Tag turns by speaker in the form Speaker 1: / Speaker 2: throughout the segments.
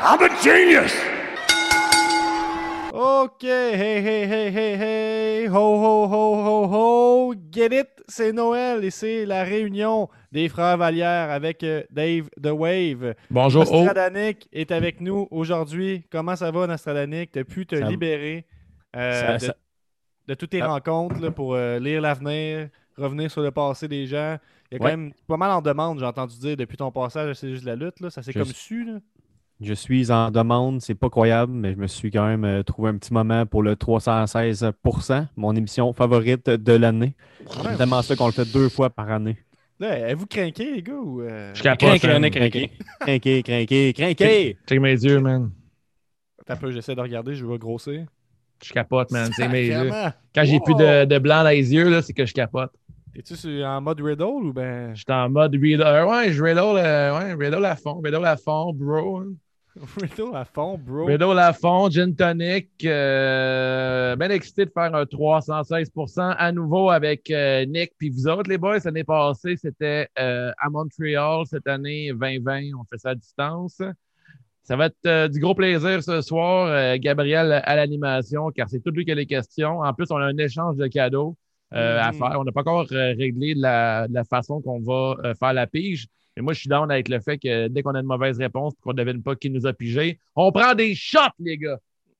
Speaker 1: I'm a genius.
Speaker 2: OK, hey, hey, hey, hey, hey, ho, ho, ho, ho, ho, get it, c'est Noël et c'est la réunion des Frères Vallière avec euh, Dave The Wave.
Speaker 3: Bonjour, oh.
Speaker 2: Nostradanic est avec nous aujourd'hui. Comment ça va, Nostradanic? T'as pu te
Speaker 3: Ça-
Speaker 2: libérer euh,
Speaker 3: ça-
Speaker 2: de,
Speaker 3: ça-
Speaker 2: de toutes tes
Speaker 3: Ah.
Speaker 2: rencontres là, pour euh, lire l'avenir, revenir sur le passé des gens. Il y a quand
Speaker 3: Ouais.
Speaker 2: même pas mal en demande, j'ai entendu dire, depuis ton passage à C'est juste la lutte. Là. Ça s'est
Speaker 3: Je
Speaker 2: comme
Speaker 3: sais.
Speaker 2: su. Là.
Speaker 3: Je suis en demande, c'est pas croyable, mais je me suis quand même euh, trouvé un petit moment pour le 316%, mon émission favorite de l'année.
Speaker 2: Ouais.
Speaker 3: C'est tellement ça qu'on le fait deux fois par année.
Speaker 2: Là, vous craquez, les gars? Ou, euh,
Speaker 4: Je capote,
Speaker 3: Crinqué,
Speaker 4: man.
Speaker 3: crinqué. Crinqué, crinqué, crinqué!
Speaker 4: Check mes yeux, man.
Speaker 2: T'as peu, j'essaie de regarder, je vais grossir.
Speaker 4: Je capote, man. C'est mes yeux.
Speaker 2: Sacrément.
Speaker 4: euh, Quand j'ai
Speaker 2: Wow.
Speaker 4: plus de, de blanc dans les yeux, là, c'est que je capote.
Speaker 2: T'es-tu sur- en mode riddle ou ben.
Speaker 4: J'étais en mode riddle. Euh, Ouais, je riddle, euh, ouais, riddle à fond. Riddle à fond, bro.
Speaker 2: Riddle à fond, bro.
Speaker 4: Riddle à fond, gin tonic. euh, ben excité de faire un 316% à nouveau avec euh, Nick. Puis vous autres, les boys, l'année passée, c'était euh, à Montréal. Cette année, 2020, on fait ça à distance. Ça va être euh, du gros plaisir ce soir, euh, Gabriel à l'animation, car c'est tout lui qui a les questions. En plus, on a un échange de cadeaux euh, à
Speaker 2: Mhm.
Speaker 4: faire. On n'a pas encore euh, réglé la, la façon qu'on va euh, faire la pige. Mais moi, je suis down avec le fait que dès qu'on a une mauvaise réponse et qu'on ne devine pas qui nous a pigé, on prend des shots, les gars!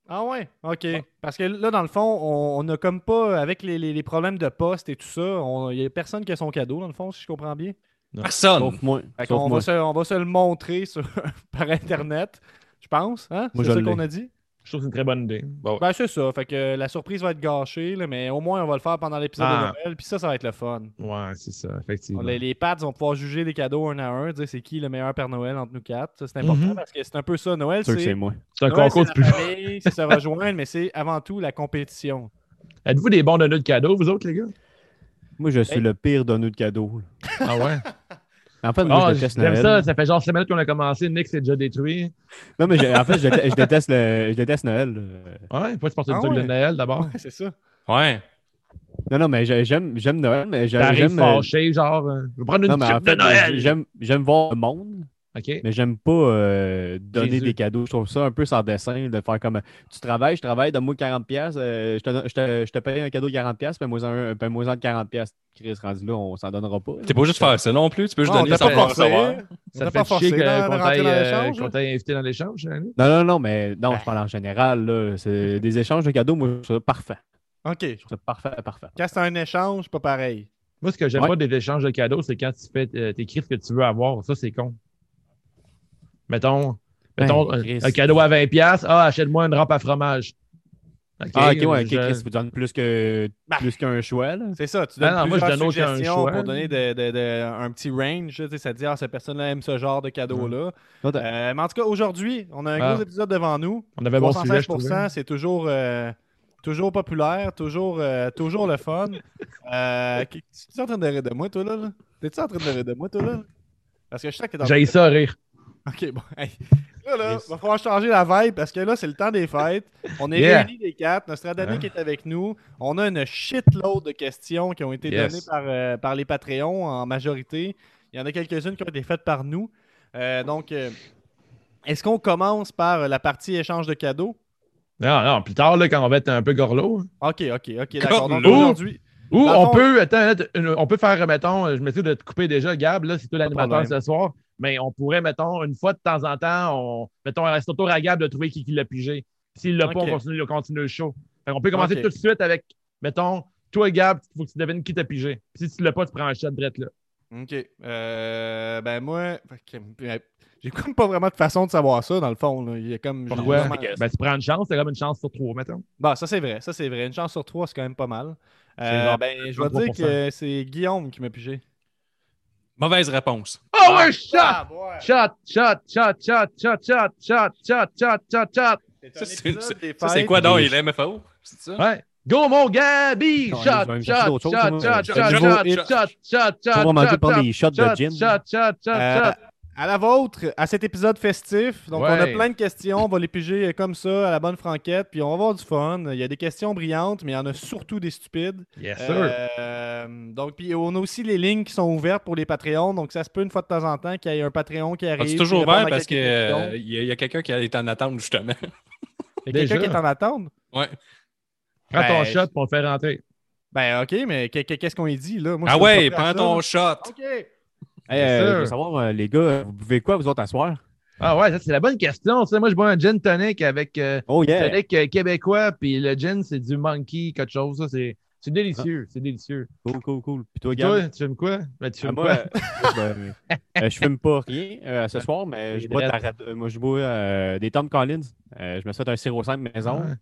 Speaker 2: Ah ouais, ok. Parce que là, dans le fond, on on a comme pas, avec les, les- les problèmes de poste et tout ça, il n'y a personne qui a son cadeau, dans le fond, si je comprends bien.
Speaker 5: Personne.
Speaker 3: Sauf moi.
Speaker 2: Fait
Speaker 3: sauf
Speaker 2: qu'on
Speaker 3: moi.
Speaker 2: va se, on va se le montrer sur- par Internet, je pense. Hein? C'est
Speaker 3: Moi, je
Speaker 2: ça
Speaker 3: l'ai. Bah
Speaker 2: qu'on a dit?
Speaker 4: Je trouve que c'est une très bonne idée.
Speaker 2: Ben, c'est ça. Fait que euh, la surprise va être gâchée, là, mais au moins, on va le faire pendant l'épisode
Speaker 4: Ah.
Speaker 2: de Noël, puis ça, ça va être le fun.
Speaker 4: Ouais, c'est ça, effectivement.
Speaker 2: Les, les pads vont pouvoir juger les cadeaux un à un, dire c'est qui le meilleur Père Noël entre nous quatre. Ça, c'est important
Speaker 4: Mhm.
Speaker 2: parce que c'est un peu ça. Noël,
Speaker 3: Sûr que
Speaker 2: c'est
Speaker 3: c'est moi.
Speaker 4: C'est un
Speaker 2: Noël,
Speaker 4: concours
Speaker 2: c'est
Speaker 4: de plus.
Speaker 2: la famille, c'est se rejoindre, mais c'est avant tout la compétition.
Speaker 4: Êtes-vous des bons donneurs de cadeaux, vous autres, les gars?
Speaker 3: Moi, je suis
Speaker 2: Hey.
Speaker 3: le pire donneur de cadeaux.
Speaker 4: Ah ouais?
Speaker 3: En fait, moi,
Speaker 4: Ah,
Speaker 3: je déteste
Speaker 4: j'aime
Speaker 3: Noël.
Speaker 4: ça, ça fait genre 5 minutes qu'on a commencé, Nick s'est déjà détruit.
Speaker 3: Non, mais je- en fait, je, déteste- je déteste le- je déteste Noël. euh.
Speaker 4: Ouais, faut se porter
Speaker 2: Ah
Speaker 4: du truc de
Speaker 2: ouais.
Speaker 4: Noël d'abord.
Speaker 2: c'est ça.
Speaker 5: Ouais.
Speaker 3: Non, non, mais j'ai- j'aime j'aime Noël, mais j'ai-
Speaker 4: T'arrives
Speaker 3: j'aime... euh,
Speaker 4: fâché, genre, euh, je vais prendre une
Speaker 3: Non, mais
Speaker 4: chip
Speaker 3: en
Speaker 4: de
Speaker 3: fait,
Speaker 4: Noël!
Speaker 3: j'aime- j'aime voir le monde,
Speaker 4: OK.
Speaker 3: mais j'aime pas euh, donner
Speaker 4: Jésus.
Speaker 3: des cadeaux. Je trouve ça un peu sans dessin de faire comme tu travailles, je travaille, donne-moi 40$, piastres, euh, je, te, don- je, te, je te paye un cadeau de 40$, piastres, paye-moi un, paye-moi de 40$. piastres. Chris, rendu là, on s'en donnera pas.
Speaker 5: T'es pas obligé de faire ça non plus. Tu peux juste
Speaker 2: Non, on
Speaker 5: donner
Speaker 2: t'a
Speaker 5: sans
Speaker 2: pas
Speaker 5: faire
Speaker 2: forcé.
Speaker 5: savoir.
Speaker 2: On
Speaker 4: Ça
Speaker 2: t'a pas
Speaker 4: te fait
Speaker 2: forcé
Speaker 4: chier que-
Speaker 2: dans- de
Speaker 4: qu'on
Speaker 2: rentrer
Speaker 4: t'aille
Speaker 2: dans
Speaker 4: euh,
Speaker 2: l'échange,
Speaker 4: qu'on
Speaker 2: là?
Speaker 4: t'aille invité dans l'échange, Jérémy?
Speaker 3: Non, non, non, mais non, je parle en général. là, c'est des échanges de cadeaux, moi, je trouve ça parfait.
Speaker 2: OK.
Speaker 3: Je trouve ça parfait, parfait.
Speaker 2: Quand c'est un échange, pas pareil.
Speaker 4: Moi, ce que j'aime
Speaker 3: Ouais.
Speaker 4: pas des échanges de cadeaux, c'est quand tu fais, euh, t'écris ce que tu veux avoir. Ça, c'est con. Mettons, mettons
Speaker 3: Ben,
Speaker 4: un-
Speaker 3: Chris.
Speaker 4: un, cadeau à 20$. Ah, achète-moi une rampe à fromage. OK,
Speaker 3: Ah, ok, ouais, ok,
Speaker 4: je-
Speaker 3: Chris, vous donne plus que
Speaker 2: Bah.
Speaker 3: plus qu'un choix, là.
Speaker 2: C'est ça. Tu
Speaker 4: Ben
Speaker 2: donnes
Speaker 4: non, moi, je
Speaker 2: plusieurs
Speaker 4: donne aucun
Speaker 2: suggestions
Speaker 4: choix.
Speaker 2: pour donner de- de- de- un petit range. là, tu sais, Ça te dit, ah, cette personne-là aime ce genre de cadeau-là.
Speaker 3: Non, t'as-
Speaker 2: Euh, mais en tout cas, aujourd'hui, on a un
Speaker 4: Ah.
Speaker 2: gros épisode devant nous.
Speaker 4: On avait bon sujet, je trouvais.
Speaker 2: 316%, c'est toujours, euh, toujours populaire, toujours, euh, toujours le fun. Euh, tu es en train de rire de moi, toi, là? là? T'es-tu en train de rire de moi, toi, là? Parce que je sais que t'es dans
Speaker 4: J'ai ça à rire.
Speaker 2: OK, bon. hey. Là, là,
Speaker 3: Yes.
Speaker 2: va falloir changer la vibe parce que là, c'est le temps des fêtes. On est
Speaker 4: Yeah. Hein?
Speaker 2: réunis les quatre. Nostradanic est avec nous. On a une shitload de questions qui ont été
Speaker 4: Yes.
Speaker 2: données par, euh, par les Patreons en majorité. Il y en a quelques-unes qui ont été faites par nous. Euh, donc, euh, est-ce qu'on commence par euh, la partie échange de cadeaux?
Speaker 4: Non, non, plus tard, là, quand on va être un peu gorlot. hein.
Speaker 2: OK, OK, OK, d'accord. Donc,
Speaker 5: Comme
Speaker 4: l'eau.
Speaker 2: aujourd'hui,
Speaker 4: Ou
Speaker 2: Dans le
Speaker 4: on
Speaker 2: fond-
Speaker 4: peut, attends, attends, une- on peut faire, euh, mettons, euh, je m'excuse de te couper déjà, Gab, là, c'est toi l'animateur
Speaker 2: problème.
Speaker 4: ce soir, mais on pourrait, mettons, une fois de temps en temps, on, mettons, reste autour à Gab de trouver qui, qui l'a pigé. S'il l'a pas,
Speaker 2: Ok.
Speaker 4: on continue, on continue le show. Fait qu'on peut commencer
Speaker 2: Ok.
Speaker 4: tout de suite avec, mettons, toi, Gab, il faut que tu devines qui t'a pigé. Puis si tu l'as pas, tu prends un shot direct là.
Speaker 2: OK. Euh, ben, moi, ok, euh, j'ai comme pas vraiment de façon de savoir ça, dans le fond. là. Il y a comme. j'ai
Speaker 4: Pourquoi?
Speaker 2: vraiment-
Speaker 4: Ben, tu prends une chance, c'est comme une chance sur trois, mettons.
Speaker 2: Bon, ça c'est vrai, ça c'est vrai. Une chance sur trois, c'est quand même pas mal. Euh,
Speaker 4: C'est genre
Speaker 2: ben, je vais dire que c'est Guillaume qui m'a pigé.
Speaker 5: Mauvaise réponse.
Speaker 2: Ah
Speaker 4: Oh, ouais, shot!
Speaker 2: ouais!
Speaker 4: Shot, shot, shot, shot, shot, shot, shot, shot, shot, shot, shot.
Speaker 5: Ça, c'est- Ça, c'est quoi donc? Il est MFO? C'est ça?
Speaker 4: Ouais. Go mon Gabi!
Speaker 3: Non,
Speaker 4: Shot,
Speaker 3: je vais me chercher
Speaker 4: shot, shot,
Speaker 3: d'autres choses, hein.
Speaker 4: shot,
Speaker 3: moi.
Speaker 4: shot,
Speaker 5: Je
Speaker 4: shot,
Speaker 5: vais
Speaker 4: shot,
Speaker 5: nouveau-
Speaker 4: shot, shot, shot,
Speaker 3: Faut vraiment
Speaker 4: shot,
Speaker 3: manquer de prendre
Speaker 4: shot,
Speaker 3: des shots de
Speaker 4: shot,
Speaker 3: gin. Euh.
Speaker 4: shot, shot, shot, shot.
Speaker 2: Euh, À la vôtre, à cet épisode festif. Donc,
Speaker 4: Ouais.
Speaker 2: on a plein de questions. On va les piger comme ça, à la bonne franquette. Puis, on va avoir du fun. Il y a des questions brillantes, mais il y en a surtout des stupides.
Speaker 4: Yes,
Speaker 2: Euh, donc, puis on a aussi les lignes qui sont ouvertes pour les Patreons. Donc, ça se peut une fois de temps en temps qu'il y ait un Patreon qui
Speaker 5: Ah,
Speaker 2: arrive.
Speaker 5: C'est toujours
Speaker 2: qui répond
Speaker 5: ouvert
Speaker 2: à
Speaker 5: parce qu'il
Speaker 2: quelques
Speaker 5: y a,
Speaker 4: euh,
Speaker 2: questions.
Speaker 5: il y a quelqu'un qui est en attente, justement.
Speaker 2: Il y a quelqu'un qui
Speaker 4: Déjà?
Speaker 2: est en attente.
Speaker 5: Ouais.
Speaker 4: Prends ton
Speaker 2: ben,
Speaker 4: shot pour le faire rentrer.
Speaker 2: Ben, OK, mais que- que- qu'est-ce qu'on y dit, là? Moi, je
Speaker 5: Ah
Speaker 2: suis
Speaker 5: ouais,
Speaker 2: pas prêt à
Speaker 5: prends ton
Speaker 2: ça.
Speaker 5: shot.
Speaker 2: OK.
Speaker 3: Hey, euh,
Speaker 4: sûr.
Speaker 3: je veux savoir, euh, les gars, vous buvez quoi, vous autres, à soir?
Speaker 4: Ah ouais, ça, c'est la bonne question. ça. moi, je bois un gin tonic avec euh,
Speaker 3: Oh, yeah!
Speaker 4: tonic euh, québécois, puis le gin, c'est du monkey, quelque chose. ça. C'est c'est délicieux, c'est délicieux.
Speaker 3: Cool, cool, cool. Ah. Puis toi,
Speaker 4: Puis
Speaker 3: Gab?
Speaker 4: Toi, tu fumes quoi? Ben, tu
Speaker 3: Ah,
Speaker 4: fumes
Speaker 3: moi,
Speaker 4: quoi?
Speaker 3: euh, ben, euh, je fume pas rien euh, ce soir, mais je bois, de la rad- euh, moi, je bois euh, des Tom Collins. Euh, je me suis fait un sirop simple maison.
Speaker 4: Ouais.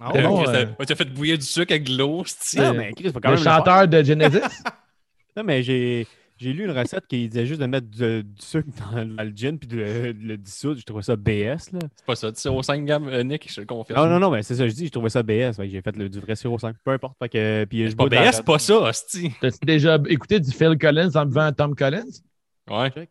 Speaker 2: Ah
Speaker 5: Euh,
Speaker 2: ouais.
Speaker 4: bon,
Speaker 5: Chris,
Speaker 4: euh,
Speaker 5: t'as- ouais, t'as fait bouillir du sucre avec de l'eau, c'est-tu?
Speaker 3: Non, mais Chris, faut quand
Speaker 4: Le
Speaker 3: même le faire.
Speaker 4: chanteur de Genesis?
Speaker 3: Non, mais j'ai, j'ai lu une recette qui disait juste de mettre du, du sucre dans, dans le gin puis de, le- de le dissoudre. Je trouvais ça BS. Là.
Speaker 5: C'est pas ça, tu sais, au 5 gamme, euh, Nick, je te le confirme.
Speaker 3: Non, non, non, mais c'est ça que je dis. Je trouvais ça BS. Fait que j'ai fait le- du vrai sirop simple. Peu importe. Fait que, puis je
Speaker 5: C'est pas
Speaker 3: bois de la-
Speaker 5: BS, c'est pas ça, hostie.
Speaker 4: T'as-tu déjà écouté du Phil Collins en buvant un Tom Collins?
Speaker 5: Ouais.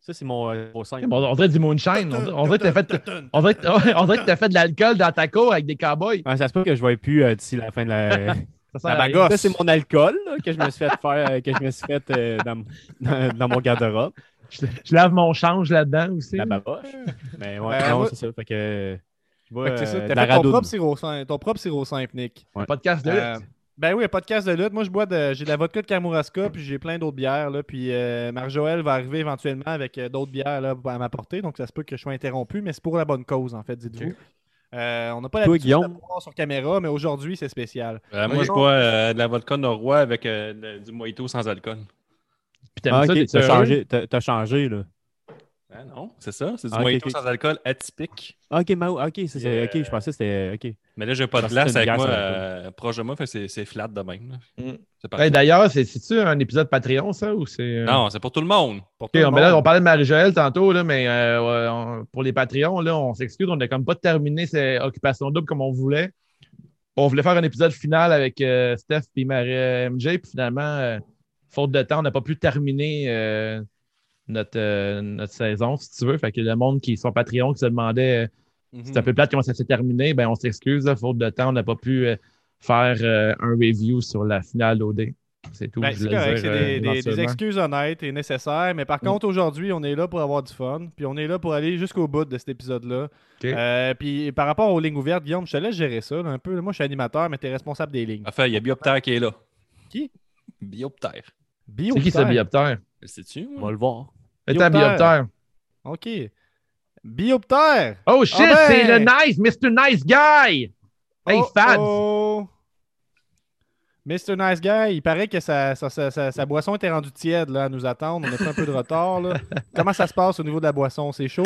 Speaker 3: Ça, c'est mon euh, sirop simple.
Speaker 4: Bon, on dirait du moonshine. On dirait- On dirait que t'as fait... On dirait, que t'as- on dirait que t'as fait de l'alcool dans ta cour avec des cowboys.
Speaker 3: Ah, ça se peut que je ne plus euh, d'ici la fin de la.
Speaker 4: Ça
Speaker 2: La
Speaker 4: sert à rien.
Speaker 2: bagosse.
Speaker 3: Ça, c'est mon alcool là, que je me suis fait faire, euh, que je me suis fait euh, dans, dans- dans mon garde-robe,
Speaker 4: Je, je lave mon change là-dedans aussi.
Speaker 3: la baboche. Mais ouais,
Speaker 2: Ben,
Speaker 3: non,
Speaker 2: moi-
Speaker 3: c'est ça. Fait que euh, je bois
Speaker 2: Fait que c'est ça,
Speaker 3: euh, de
Speaker 2: t'as
Speaker 3: la
Speaker 2: fait ton
Speaker 3: radoune.
Speaker 2: propre sirop simple, ton propre sirop simple, Nick.
Speaker 4: Podcast de lutte.
Speaker 2: Euh, ben oui, un podcast de lutte. Moi, je bois de, j'ai de la vodka de Kamouraska, puis j'ai plein d'autres bières. Là, puis euh, Marc-Joël va arriver éventuellement avec euh, d'autres bières là, à m'apporter, donc ça se peut que je sois interrompu, mais c'est pour la bonne cause, en fait, dites-vous. Euh, on n'a pas
Speaker 3: Toi,
Speaker 2: l'habitude de
Speaker 3: Guillaume?
Speaker 2: voir sur caméra, mais aujourd'hui, c'est spécial.
Speaker 5: Euh, moi,
Speaker 2: Ouais.
Speaker 5: je bois euh, de la vodka norrois avec euh, de- du mojito sans alcool.
Speaker 4: Puis t'aimes
Speaker 3: Ah,
Speaker 4: ça,
Speaker 3: ok,
Speaker 4: t'es
Speaker 3: t'as
Speaker 4: heureux?
Speaker 3: changé, t'as- t'as changé, là.
Speaker 5: Ah non, c'est ça, c'est du
Speaker 3: Ah, ok,
Speaker 5: mojito
Speaker 3: ok.
Speaker 5: sans alcool atypique.
Speaker 3: Ah, Ok, Mao, ok, c'est- c'est-
Speaker 5: Euh,
Speaker 3: ok, je pensais que c'était. Ok.
Speaker 5: Mais là, j'ai pas de
Speaker 3: Parce que c'est
Speaker 5: glace
Speaker 3: une
Speaker 5: avec
Speaker 3: bière
Speaker 5: moi
Speaker 3: sans alcool.
Speaker 5: euh, proche de moi, fait que c'est- c'est flat de même. là.
Speaker 4: Mm.
Speaker 5: C'est parfait.
Speaker 4: Hey, D'ailleurs, c'est- c'est-tu un épisode Patreon, ça? Ou c'est, euh,
Speaker 5: Non, c'est pour tout le monde.
Speaker 2: Pour
Speaker 4: Ok,
Speaker 2: tout le
Speaker 4: on, ben là,
Speaker 2: monde.
Speaker 4: on parlait de Marie-Joëlle tantôt, là, mais euh, ouais, on- pour les Patreons, là, on s'excuse, on n'a comme pas terminé cette occupation double comme on voulait. On voulait faire un épisode final avec euh, Steph et MJ, puis finalement, euh, faute de temps, on n'a pas pu terminer euh, notre, euh, notre saison, si tu veux. Fait que le monde qui sont Patreon, qui se demandait euh,
Speaker 2: Mhm.
Speaker 4: c'est un peu plate comment ça s'est terminé, ben on s'excuse, là, faute de temps, on n'a pas pu euh, faire euh, un review sur la finale OD. C'est tout.
Speaker 2: Ben,
Speaker 4: je
Speaker 2: c'est
Speaker 4: voulais
Speaker 2: correct,
Speaker 4: dire,
Speaker 2: c'est
Speaker 4: euh,
Speaker 2: des, des- des
Speaker 4: éventuellement.
Speaker 2: excuses honnêtes et nécessaires, mais par
Speaker 4: Mm.
Speaker 2: contre, aujourd'hui, on est là pour avoir du fun, puis on est là pour aller jusqu'au bout de cet épisode-là.
Speaker 4: Ok.
Speaker 2: Euh, puis par rapport aux lignes ouvertes, Guillaume, je te laisse gérer ça là, un peu. Moi, je suis animateur, mais tu es responsable des lignes.
Speaker 5: Enfin, il y a Bioptère qui est là.
Speaker 2: Qui?
Speaker 5: Bioptère.
Speaker 2: Bio
Speaker 4: C'est qui ce
Speaker 2: Terre.
Speaker 4: bioptère?
Speaker 5: Le Sais-tu?
Speaker 3: On
Speaker 5: moi?
Speaker 3: va le voir.
Speaker 4: C'est un
Speaker 2: Bioptère.
Speaker 4: bioptère.
Speaker 2: OK. Bioptère!
Speaker 4: Oh shit,
Speaker 2: Ah ben!
Speaker 4: c'est le nice, Mr. Nice Guy! Hey,
Speaker 2: Oh,
Speaker 4: Fabs!
Speaker 2: oh. Mr. Nice Guy, il paraît que sa, sa- sa- sa- sa boisson était rendue tiède là, à nous attendre. On a pris un peu de retard. là. Comment ça se passe au niveau de la boisson? C'est chaud?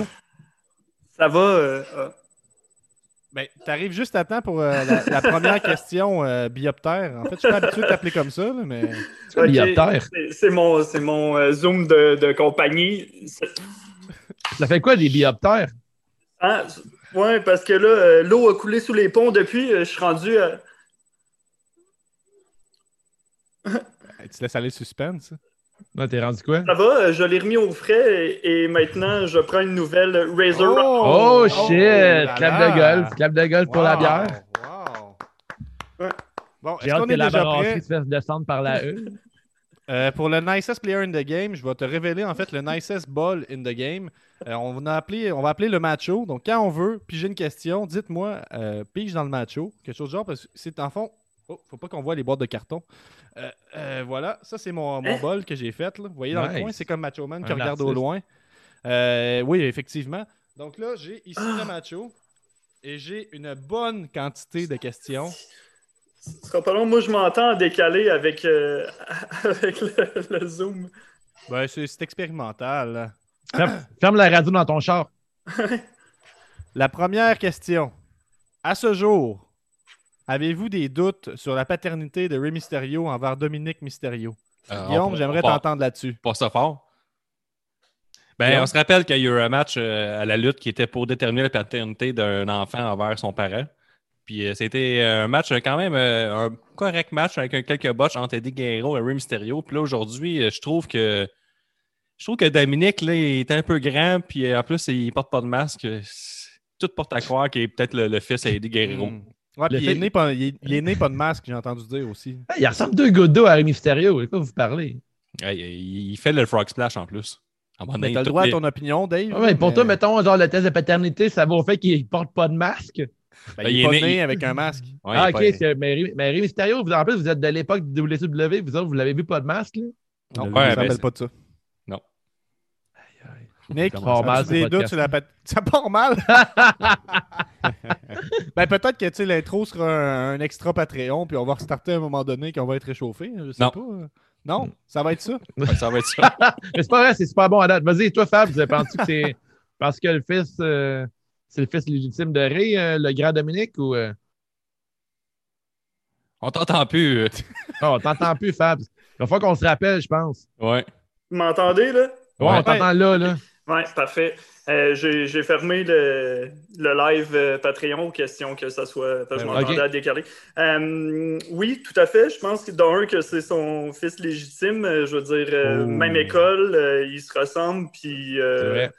Speaker 6: Ça va. euh, euh,
Speaker 2: Ben, t'arrives juste à temps pour euh, la, la première question euh, bioptère. En fait, je suis pas habitué de t'appeler comme ça, là, mais.
Speaker 4: C'est un
Speaker 6: ok,
Speaker 4: bioptère.
Speaker 6: c'est- C'est mon, c'est mon euh, Zoom de, de compagnie. C'est-
Speaker 4: Ça fait quoi des bioptères?
Speaker 6: hein, c'est- ouais, parce que là, euh, l'eau a coulé sous les ponts depuis. euh, je suis rendu. à-
Speaker 2: Hey, Tu laisses aller le suspense.
Speaker 4: Non, t'es rendu quoi?
Speaker 6: Ça va, euh, je l'ai remis au frais et, et maintenant, je prends une nouvelle Razer.
Speaker 4: Oh, shit!
Speaker 2: oh là
Speaker 4: clap
Speaker 2: là.
Speaker 4: de golf, clap de golf pour la
Speaker 2: Wow,
Speaker 4: bière.
Speaker 2: wow. Bon,
Speaker 4: J'ai
Speaker 2: est-ce
Speaker 4: hâte
Speaker 2: qu'on
Speaker 4: que
Speaker 2: est
Speaker 4: la
Speaker 2: déjà prêt?
Speaker 4: brasserie se fasse descendre par la E.
Speaker 2: Euh, pour le nicest player in the game, je vais te révéler en fait le nicest ball in the game. Euh, on, a appelé, on va appeler le macho. Donc, quand on veut, puis j'ai une question, dites-moi, euh, pige dans le macho, quelque chose de genre, parce que c'est en fond. Oh, faut pas qu'on voit les boîtes de carton. Euh, euh, voilà, ça c'est mon, mon
Speaker 6: Hein?
Speaker 2: bol que j'ai fait. Là. Vous voyez dans le
Speaker 4: Nice.
Speaker 2: coin, c'est comme Macho Man qui
Speaker 4: Un
Speaker 2: regarde au
Speaker 4: artiste.
Speaker 2: loin. Euh, oui, effectivement. Donc là, j'ai ici le macho et j'ai une bonne quantité de questions.
Speaker 6: Ce sera pas long. Moi, je m'entends en décalé avec, euh, avec le, le Zoom.
Speaker 2: Ben, c'est c'est expérimental. hein. là.
Speaker 4: Ferme- Ferme la radio dans ton char.
Speaker 2: La première question. À ce jour, avez-vous des doutes sur la paternité de Rey Mysterio envers Dominique Mysterio?
Speaker 5: Euh, on
Speaker 2: Guillaume,
Speaker 5: peut-
Speaker 2: j'aimerais
Speaker 5: on part-
Speaker 2: t'entendre là-dessus.
Speaker 5: Pas ça fort. Ben,
Speaker 2: Guillaume?
Speaker 5: on se rappelle qu'il y a eu un match euh, à la lutte qui était pour déterminer la paternité d'un enfant envers son parent. Puis euh, c'était euh, un match euh, quand même euh, un correct match avec euh, quelques botches entre Eddie Guerrero et Rey Mysterio. Puis là aujourd'hui, euh, je trouve que Je trouve que Dominique, là, il est un peu grand, puis euh, en plus, il porte pas de masque. C'est- Tout porte à croire qu'il est peut-être le, le fils à Eddie Guerrero.
Speaker 2: Mm. Ouais, puis
Speaker 4: Le
Speaker 2: il, est
Speaker 4: fait-
Speaker 2: né pas, il, est, il est né pas de masque, j'ai entendu dire aussi.
Speaker 4: Hey, il ressemble deux gouttes d'eau à Rémi Mysterio. De quoi vous parlez?
Speaker 5: Ouais, il, il fait le frog splash en plus. À un moment
Speaker 2: Mais
Speaker 5: donné,
Speaker 2: t'as le
Speaker 5: toutes
Speaker 2: droit à
Speaker 5: les-
Speaker 2: ton opinion, Dave.
Speaker 4: Ah Ouais, mais pour
Speaker 2: mais-
Speaker 4: toi, mettons, genre, le test de paternité, ça va au fait qu'il porte pas de masque.
Speaker 2: ben, il est pas né,
Speaker 5: il-
Speaker 2: avec un masque.
Speaker 5: Ouais,
Speaker 4: ah,
Speaker 5: il
Speaker 4: ok.
Speaker 5: est
Speaker 4: c'est- Mais Ré- mais Rémi Mysterio, vous, en plus, vous êtes de l'époque du WCW, vous autres, vous l'avez vu pas de masque, là?
Speaker 2: Non, je
Speaker 3: Ouais,
Speaker 2: me
Speaker 5: ben,
Speaker 2: rappelle
Speaker 5: c'est-
Speaker 2: pas de ça.
Speaker 5: Non.
Speaker 2: Nick,
Speaker 3: Ça
Speaker 4: part mal,
Speaker 2: as-tu
Speaker 4: ce
Speaker 2: des
Speaker 4: podcast.
Speaker 2: doutes sur la pat- Ça part mal. ben, peut-être que tu sais, l'intro sera un, un extra Patreon, puis on va restarter à un moment donné, qu'on va être réchauffé. hein, Je sais
Speaker 5: Non.
Speaker 2: pas. Non, ça va être ça.
Speaker 5: pas- Ouais, ça va être ça.
Speaker 4: Mais c'est pas vrai, c'est super bon à date. Vas-y, toi, Fab, vous avez pensé que c'est parce que le fils, euh, c'est le fils légitime de Ray, euh, le grand Dominique, ou. euh?
Speaker 5: On t'entend plus. euh.
Speaker 4: Oh, on t'entend plus, Fab. Il va falloir qu'on se rappelle, je pense.
Speaker 5: Ouais.
Speaker 6: Vous m'entendez, là?
Speaker 4: Ouais,
Speaker 5: Ouais.
Speaker 4: on t'entend là, là.
Speaker 6: Oui, parfait. Euh, J'ai j'ai fermé le, le live euh, Patreon aux questions que ça soit. parce que je
Speaker 4: Ouais,
Speaker 6: m'entendais
Speaker 4: Ben, ok.
Speaker 6: à décaler. Euh, oui, tout à fait. Je pense que dans un, que c'est son fils légitime. Euh, Je veux dire, euh,
Speaker 3: Oh.
Speaker 6: même école, euh, ils se ressemblent. Puis, euh,
Speaker 4: C'est vrai.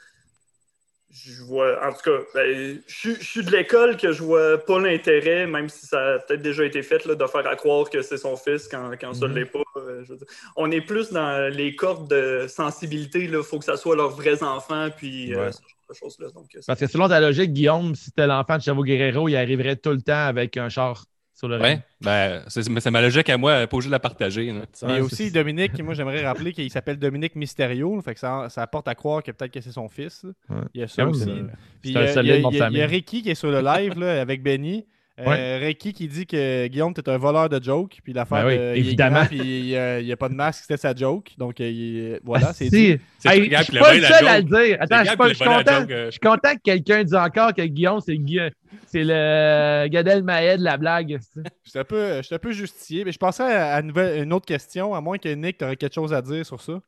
Speaker 6: je vois, en tout cas, ben, je suis- je suis de l'école que je vois pas l'intérêt, même si ça a peut-être déjà été fait, là, de faire à croire que c'est son fils quand, quand ça
Speaker 4: Mhm.
Speaker 6: l'est pas. euh, je veux dire. On est plus dans les cordes de sensibilité, il faut que ça soit leurs vrais enfants, puis euh,
Speaker 5: Ouais.
Speaker 6: ce genre de choses-là. Donc, euh,
Speaker 4: Parce que selon ta logique, Guillaume, si c'était l'enfant de Chavo Guerrero, il arriverait tout le temps avec un char sur le ring.
Speaker 2: Ah,
Speaker 5: Ouais. Ben, c'est mais c'est ma logique à moi, pas obligé de la partager. là.
Speaker 2: Mais
Speaker 4: Ouais,
Speaker 2: aussi,
Speaker 4: c'est-
Speaker 2: Dominique, moi, j'aimerais rappeler qu'il s'appelle Dominique Mysterio. Fait que ça, ça apporte à croire que peut-être que c'est son fils. là.
Speaker 4: Ouais.
Speaker 2: Il y a ça
Speaker 4: Comme
Speaker 2: aussi.
Speaker 5: euh,
Speaker 4: ça.
Speaker 2: Puis il
Speaker 4: C'est
Speaker 2: y
Speaker 4: un
Speaker 2: a- il
Speaker 4: solide
Speaker 2: y, a-
Speaker 4: nom de
Speaker 2: il y a- il y a
Speaker 4: famille.
Speaker 2: Ricky qui est sur le live là, avec Benny. Euh, Ricky qui dit que Guillaume, t'es un voleur de joke. Puis l'affaire
Speaker 4: Ben oui,
Speaker 2: de- il est
Speaker 4: évidemment.
Speaker 2: grand, puis il euh, il y a pas de masque, c'était sa joke. Donc euh, il- voilà, c'est dit.
Speaker 4: Ah, si.
Speaker 5: Ah, C'est
Speaker 4: Hey,
Speaker 5: le
Speaker 4: je
Speaker 5: gars
Speaker 4: suis
Speaker 5: qui le
Speaker 4: pas
Speaker 5: vole
Speaker 4: le
Speaker 5: la
Speaker 4: seul à le
Speaker 5: joke.
Speaker 4: dire.
Speaker 5: C'est
Speaker 4: Attends, je suis
Speaker 5: le gars
Speaker 4: pas- je
Speaker 5: qui
Speaker 4: suis
Speaker 5: le vole la
Speaker 4: content.
Speaker 5: joke, euh,
Speaker 4: Je suis content que quelqu'un dise encore que Guillaume, c'est Guy- c'est le Gad Elmaleh de la blague. c'est ça.
Speaker 2: Je suis un peu, je suis un peu justifié, mais je pensais à, à une, nouvelle- une autre question, à moins que Nick, t'aurais quelque chose à dire sur ça.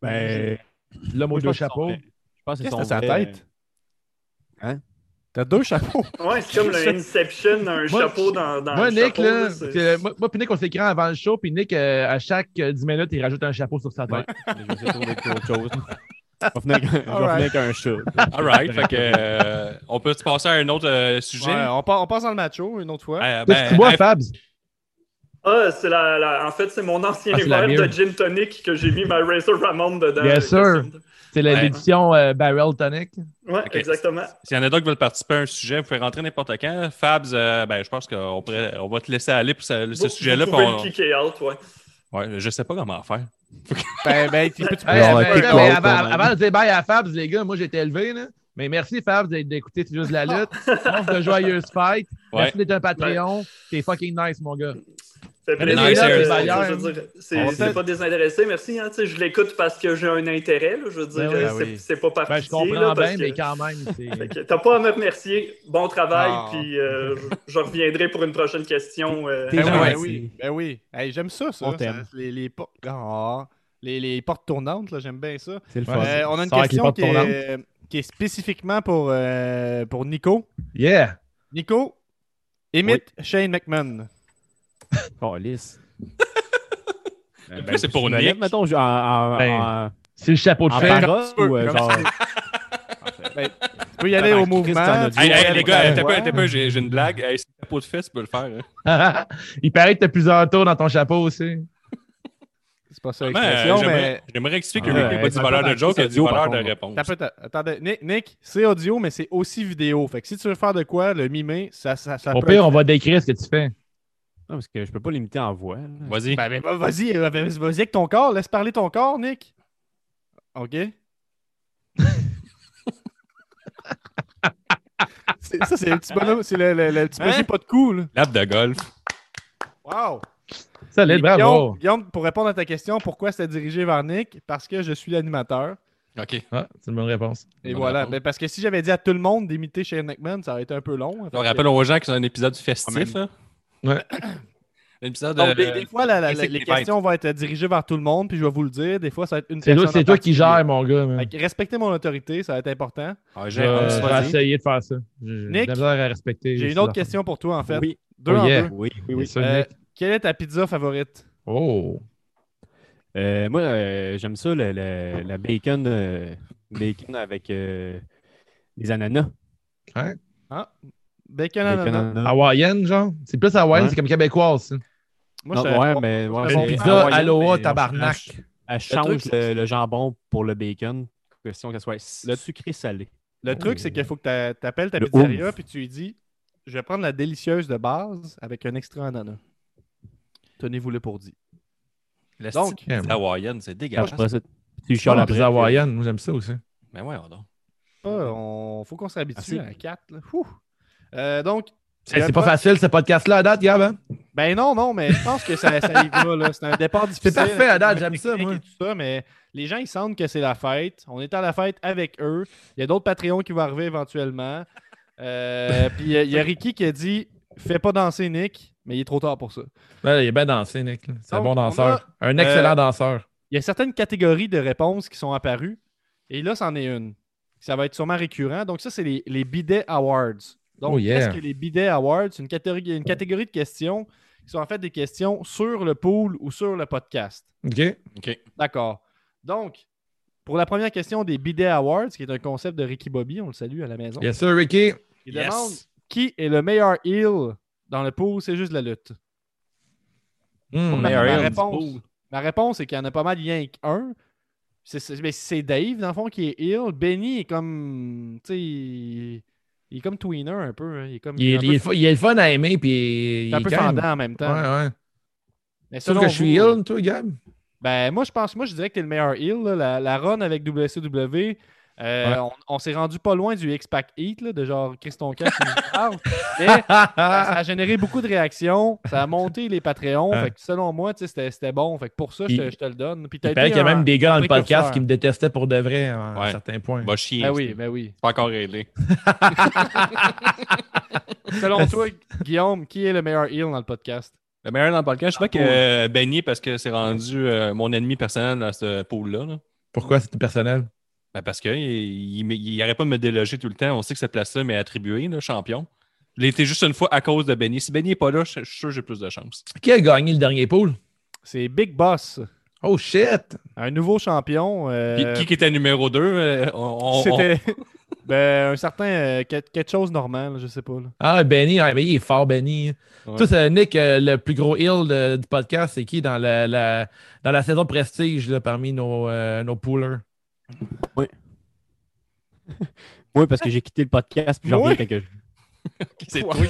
Speaker 3: Ben,
Speaker 4: L'homme
Speaker 3: moi,
Speaker 4: au
Speaker 3: je
Speaker 4: deux
Speaker 3: pense qu'ils sont
Speaker 4: chapeaux.
Speaker 3: vrais. Je pense
Speaker 2: Qu'est-ce que
Speaker 3: sont
Speaker 2: t'as sur la
Speaker 3: vrais.
Speaker 2: tête?
Speaker 3: Hein?
Speaker 2: T'as deux chapeaux.
Speaker 6: ouais, c'est comme le Inception, un
Speaker 4: Moi,
Speaker 6: chapeau dans, dans
Speaker 4: Moi,
Speaker 6: le
Speaker 4: Nick,
Speaker 6: chapeau,
Speaker 4: là,
Speaker 6: c'est-
Speaker 4: c'est- moi, moi puis Nick, on s'écrit avant le show, puis Nick, euh, à chaque euh, 10 minutes, il rajoute un chapeau sur sa tête.
Speaker 3: Je vais essayer de trouver autre chose. Je vais finir avec- je vais finir
Speaker 2: Alright.
Speaker 3: avec un chat.
Speaker 5: All right. fait que, euh, on peut se passer à un autre euh, sujet.
Speaker 2: Ouais, on, part- on passe dans le macho une autre fois.
Speaker 5: Euh,
Speaker 4: Qu'est-ce que tu bois,
Speaker 5: hey,
Speaker 4: Fabs?
Speaker 6: Ah, c'est la, la- en fait, c'est mon ancien
Speaker 4: Ah, c'est la
Speaker 6: verre de
Speaker 4: bière.
Speaker 6: gin tonic que j'ai mis ma Razor Ramon dedans.
Speaker 4: Yes, sir. C'est la-
Speaker 5: Ouais.
Speaker 4: l'édition euh, Barrel Tonic.
Speaker 6: Ouais,
Speaker 5: Ok.
Speaker 6: exactement.
Speaker 5: S'il y en a d'autres qui veulent participer à un sujet, vous pouvez rentrer n'importe quand. Fabs, euh, ben, je pense qu'on pourrait- on va te laisser aller pour ce, ce
Speaker 6: Vous-
Speaker 5: sujet-là.
Speaker 6: Vous
Speaker 5: puis
Speaker 6: pouvez
Speaker 5: on-
Speaker 6: le kicker out, ouais.
Speaker 5: Ouais, je sais pas comment faire.
Speaker 2: Ben, ben, tu peux, tu peux-
Speaker 4: Hey,
Speaker 3: Alors,
Speaker 4: attends,
Speaker 3: euh,
Speaker 4: attends,
Speaker 3: kick
Speaker 4: mais
Speaker 3: out,
Speaker 4: avant,
Speaker 3: quand même.
Speaker 4: avant de dire bye à Fabs, les gars, moi j'étais élevé, là. Mais merci Fabs d'être- d'écouter C'est juste la
Speaker 6: Oh.
Speaker 4: lutte. Pense de joyeuse fight.
Speaker 5: Ouais.
Speaker 4: Merci d'être un Patreon. T'es fucking nice, mon gars.
Speaker 6: Fait
Speaker 4: Mais
Speaker 6: plaisir,
Speaker 5: nice,
Speaker 6: euh,
Speaker 5: sir.
Speaker 6: je veux dire,
Speaker 2: On
Speaker 6: C'est
Speaker 2: va
Speaker 6: c'est
Speaker 2: peut-être-
Speaker 6: pas désintéressé, merci. Hein, tu sais, je l'écoute parce que j'ai un intérêt. là, je veux dire,
Speaker 4: Ben oui.
Speaker 6: euh, c'est
Speaker 5: Ben oui.
Speaker 6: c'est pas par
Speaker 4: Ben, je
Speaker 6: pitié, là,
Speaker 4: comprends
Speaker 6: parce
Speaker 4: bien,
Speaker 6: que-
Speaker 4: mais quand même. c'est-
Speaker 6: fait que T'as pas à me remercier. Bon travail,
Speaker 2: Ah.
Speaker 6: puis euh, je- je reviendrai pour une prochaine question. euh,
Speaker 2: Ben oui,
Speaker 3: Ouais,
Speaker 2: ben oui, ben oui. Hey, j'aime ça, ça.
Speaker 3: On
Speaker 2: Ça,
Speaker 3: t'aime.
Speaker 2: les, les, por- Ah, les- les portes tournantes, là, j'aime bien ça.
Speaker 3: C'est le
Speaker 4: Ouais,
Speaker 3: fun.
Speaker 2: Euh, on a une
Speaker 4: sors avec les
Speaker 2: question
Speaker 4: portes
Speaker 2: qui est, qui est spécifiquement pour, euh, pour Nico.
Speaker 4: Yeah!
Speaker 2: Nico, imite Shane McMahon.
Speaker 3: Oh, lisse. Ben,
Speaker 5: plus, c'est
Speaker 3: je
Speaker 5: pour
Speaker 3: me
Speaker 5: Nick.
Speaker 3: lève, mettons, je- en, en,
Speaker 4: Ben,
Speaker 3: en-
Speaker 4: C'est le chapeau de
Speaker 3: en
Speaker 4: fer.
Speaker 3: parole ou euh,
Speaker 2: comme
Speaker 3: genre.
Speaker 2: Ben, Tu peux y aller
Speaker 3: Ah,
Speaker 2: au
Speaker 3: Christ,
Speaker 2: mouvement.
Speaker 3: t'en as
Speaker 2: tu
Speaker 3: dit.
Speaker 2: peux
Speaker 5: Hey,
Speaker 2: y
Speaker 5: hey,
Speaker 2: aller
Speaker 5: les
Speaker 2: au
Speaker 5: gars,
Speaker 2: mouvement.
Speaker 5: t'as pas, t'as pas, j'ai j'ai une blague. Hey, c'est ta peau de fesse, tu peux le faire. hein.
Speaker 4: Il paraît que t'as plusieurs tours dans ton chapeau aussi.
Speaker 2: C'est pas ça
Speaker 5: Ben,
Speaker 3: euh,
Speaker 2: l'expression, mais.
Speaker 5: j'aimerais- J'aimerais expliquer que
Speaker 3: Ouais,
Speaker 5: Ricky n'a pas
Speaker 3: ouais,
Speaker 5: du
Speaker 3: ça
Speaker 5: valeur
Speaker 3: peut
Speaker 5: de joke, il a du
Speaker 3: audio, par
Speaker 5: valeur de
Speaker 3: contre.
Speaker 5: réponse.
Speaker 2: T'as pas- t'as- Attendez, Nick, Nick, c'est audio, mais c'est aussi vidéo. Fait que si tu veux faire de quoi, le mimer, ça, ça, ça
Speaker 4: Au
Speaker 2: peut
Speaker 4: pire,
Speaker 2: être-
Speaker 4: on va décrire ce que tu fais.
Speaker 3: Non, parce que je peux pas l'imiter en voix. là.
Speaker 5: Vas-y.
Speaker 2: Ben, ben, ben, vas-y, euh, ben, vas-y avec ton corps, laisse parler ton corps, Nick. OK? C'est- ça, c'est le petit bonhomme, c'est le, le- le petit
Speaker 5: Hein?
Speaker 2: petit pas de cou, là.
Speaker 5: Lap de golf.
Speaker 2: Wow!
Speaker 4: Salut,
Speaker 2: Guillaume,
Speaker 4: bravo!
Speaker 2: Guillaume, pour répondre à ta question, pourquoi c'était dirigé vers Nick? Parce que je suis l'animateur.
Speaker 5: OK.
Speaker 4: Ah, c'est une bonne réponse.
Speaker 2: Et
Speaker 5: Bonne
Speaker 2: voilà.
Speaker 5: réponse.
Speaker 2: Ben, parce que si j'avais dit à tout le monde d'imiter Shane McMahon, ça aurait été un peu long. Fait
Speaker 5: On
Speaker 2: que-
Speaker 5: rappelle aux gens que c'est un épisode
Speaker 2: Ouais,
Speaker 5: festif.
Speaker 2: mais-
Speaker 5: hein.
Speaker 4: Ouais.
Speaker 5: Un épisode
Speaker 2: Donc,
Speaker 5: de...
Speaker 2: des, des fois, la- la- la-
Speaker 5: c'est
Speaker 2: euh,
Speaker 5: que
Speaker 2: les
Speaker 5: les
Speaker 2: questions vont être dirigées vers tout le monde, puis je vais vous le dire. Des fois, ça va être une
Speaker 4: C'est toi,
Speaker 2: personne
Speaker 4: c'est
Speaker 2: en
Speaker 4: toi qui
Speaker 2: particulier.
Speaker 4: gères, mon gars. man. Euh,
Speaker 2: Fait que Respectez mon autorité, ça va être important.
Speaker 5: Ah,
Speaker 4: Je
Speaker 5: j'ai
Speaker 4: vais- je vais
Speaker 5: vas-y.
Speaker 4: essayer de faire ça. J'ai j'ai de
Speaker 2: Nick,
Speaker 4: la misère à respecter.
Speaker 2: J'ai
Speaker 4: ces
Speaker 2: une autre
Speaker 4: affaires.
Speaker 2: question pour toi, en fait.
Speaker 3: Oui.
Speaker 2: Deux Euh,
Speaker 4: Oh,
Speaker 2: en
Speaker 4: yeah.
Speaker 2: deux.
Speaker 3: Oui, oui,
Speaker 4: Bien
Speaker 3: oui.
Speaker 4: sûr,
Speaker 2: Euh,
Speaker 4: Nick.
Speaker 2: quelle est ta pizza favorite?
Speaker 4: Oh!
Speaker 3: Euh, moi, euh, j'aime ça, le, le- la bacon, euh, bacon avec euh, des ananas.
Speaker 2: Ah, bacon
Speaker 3: Bacon
Speaker 2: ananas.
Speaker 3: ananas.
Speaker 4: Hawaïenne, genre? C'est plus hawaïenne,
Speaker 3: Ouais.
Speaker 4: c'est comme québécoise. ça.
Speaker 2: Moi,
Speaker 3: Non,
Speaker 2: je-
Speaker 3: ouais, mais ouais,
Speaker 2: Mais
Speaker 3: c'est-
Speaker 2: une pizza
Speaker 3: hawaïenne,
Speaker 4: Aloha,
Speaker 3: mais on-
Speaker 4: tabarnak.
Speaker 3: elle ch- Elle change
Speaker 2: truc,
Speaker 3: le,
Speaker 2: c'est-
Speaker 3: le jambon pour le bacon. Question que ce soit
Speaker 2: Le-
Speaker 3: le sucré salé.
Speaker 2: Le truc, c'est qu'il faut que t'a- t'appelles ta
Speaker 3: Le
Speaker 2: pizzeria
Speaker 3: oomph.
Speaker 2: puis tu lui dis Je vais prendre la délicieuse de base avec un extra ananas. Tenez-vous le pour dit.
Speaker 5: La
Speaker 2: Donc,
Speaker 5: petite pizza hawaïenne, c'est
Speaker 3: Moi, je
Speaker 5: dégueulasse.
Speaker 3: prends ça. Tu
Speaker 4: Ah,
Speaker 3: chiales
Speaker 4: la
Speaker 3: après.
Speaker 4: pizza hawaïenne, moi j'aime ça aussi.
Speaker 5: Mais ouais, donc.
Speaker 2: Ah, on... faut qu'on s'habitue
Speaker 3: Merci.
Speaker 2: à 4. Euh, donc,
Speaker 4: Hey, Eh, c'est pas facile ce podcast-là à date, Gab. hein?
Speaker 2: ben non, non, mais je pense que ça, ça y va. là. C'est un départ difficile.
Speaker 4: parfait, à date,
Speaker 2: Avec
Speaker 4: j'aime ça,
Speaker 2: technique
Speaker 4: moi.
Speaker 2: et tout ça, mais les gens, ils sentent que c'est la fête. On est à la fête avec eux. Il y a d'autres Patreons qui vont arriver éventuellement. Euh, puis il y a- il y a Ricky qui a dit Fais pas danser Nick, mais il est trop tard pour ça.
Speaker 4: Ouais, Ben, il est bien dansé, Nick. là. C'est un
Speaker 2: Donc,
Speaker 4: bon
Speaker 2: on
Speaker 4: danseur. Un excellent
Speaker 2: euh,
Speaker 4: danseur.
Speaker 2: il y a certaines catégories de réponses qui sont apparues. Et là, c'en est une. Ça va être sûrement récurrent. Donc, ça, c'est les, les Bidet Awards. Donc,
Speaker 4: Oh, yeah.
Speaker 2: qu'est-ce que les Bidet Awards? C'est une catégorie, une catégorie de questions qui sont en fait des questions sur le pool ou sur le podcast.
Speaker 4: OK?
Speaker 5: OK.
Speaker 2: D'accord. Donc, pour la première question des Bidet Awards, qui est un concept de Ricky Bobby, on le salue à la maison,
Speaker 4: Yes, sir, Ricky.
Speaker 2: il
Speaker 5: Yes.
Speaker 2: demande qui est le meilleur heel dans le pool, c'est juste la lutte.
Speaker 4: Hmm.
Speaker 5: Meilleur
Speaker 2: ma,
Speaker 5: heel du
Speaker 2: réponse,
Speaker 5: pool.
Speaker 2: ma réponse est qu'il y en a pas mal rien qu'un. C'est- C'est mais c'est Dave, dans le fond, qui est ill. Benny est comme. Tu sais, il, il est comme tweener un peu. hein. Il est comme.
Speaker 4: Il est,
Speaker 2: un
Speaker 4: il est
Speaker 2: peu,
Speaker 4: fu- il est le fun à aimer, puis
Speaker 2: il
Speaker 4: il
Speaker 2: est un peu
Speaker 4: calme.
Speaker 2: fendant en même temps.
Speaker 4: Ouais, ouais.
Speaker 2: Mais
Speaker 4: Sauf
Speaker 2: selon
Speaker 4: que je suis
Speaker 2: vous,
Speaker 4: ill, toi, Gab.
Speaker 2: Ben, moi, je pense, moi, je dirais que t'es le meilleur heel. là. La, la run avec WCW, euh,
Speaker 4: Ouais.
Speaker 2: on, on s'est rendu pas loin du X-Pac Heat, là, de genre Chris Tonka qui nous parle. Mais ça, ça a généré beaucoup de réactions. Ça a monté les Patreons.
Speaker 4: Ouais.
Speaker 2: Fait que selon moi, tu sais, c'était c'était bon. Fait que pour ça, je te,
Speaker 4: Il-
Speaker 2: je te le donne. Puis t'as
Speaker 4: Il paraît
Speaker 2: été
Speaker 4: qu'il y a
Speaker 2: un-
Speaker 4: même des gars dans le
Speaker 2: précurseur.
Speaker 4: podcast qui me détestaient pour de vrai à
Speaker 5: Ouais.
Speaker 4: un certain point.
Speaker 5: Va chier.
Speaker 2: Ben oui, ben oui.
Speaker 5: C'est pas encore réglé.
Speaker 2: Selon toi, Guillaume, qui est le meilleur heel dans le podcast? Ah,
Speaker 5: Le meilleur dans le podcast, je crois que
Speaker 2: Cool.
Speaker 5: euh, Benny, parce que c'est rendu euh, mon ennemi personnel dans ce pool-là. là.
Speaker 4: Pourquoi c'était personnel?
Speaker 5: Ben parce qu'il il, il- il arrête pas de me déloger tout le temps. On sait que cette place-là m'est attribuée, là, champion. Je l'ai été juste une fois à cause de Benny. Si Benny n'est pas là, je je suis sûr que j'ai plus de chance.
Speaker 4: Qui a gagné le dernier pool?
Speaker 2: C'est Big Boss,
Speaker 4: Oh shit!
Speaker 2: un nouveau champion. euh,
Speaker 5: Puis qui qui était numéro 2 on, on-
Speaker 2: C'était ben, un certain euh, que- quelque chose normal, là, je sais pas. là.
Speaker 4: Ah, Benny, ah, mais il est fort, Benny.
Speaker 5: Ouais.
Speaker 4: Toi, c'est Nick, euh, le plus gros heel de- du podcast, c'est qui dans la, la- dans la saison prestige là, parmi nos, euh, nos poolers?
Speaker 3: Oui, parce que j'ai quitté le podcast puis j'en
Speaker 2: Ouais.
Speaker 3: reviens quand que je-
Speaker 5: c'est
Speaker 2: Ouais.
Speaker 5: toi.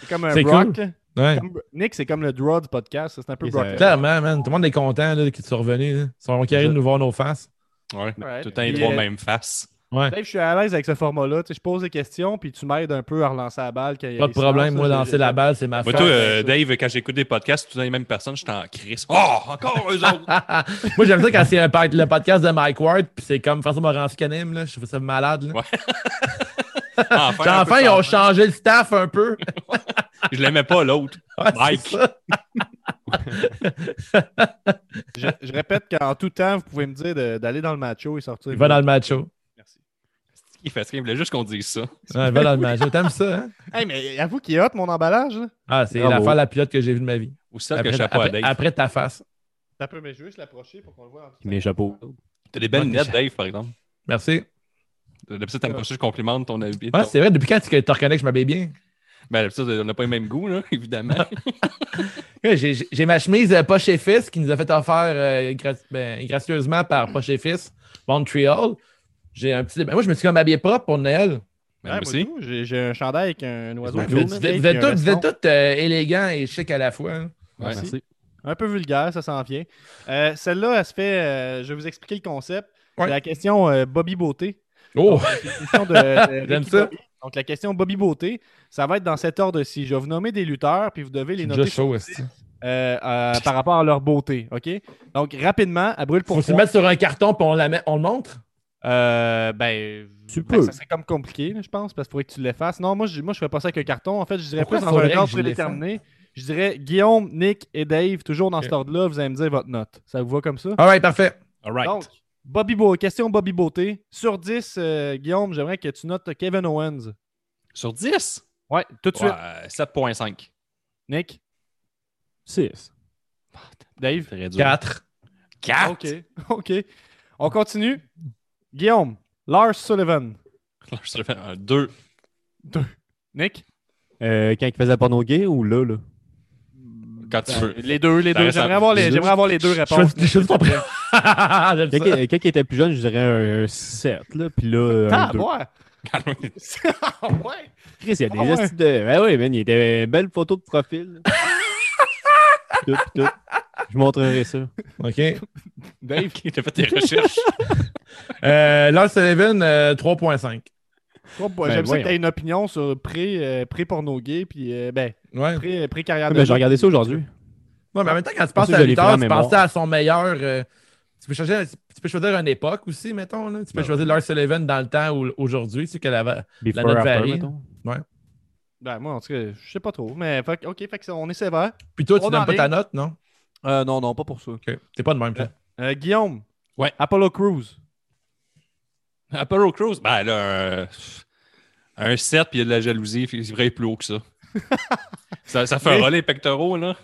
Speaker 2: C'est comme un
Speaker 4: C'est
Speaker 2: Brock.
Speaker 4: cool. Ouais.
Speaker 2: Comme- Nick, c'est comme le draw du podcast. ça, C'est un peu
Speaker 3: Et
Speaker 2: Brock.
Speaker 3: ça-
Speaker 4: Clairement, man. Tout le monde est content là, qu'ils sont revenus. là. Ils sont carrés de
Speaker 3: Je-
Speaker 4: nous voir nos faces.
Speaker 5: Ouais.
Speaker 2: Ouais.
Speaker 5: Tout le temps, les
Speaker 2: Puis,
Speaker 5: trois
Speaker 2: euh,
Speaker 5: mêmes faces.
Speaker 4: Ouais.
Speaker 2: Dave, je suis à l'aise avec ce format-là. Tu sais, je pose des questions, puis tu m'aides un peu à relancer la balle. quand il y a
Speaker 4: Pas de
Speaker 2: des
Speaker 4: problème,
Speaker 2: silences,
Speaker 4: moi,
Speaker 2: là,
Speaker 4: lancer
Speaker 2: j'ai-
Speaker 4: la balle, c'est ma
Speaker 5: Moi,
Speaker 4: force.
Speaker 5: toi, euh,
Speaker 2: ça.
Speaker 5: Dave, quand j'écoute des podcasts, tout le temps les mêmes personnes, je t'en crisse. Oh, encore eux autres!
Speaker 4: Moi, j'aime ça quand c'est un pod- le podcast de Mike Ward, puis c'est comme François Morancy Canim, là. Je trouve ça malade, là.
Speaker 5: Ouais. Enfin, un peu
Speaker 4: enfin, ils ont
Speaker 5: changement.
Speaker 4: changé le staff un peu.
Speaker 5: Je l'aimais pas, l'autre.
Speaker 4: Ouais,
Speaker 5: Mike.
Speaker 4: c'est ça.
Speaker 2: Je, je répète qu'en tout temps, vous pouvez me dire de- d'aller dans le macho et sortir.
Speaker 4: Il va dans le macho.
Speaker 2: Merci.
Speaker 5: Il fait ce qu'il voulait juste qu'on dise ça.
Speaker 4: Ouais, il va dans le macho. T'aimes ça, hein?
Speaker 2: Hey, mais avoue qu'il est hot mon emballage. là.
Speaker 4: Ah, c'est
Speaker 3: Bravo.
Speaker 4: l'affaire la pilote que j'ai vue de ma vie.
Speaker 5: Ou ça que
Speaker 4: Après,
Speaker 5: je sais pas à
Speaker 4: après-
Speaker 5: Dave.
Speaker 4: après ta face.
Speaker 2: Ça peut, mais je vais juste l'approcher pour qu'on le voit. en tout
Speaker 3: mes chapeaux.
Speaker 5: T'as des belles
Speaker 4: Ouais,
Speaker 5: lunettes,
Speaker 4: je-
Speaker 5: Dave, par exemple.
Speaker 4: Merci.
Speaker 5: D'habitude, t'aimes pas ça, je complimente ton habit.
Speaker 4: Ouais, c'est vrai, depuis quand tu te reconnais que je m'habille bien?
Speaker 5: Ben, d'habitude, on n'a pas les mêmes goûts, là, évidemment.
Speaker 4: Ouais, J'ai j'ai- j'ai ma chemise euh, Poche et Fils qui nous a fait offert euh, grat- ben, gracieusement par Poche et Fils, Montreal. J'ai un petit. ben, moi, je me suis comme habillé propre pour Noël.
Speaker 2: Ouais,
Speaker 5: Ben, moi aussi.
Speaker 2: moi tout, J'ai j'ai un chandail avec un oiseau.
Speaker 4: Vous êtes-
Speaker 2: bleu,
Speaker 4: vous
Speaker 2: puis
Speaker 4: êtes vous êtes
Speaker 2: un
Speaker 4: tous, vous êtes
Speaker 2: veston.
Speaker 4: tous, euh, élégants et chics à la fois. hein.
Speaker 5: Ouais.
Speaker 3: Merci.
Speaker 2: Un peu vulgaire, ça s'en vient. Euh, Celle-là, elle se fait. euh, je vais vous expliquer le concept.
Speaker 4: Ouais.
Speaker 2: C'est la question euh, Bobby Beauté.
Speaker 4: Oh!
Speaker 2: C'est une question de- de
Speaker 4: J'aime
Speaker 2: Ricky
Speaker 4: ça.
Speaker 2: Bobby. Donc, la question Bobby Beauté, ça va être dans cet ordre-ci. Je vais vous nommer des lutteurs, puis vous devez les noter
Speaker 4: Déjà chaud, esti.
Speaker 2: euh, euh, par rapport à leur beauté. OK? Donc, rapidement, à brûle pour
Speaker 4: Faut se le mettre sur un carton puis on, la met- on le montre.
Speaker 2: Euh, ben,
Speaker 3: Tu
Speaker 2: ben,
Speaker 3: peux.
Speaker 2: ça serait comme compliqué, là, je pense, parce qu'il faudrait que tu l'effaces. Non, moi, je, moi, je ferais pas ça avec un carton. En fait, je dirais
Speaker 4: Pourquoi
Speaker 2: plus dans
Speaker 4: faudrait
Speaker 2: un
Speaker 4: que
Speaker 2: ordre
Speaker 4: je l'efface?
Speaker 2: prédéterminé. Je dirais Guillaume, Nick et Dave, toujours dans
Speaker 4: Ok.
Speaker 2: cet ordre-là, vous allez me dire votre note. Ça vous va comme ça?
Speaker 4: All right, parfait.
Speaker 5: All right.
Speaker 2: Donc, Bobby Beau- question Bobby Beauté. Sur 10, euh, Guillaume, j'aimerais que tu notes Kevin Owens.
Speaker 5: Sur 10?
Speaker 2: Ouais, tout de
Speaker 5: Ouais,
Speaker 2: suite.
Speaker 5: 7.5.
Speaker 2: Nick,
Speaker 3: 6.
Speaker 2: Dave,
Speaker 5: Très dur.
Speaker 4: 4.
Speaker 5: Quatre?
Speaker 2: OK. OK. On continue. Guillaume, Lars Sullivan,
Speaker 5: Je te fais un deux.
Speaker 2: Nick.
Speaker 3: Euh, quand il faisait porno gay ou là, là?
Speaker 5: Quand tu veux.
Speaker 2: Ben, Les deux, les
Speaker 5: Ça
Speaker 2: deux.
Speaker 5: reste à-
Speaker 2: J'aimerais avoir les,
Speaker 3: les deux.
Speaker 2: j'aimerais avoir les deux réponses.
Speaker 3: Je fais- je fais-
Speaker 2: Ah,
Speaker 4: J'aime
Speaker 3: Quand,
Speaker 4: ça.
Speaker 3: il- quand il était plus jeune, je dirais un, 7, là, puis là, un
Speaker 2: Ah,
Speaker 3: deux.
Speaker 2: ouais. Ah, ouais.
Speaker 3: Chris, il y a des
Speaker 2: Ah ouais.
Speaker 3: gestes de... Ben oui, man, il était une belle photo de profil. là. tout, pis tout. Je montrerai ça.
Speaker 4: OK.
Speaker 2: Dave,
Speaker 5: Ok, t'as fait tes recherches.
Speaker 4: Euh, Lars Sullivan, euh, 3.5.
Speaker 2: toi,
Speaker 3: Ben,
Speaker 2: j'aime ça que
Speaker 3: voyons.
Speaker 2: t'as une opinion sur pré, euh, pré-porno gay, puis euh, ben,
Speaker 4: Ouais.
Speaker 2: pré- pré-carrière de
Speaker 3: Ben, j'ai regardé ça aujourd'hui.
Speaker 4: Ouais, mais en même temps, quand tu
Speaker 3: Parce
Speaker 4: penses
Speaker 3: que
Speaker 4: à
Speaker 3: je l'ai pris en
Speaker 4: Luthor, tu
Speaker 3: mémoire.
Speaker 4: penses à son meilleur. euh, tu, peux choisir, tu peux choisir une époque aussi, mettons. là. Tu peux
Speaker 3: Ben
Speaker 4: choisir Lars Sullivan dans le temps ou aujourd'hui. Tu sais qu'elle avait.
Speaker 3: Before,
Speaker 4: note
Speaker 3: after,
Speaker 4: varie.
Speaker 3: mettons.
Speaker 2: Ben, moi, en tout cas, je sais pas trop. Mais, fait que- OK, fait que ça, on est sévère.
Speaker 4: Puis toi, tu
Speaker 2: On en
Speaker 4: donnes pas ta
Speaker 2: ligne.
Speaker 4: note, non?
Speaker 2: Euh, non, non, pas pour ça.
Speaker 4: OK. T'es pas de même, toi.
Speaker 2: Euh, Guillaume.
Speaker 5: Ouais.
Speaker 2: Apollo Crews.
Speaker 5: Apollo Crews, ben là, un- un 7 puis il y a de la jalousie, puis c'est vrai, il est plus haut que ça. ça, ça fait
Speaker 2: Mais-
Speaker 5: un relais pectoraux, là.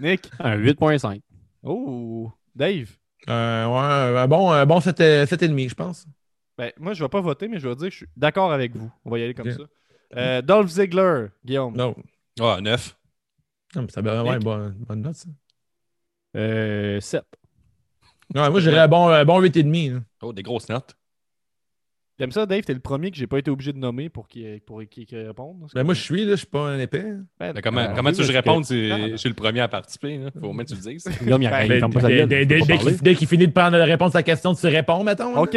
Speaker 2: Nick.
Speaker 3: Un 8.5.
Speaker 2: Oh. Dave.
Speaker 4: Euh, ouais, un bon, un bon euh, 7,5, je pense.
Speaker 2: Ben, moi, je vais pas voter, mais je vais dire que je suis d'accord avec vous. On va y aller comme
Speaker 4: Ok.
Speaker 2: ça. Euh, Dolph Ziggler, Guillaume.
Speaker 4: Non.
Speaker 5: Ah, 9.
Speaker 4: Non, mais ça va ouais,
Speaker 2: Nick?
Speaker 4: bonne, bonne note, ça.
Speaker 3: Euh, 7.
Speaker 4: Ouais, moi, j'irais un bon, un bon 8,5. là.
Speaker 5: Oh, des grosses notes.
Speaker 2: J'aime ça, Dave, t'es le premier que j'ai pas été obligé de nommer pour qu'il pour qu'il- qu'il réponde.
Speaker 4: Ben, moi, je suis, là, je suis pas un épais. hein.
Speaker 2: Ben,
Speaker 5: Mais comment
Speaker 3: Euh,
Speaker 5: comment
Speaker 3: oui,
Speaker 5: tu veux que je
Speaker 3: parce que- Ah.
Speaker 5: réponde? si Je suis le premier à participer. Là. Faut au moins que tu le dises.
Speaker 3: L'homme, il,
Speaker 2: Ben,
Speaker 3: il ferme pas sa gueule.
Speaker 4: dès- dès-
Speaker 3: Faut
Speaker 4: dès
Speaker 3: pas parler.
Speaker 4: qu'il dès qu'il finit de prendre la réponse à la question, tu réponds, mettons. là.
Speaker 2: OK.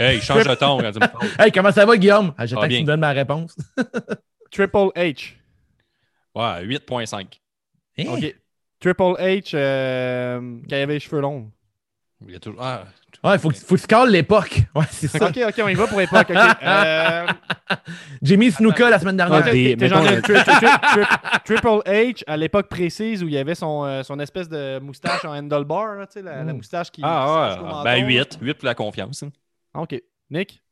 Speaker 5: Hey, change de ton quand tu me parles.
Speaker 4: Hey, comment ça va, Guillaume? Ah, J'attends
Speaker 5: Ah,
Speaker 4: que
Speaker 5: bien.
Speaker 4: tu me donnes ma réponse.
Speaker 2: Triple H.
Speaker 5: Ouais, 8.5. Eh.
Speaker 4: Hein?
Speaker 2: OK. Triple H, euh, quand il avait les cheveux longs.
Speaker 5: Il y a toujours. Ah,
Speaker 4: Ouais, faut que, faut que tu cales l'époque. Ouais, c'est ça.
Speaker 2: OK, OK, on y va pour l'époque. OK. Euh,
Speaker 4: J'ai mis Snuka la semaine dernière.
Speaker 3: Ah, des-
Speaker 2: t'es genre
Speaker 3: mettons,
Speaker 2: le tri- tri- tri- tri- Triple H, à l'époque précise où il y avait son, euh, son espèce de moustache en handlebar, là, tu sais, la, la
Speaker 4: Mm.
Speaker 2: moustache qui. qui
Speaker 5: ah,
Speaker 2: se
Speaker 5: ouais.
Speaker 2: cache au
Speaker 5: ben
Speaker 2: menton.
Speaker 5: 8. 8 pour la confiance. hein.
Speaker 2: Ah, OK. Nick?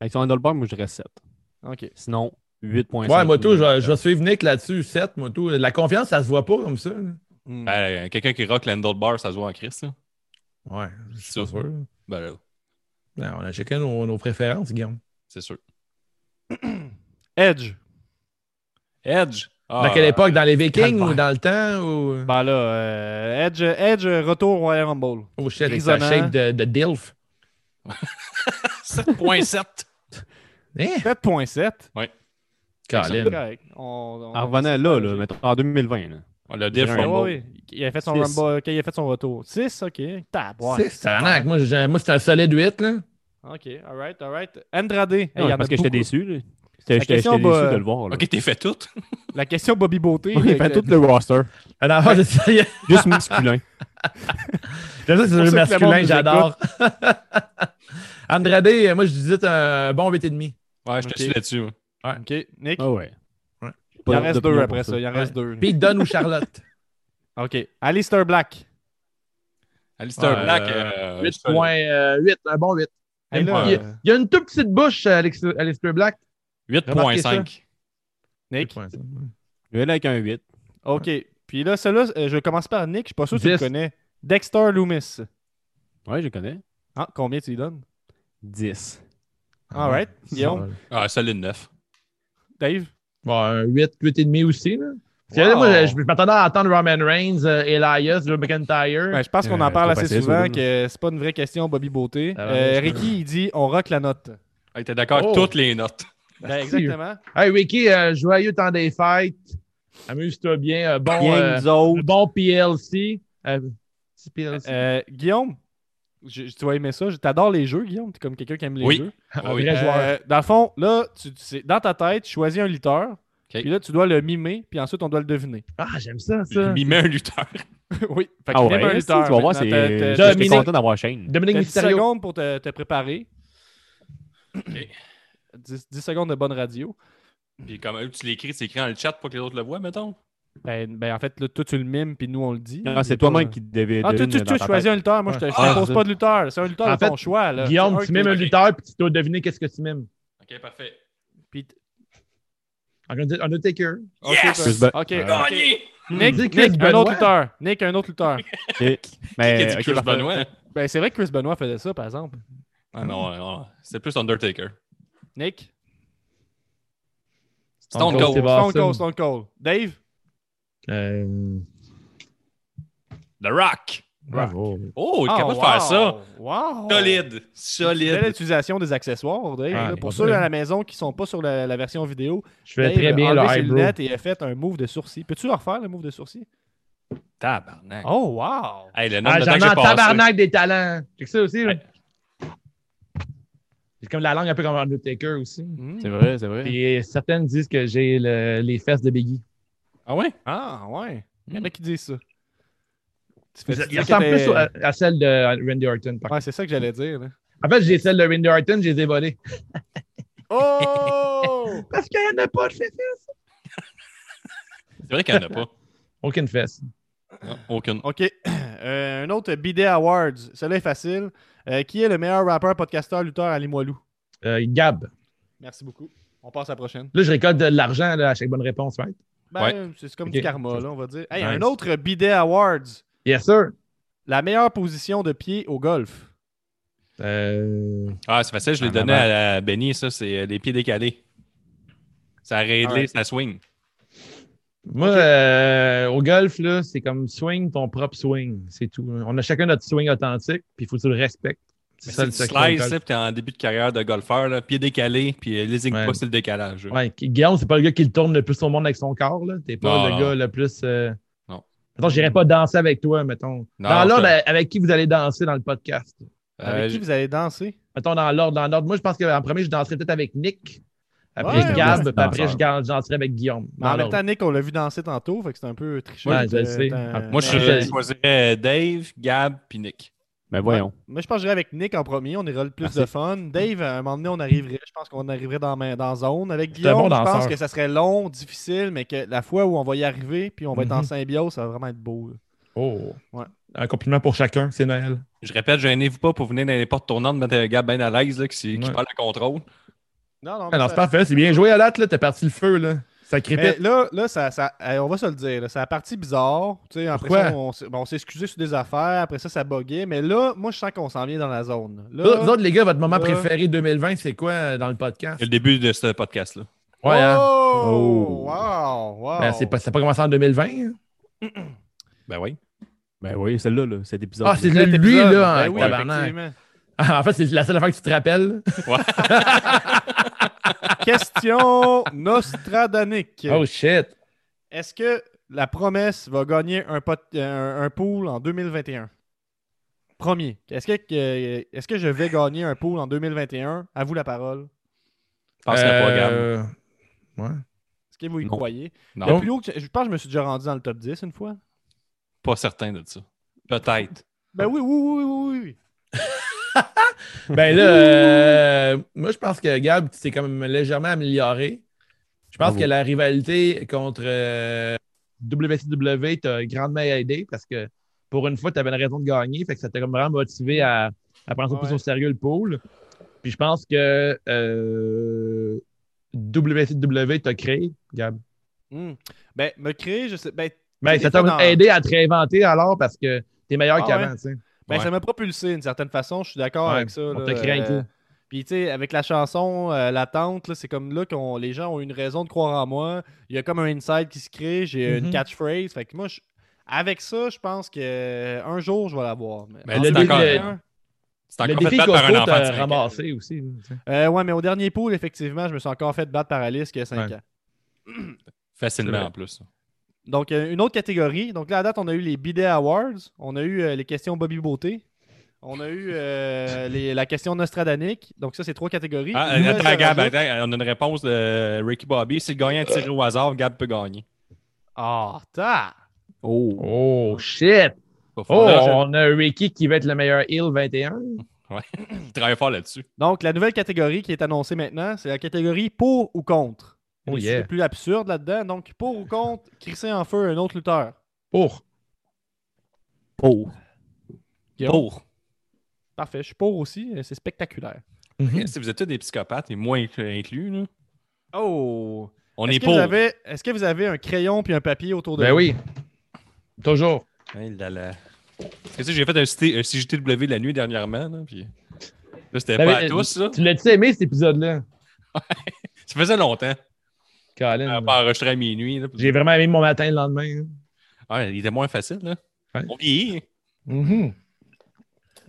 Speaker 3: Avec son handlebar, moi, je dirais 7.
Speaker 2: OK.
Speaker 3: Sinon, 8.5.
Speaker 4: ouais, moi, tout, je, vais- je vais suivre Nick là-dessus, 7, moi, tout. La confiance, ça se voit pas comme ça. là.
Speaker 2: Mm.
Speaker 5: Ben, Quelqu'un qui rock l'handlebar, ça se voit en Christ. là.
Speaker 4: Ouais, je suis
Speaker 5: Ça.
Speaker 4: pas sûr.
Speaker 5: Ben là,
Speaker 4: Ben, on a chacun nos, nos préférences, Guillaume.
Speaker 5: c'est sûr.
Speaker 2: Edge.
Speaker 5: Edge. Ah,
Speaker 4: dans quelle époque? Dans les Vikings
Speaker 2: calvaire.
Speaker 4: ou dans le temps? Ou...
Speaker 2: Ben là, euh, Edge, Edge, retour Royal Rumble.
Speaker 4: Oh shit, avec sa
Speaker 2: Grisonnant.
Speaker 4: shape de, de Dilf.
Speaker 5: 7.7.
Speaker 4: Hein?
Speaker 2: 7.7.
Speaker 4: Colin. Ah,
Speaker 2: C'est correct. On- on-
Speaker 3: En revenant là, là, mettons, en 2020. Là.
Speaker 5: On l'a dit,
Speaker 3: Ouais,
Speaker 2: Ouais,
Speaker 5: Rumble.
Speaker 2: ouais. Il a fait son
Speaker 3: Six.
Speaker 2: Rumble, quand il a fait son retour. 6, OK. Tab,
Speaker 4: C'est ça, moi, j'ai- moi c'est un solide 8. Là.
Speaker 2: OK, all right, all right. Andrade. Hey, il
Speaker 4: Ah
Speaker 2: y en
Speaker 3: Ouais,
Speaker 2: a
Speaker 3: Ah, parce que j'étais
Speaker 2: beaucoup.
Speaker 3: déçu. là. J'étais
Speaker 2: La
Speaker 3: j'étais-
Speaker 2: question
Speaker 3: j'étais
Speaker 2: va-
Speaker 3: déçu de le voir. là.
Speaker 5: Ok, t'es fait tout.
Speaker 2: La question Bobby Beauté.
Speaker 3: Il fait
Speaker 2: avec-
Speaker 3: tout le roster.
Speaker 4: Ah, non, c'est ça, il y a-
Speaker 3: Juste musculin.
Speaker 4: J'aime ça, c'est
Speaker 2: ça que
Speaker 4: un jeu
Speaker 2: le monde
Speaker 4: masculin,
Speaker 2: nous
Speaker 4: j'adore. Andrade, euh, moi, je disais un bon 8,5.
Speaker 5: Ouais, je te
Speaker 2: Ok.
Speaker 5: suis là-dessus. moi.
Speaker 2: OK, Nick.
Speaker 3: Ah ouais.
Speaker 4: Ouais.
Speaker 2: Il en
Speaker 3: Pas
Speaker 2: reste deux
Speaker 3: d'opinion pour
Speaker 2: après ça. Il en reste deux.
Speaker 4: Pete Dunne ou Charlotte?
Speaker 2: OK. Alistair Black.
Speaker 5: Alistair
Speaker 4: Ouais,
Speaker 5: Black.
Speaker 4: euh,
Speaker 5: euh,
Speaker 4: 8.8, un bon 8.
Speaker 2: Hey, là,
Speaker 5: Ouais.
Speaker 2: euh,
Speaker 4: Il y a une toute petite bouche, euh, Alex- Alistair Black. Remarquez ça.
Speaker 5: 8.5.
Speaker 2: Nick.
Speaker 3: Je vais aller avec un 8.
Speaker 2: OK. Puis là, celui-là, euh, je commence par Nick. Je suis pas sûr que tu le
Speaker 4: Dix.
Speaker 2: connais. Dexter Loomis.
Speaker 3: Ouais, je le connais.
Speaker 2: Ah, combien tu lui donnes?
Speaker 3: 10.
Speaker 2: All right. Guillaume.
Speaker 5: Ah, solide 9.
Speaker 2: Dave?
Speaker 4: Bon, euh, un 8, 8,5 aussi. Là. Parce que,
Speaker 2: Wow.
Speaker 4: là, moi, je, je m'attendais à entendre Roman Reigns, euh, Elias, Drew McIntyre.
Speaker 2: Ben, je pense qu'on
Speaker 3: Euh,
Speaker 2: en parle
Speaker 3: trop
Speaker 2: assez
Speaker 3: facile,
Speaker 2: souvent
Speaker 3: celui-là.
Speaker 2: que c'est pas une vraie question, Bobby Beauté.
Speaker 4: Ah,
Speaker 2: Euh,
Speaker 4: ouais.
Speaker 2: Ricky, il dit on rock la note.
Speaker 5: Ah, t'es d'accord avec
Speaker 4: Oh.
Speaker 5: toutes les notes.
Speaker 2: Ben, exactement.
Speaker 4: Hey, Ricky, euh, joyeux temps des fêtes. Amuse-toi bien. euh, bon,
Speaker 3: Rien
Speaker 4: euh,
Speaker 3: que nous autres.
Speaker 4: bon PLC. Euh, petit PLC.
Speaker 2: Euh, Guillaume, je- tu vas aimer ça. Je- T'adores les jeux, Guillaume. T'es comme quelqu'un qui aime les
Speaker 5: Oui.
Speaker 2: jeux.
Speaker 3: Ah
Speaker 4: un
Speaker 5: oui.
Speaker 4: vrai joueur.
Speaker 2: Euh, dans le fond, là, tu, tu sais, dans ta tête, tu choisis un lutteur. Puis là, tu dois le mimer, puis ensuite, on doit le deviner.
Speaker 4: Ah, j'aime ça, ça.
Speaker 5: Il met un lutteur.
Speaker 2: oui. Fait que
Speaker 3: Ah
Speaker 2: mime un
Speaker 3: ouais, si, tu
Speaker 2: lutteur.
Speaker 3: vas voir,
Speaker 2: Maintenant, t'as-
Speaker 3: c'est.
Speaker 2: t'as-
Speaker 4: Dominique-
Speaker 3: J'étais content d'avoir Shane.
Speaker 4: Dominique
Speaker 2: T'as 10
Speaker 4: Mysterio.
Speaker 2: secondes pour te, te préparer. 10, 10 secondes de bonne radio.
Speaker 5: Puis comme eux, tu l'écris, tu l'écris dans le chat pour que les autres le voient, mettons.
Speaker 2: Ben, ben, en fait, là, toi, tu le mimes, puis nous, on le dit.
Speaker 3: Non,
Speaker 2: Il est
Speaker 3: c'est toi-même
Speaker 2: pas-
Speaker 3: qui devais.
Speaker 2: Ah, toi,
Speaker 3: devine
Speaker 2: tu,
Speaker 3: dans
Speaker 2: tu
Speaker 3: ta
Speaker 2: choisis
Speaker 3: tête.
Speaker 2: un lutteur. Moi, je te je te
Speaker 5: Ah,
Speaker 2: propose
Speaker 3: c'est
Speaker 2: pas de lutteur. C'est un lutteur
Speaker 4: En
Speaker 2: de ton
Speaker 4: fait,
Speaker 2: choix. Là.
Speaker 4: Guillaume,
Speaker 2: C'est
Speaker 4: tu
Speaker 2: un
Speaker 4: mimes un
Speaker 2: qui-
Speaker 4: lutteur puis tu dois deviner qu'est-ce que tu mimes.
Speaker 5: Ok, parfait.
Speaker 2: puis t-
Speaker 4: Encore une- Undertaker.
Speaker 2: OK,
Speaker 5: Yes!
Speaker 2: ben- OK.
Speaker 5: Gagné!
Speaker 2: Nick,
Speaker 4: Dis
Speaker 2: Nick,
Speaker 4: Chris
Speaker 2: un
Speaker 4: Benoit.
Speaker 2: autre lutteur. Nick, un autre lutteur.
Speaker 5: Qui a
Speaker 3: Mais
Speaker 5: dit
Speaker 3: ok,
Speaker 5: Chris
Speaker 3: parfait.
Speaker 5: Benoit?
Speaker 2: Ben, c'est vrai que Chris Benoit faisait ça, par exemple.
Speaker 5: Ah, non, non, c'est plus Undertaker.
Speaker 2: Nick?
Speaker 5: Stone Cold.
Speaker 4: Steve
Speaker 2: Stone
Speaker 4: Austin.
Speaker 2: Cold, Stone Cold. Dave?
Speaker 4: Euh,
Speaker 5: The Rock.
Speaker 4: bravo.
Speaker 5: Oh, il est
Speaker 2: Ah,
Speaker 5: capable de
Speaker 2: wow.
Speaker 5: faire ça.
Speaker 2: Wow!
Speaker 5: Solide.
Speaker 2: Belle
Speaker 5: Solide.
Speaker 2: utilisation des accessoires, Dave.
Speaker 4: Ah,
Speaker 2: là. pour
Speaker 4: c'est
Speaker 2: ceux
Speaker 4: vrai.
Speaker 2: à la maison qui sont pas sur la, la version vidéo,
Speaker 4: Je fais
Speaker 2: Dave
Speaker 4: très
Speaker 2: a
Speaker 4: bien le
Speaker 2: enlevé ses
Speaker 4: eyebrow.
Speaker 2: lunettes et a fait un move de sourcil. Peux-tu le refaire, le move de sourcil?
Speaker 5: Tabarnak.
Speaker 2: Oh, wow!
Speaker 5: Hey, le nombre
Speaker 4: Ah,
Speaker 5: de
Speaker 4: j'en
Speaker 5: temps que
Speaker 4: ai
Speaker 5: j'ai
Speaker 4: un
Speaker 5: passé.
Speaker 4: tabarnak des talents. C'est ça aussi. là. J'ai comme la langue un peu comme Undertaker aussi.
Speaker 2: Hmm.
Speaker 3: C'est vrai, c'est vrai.
Speaker 4: Puis certaines disent que j'ai le- les fesses de Biggie.
Speaker 5: Ah ouais? Mm.
Speaker 2: Ah, ouais. Il y en a qui disent ça. Tu fais- euh, tu
Speaker 4: Il
Speaker 2: dis
Speaker 4: ressemble
Speaker 2: que t'es-
Speaker 4: plus euh, à, à celle de Randy Orton. par contre.
Speaker 2: Ouais, c'est ça que j'allais dire. là.
Speaker 4: En fait, j'ai celle de Randy Orton, je les ai volées.
Speaker 2: Oh!
Speaker 4: Parce qu'il n'y en a pas de fesses.
Speaker 5: C'est vrai qu'il n'y en a pas.
Speaker 4: Aucune fesse.
Speaker 5: Non, aucune.
Speaker 2: OK. Euh, un autre bidet Awards. Celui-là est facile. Euh, qui est le meilleur rappeur, podcasteur, lutteur à Limoilou?
Speaker 4: Euh, Gab.
Speaker 2: Merci beaucoup. On passe à la prochaine.
Speaker 4: Là, je récolte de l'argent là, à chaque bonne réponse. Right?
Speaker 2: Ben,
Speaker 5: Ouais.
Speaker 2: c'est c'est comme
Speaker 4: Ok.
Speaker 2: du karma, là, on va dire. Hey,
Speaker 5: Nice.
Speaker 2: un autre bidet Awards.
Speaker 4: Yes, sir.
Speaker 2: La meilleure position de pied au golf.
Speaker 4: Euh,
Speaker 5: Ah, c'est facile, je l'ai
Speaker 3: Ah,
Speaker 5: donné
Speaker 3: maman.
Speaker 5: à, à Benny, ça, c'est euh, les pieds décalés. Ça a réglé,
Speaker 2: Alright.
Speaker 5: ça swing.
Speaker 4: moi, euh, au golf, là, c'est comme swing ton propre swing. C'est tout. On a chacun notre swing authentique, puis il faut que tu le respectes.
Speaker 5: Mais
Speaker 4: C'est
Speaker 5: C'est
Speaker 4: ça
Speaker 5: du
Speaker 4: le secret. au
Speaker 5: slice,
Speaker 4: golf.
Speaker 5: là, puis t'es en début de carrière de golfeur, là, pieds décalés, puis euh, leasing
Speaker 4: Ouais.
Speaker 5: pas, c'est le décalage. là.
Speaker 4: Ouais, Gu- Guillaume, c'est pas le gars qui le tourne le plus au monde avec son corps. là. T'es pas
Speaker 5: Non,
Speaker 4: le
Speaker 5: non.
Speaker 4: gars le plus. euh,
Speaker 5: Non.
Speaker 4: Mettons, j'irai pas danser avec toi, mettons.
Speaker 5: Non,
Speaker 4: dans
Speaker 5: je-
Speaker 4: l'ordre euh, à- Ben, avec qui vous allez danser dans le podcast.
Speaker 2: Avec
Speaker 5: Euh,
Speaker 2: qui vous allez danser?
Speaker 4: Mettons dans l'ordre, dans l'ordre. Moi, je pense qu'en premier, je danserai peut-être avec Nick. Après
Speaker 2: Ouais,
Speaker 4: Gab,
Speaker 3: ouais.
Speaker 4: puis après je gan- je danserai avec Guillaume.
Speaker 2: Mais
Speaker 4: Dans
Speaker 2: en même
Speaker 4: l'ordre.
Speaker 2: temps, Nick, on l'a vu danser tantôt, fait que c'est un peu triché.
Speaker 4: Ouais, je
Speaker 2: Euh,
Speaker 4: le sais.
Speaker 2: t'as-
Speaker 5: Moi, je,
Speaker 4: Euh,
Speaker 5: je
Speaker 4: je-
Speaker 5: choisirais Dave, Gab, puis Nick.
Speaker 3: Mais voyons.
Speaker 2: Moi, je pense que j'irais avec Nick en premier. On ira le plus
Speaker 3: Merci.
Speaker 2: de fun. Dave, à un moment donné, on arriverait. Je pense qu'on arriverait dans, ma- dans zone. Avec
Speaker 4: C'est un bon
Speaker 2: Guillaume, je pense
Speaker 4: danseur.
Speaker 2: que ça serait long, difficile, mais que la fois où on va y arriver, puis on va être en
Speaker 4: Mhm.
Speaker 2: symbiose, ça va vraiment être beau. là.
Speaker 4: Oh.
Speaker 2: Ouais.
Speaker 4: Un compliment pour chacun, c'est Noël.
Speaker 5: Je répète, gênez-vous pas pour venir dans les portes tournantes, mettre un Gab bien à l'aise, là, qui, qui
Speaker 4: Ouais.
Speaker 5: parle le contrôle.
Speaker 2: Non, non, mais
Speaker 4: Alors,
Speaker 2: ça-
Speaker 4: Ah, c'est parfait, c'est bien joué à date, là, t'as parti le feu, là. Ça
Speaker 2: mais
Speaker 4: crépite.
Speaker 2: là, là ça, ça- euh, on va se le dire. là, C'est la partie bizarre. Tu sais, après
Speaker 4: Pourquoi?
Speaker 2: ça, on, s'est- bon, on s'est excusé sur des affaires. Après ça, ça buguait. Mais là, moi, je sens qu'on s'en vient dans la zone. Là,
Speaker 4: Vous vous autres, les gars, votre moment
Speaker 2: là.
Speaker 4: préféré 2020, c'est quoi euh, dans le podcast?
Speaker 5: C'est le début de ce podcast-là.
Speaker 4: Ouais, hein?
Speaker 2: Oh!
Speaker 3: Oh!
Speaker 2: Wow! wow.
Speaker 4: Ben, c'est pas, ça a pas commencé en 2020. hein?
Speaker 5: Ben oui.
Speaker 3: Ben oui, celle-là, là, cet épisode.
Speaker 4: Ah, c'est
Speaker 2: Cet
Speaker 4: le- lui,
Speaker 2: épisode,
Speaker 4: là,
Speaker 2: ben
Speaker 4: en
Speaker 2: oui,
Speaker 4: tabarnak.
Speaker 2: effectivement.
Speaker 4: Ah, en fait, c'est la seule affaire que tu te rappelles.
Speaker 2: Question Nostradanique.
Speaker 4: Oh shit.
Speaker 2: Est-ce que la promesse va gagner un, pot- euh, un, un pool en 2021? Premier. Est-ce que, que- est-ce que je vais gagner un pool en 2021? À vous la parole.
Speaker 5: Je pense qu'il y a pas Gab.
Speaker 4: Euh, Ouais.
Speaker 2: Est-ce que vous y
Speaker 5: Non.
Speaker 2: croyez?
Speaker 5: Non,
Speaker 2: Le plus haut que- je pense que je me suis déjà rendu dans le top 10 une fois.
Speaker 5: pas certain de ça. Peut-être.
Speaker 2: Ben oui, oui, oui, oui, oui, oui.
Speaker 4: Ben là, euh, moi, je pense que Gab, tu t'es quand même légèrement amélioré. Je pense
Speaker 3: Bravo.
Speaker 4: que la rivalité contre euh, WCW t'a grandement aidé parce que pour une fois, tu avais une raison de gagner. Fait que ça t'a comme vraiment motivé à, à prendre un peu
Speaker 2: Ouais.
Speaker 4: plus au sérieux le pool. Puis je pense que euh, WCW t'a créé, Gab.
Speaker 2: Hmm. Ben, me créer, je sais. Ben,
Speaker 4: Ben,
Speaker 2: Des
Speaker 4: ça
Speaker 2: fois,
Speaker 4: t'a
Speaker 2: dans-
Speaker 4: aidé à te réinventer alors parce que t'es meilleur
Speaker 2: Ah
Speaker 4: qu'avant,
Speaker 2: ouais.
Speaker 4: tu sais.
Speaker 2: Ben,
Speaker 5: Ouais.
Speaker 2: ça m'a propulsé d'une certaine façon, je suis d'accord
Speaker 4: Ouais,
Speaker 2: avec ça.
Speaker 4: on
Speaker 2: là.
Speaker 4: t'a créé un
Speaker 2: Euh,
Speaker 4: coup.
Speaker 2: Puis, tu sais, avec la chanson, euh, l'attente, là, c'est comme là que les gens ont une raison de croire en moi. Il y a comme un inside qui se crée, j'ai
Speaker 4: Mhm.
Speaker 2: une catchphrase. Fait que moi, je- avec ça, je pense que euh, un jour, je vais l'avoir. Mais,
Speaker 5: Mais
Speaker 2: en
Speaker 5: le
Speaker 2: 2021,
Speaker 5: C'est
Speaker 4: Le
Speaker 5: encore fait
Speaker 4: défi
Speaker 5: battre par un
Speaker 4: Coco
Speaker 5: enfant. de
Speaker 4: t'a
Speaker 5: cinq ans.
Speaker 4: ramassé aussi. tu sais.
Speaker 2: euh, ouais, mais au dernier pool, effectivement, je me suis encore fait battre par Alice qui a 5
Speaker 4: Ouais.
Speaker 2: ans.
Speaker 5: Facilement
Speaker 4: C'est vrai.
Speaker 5: en plus.
Speaker 2: Donc, euh, une autre catégorie. Donc, là, à date, on a eu les Bidet Awards. On a eu euh, les questions Bobby Beauté. On a eu euh, les- la question Nostradanique. Donc, ça, c'est trois catégories.
Speaker 5: Ah,
Speaker 2: Il nous
Speaker 5: attends,
Speaker 2: reste à
Speaker 5: Gab,
Speaker 2: rajouter-
Speaker 5: attends, on a une réponse de Ricky Bobby. Si le gagnant tire au hasard, Gab peut gagner.
Speaker 2: Ah, t'as!
Speaker 3: Oh.
Speaker 4: Oh shit!
Speaker 5: Pas fou.
Speaker 4: Oh,
Speaker 5: Là, je-
Speaker 4: on a Ricky qui va être le meilleur heel 21.
Speaker 5: Il travaille fort là-dessus.
Speaker 2: Donc, la nouvelle catégorie qui est annoncée maintenant, c'est la catégorie pour ou contre.
Speaker 4: Oh,
Speaker 2: C'est
Speaker 4: yeah.
Speaker 2: le plus absurde là-dedans. Donc, pour ou contre, crisser en feu un autre lutteur.
Speaker 4: Pour.
Speaker 3: Pour.
Speaker 2: Guillaume?
Speaker 5: Pour.
Speaker 2: Parfait, je suis pour aussi. euh, C'est
Speaker 5: Mm-hmm.
Speaker 2: spectaculaire.
Speaker 5: Si vous êtes tous des psychopathes, et moi inclus, là,
Speaker 2: Oh!
Speaker 5: On est,
Speaker 2: Est-ce que,
Speaker 5: pour.
Speaker 2: vous avez, est-ce que vous avez un crayon puis un papier autour de
Speaker 4: Ben
Speaker 2: vous?
Speaker 4: oui. Toujours.
Speaker 5: Hey là là. Parce que, tu sais, j'ai fait un, CT un CGTW la nuit dernièrement. Là, puis... là c'était
Speaker 4: Ben,
Speaker 5: pas
Speaker 4: mais-
Speaker 5: à tous. Là.
Speaker 4: Tu l'as-tu aimé cet épisode-là?
Speaker 5: Ça faisait longtemps.
Speaker 4: Colin.
Speaker 5: À part enregistrer à minuit. là.
Speaker 4: J'ai vraiment aimé mon matin le lendemain. hein.
Speaker 5: Ouais, il était moins facile. Là.
Speaker 4: Ouais. Mm-hmm.
Speaker 5: On vieillit.
Speaker 2: Ok.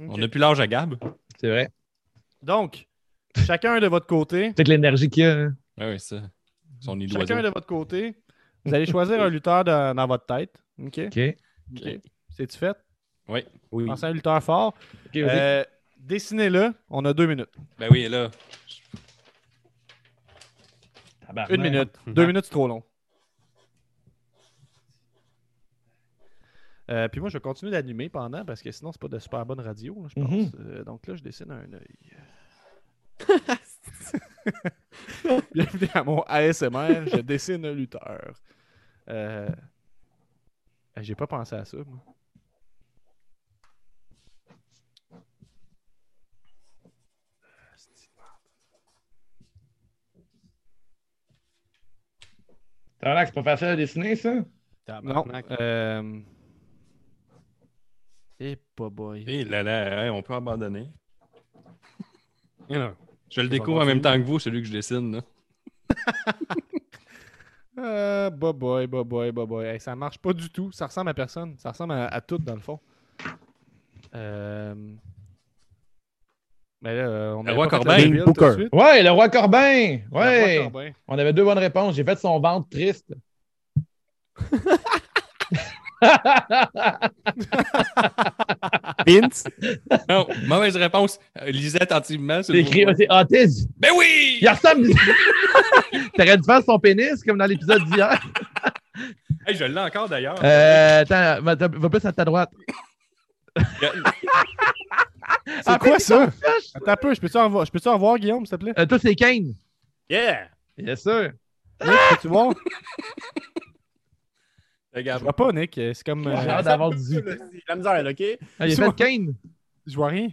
Speaker 5: On n'a plus l'âge à Gab.
Speaker 4: C'est vrai.
Speaker 2: Donc, chacun de votre côté,
Speaker 4: Peut-être l'énergie qu'il y a. hein.
Speaker 5: Oui, oui, ça. Son nid d'oiseau.
Speaker 2: chacun de votre côté, vous allez choisir un lutteur dans, dans votre tête. OK?
Speaker 4: OK. OK,
Speaker 2: OK. C'est-tu fait?
Speaker 5: Oui.
Speaker 3: Oui.
Speaker 2: Pensez à un lutteur fort.
Speaker 4: vas-y.
Speaker 2: Euh, Dessinez-le. On a deux minutes.
Speaker 5: Ben oui, là.
Speaker 4: Tabarnak.
Speaker 2: Une minute. Deux minutes, c'est trop long. Euh, puis moi, je vais continuer d'animer pendant parce que sinon, c'est pas de super bonne radio, là, je pense.
Speaker 4: Mhm.
Speaker 2: Euh, donc là, je dessine un œil. Bienvenue à mon ASMR, je dessine un lutteur. Euh, euh, J'ai pas pensé à ça, moi.
Speaker 4: Tabarnak, c'est pas facile à dessiner, ça?
Speaker 2: Non.
Speaker 3: Tabarnak.
Speaker 2: Euh... Eh, pas boy.
Speaker 5: Hé là là, hey, on peut abandonner.
Speaker 3: Non.
Speaker 5: Je
Speaker 2: C'est
Speaker 5: le découvre
Speaker 2: pas
Speaker 5: en même
Speaker 2: grave.
Speaker 5: temps que vous, celui que je dessine. Là.
Speaker 2: Euh, bah boy, bah boy, bah boy. Hey, ça marche pas du tout. Ça ressemble à personne. Ça ressemble à, à tout, dans le fond. Euh... Mais là, euh, on
Speaker 5: Le
Speaker 4: Ben,
Speaker 2: avait
Speaker 5: roi
Speaker 2: pas fait
Speaker 5: Corbin.
Speaker 2: la reveal tout de
Speaker 3: Booker.
Speaker 2: suite.
Speaker 4: Ouais, le roi Corbin!
Speaker 2: Le roi
Speaker 4: Ouais!
Speaker 2: Corbin.
Speaker 4: On avait deux bonnes réponses. J'ai fait son ventre triste.
Speaker 3: Vince.
Speaker 5: Non, mauvaise réponse. Euh, Lisez attentivement. s'il
Speaker 4: C'est
Speaker 5: vous
Speaker 4: écrit,
Speaker 5: plaît.
Speaker 4: c'est autisme.
Speaker 5: Ben oui!
Speaker 4: Il ressemble. T'aurais dû faire son pénis comme dans l'épisode d'hier.
Speaker 5: Hey, je l'ai encore d'ailleurs.
Speaker 4: Euh, attends, va, va plus à ta droite.
Speaker 2: C'est quoi Ah, ça? Attends un peu, je peux-tu en, voir- je peux-tu en voir, Guillaume, s'il te plaît?
Speaker 4: Euh, toi, c'est Kane.
Speaker 5: Yeah!
Speaker 4: Bien sûr.
Speaker 2: Nick, peux-tu voir? Je
Speaker 5: Regarde.
Speaker 2: vois pas, Nick. C'est comme. euh,
Speaker 4: J'ai hâte d'avoir 18.
Speaker 3: La misère, là, OK?
Speaker 4: Ah, il a fait
Speaker 2: Dis-moi.
Speaker 4: Kane.
Speaker 2: je vois rien.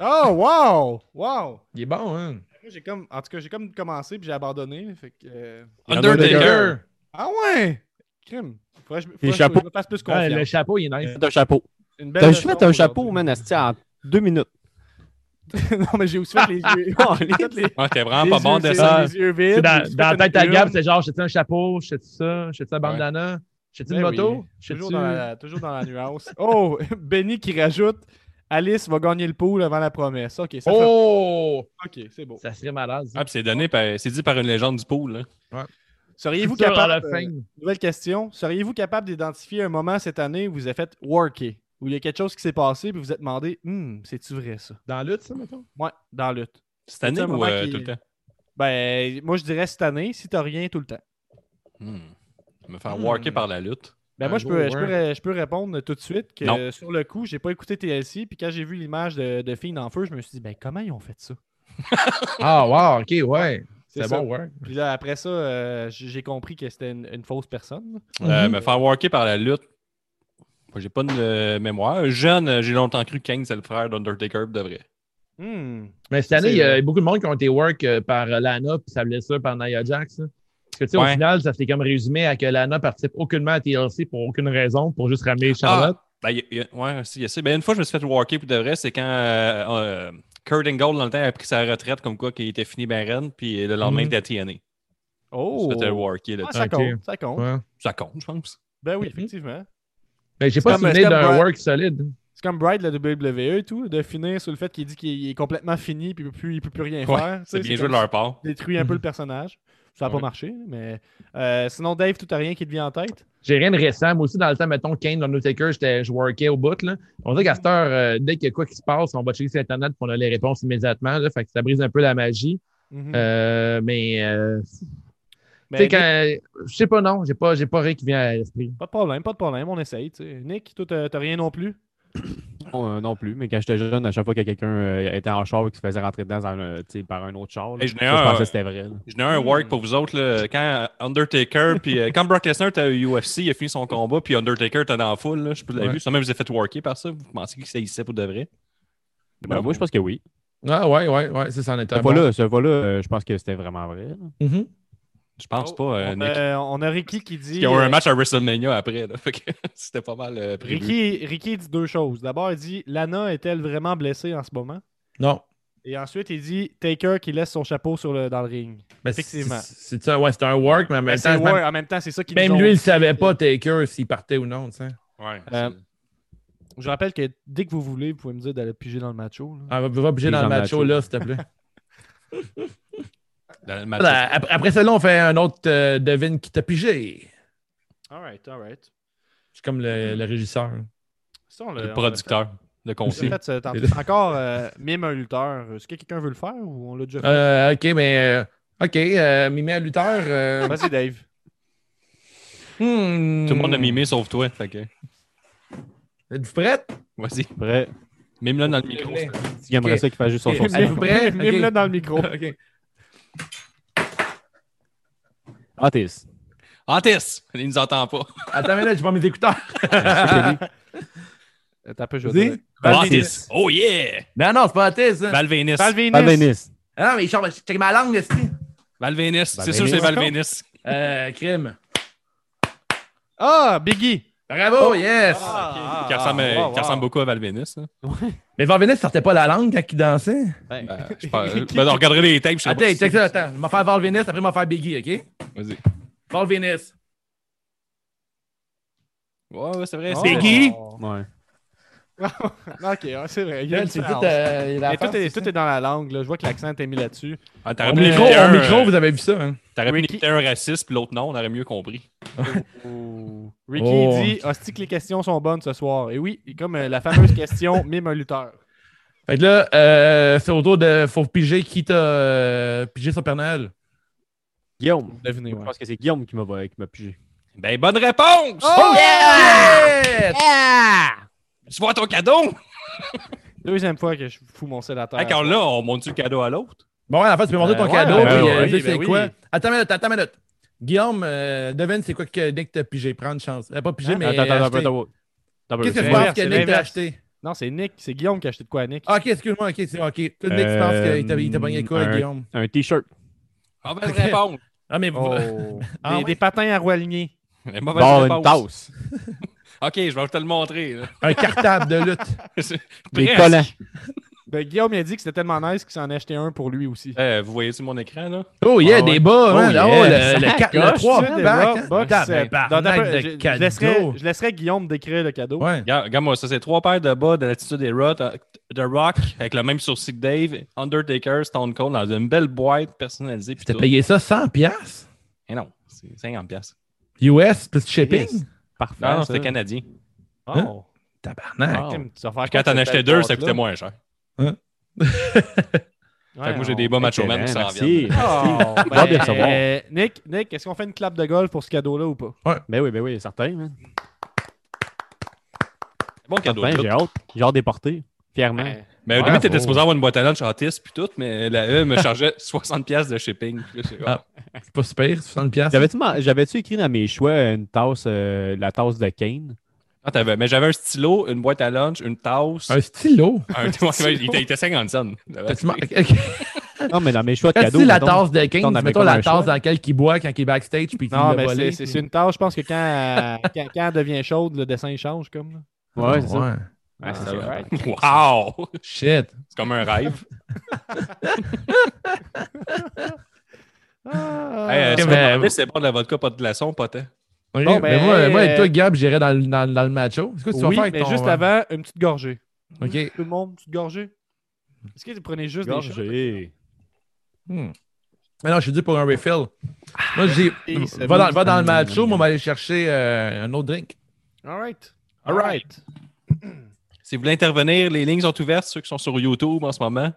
Speaker 2: Oh, wow! Wow!
Speaker 4: Il est bon, hein?
Speaker 2: Moi, J'ai comme... En tout cas, j'ai comme commencé puis j'ai abandonné. là, Fait que, euh,
Speaker 5: Undertaker.
Speaker 2: Ah ouais! Crime! Faudrait que je- faudrait
Speaker 3: Les
Speaker 2: que
Speaker 3: chapeaux.
Speaker 2: je me fasse plus confiance.
Speaker 4: Ouais, le chapeau, il est nice.
Speaker 3: Faites un chapeau.
Speaker 2: Une belle
Speaker 3: T'as
Speaker 2: leçon
Speaker 3: juste fait un chapeau,
Speaker 2: aujourd'hui.
Speaker 3: man, asti, en deux minutes.
Speaker 2: non, mais j'ai aussi fait les yeux. j'ai fait les-
Speaker 5: Ouais, t'es
Speaker 2: les
Speaker 5: vraiment pas
Speaker 2: yeux-
Speaker 5: bon
Speaker 2: c'est-
Speaker 5: de ça.
Speaker 2: les yeux vides.
Speaker 4: C'est dans,
Speaker 2: J'ai
Speaker 4: dans la
Speaker 2: fait
Speaker 4: tête
Speaker 2: une
Speaker 4: à Gab,
Speaker 2: plume.
Speaker 4: c'est genre, j'ai-tu un chapeau? J'ai-tu ça? J'ai-tu un bandana? J'ai-tu une
Speaker 2: Ben
Speaker 4: moto?
Speaker 2: oui,
Speaker 4: J'ai-tu.
Speaker 2: Toujours, dans la, toujours dans la nuance. Oh, Benny qui rajoute Alice va gagner le pool avant la promesse. Ok, ça
Speaker 4: Oh!
Speaker 2: fait. Ok, c'est beau.
Speaker 4: Ça serait malade. ça.
Speaker 5: Ah, puis c'est donné par- c'est dit par une légende du pool. hein. là.
Speaker 2: Seriez-vous
Speaker 4: Ça, dans
Speaker 2: capable.
Speaker 4: la fin.
Speaker 2: euh, nouvelle question. Seriez-vous capable d'identifier un moment cette année où vous avez fait worker? Où il y a quelque chose qui s'est passé puis vous vous êtes demandé Hum, c'est-tu vrai ça?
Speaker 4: Dans la lutte, ça, mettons?
Speaker 2: Ouais, dans la lutte.
Speaker 5: Cette année
Speaker 2: un
Speaker 5: ou
Speaker 2: moment
Speaker 5: euh,
Speaker 2: qui-
Speaker 5: tout le temps?
Speaker 2: Ben, moi je dirais cette année, si t'as rien tout le temps.
Speaker 5: Hmm. Me faire
Speaker 2: Hmm.
Speaker 5: worker par la lutte.
Speaker 2: Ben
Speaker 4: Un hein?
Speaker 2: moi, je
Speaker 4: beau
Speaker 2: peux, je, peux,
Speaker 4: work.
Speaker 2: ré- je peux répondre tout de suite que
Speaker 5: Non.
Speaker 2: sur le coup, j'ai pas écouté TLC, puis quand j'ai vu l'image de, de Fiend en feu, je me suis dit, ben comment ils ont fait ça?
Speaker 4: Ah, wow, ok, ouais.
Speaker 2: C'est
Speaker 4: C'est
Speaker 2: ça.
Speaker 4: bon, ouais.
Speaker 2: Puis là, après ça, euh, j- j'ai compris que c'était une, une fausse personne.
Speaker 5: Euh,
Speaker 4: Mhm.
Speaker 5: Me faire worker par la lutte. Moi, j'ai pas de euh, mémoire. Jeune, euh, j'ai longtemps cru que Kane, c'est le frère d'Undertaker pour de vrai.
Speaker 2: Hmm.
Speaker 4: Mais cette année,
Speaker 2: C'est
Speaker 4: il y a
Speaker 2: vrai.
Speaker 4: beaucoup de monde qui ont été work euh, par euh, Lana puis sa blessure par Nia Jax. là. Parce que tu sais,
Speaker 5: Ouais.
Speaker 4: au final, ça s'est comme résumé à que Lana participe aucunement à TLC pour aucune raison, pour juste ramener Charlotte.
Speaker 5: Ah, ben, y a- y a- ouais, si, y a ça. Ben, une fois, je me suis fait worker pour de vrai. C'est quand euh, euh, Kurt Angle, dans le temps, a pris sa retraite, comme quoi, qu'il était fini ben raide, puis le lendemain,
Speaker 4: Mhm.
Speaker 5: il était à TNA.
Speaker 2: Oh!
Speaker 5: C'était worker, là.
Speaker 2: Ah, ça
Speaker 4: Ok.
Speaker 2: compte, ça compte.
Speaker 4: Ouais.
Speaker 5: Ça compte, je pense.
Speaker 2: Ben oui,
Speaker 4: Mhm.
Speaker 2: effectivement.
Speaker 4: Mais j'ai
Speaker 2: C'est
Speaker 4: pas
Speaker 2: comme-
Speaker 4: souvenir
Speaker 2: c'est comme
Speaker 4: d'un
Speaker 2: Brad-
Speaker 4: work solide.
Speaker 2: C'est comme Bright, la WWE E et tout, de finir sur le fait qu'il dit qu'il est complètement fini, puis il peut plus, il peut plus rien
Speaker 5: Ouais,
Speaker 2: faire. Tu sais,
Speaker 5: C'est bien joué de
Speaker 2: comme
Speaker 5: leur part.
Speaker 2: Détruit un peu
Speaker 4: Mhm.
Speaker 2: le personnage. Ça n'a
Speaker 5: Ouais.
Speaker 2: pas marché, mais. euh, sinon, Dave, tout à rien qui te vient en tête.
Speaker 4: J'ai rien de récent. Moi aussi, dans le temps, mettons, Kane, Undertaker, j'étais- je workais au bout. Là. On dirait qu'à cette heure, euh, dès qu'il y a quoi qui se passe, on va checker sur Internet pour on a les réponses immédiatement. Là, fait que ça brise un peu la magie.
Speaker 2: Mhm.
Speaker 4: Euh, mais, euh, tu
Speaker 2: Ben,
Speaker 4: sais, quand. Je sais pas, non. J'ai pas, j'ai pas rien qui vient à l'esprit.
Speaker 2: Pas de problème, pas de problème, on essaye. tu sais. Nick, toi, t'as t'as rien non plus?
Speaker 3: Non, euh, non plus, mais quand j'étais jeune, à chaque fois que quelqu'un euh, était en char et qu'il se faisait rentrer dedans dans le- tu sais, par un autre char, là,
Speaker 5: Hey, j'en ai
Speaker 3: ça, je
Speaker 5: un,
Speaker 3: pensais
Speaker 5: euh,
Speaker 3: que c'était vrai. là.
Speaker 5: J'en ai un
Speaker 2: Hmm.
Speaker 5: work pour vous autres. Là, quand euh, Undertaker, puis euh, quand Brock Lesnar était au UFC, il a fini son combat, puis Undertaker était dans la foule. Là, je peux l'avoir
Speaker 4: Ouais.
Speaker 5: vu. Ça même vous avez fait worker par ça. Vous pensez que ça ici pour de vrai?
Speaker 3: Ben, moi, je pense que oui.
Speaker 4: Ah, ouais, ouais, ouais. C'est ça, en
Speaker 3: Ce
Speaker 4: état.
Speaker 3: vol-là, ce vol-là, euh, je pense que c'était vraiment vrai. là.
Speaker 4: Mhm.
Speaker 5: Je pense
Speaker 2: Oh,
Speaker 5: pas, euh,
Speaker 2: on,
Speaker 5: Nick.
Speaker 2: a, on a Ricky qui dit.
Speaker 5: Ils ont un
Speaker 2: euh,
Speaker 5: match à WrestleMania après, là. Fait que c'était pas mal euh, prévu.
Speaker 2: Ricky, Ricky dit deux choses. D'abord, il dit Lana est-elle vraiment blessée en ce moment
Speaker 4: Non.
Speaker 2: Et ensuite, il dit Taker qui laisse son chapeau sur le, dans le ring.
Speaker 4: Mais
Speaker 2: Effectivement.
Speaker 4: c'est- C'est c'est un, ouais, c'est un work, mais en
Speaker 2: Mais
Speaker 4: même
Speaker 2: c'est
Speaker 4: temps,
Speaker 2: War,
Speaker 4: même,
Speaker 2: en même temps, c'est ça qui
Speaker 4: même
Speaker 2: nous ont
Speaker 4: lui, il ne
Speaker 2: dit.
Speaker 4: savait pas, Taker, s'il partait ou non. tu sais.
Speaker 5: Ouais,
Speaker 2: Euh,
Speaker 5: c'est-
Speaker 2: Je rappelle que dès que vous voulez, vous pouvez me dire d'aller piger dans le macho. là.
Speaker 4: Ah, va, va piger
Speaker 3: Des
Speaker 4: dans le
Speaker 3: gens
Speaker 4: macho,
Speaker 3: machos.
Speaker 4: là, s'il te plaît.
Speaker 5: dans le match,
Speaker 4: Voilà, ap- après ça, là, on fait un autre euh, devine qui t'a pigé.
Speaker 2: All right, all right.
Speaker 4: C'est comme le, le régisseur.
Speaker 2: Ça, on l'a- on
Speaker 5: le
Speaker 2: l'a
Speaker 5: producteur, le
Speaker 2: fait. On
Speaker 5: conseil.
Speaker 2: l'a fait, euh, tantôt. C'est encore euh, mime un lutteur. Est-ce que quelqu'un veut le faire ou on l'a déjà fait
Speaker 4: Euh, ok, mais. euh, ok, euh, mimé à Luther. euh,
Speaker 2: Vas-y, Dave.
Speaker 4: hmm.
Speaker 5: Tout le monde a mimé sauf toi. Fait que,
Speaker 4: Êtes-vous prêtes?
Speaker 5: vas-y.
Speaker 3: Vrai.
Speaker 5: Mime là dans le micro.
Speaker 4: S'il
Speaker 5: c'est-
Speaker 3: Il aimerait
Speaker 4: Ok.
Speaker 3: ça qu'il fasse juste son
Speaker 4: Ok.
Speaker 3: sourcil.
Speaker 4: Êtes-vous prêts?
Speaker 2: Mime- Mime-le
Speaker 4: Ok.
Speaker 2: dans le micro.
Speaker 4: Ok.
Speaker 3: Ah, t'es.
Speaker 5: Antis! Il nous entend pas.
Speaker 4: Attends, mais là, je vais mes écouteurs.
Speaker 2: T'as peu
Speaker 4: Vas-y.
Speaker 2: joué.
Speaker 5: Antis! Oh yeah!
Speaker 4: Non, non, c'est pas athée, ça.
Speaker 5: Valvénis.
Speaker 3: Pas de
Speaker 2: Valvénis.
Speaker 3: Vénis.
Speaker 4: Ah, non, mais genre, je check ma langue, est
Speaker 5: Valvénis. C'est
Speaker 3: Valvénis.
Speaker 5: sûr que c'est
Speaker 2: Encore?
Speaker 5: Valvénis.
Speaker 4: Euh, crime.
Speaker 2: Ah, Biggie.
Speaker 4: Bravo, yes!
Speaker 2: Ah,
Speaker 5: Qui ressemble
Speaker 2: ah, wow,
Speaker 5: qui ressemble
Speaker 2: wow.
Speaker 5: beaucoup à hein. Valvénis. là.
Speaker 4: Mais Van Venus sortait pas la langue quand il dansait.
Speaker 5: Ben, je pense- ben, on regarderait les tapes. je sais
Speaker 4: Attends,
Speaker 5: pas si-
Speaker 4: check ça, attends. Je vais faire Val Venus, après je vais faire Biggie, OK?
Speaker 5: Vas-y.
Speaker 4: Val Venus.
Speaker 5: Ouais, ouais, c'est vrai.
Speaker 2: Oh.
Speaker 5: c'est-
Speaker 4: Biggie.
Speaker 3: Ouais.
Speaker 2: Ok, ouais, c'est vrai. Il y a
Speaker 4: Là,
Speaker 2: une
Speaker 4: c'est
Speaker 2: différence.
Speaker 4: tout, euh, la
Speaker 2: Mais tout,
Speaker 4: face,
Speaker 2: est,
Speaker 4: c'est
Speaker 2: tout est dans la langue. Là. Je vois que l'accent était mis là-dessus.
Speaker 5: Ah,
Speaker 4: ça?
Speaker 5: T'aurais
Speaker 4: Au
Speaker 5: pu
Speaker 4: micro,
Speaker 5: inviter
Speaker 4: au
Speaker 5: un,
Speaker 4: micro,
Speaker 5: euh,
Speaker 4: vous avez vu ça, hein?
Speaker 5: T'aurais pu
Speaker 2: Ricky.
Speaker 5: inviter un raciste puis l'autre non, on aurait mieux compris.
Speaker 2: Ricky
Speaker 4: Oh.
Speaker 2: dit Hostie que les questions sont bonnes ce soir. Et oui, comme euh, la fameuse question mime un lutteur.
Speaker 4: Fait que là, euh, c'est au tour de. Faut piger qui t'a euh, pigé sur Père Noël.
Speaker 3: Guillaume.
Speaker 2: Devinez,
Speaker 3: Je
Speaker 2: ouais.
Speaker 3: pense que c'est Guillaume qui m'a qui m'a pigé.
Speaker 5: Ben, bonne réponse!
Speaker 4: Oh, yeah!
Speaker 5: Tu vois ton cadeau?
Speaker 2: Deuxième fois que je fous mon sel à terre.
Speaker 5: Hey, Quand là, on monte le cadeau à l'autre?
Speaker 4: Bon, ouais, en fait, tu peux montrer
Speaker 2: Euh,
Speaker 4: ton
Speaker 2: ouais,
Speaker 4: cadeau,
Speaker 2: ben
Speaker 4: puis
Speaker 2: oui,
Speaker 4: euh,
Speaker 2: oui,
Speaker 4: dire
Speaker 2: ben
Speaker 4: c'est
Speaker 2: oui.
Speaker 4: quoi. Attends une minute, attends une minute. Guillaume, euh, devine c'est quoi que Nick t'a pigé. Prends une chance. Euh, pas pigé,
Speaker 2: Hein?
Speaker 4: mais.
Speaker 3: Attends, attends, attends,
Speaker 4: acheté.
Speaker 3: attends. Attends,
Speaker 4: Qu'est-ce que
Speaker 2: c'est
Speaker 4: tu penses
Speaker 2: l'inverse,
Speaker 4: que
Speaker 2: c'est
Speaker 4: Nick t'a
Speaker 2: l'inverse.
Speaker 4: acheté?
Speaker 2: Non, c'est Nick. C'est Guillaume qui a acheté de quoi à Nick.
Speaker 4: Ah, Ok, excuse-moi, ok, c'est ok. Toi, Nick, tu
Speaker 3: Euh,
Speaker 4: penses qu'il t'a il t'a pogné quoi,
Speaker 3: un-
Speaker 4: Guillaume?
Speaker 3: Un t-shirt.
Speaker 5: Ah, Mauvaise réponse!
Speaker 4: Ah, mais.
Speaker 2: Oh.
Speaker 4: Ah
Speaker 2: des,
Speaker 4: ouais?
Speaker 2: des patins à roue alignés.
Speaker 5: Mais mauvaise
Speaker 3: Bon, une
Speaker 5: réponse.
Speaker 3: tasse.
Speaker 5: Ok, je vais te le montrer. là.
Speaker 4: Un cartable de lutte.
Speaker 3: Des
Speaker 5: Presque.
Speaker 3: collants.
Speaker 2: Ben, Guillaume il a dit que c'était tellement nice qu'il s'en a acheté un pour lui aussi.
Speaker 5: Euh, vous voyez-tu mon écran, là?
Speaker 4: Oh yeah,
Speaker 2: Ah ouais.
Speaker 4: des bas, hein?
Speaker 3: Oh,
Speaker 4: Oh,
Speaker 3: yes.
Speaker 4: le, le, quatre- le
Speaker 3: Sacoche,
Speaker 4: trois
Speaker 2: Tu sais, des
Speaker 4: bacs,
Speaker 2: rock
Speaker 4: hein?
Speaker 2: box, euh, dans- dans-
Speaker 4: Tabarnak
Speaker 2: je-
Speaker 4: de
Speaker 2: je, laisserai,
Speaker 4: cadeaux.
Speaker 2: je laisserai Guillaume décrire le cadeau.
Speaker 4: Ouais.
Speaker 5: Regarde, regarde moi, ça, c'est trois paires de bas de l'attitude des Rock, de Rock, avec le même sourcil que Dave, Undertaker, Stone Cold, dans une belle boîte personnalisée. puis
Speaker 4: T'as
Speaker 5: tout.
Speaker 4: payé ça 100 piastres?
Speaker 5: Eh non, c'est 50$. piastres.
Speaker 4: US plus shipping?
Speaker 3: Parfait.
Speaker 5: Non, non,
Speaker 3: ça.
Speaker 5: c'était canadien.
Speaker 2: Oh.
Speaker 4: Hein? Tabarnak.
Speaker 3: Ah.
Speaker 2: Kim, tu vas faire quoi
Speaker 5: Quand
Speaker 2: avec
Speaker 5: t'en
Speaker 2: cette
Speaker 5: achetais
Speaker 2: belle
Speaker 5: deux,
Speaker 2: boîte-là?
Speaker 5: ça coûtait moins cher.
Speaker 2: Ouais,
Speaker 5: Fait que moi, j'ai
Speaker 2: on-
Speaker 5: des bas macho
Speaker 3: Excellent,
Speaker 5: man qui s'en
Speaker 3: merci. Ah,
Speaker 5: viennent.
Speaker 2: Oh, ben,
Speaker 3: Bon de le savoir.
Speaker 2: euh, Nick, Nick est-ce qu'on fait une clap de golf pour ce cadeau-là ou pas?
Speaker 3: Ben oui, ben oui, certain. hein.
Speaker 5: Bon cadeau.
Speaker 3: Certain,
Speaker 5: tout.
Speaker 3: j'ai hâte. J'ai hâte des porter. Fièrement.
Speaker 5: Mais au début,
Speaker 4: Bravo.
Speaker 3: Oh.
Speaker 5: t'étais supposé avoir une boîte à lunch autiste puis tout, mais la E me chargeait 60$ piastres de shipping. Puis là, j'ai-
Speaker 4: Ah. C'est pas super, 60 piastres.
Speaker 3: J'avais-tu ma- J'avais-tu écrit dans mes choix une tasse, euh, la tasse de Kane?
Speaker 5: Ah, t'avais- mais j'avais un stylo, une boîte à lunch, une tasse.
Speaker 4: Un stylo.
Speaker 5: un- ouais, il était- il était 50 cents.
Speaker 4: T'as-tu mar- ok.
Speaker 3: Non, mais dans mes choix de
Speaker 4: Quand tu
Speaker 3: cadeaux.
Speaker 4: dis la
Speaker 3: mettons-
Speaker 4: tasse de King,
Speaker 3: on avait
Speaker 4: mettons
Speaker 3: comme
Speaker 4: la
Speaker 3: un
Speaker 4: tasse
Speaker 3: choix.
Speaker 4: dans laquelle il boit quand il est backstage puis qu'il
Speaker 2: Non,
Speaker 4: l'a
Speaker 2: mais
Speaker 4: volé.
Speaker 2: c'est- c'est c'est une tâche. Je pense que quand, euh, quand, quand elle devient chaude, le dessin il change comme. là.
Speaker 3: Ouais, c'est ça.
Speaker 4: Ouais.
Speaker 3: Ouais, c'est
Speaker 5: Ah,
Speaker 3: ça.
Speaker 2: right.
Speaker 5: Wow!
Speaker 4: Shit.
Speaker 5: C'est comme un rêve.
Speaker 2: Ah,
Speaker 5: Hey, euh, si
Speaker 4: Ok,
Speaker 5: vous
Speaker 4: mais-
Speaker 5: demandez, c'est bon de la vodka, pas de glaçon, pas de-
Speaker 4: Ok,
Speaker 2: Bon,
Speaker 4: mais
Speaker 2: ben,
Speaker 4: moi, moi,
Speaker 2: euh,
Speaker 4: avec toi, Gab, j'irais dans, le- dans, dans le macho. C'est quoi que tu
Speaker 2: oui,
Speaker 4: vas faire avec
Speaker 2: mais
Speaker 4: ton- euh,
Speaker 2: juste avant, une petite gorgée.
Speaker 4: Ok.
Speaker 2: Tout le monde, une petite gorgée. Est-ce que vous prenez juste des shots?
Speaker 3: Gorgé.
Speaker 4: Hmm. Mais non, je suis dû pour un refill. Moi, j'ai.
Speaker 2: Et ça
Speaker 4: Va dans,
Speaker 2: vous-
Speaker 4: va dans le macho, moi, on va aller chercher euh, un autre drink.
Speaker 2: All right.
Speaker 5: All right. Si vous voulez intervenir, les lignes sont ouvertes, ceux qui sont sur YouTube en ce moment.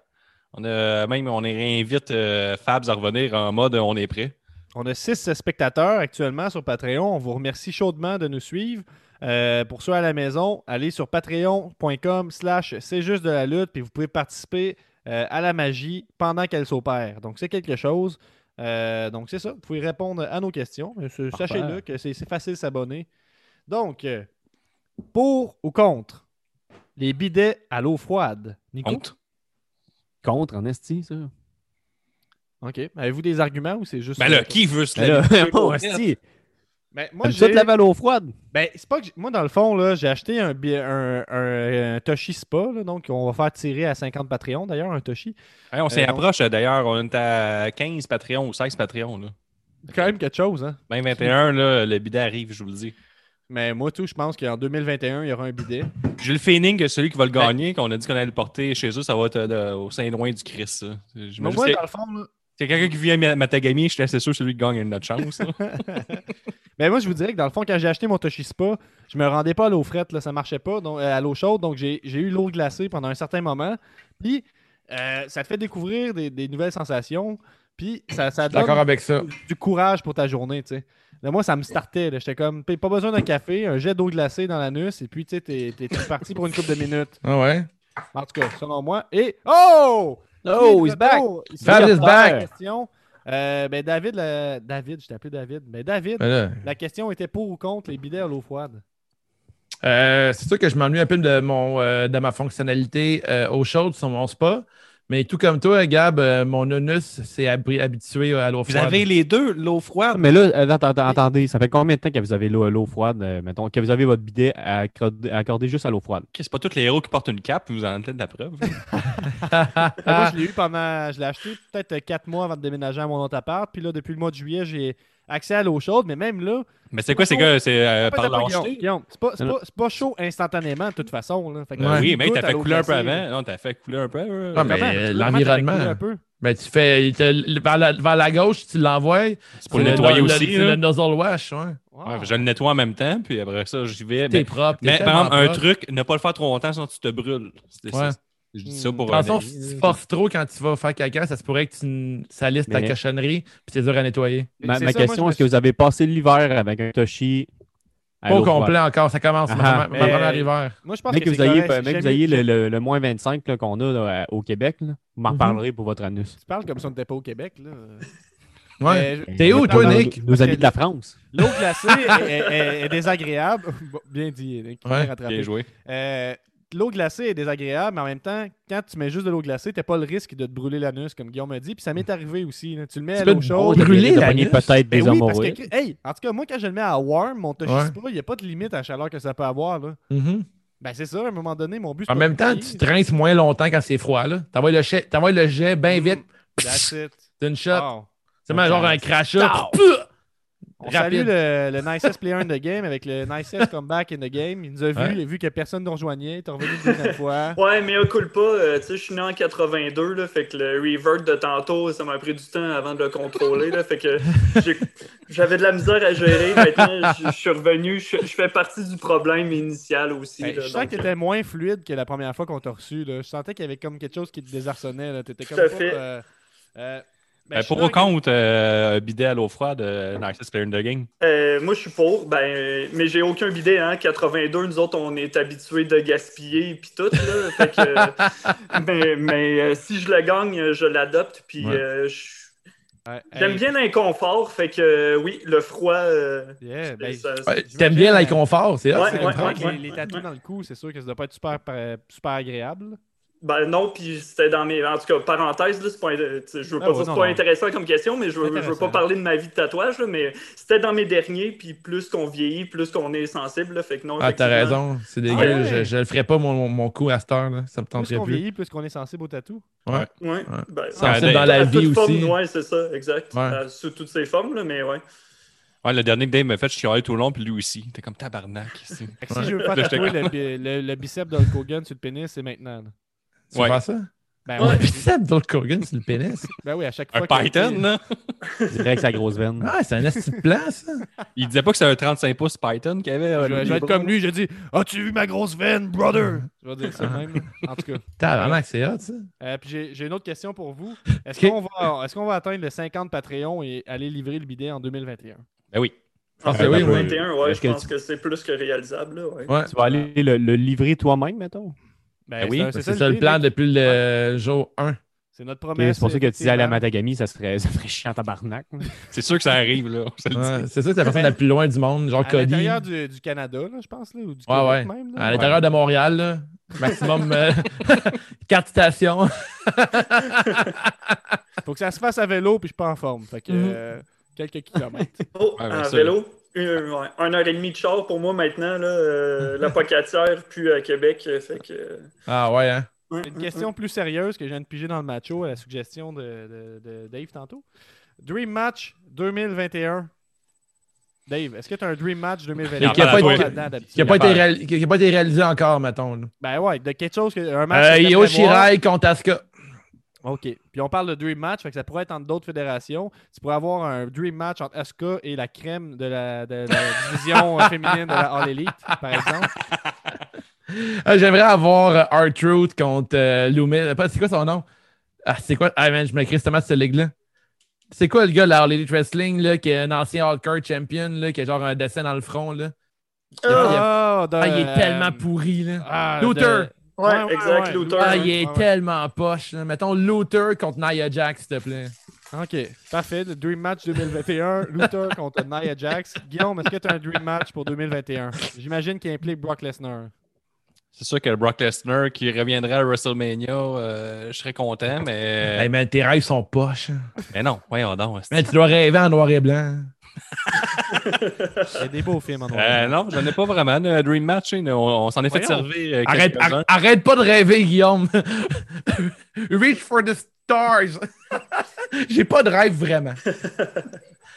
Speaker 5: On a, même, on les réinvite euh, Fabs à revenir en mode euh, on est prêt.
Speaker 2: On a six euh, spectateurs actuellement sur Patreon. On vous remercie chaudement de nous suivre. Euh, pour ceux à la maison, allez sur patreon.com slash c'est juste de la lutte, puis vous pouvez participer euh, à la magie pendant qu'elle s'opère. Donc, c'est quelque chose. Euh, donc, c'est ça. Vous pouvez répondre à nos questions. Euh, ce-
Speaker 3: Parfait.
Speaker 2: Sachez-le que c'est c'est facile de s'abonner. Donc, euh, pour ou contre les bidets à l'eau froide? Nico?
Speaker 5: Honte.
Speaker 3: Contre en esti, ça.
Speaker 2: OK. Avez-vous des arguments ou c'est juste.
Speaker 5: Ben là, qui veut se
Speaker 3: Mais là,
Speaker 5: laver?
Speaker 3: oh, hostie,
Speaker 2: Ben, moi,
Speaker 3: t'aimes ça
Speaker 2: j'ai-
Speaker 3: te laver à l'eau froide?
Speaker 2: Ben, c'est pas que j'ai- moi, dans le fond, là, j'ai acheté un, billet- un, un, un Toshi Spa, là, donc on va faire tirer à 50 Patreon, d'ailleurs, un Toshi.
Speaker 5: Hey, on s'y
Speaker 2: Euh, non.
Speaker 5: approche euh, d'ailleurs. On est à 15 Patreon ou 16 Patreon. Là.
Speaker 2: Quand même quelque chose, hein.
Speaker 5: 2021, là, le bidet arrive, je vous le dis.
Speaker 2: Mais moi, tout, je pense qu'en 2021, il y aura un bidet. Ben,
Speaker 5: J'ai le feeling que celui qui va le gagner, qu'on a dit qu'on allait le porter chez eux, ça va être euh, au Saint-Loin du Christ. ça. Je me
Speaker 2: Mais
Speaker 5: dis,
Speaker 2: moi,
Speaker 5: c'est-
Speaker 2: dans le fond, là,
Speaker 5: c'est quelqu'un qui vient à Ma- Matagami, je suis assez sûr que celui qui gagne a notre chance. là.
Speaker 2: Mais moi, je vous dirais que dans le fond, quand j'ai acheté mon Toshispa, je me rendais pas à l'eau frette, là, ça marchait pas, donc, euh, à l'eau chaude. Donc, j'ai j'ai eu l'eau glacée pendant un certain moment. Puis, euh, ça te fait découvrir des, des nouvelles sensations. Puis, ça, ça donne
Speaker 4: D'accord avec ça.
Speaker 2: du courage pour ta journée, tu sais. Là, moi, ça me startait. là. J'étais comme, T'as pas besoin d'un café, un jet d'eau glacée dans l'anus, et puis, tu sais, t'es t'es- t'es parti pour une couple de minutes.
Speaker 4: Ah ouais.
Speaker 2: En tout cas, selon moi. Et, oh!
Speaker 3: Oh,
Speaker 2: Fabio,
Speaker 3: he's back!
Speaker 2: il se
Speaker 4: Fab
Speaker 2: fait
Speaker 4: is
Speaker 2: répondre à la
Speaker 4: back.
Speaker 2: question. Euh, ben, David, la- David, je t'appelais David. Mais David,
Speaker 4: Ben là,
Speaker 2: la question était pour ou contre les bidets à l'eau froide.
Speaker 4: Euh, c'est sûr que je m'ennuie un peu de, mon, euh, de ma fonctionnalité euh, eau chaude sur mon spa. Mais tout comme toi, Gab, euh, mon onus s'est habri- habitué à l'eau
Speaker 5: Vous
Speaker 4: froide.
Speaker 5: avez les deux, l'eau froide.
Speaker 3: Mais là, euh, attends, attends, attendez, ça fait combien de temps que vous avez l'eau l'eau froide, euh, mettons, que vous avez votre bidet accordé, accordé juste à l'eau froide?
Speaker 5: C'est pas tous les héros qui portent une cape, vous en êtes la preuve.
Speaker 2: Ben,
Speaker 5: Ah.
Speaker 2: Moi, je l'ai eu pendant. Je l'ai acheté peut-être 4 mois avant de déménager à mon autre appart. Puis là, depuis le mois de juillet, j'ai accès à l'eau chaude. Mais même là,
Speaker 5: Mais c'est quoi, c'est que c'est euh,
Speaker 2: Attends,
Speaker 5: par
Speaker 2: attends, Guillaume,
Speaker 5: l'acheter?
Speaker 2: Guillaume, c'est pas, c'est
Speaker 3: Non.
Speaker 2: pas- c'est pas chaud instantanément, de toute façon. Là. Fait que,
Speaker 4: Ouais.
Speaker 5: Oui,
Speaker 2: il
Speaker 5: mais
Speaker 2: goûte
Speaker 5: t'as
Speaker 2: à
Speaker 5: fait
Speaker 2: l'eau
Speaker 5: couler un peu
Speaker 2: glacée,
Speaker 5: avant. Non, t'as fait couler un peu. euh,
Speaker 4: Ah, mais,
Speaker 5: avant.
Speaker 2: Comment?
Speaker 4: euh,
Speaker 2: Tu l'as- comment t'as fait
Speaker 4: l'environnement.
Speaker 2: couler un peu?
Speaker 4: Ben, tu fais te- le- vers, la- vers la gauche, tu l'envoies.
Speaker 5: C'est pour le
Speaker 4: C'est
Speaker 5: nettoyer
Speaker 4: le-
Speaker 5: aussi. hein?
Speaker 4: c'est Le,
Speaker 5: là.
Speaker 4: nozzle wash, ouais.
Speaker 2: Wow.
Speaker 5: Ouais, Je le nettoie en même temps, puis après ça, j'y vais.
Speaker 4: T'es
Speaker 5: Mais,
Speaker 4: propre. t'es
Speaker 5: mais par
Speaker 4: tellement
Speaker 5: exemple, un
Speaker 4: propre.
Speaker 5: truc, ne pas le faire trop longtemps, sinon tu te brûles. C'était
Speaker 4: Ouais.
Speaker 5: ça. Je dis ça
Speaker 2: Hmm.
Speaker 5: pour un
Speaker 4: Attention,
Speaker 5: ami.
Speaker 4: si tu te forces trop quand tu vas faire caca, ça se pourrait que tu n- salisses ta
Speaker 3: Mais-
Speaker 4: cochonnerie puis c'est dur à nettoyer.
Speaker 3: Ma,
Speaker 2: C'est ça, moi,
Speaker 3: ma
Speaker 2: je
Speaker 3: question,
Speaker 2: me
Speaker 3: est-ce que
Speaker 2: suis-
Speaker 3: vous avez passé l'hiver avec un Toshi à
Speaker 4: Pas au
Speaker 3: l'eau froide?
Speaker 4: complet encore, ça commence. ma
Speaker 3: Ah,
Speaker 4: première- ma
Speaker 2: mais-
Speaker 4: première hiver.
Speaker 2: Moi, je pense
Speaker 3: Même
Speaker 2: que
Speaker 3: que
Speaker 2: c'est
Speaker 3: vous ayez,
Speaker 2: correct.
Speaker 3: même que vous
Speaker 2: Jamais-
Speaker 3: ayez le, le- le moins 25 là, qu'on a là, à- au Québec, là, vous m'en
Speaker 4: Mhm.
Speaker 3: reparlerez pour votre anus.
Speaker 2: Tu parles comme si on n'était pas au Québec. là.
Speaker 4: Ouais.
Speaker 2: Mais je-
Speaker 4: T'es où, toi,
Speaker 3: Nos-
Speaker 4: Nick?
Speaker 3: Nos amis de la France.
Speaker 2: L'eau glacée est, est- est- est désagréable. Bon, bien dit, Nick.
Speaker 4: Ouais.
Speaker 2: rattrapé.
Speaker 5: Bien joué.
Speaker 2: Euh, l'eau glacée est désagréable, mais en même temps, quand tu mets juste de l'eau glacée, t'as pas le risque de te brûler l'anus, comme Guillaume a dit. Puis ça m'est arrivé aussi. là. Tu le mets à
Speaker 4: peux
Speaker 2: l'eau
Speaker 4: te
Speaker 2: chaude.
Speaker 4: brûler. Brûler
Speaker 3: De
Speaker 4: la
Speaker 3: pogner
Speaker 4: nuque.
Speaker 2: Ben
Speaker 3: peut-être des
Speaker 2: oui, parce
Speaker 3: hémorroïdes.
Speaker 2: que, hey, en tout cas, moi,
Speaker 4: Ah,
Speaker 2: quand je le mets à warm, mon Toshispa, il n'y a pas de limite à la chaleur que ça peut avoir. Là.
Speaker 4: Mhm.
Speaker 2: Ben, c'est ça, à un moment donné, mon but. c'est
Speaker 4: En
Speaker 2: pas
Speaker 4: même
Speaker 2: de
Speaker 4: temps,
Speaker 2: crier.
Speaker 4: tu trinces moins longtemps quand c'est froid. là. T'envoies le, jet- t'envoies le jet bien
Speaker 2: Mm.
Speaker 4: vite
Speaker 2: That's it.
Speaker 4: d'une shot.
Speaker 2: Wow.
Speaker 4: C'est même genre un crachat.
Speaker 2: On salue
Speaker 4: Rapide.
Speaker 2: le, le nicest player in the game avec le nicest comeback in the game. Il nous a vu,
Speaker 4: Ouais.
Speaker 2: il a vu que personne nous rejoignait. Il est revenu une deuxième fois.
Speaker 6: Ouais, mais écoute pas, euh, tu sais, je suis né en 82, là, fait que le revert de tantôt, ça m'a pris du temps avant de le contrôler, là, fait que j'ai- j'avais de la misère à gérer. Maintenant, je- je suis revenu, je je fais partie du problème initial aussi.
Speaker 2: Ben,
Speaker 6: là,
Speaker 2: je sens
Speaker 6: donc,
Speaker 2: que t'étais moins fluide que la première fois qu'on t'a reçu. là. Je sentais qu'il y avait comme quelque chose qui te désarçonnait. là. T'étais comme
Speaker 6: à
Speaker 2: pas,
Speaker 6: fait.
Speaker 2: euh, euh, ben,
Speaker 5: Ben,
Speaker 2: je
Speaker 5: pour
Speaker 2: suis
Speaker 5: au
Speaker 2: là que-
Speaker 5: compte, euh, bidet à l'eau froide, euh, Narcisse Player in the Game.
Speaker 6: Euh, moi, je suis pour, ben, euh, mais j'ai aucun bidet. Hein. 82, nous autres, on est habitués de gaspiller puis tout. Là, fait que, euh, mais mais, euh, si je le gagne, euh, je l'adopte. Puis
Speaker 4: Ouais.
Speaker 6: euh, je-
Speaker 2: Ouais,
Speaker 6: j'aime
Speaker 2: hey,
Speaker 6: bien l'inconfort. Fait que euh, oui, le froid. euh,
Speaker 2: yeah, ben,
Speaker 6: ça-
Speaker 4: Ouais,
Speaker 2: J'imagine,
Speaker 4: T'aimes bien
Speaker 2: euh,
Speaker 4: l'inconfort, c'est hot,
Speaker 6: Ouais,
Speaker 4: c'est
Speaker 6: ouais,
Speaker 4: vrai.
Speaker 2: avec
Speaker 6: ouais.
Speaker 2: les, les tatous dans le cou, c'est sûr que ça doit pas être super, euh, super agréable.
Speaker 6: ben non, puis c'était dans mes. En tout cas, parenthèse, là, c'est pas, int- tu sais, je veux pas
Speaker 2: Ah ouais,
Speaker 6: dire que
Speaker 2: non,
Speaker 6: c'est pas
Speaker 2: non.
Speaker 6: intéressant comme question, mais je veux, je veux
Speaker 2: Intéressant.
Speaker 6: pas parler de ma vie de tatouage, là, mais c'était dans mes derniers. Puis plus qu'on vieillit, plus qu'on est sensible. là, fait que non,
Speaker 4: Ah, t'as
Speaker 6: effectivement,
Speaker 4: raison, c'est dégueu.
Speaker 2: ouais.
Speaker 4: Je, je le ferai pas mon, mon coup à cette heure, là. ça me
Speaker 2: Plus
Speaker 4: tenterait
Speaker 2: qu'on
Speaker 4: plus.
Speaker 2: vieillit, plus qu'on est sensible aux tatous.
Speaker 6: Ouais. Ben,
Speaker 4: Sensible
Speaker 5: Ouais,
Speaker 4: dans la
Speaker 6: à toute
Speaker 4: vie
Speaker 6: forme,
Speaker 4: aussi.
Speaker 6: ouais, c'est ça, exact.
Speaker 4: Ouais.
Speaker 6: À- sous toutes ses formes, là, mais ouais.
Speaker 5: Ouais, le dernier que Dave m'a fait, je suis tout le long, puis lui aussi. T'es comme tabarnak ici.
Speaker 2: Fait que
Speaker 4: Ouais.
Speaker 2: Si je veux pas
Speaker 5: Là, j'étais
Speaker 2: tatouer le, bi- le, le bicep de Hulk Hogan sur le pénis, c'est maintenant. là.
Speaker 4: Tu
Speaker 5: Ouais.
Speaker 4: vois ça?
Speaker 2: Ben,
Speaker 4: Un
Speaker 2: ouais.
Speaker 4: bicep d'Hulk Hogan sur le pénis.
Speaker 2: ben oui, à chaque
Speaker 5: Un
Speaker 2: fois. que-
Speaker 5: Python, là?
Speaker 3: Direct sa grosse veine.
Speaker 4: Ah, c'est un esti de plan, ça.
Speaker 5: Il disait pas que c'était un 35 pouces Python qu'il y avait.
Speaker 2: Je
Speaker 5: euh,
Speaker 2: vais, je vais être comme lui, je dis As-tu vu ma grosse veine, brother Je vais dire ça de même. En tout cas.
Speaker 4: Ah. Tabarnak, c'est hot, ça.
Speaker 2: Euh, puis j'ai j'ai une autre question pour vous. Est-ce
Speaker 4: Ok.
Speaker 2: qu'on va, est qu'on va atteindre le 50 Patreon et aller livrer le bidet en 2021
Speaker 5: Ben oui.
Speaker 4: Ah,
Speaker 6: En
Speaker 4: c'est oui, oui.
Speaker 6: 2021, ouais,
Speaker 3: Euh, ben
Speaker 6: je
Speaker 3: Est-ce que
Speaker 6: pense que c'est plus que réalisable. Là, ouais.
Speaker 4: Ouais.
Speaker 3: Tu vas aller le, le livrer toi-même, mettons?
Speaker 2: Ben
Speaker 5: oui,
Speaker 2: un-
Speaker 4: C'est ça, le
Speaker 2: l'idée,
Speaker 4: plan
Speaker 2: Nick.
Speaker 4: depuis le jour 1.
Speaker 2: C'est notre
Speaker 3: Ok,
Speaker 2: promesse.
Speaker 3: C'est pour ça que tu disais aller à
Speaker 2: effectivement.
Speaker 3: Matagami, ça serait, ça serait chiant tabarnak.
Speaker 5: C'est sûr que ça arrive, là. on se le dit.
Speaker 4: Ouais, c'est ça, c'est la personne la plus loin du monde, genre
Speaker 2: Ben, À
Speaker 4: Cody.
Speaker 2: l'intérieur du, du Canada, là, je pense, là, ou du
Speaker 4: Ouais,
Speaker 2: Québec
Speaker 4: ouais.
Speaker 2: même. là.
Speaker 4: À l'intérieur de Montréal, là. Maximum euh, quatre stations.
Speaker 2: Faut que ça se fasse à vélo, puis je suis pas en forme. Fait que, euh, quelques kilomètres.
Speaker 6: Mhm. Oh,
Speaker 5: Ouais,
Speaker 6: en
Speaker 5: ben, ça,
Speaker 6: vélo, une, ouais, une heure et demie de char pour moi maintenant, là, euh, la Pocatière, puis à Québec. euh, Fait que, euh,
Speaker 4: Ah ouais, hein?
Speaker 6: ouais,
Speaker 2: Une
Speaker 6: ouais,
Speaker 2: question plus sérieuse que je viens de piger dans le macho à la suggestion de, de- de Dave tantôt. Dream Match 2021. Dave, est-ce que tu as un Dream Match 2021?
Speaker 4: Mais qui a
Speaker 2: Ah,
Speaker 4: pas
Speaker 2: bon
Speaker 4: été-
Speaker 2: là-dedans, d'habitude.
Speaker 4: Qui n'a pas, été réal- qui a pas été réalisé encore, mettons. là.
Speaker 2: Ben ouais, de quelque chose, que- un match.
Speaker 4: Euh,
Speaker 2: que t'aimerais
Speaker 4: Io Shirai contre Asuka.
Speaker 2: voir. OK. Puis on parle de Dream Match, fait que ça pourrait être entre d'autres fédérations. Tu pourrais avoir un Dream Match entre Asuka et la crème de la, de la division euh, féminine de la All Elite, par exemple.
Speaker 4: Ah, J'aimerais avoir R-Truth contre euh, Loomis. Pas- C'est quoi son nom? Ah, c'est quoi? Ah, man, je me crie justement cette ligue-là. C'est quoi le gars de la All Elite Wrestling, là, qui est un ancien Hardcore Champion, là, qui a genre un dessin dans le front, là?
Speaker 6: Ah,
Speaker 2: Ah, de-
Speaker 4: Ah, il est
Speaker 2: euh,
Speaker 4: tellement pourri, là.
Speaker 2: ah, de-
Speaker 4: Luther!
Speaker 6: ouais,
Speaker 2: ouais,
Speaker 6: exact,
Speaker 2: ouais.
Speaker 6: Luther,
Speaker 4: Ah,
Speaker 6: hein.
Speaker 4: il est
Speaker 2: ouais.
Speaker 4: tellement poche. là. Mettons Luther contre Nia Jax, s'il te plaît.
Speaker 2: OK, parfait. Le Dream Match 2021, Luther contre Nia Jax. Guillaume, est-ce que tu as un Dream Match pour 2021? J'imagine qu'il implique Brock Lesnar.
Speaker 5: C'est sûr que Brock Lesnar qui reviendrait à WrestleMania, euh, je serais content, mais,
Speaker 4: Hey, man, tes rêves sont poches. hein.
Speaker 5: mais non, voyons donc. c'est-
Speaker 4: Man, tu dois rêver en noir et blanc.
Speaker 2: Il y a des beaux films en noir.
Speaker 5: Euh, non, j'en ai pas vraiment. de Dream Match, hein, on, on s'en est fait
Speaker 2: Voyons.
Speaker 5: servir. euh,
Speaker 4: Arrête,
Speaker 5: quelques-uns.
Speaker 4: ar- arrête pas de rêver, Guillaume. Reach for the stars. J'ai pas de rêve vraiment.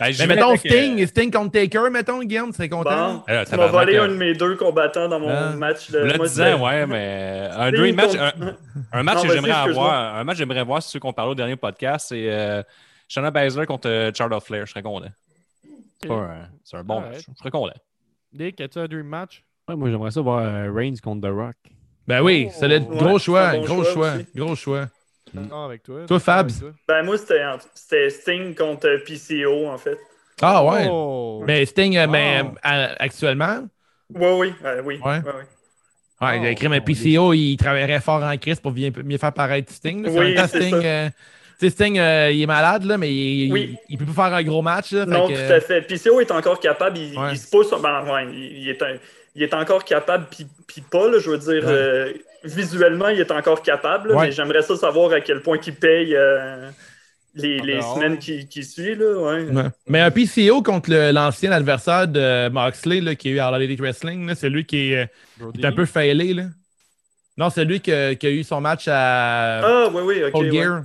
Speaker 5: Ben, j'y
Speaker 4: Mais
Speaker 5: vais
Speaker 4: mettons
Speaker 5: avec, euh,
Speaker 4: Sting, Sting contre Taker, mettons, Guillaume, tu serais
Speaker 6: Bon,
Speaker 4: content.
Speaker 5: Alors,
Speaker 6: tu m'as volé
Speaker 5: Eh tabarnak,
Speaker 6: un de mes deux combattants dans mon
Speaker 4: Hein?
Speaker 6: match.
Speaker 5: vous
Speaker 6: de
Speaker 5: le
Speaker 6: moi,
Speaker 5: disant,
Speaker 6: c'était-
Speaker 5: ouais, mais euh, un
Speaker 6: Sting
Speaker 5: Dream Match,
Speaker 6: contre-
Speaker 5: un, un match
Speaker 6: Non,
Speaker 5: que
Speaker 6: vas-y,
Speaker 5: j'aimerais
Speaker 6: excuse-moi.
Speaker 5: avoir, un match que j'aimerais voir, c'est celui qu'on parlait au dernier podcast, c'est euh, Shana Baszler contre euh, Charlotte Flair. Je serais content. C'est pas un- C'est un bon
Speaker 2: Alright.
Speaker 5: match. Je serais content.
Speaker 2: Dick, as-tu un Dream Match?
Speaker 3: Ouais, moi, j'aimerais ça voir euh, Reigns contre The Rock.
Speaker 4: Ben oui,
Speaker 2: Oh.
Speaker 4: solide.
Speaker 2: Ouais,
Speaker 4: gros
Speaker 6: c'est
Speaker 4: choix,
Speaker 6: un bon
Speaker 4: gros
Speaker 6: choix
Speaker 4: choix,
Speaker 6: aussi.
Speaker 4: gros choix.
Speaker 2: D'accord avec toi.
Speaker 4: Toi, Fab.
Speaker 2: D'accord avec
Speaker 6: Ben, moi, c'était en- c'était Sting contre euh, PCO, en fait.
Speaker 4: Ah
Speaker 2: toi.
Speaker 4: ouais.
Speaker 2: Oh.
Speaker 4: Mais Sting, euh,
Speaker 2: Oh.
Speaker 4: mais, euh, à- actuellement,
Speaker 6: Ouais, oui, euh, oui.
Speaker 4: Ouais.
Speaker 6: ouais, ouais. Ah,
Speaker 4: ouais,
Speaker 2: Oh,
Speaker 4: il a écrit, mais
Speaker 2: on
Speaker 4: PCO, il travaillerait fort en crise pour bien- mieux faire paraître Sting. là. Puis en
Speaker 6: Oui,
Speaker 4: même temps,
Speaker 6: c'est
Speaker 4: Sting,
Speaker 6: ça.
Speaker 4: euh, tu sais, Sting, euh, il est malade, là, mais il,
Speaker 6: Oui.
Speaker 4: il, peut pas faire un gros match. là, fait
Speaker 6: Non,
Speaker 4: que-
Speaker 6: tout à fait. PCO est encore capable, il,
Speaker 4: Ouais.
Speaker 6: il se pousse. Ben, ouais, il, il est un- il est encore capable, puis puis pas, là, je veux dire,
Speaker 4: Ouais.
Speaker 6: euh, visuellement, il est encore capable, là,
Speaker 4: Ouais.
Speaker 6: mais j'aimerais ça savoir à quel point qu'il paye euh, les,
Speaker 2: Ah,
Speaker 6: les
Speaker 2: ben, oh.
Speaker 6: semaines qui, qui suivent. Là, ouais.
Speaker 4: Ouais. Mais un PCO contre le- l'ancien adversaire de Moxley là, qui a eu à All Elite Wrestling, là, celui qui est, euh, qui est un peu failé. Là. Non, celui que- qui a eu son match à
Speaker 6: Ah, oui, oui, ok.
Speaker 4: Paul
Speaker 6: ouais.
Speaker 4: Gear.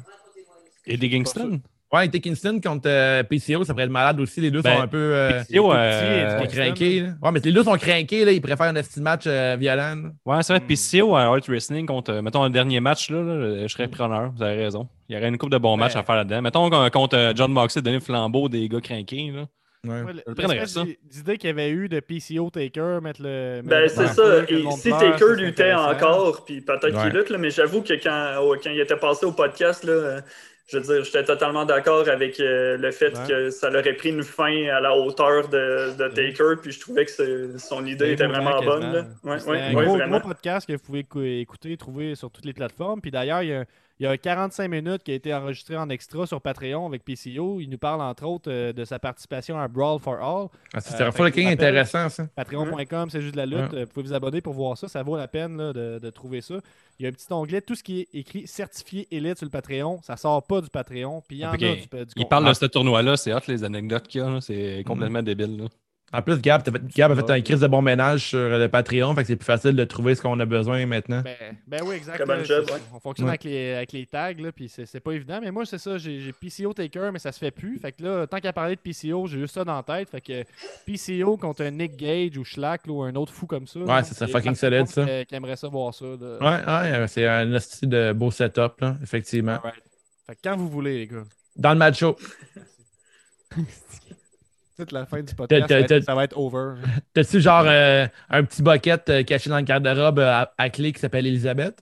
Speaker 5: Eddie Kingston?
Speaker 4: Ouais, Eddie Kingston contre euh, PCO, ça pourrait être malade aussi. Les deux
Speaker 5: Ben,
Speaker 4: sont un peu euh,
Speaker 5: Yo,
Speaker 2: tout
Speaker 5: euh,
Speaker 2: petit,
Speaker 4: sont
Speaker 2: Kingston.
Speaker 4: craqués. là. Ouais, mais les deux sont craqués. Là. Ils préfèrent un petit match euh, violent. là.
Speaker 5: Ouais, ça va
Speaker 2: Hmm.
Speaker 5: être PCO à Art Wrestling contre, euh, mettons, le dernier match, là, là, je serais
Speaker 4: Hmm.
Speaker 5: preneur, vous avez raison. Il y aurait une coupe de bons
Speaker 4: Ben.
Speaker 5: matchs à faire là-dedans. Mettons qu'on- contre euh, John Moxley, donner le flambeau des gars craqués. Là.
Speaker 4: Ouais.
Speaker 2: Ouais,
Speaker 5: Je le prendrais,
Speaker 2: l'espèce
Speaker 5: ça.
Speaker 2: d'i- d'idée qu'il y avait eu de PCO Taker, mettre le.
Speaker 6: Ben,
Speaker 2: mettre
Speaker 6: c'est
Speaker 2: le-
Speaker 6: ça.
Speaker 2: que le
Speaker 6: Et
Speaker 2: monde
Speaker 6: si
Speaker 2: perd, ça,
Speaker 6: Taker
Speaker 2: c'est
Speaker 6: luttait
Speaker 2: intéressant.
Speaker 6: encore, puis peut-être
Speaker 4: Ouais.
Speaker 6: qu'il lutte, là, mais j'avoue que quand, au- quand il était passé au podcast, là, euh, je veux dire, j'étais totalement d'accord avec euh, le fait
Speaker 2: Ouais.
Speaker 6: que ça leur aurait pris une fin à la hauteur de, de Taker, puis je trouvais que c'est- son idée était vraiment
Speaker 2: Quasiment.
Speaker 6: bonne. Là. Ouais,
Speaker 2: C'est
Speaker 6: ouais,
Speaker 2: un
Speaker 6: ouais,
Speaker 2: gros,
Speaker 6: vraiment.
Speaker 2: gros podcast que vous pouvez écou- écouter, trouver sur toutes les plateformes. Puis d'ailleurs, il y, a, il y a 45 minutes qui a été enregistré en extra sur Patreon avec PCO. Il nous parle entre autres euh, de sa participation à Brawl for All.
Speaker 4: Ah, c'est
Speaker 2: Euh,
Speaker 4: c'était
Speaker 2: fait que je
Speaker 4: fucking
Speaker 2: rappelle-
Speaker 4: intéressant, ça.
Speaker 2: Patreon.com, c'est juste de la lutte. Euh, Vous pouvez vous abonner pour voir ça. Ça vaut la peine là, de, de trouver ça. Il y a un petit onglet, tout ce qui est écrit certifié élite sur le Patreon. Ça sort pas du Patreon. Puis il y
Speaker 4: Ah,
Speaker 2: en
Speaker 5: Ok.
Speaker 2: a du, du
Speaker 5: Il
Speaker 2: contenu.
Speaker 5: parle de ce tournoi-là, c'est hot les anecdotes qu'il y a, là,
Speaker 4: Hmm.
Speaker 5: c'est complètement débile. là.
Speaker 4: En plus, Gab, t'as fait- Gab a fait un crise de bon ménage sur le Patreon. Fait que c'est plus facile de trouver ce qu'on a besoin maintenant.
Speaker 2: Ben, ben oui, exact.
Speaker 6: Très bonne
Speaker 2: là,
Speaker 6: job,
Speaker 2: c'est-
Speaker 6: ouais.
Speaker 2: On fonctionne
Speaker 4: Ouais.
Speaker 2: avec, les, avec les tags, là, puis c'est c'est pas évident. Mais moi, c'est ça, j'ai j'ai PCO Taker, mais ça se fait plus. Fait que là, tant qu'à parler de PCO, j'ai juste ça dans la tête. Fait que PCO contre un Nick Gage ou Schlack là, ou un autre fou comme ça. là,
Speaker 4: c'est ça,
Speaker 2: il y a
Speaker 4: fucking
Speaker 2: plein de
Speaker 4: solide,
Speaker 2: monde
Speaker 4: ça.
Speaker 2: Qui, qui aimerait ça voir ça. là.
Speaker 4: Ouais, ouais, euh, c'est un hostie de beau setup, là, effectivement.
Speaker 2: Alright. Fait que quand vous voulez, les gars.
Speaker 4: Dans le match show.
Speaker 2: C'est la fin du podcast.
Speaker 4: t'as-
Speaker 2: ça va être-
Speaker 4: t'as-
Speaker 2: Ça va être over.
Speaker 4: T'as-tu genre euh, un petit bucket euh, caché dans le garde-robe euh, à, à clé qui s'appelle Elisabeth?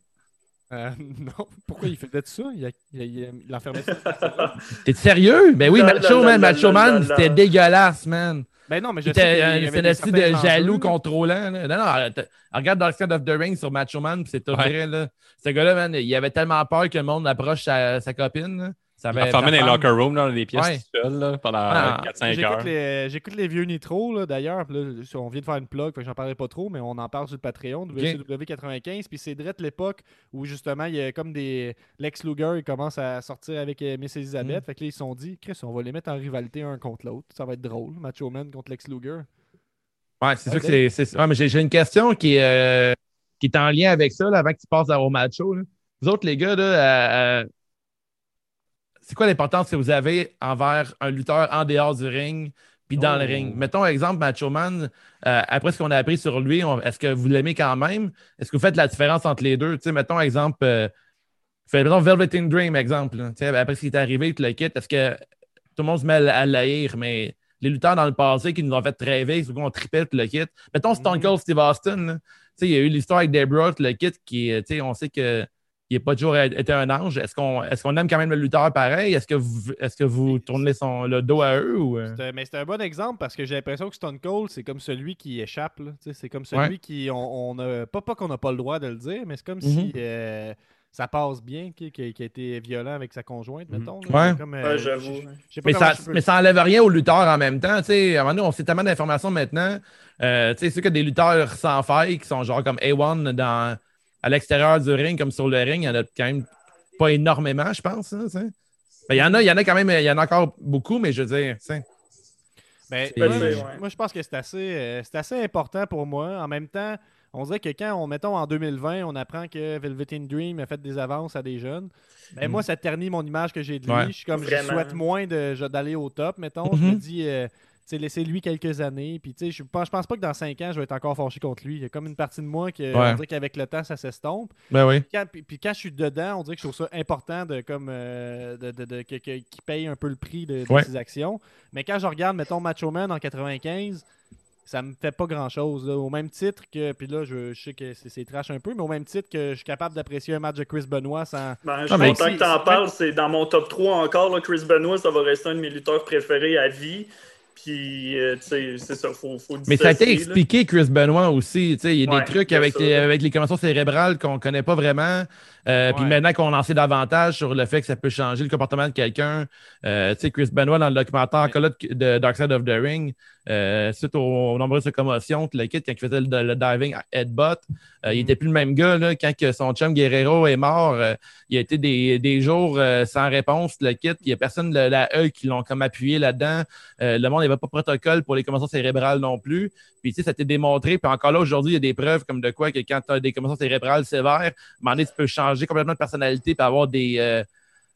Speaker 2: Euh, non. Pourquoi il faisait ça Il a- il a- il a- il enfermait ça.
Speaker 4: T'es sérieux? Ben oui,
Speaker 6: La,
Speaker 4: Macho
Speaker 6: la,
Speaker 4: Man,
Speaker 6: la,
Speaker 4: Macho
Speaker 6: la, la,
Speaker 4: Man,
Speaker 6: la.
Speaker 4: c'était dégueulasse, man.
Speaker 2: Ben non, mais je sais qu'il
Speaker 4: C'était
Speaker 2: y
Speaker 4: euh, un
Speaker 2: avait des
Speaker 4: hostie de
Speaker 2: certains
Speaker 4: jaloux
Speaker 2: enjeux, là.
Speaker 4: contrôlant. là. Non, non, arrête, regarde Dark Side of the Ring sur Macho Man, pis c'est tout
Speaker 5: Ouais.
Speaker 4: vrai, là. Ce gars-là, man, il avait tellement peur que le monde approche sa, sa copine, là. Ça
Speaker 5: La
Speaker 4: avait-
Speaker 5: femme dans
Speaker 4: ta
Speaker 5: les
Speaker 4: femme-
Speaker 5: locker rooms, dans les pièces
Speaker 4: Ouais.
Speaker 5: tout seul, là, pendant
Speaker 4: Ah,
Speaker 5: 4-5
Speaker 2: J'écoute
Speaker 5: heures.
Speaker 2: les, j'écoute les vieux Nitro, là, d'ailleurs. Puis là, si On vient de faire une plug, fait que j'en parlais pas trop, mais on en parle sur le Patreon, WCW95. Puis c'est drette l'époque où, justement, il y a comme des. Lex Luger, il commence à sortir avec euh, Miss Elizabeth. Fait que là, ils se sont dit, Chris, on va les mettre en rivalité un contre l'autre. Ça va être drôle. Macho Man contre Lex Luger.
Speaker 4: Ouais, c'est sûr que c'est- c'est. ouais, mais j'ai j'ai une question qui, est, euh, qui est en lien avec ça, là, avant que tu passes à- au macho. Là. Vous autres, les gars, là, euh, euh, c'est quoi l'importance que vous avez envers un lutteur en dehors du ring puis dans le
Speaker 5: Oh.
Speaker 4: ring? Mettons exemple Macho Man, euh, après ce qu'on a appris sur lui, on- est-ce que vous l'aimez quand même? Est-ce que vous faites la différence entre les deux? Tu sais, mettons exemple, euh, fait, mettons Velvet Dream, exemple. là. Tu sais, Après ce qui est arrivé, tu le quittes, est-ce que tout le monde se met à l- à l'haïr, mais les lutteurs dans le passé qui nous ont fait rêver, c'est qu'on tripait tout le kit. Mettons Stone Cold Steve Austin, là. Tu sais, il y a eu l'histoire avec Debra, tout le kit, qui, euh, tu sais, on sait que il n'a pas toujours a- été un ange. Est-ce qu'on est qu'on aime quand même le lutteur pareil? Est-ce que vous, est que vous tournez son, le dos à eux? Ou... euh?
Speaker 2: C'était- Mais c'est un bon exemple parce que j'ai l'impression que Stone Cold, c'est comme celui qui échappe. là. Tu sais, C'est comme celui qui. On, on a- pas pas qu'on n'a pas le droit de le dire, mais c'est comme si.
Speaker 4: Mhm.
Speaker 2: euh, ça passe bien, qui, qui- qui a été violent avec sa conjointe,
Speaker 7: Mhm.
Speaker 2: mettons. là.
Speaker 4: Ouais.
Speaker 2: C'est comme, euh,
Speaker 6: Ouais, j'avoue.
Speaker 2: je- je sais pas
Speaker 4: Mais
Speaker 2: comment
Speaker 4: ça,
Speaker 2: je peux-
Speaker 4: mais ça enlève rien aux lutteurs en même temps. tu sais. À un moment donné, on sait tellement d'informations maintenant. Euh, tu sais, c'est sûr que des lutteurs sans faille qui sont genre comme A1 dans, à l'extérieur du ring, comme sur le ring, il y en a quand même pas énormément, je pense. hein, tu sais. Ben, Il y en a, il y en a quand même, il y en a encore beaucoup, mais je veux dire, tu sais.
Speaker 2: Ben,
Speaker 4: C'est-
Speaker 2: moi,
Speaker 4: Ouais.
Speaker 2: je- moi, je pense que c'est assez, euh, c'est assez important pour moi. En même temps, on dirait que quand, on, mettons, en 2020, on apprend que Velvet in Dream a fait des avances à des jeunes, ben,
Speaker 4: Mm.
Speaker 2: moi, ça ternit mon image que j'ai de lui.
Speaker 4: Ouais.
Speaker 2: Je suis comme, je
Speaker 6: Vraiment.
Speaker 2: souhaite moins de- je- d'aller au top, mettons. Je me
Speaker 4: Mhm.
Speaker 2: dis, euh, tu sais, laissez-lui quelques années. Puis, tu sais, je pense, je pense pas que dans 5 ans, je vais être encore fâché contre lui. Il y a comme une partie de moi qui, euh,
Speaker 4: Ouais.
Speaker 2: on dirait qu'avec le temps, ça s'estompe
Speaker 4: Ben oui.
Speaker 2: quand, puis, puis quand je suis dedans, on dirait que je trouve ça important de comme euh, de, de- de- que- que- qu'il paye un peu le prix de, de
Speaker 4: Ouais.
Speaker 2: ses actions. Mais quand je regarde, mettons, Macho Man en 95, ça me fait pas grand chose. Au même titre que. Puis là, je, je sais que c'est, c'est trash un peu, mais au même titre que je suis capable d'apprécier un match de Chris Benoit sans.
Speaker 6: Ben, je
Speaker 4: Ah,
Speaker 6: suis
Speaker 4: mais
Speaker 6: content
Speaker 2: si-
Speaker 6: que t'en
Speaker 2: si-
Speaker 6: parles. C'est dans mon top 3 encore. là, Chris Benoit, ça va rester un de mes lutteurs préférés à vie. Puis, euh, tu sais, c'est ça, faut, faut
Speaker 4: Mais ça a été
Speaker 6: dissocier, là.
Speaker 4: expliqué, Chris Benoit aussi. Tu sais, Il y a
Speaker 6: Ouais,
Speaker 4: des trucs
Speaker 6: bien
Speaker 4: avec
Speaker 6: sûr.
Speaker 4: les, avec les commotions cérébrales qu'on ne connaît pas vraiment. Euh, Puis
Speaker 2: Ouais.
Speaker 4: maintenant qu'on en sait davantage sur le fait que ça peut changer le comportement de quelqu'un. euh, tu sais, Chris Benoit, dans le documentaire encore là, de- de Dark Side of the Ring, euh, suite aux, aux nombreuses commotions, tout le kit, quand il faisait le, le diving headbutt, euh, il
Speaker 6: Mm-hmm.
Speaker 2: Mhm.
Speaker 4: n'était plus le même gars. Là, quand que son chum Guerrero est mort, euh, il a été des, des jours euh, sans réponse, tout le kit. Il n'y a personne de la E qui l'ont comme appuyé là-dedans. Euh, le monde n'avait pas de protocole pour les commotions cérébrales non plus. Puis, tu sais, ça a été démontré. Puis encore là, aujourd'hui, il y a des preuves comme de quoi que quand tu as des commotions cérébrales sévères, à un moment donné, tu peux changer complètement de personnalité puis avoir des, euh,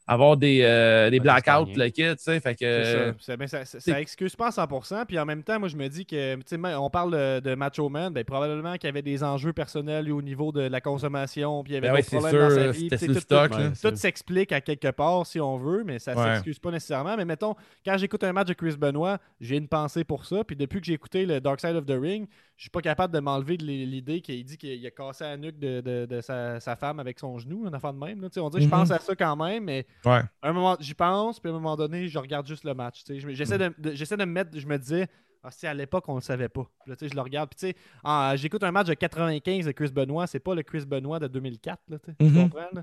Speaker 4: avoir des, euh, des
Speaker 7: Ouais, ça, c'est pas
Speaker 4: blackouts,
Speaker 7: rien.
Speaker 4: le kit, tu sais. Fait que.
Speaker 2: C'est
Speaker 4: euh,
Speaker 2: ça. C'est- ben, ça, ça- ça excuse pas à 100%. Puis en même temps, moi, je me dis que, tu sais, ma- on parle euh, de Macho Man, ben, probablement qu'il y avait des enjeux personnels au niveau de la consommation, puis il y avait
Speaker 4: Ben oui,
Speaker 2: des
Speaker 4: c'est
Speaker 2: problèmes
Speaker 4: sûr,
Speaker 2: dans sa
Speaker 4: euh,
Speaker 2: vie.
Speaker 4: c'était
Speaker 2: tu sais,
Speaker 4: sous le
Speaker 2: tout- tout-
Speaker 4: stock.
Speaker 7: Ouais,
Speaker 4: là.
Speaker 7: c'est-
Speaker 2: tout s'explique à quelque part si on veut, mais ça
Speaker 4: Ouais.
Speaker 2: s'excuse pas nécessairement. Mais mettons, quand j'écoute un match de Chris Benoit, j'ai une pensée pour ça. Puis depuis que j'ai écouté le Dark Side of the Ring, je suis pas capable de m'enlever de l'i- l'idée qu'il dit qu'il a cassé la nuque de, de- de sa, sa femme avec son genou, un enfant de même. là. Tu sais, On dirait que je
Speaker 4: Mhm.
Speaker 2: pense à ça quand même, mais
Speaker 4: Ouais.
Speaker 2: à un moment j'y pense, puis à un moment donné, je regarde juste le match. tu sais. Je me- J'essaie
Speaker 4: Mhm.
Speaker 2: de, de- j'essaie de me mettre, je me disais. Ah, si à l'époque, on le savait pas. Puis Là, tu sais, je le regarde. Puis, tu sais, en- j'écoute un match de 95 de Chris Benoit. C'est pas le Chris Benoit de 2004. Là, tu sais. Tu
Speaker 4: Mhm.
Speaker 2: comprends? là?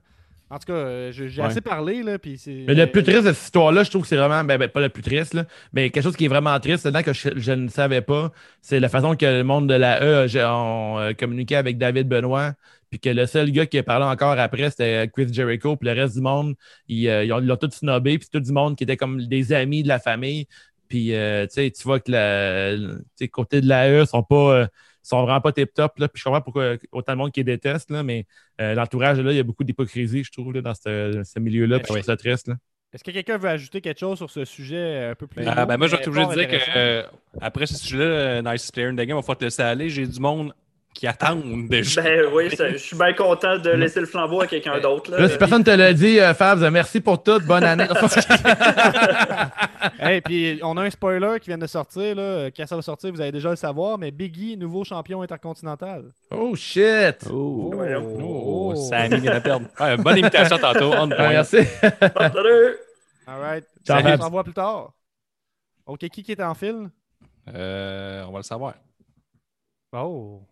Speaker 2: En tout cas, euh, je- j'ai
Speaker 7: Ouais.
Speaker 2: assez parlé. Là, puis c'est-
Speaker 4: euh, Mais le plus triste de cette histoire-là, je trouve que c'est vraiment, ben, ben, pas le plus triste, là, mais quelque chose qui est vraiment triste, c'est que je, je ne savais pas, c'est la façon que le monde de la E a, j'ai- ont, euh, communiqué avec David Benoît, puis que le seul gars qui a parlé encore après, c'était euh, Chris Jericho, puis le reste du monde, ils euh, ils ont- ils l'ont tout snobé, puis c'est tout du monde qui était comme des amis de la famille, puis euh, tu sais, tu vois que la, le- tu sais, côté de la E, sont pas... euh, sont vraiment pas tip-top, là, puis je comprends pourquoi autant de monde qui les déteste, là, mais euh, l'entourage, là, il y a beaucoup d'hypocrisie, je trouve, là, dans ce, ce milieu-là,
Speaker 2: Ben
Speaker 4: puis je
Speaker 2: oui.
Speaker 4: trouve ça triste, là.
Speaker 2: Est-ce que quelqu'un veut ajouter quelque chose sur ce sujet un peu plus
Speaker 5: Ah,
Speaker 2: long,
Speaker 5: ben, moi, je vais
Speaker 2: mais
Speaker 5: être obligé de
Speaker 2: fort
Speaker 5: dire que
Speaker 2: intéressant?
Speaker 5: euh, après ce sujet-là, euh, Nice Player in the Game, on va te laisser aller. J'ai du monde qui attend déjà.
Speaker 6: Ben oui, ça- je suis bien content de laisser le flambeau à
Speaker 2: ben,
Speaker 6: quelqu'un d'autre.
Speaker 4: Là, si personne te l'a dit, euh, Fabs, euh, merci pour tout. Bonne année.
Speaker 2: Hey, puis on a un spoiler qui vient de sortir. Là. Quand ça va sortir, vous allez déjà le savoir. Mais Biggie, nouveau champion intercontinental.
Speaker 4: oh shit!
Speaker 7: Oh.
Speaker 5: Oh, Sammy vient de perdre. Ouais, bonne imitation tantôt. On
Speaker 4: Ah,
Speaker 5: point.
Speaker 4: merci.
Speaker 6: Salut!
Speaker 2: All right.
Speaker 4: Ciao,
Speaker 2: On
Speaker 4: Babs.
Speaker 2: se revoit plus tard. OK, qui qui est en fil?
Speaker 5: Euh, on va le savoir.
Speaker 2: Oh.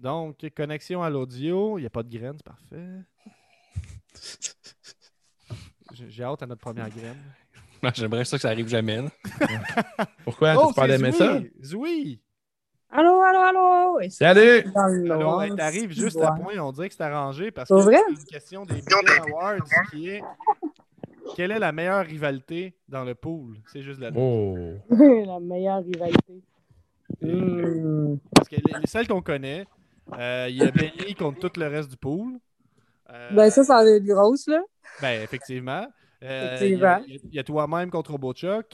Speaker 2: Donc, connexion à l'audio. Il n'y a pas de graines, c'est parfait. J'ai j'ai hâte à notre première graine.
Speaker 5: J'aimerais ça que ça arrive jamais. là.
Speaker 4: Pourquoi? tu parles d'aimer ça?
Speaker 2: Zoui!
Speaker 8: Allô, allô, allô! Et c'est
Speaker 4: Salut!
Speaker 8: dans le
Speaker 2: Alors,
Speaker 8: noir,
Speaker 2: hey, t'arrives
Speaker 8: c'est
Speaker 2: juste
Speaker 8: noir.
Speaker 2: à point, on dirait que c'est arrangé parce que
Speaker 8: Pour vrai?
Speaker 2: c'est une question des Billion Awards qui est quelle est la meilleure rivalité dans le pool? C'est juste la
Speaker 4: Oh. Mm.
Speaker 8: la meilleure rivalité. Hmm.
Speaker 2: Parce que les, les celles qu'on connaît, euh, il y a Benny contre tout le reste du pool. Euh,
Speaker 8: Ben, ça, ça en est grosse, là.
Speaker 2: ben, effectivement. Euh,
Speaker 8: Effectivement.
Speaker 2: Il y a- il y a, toi-même contre Robochuck.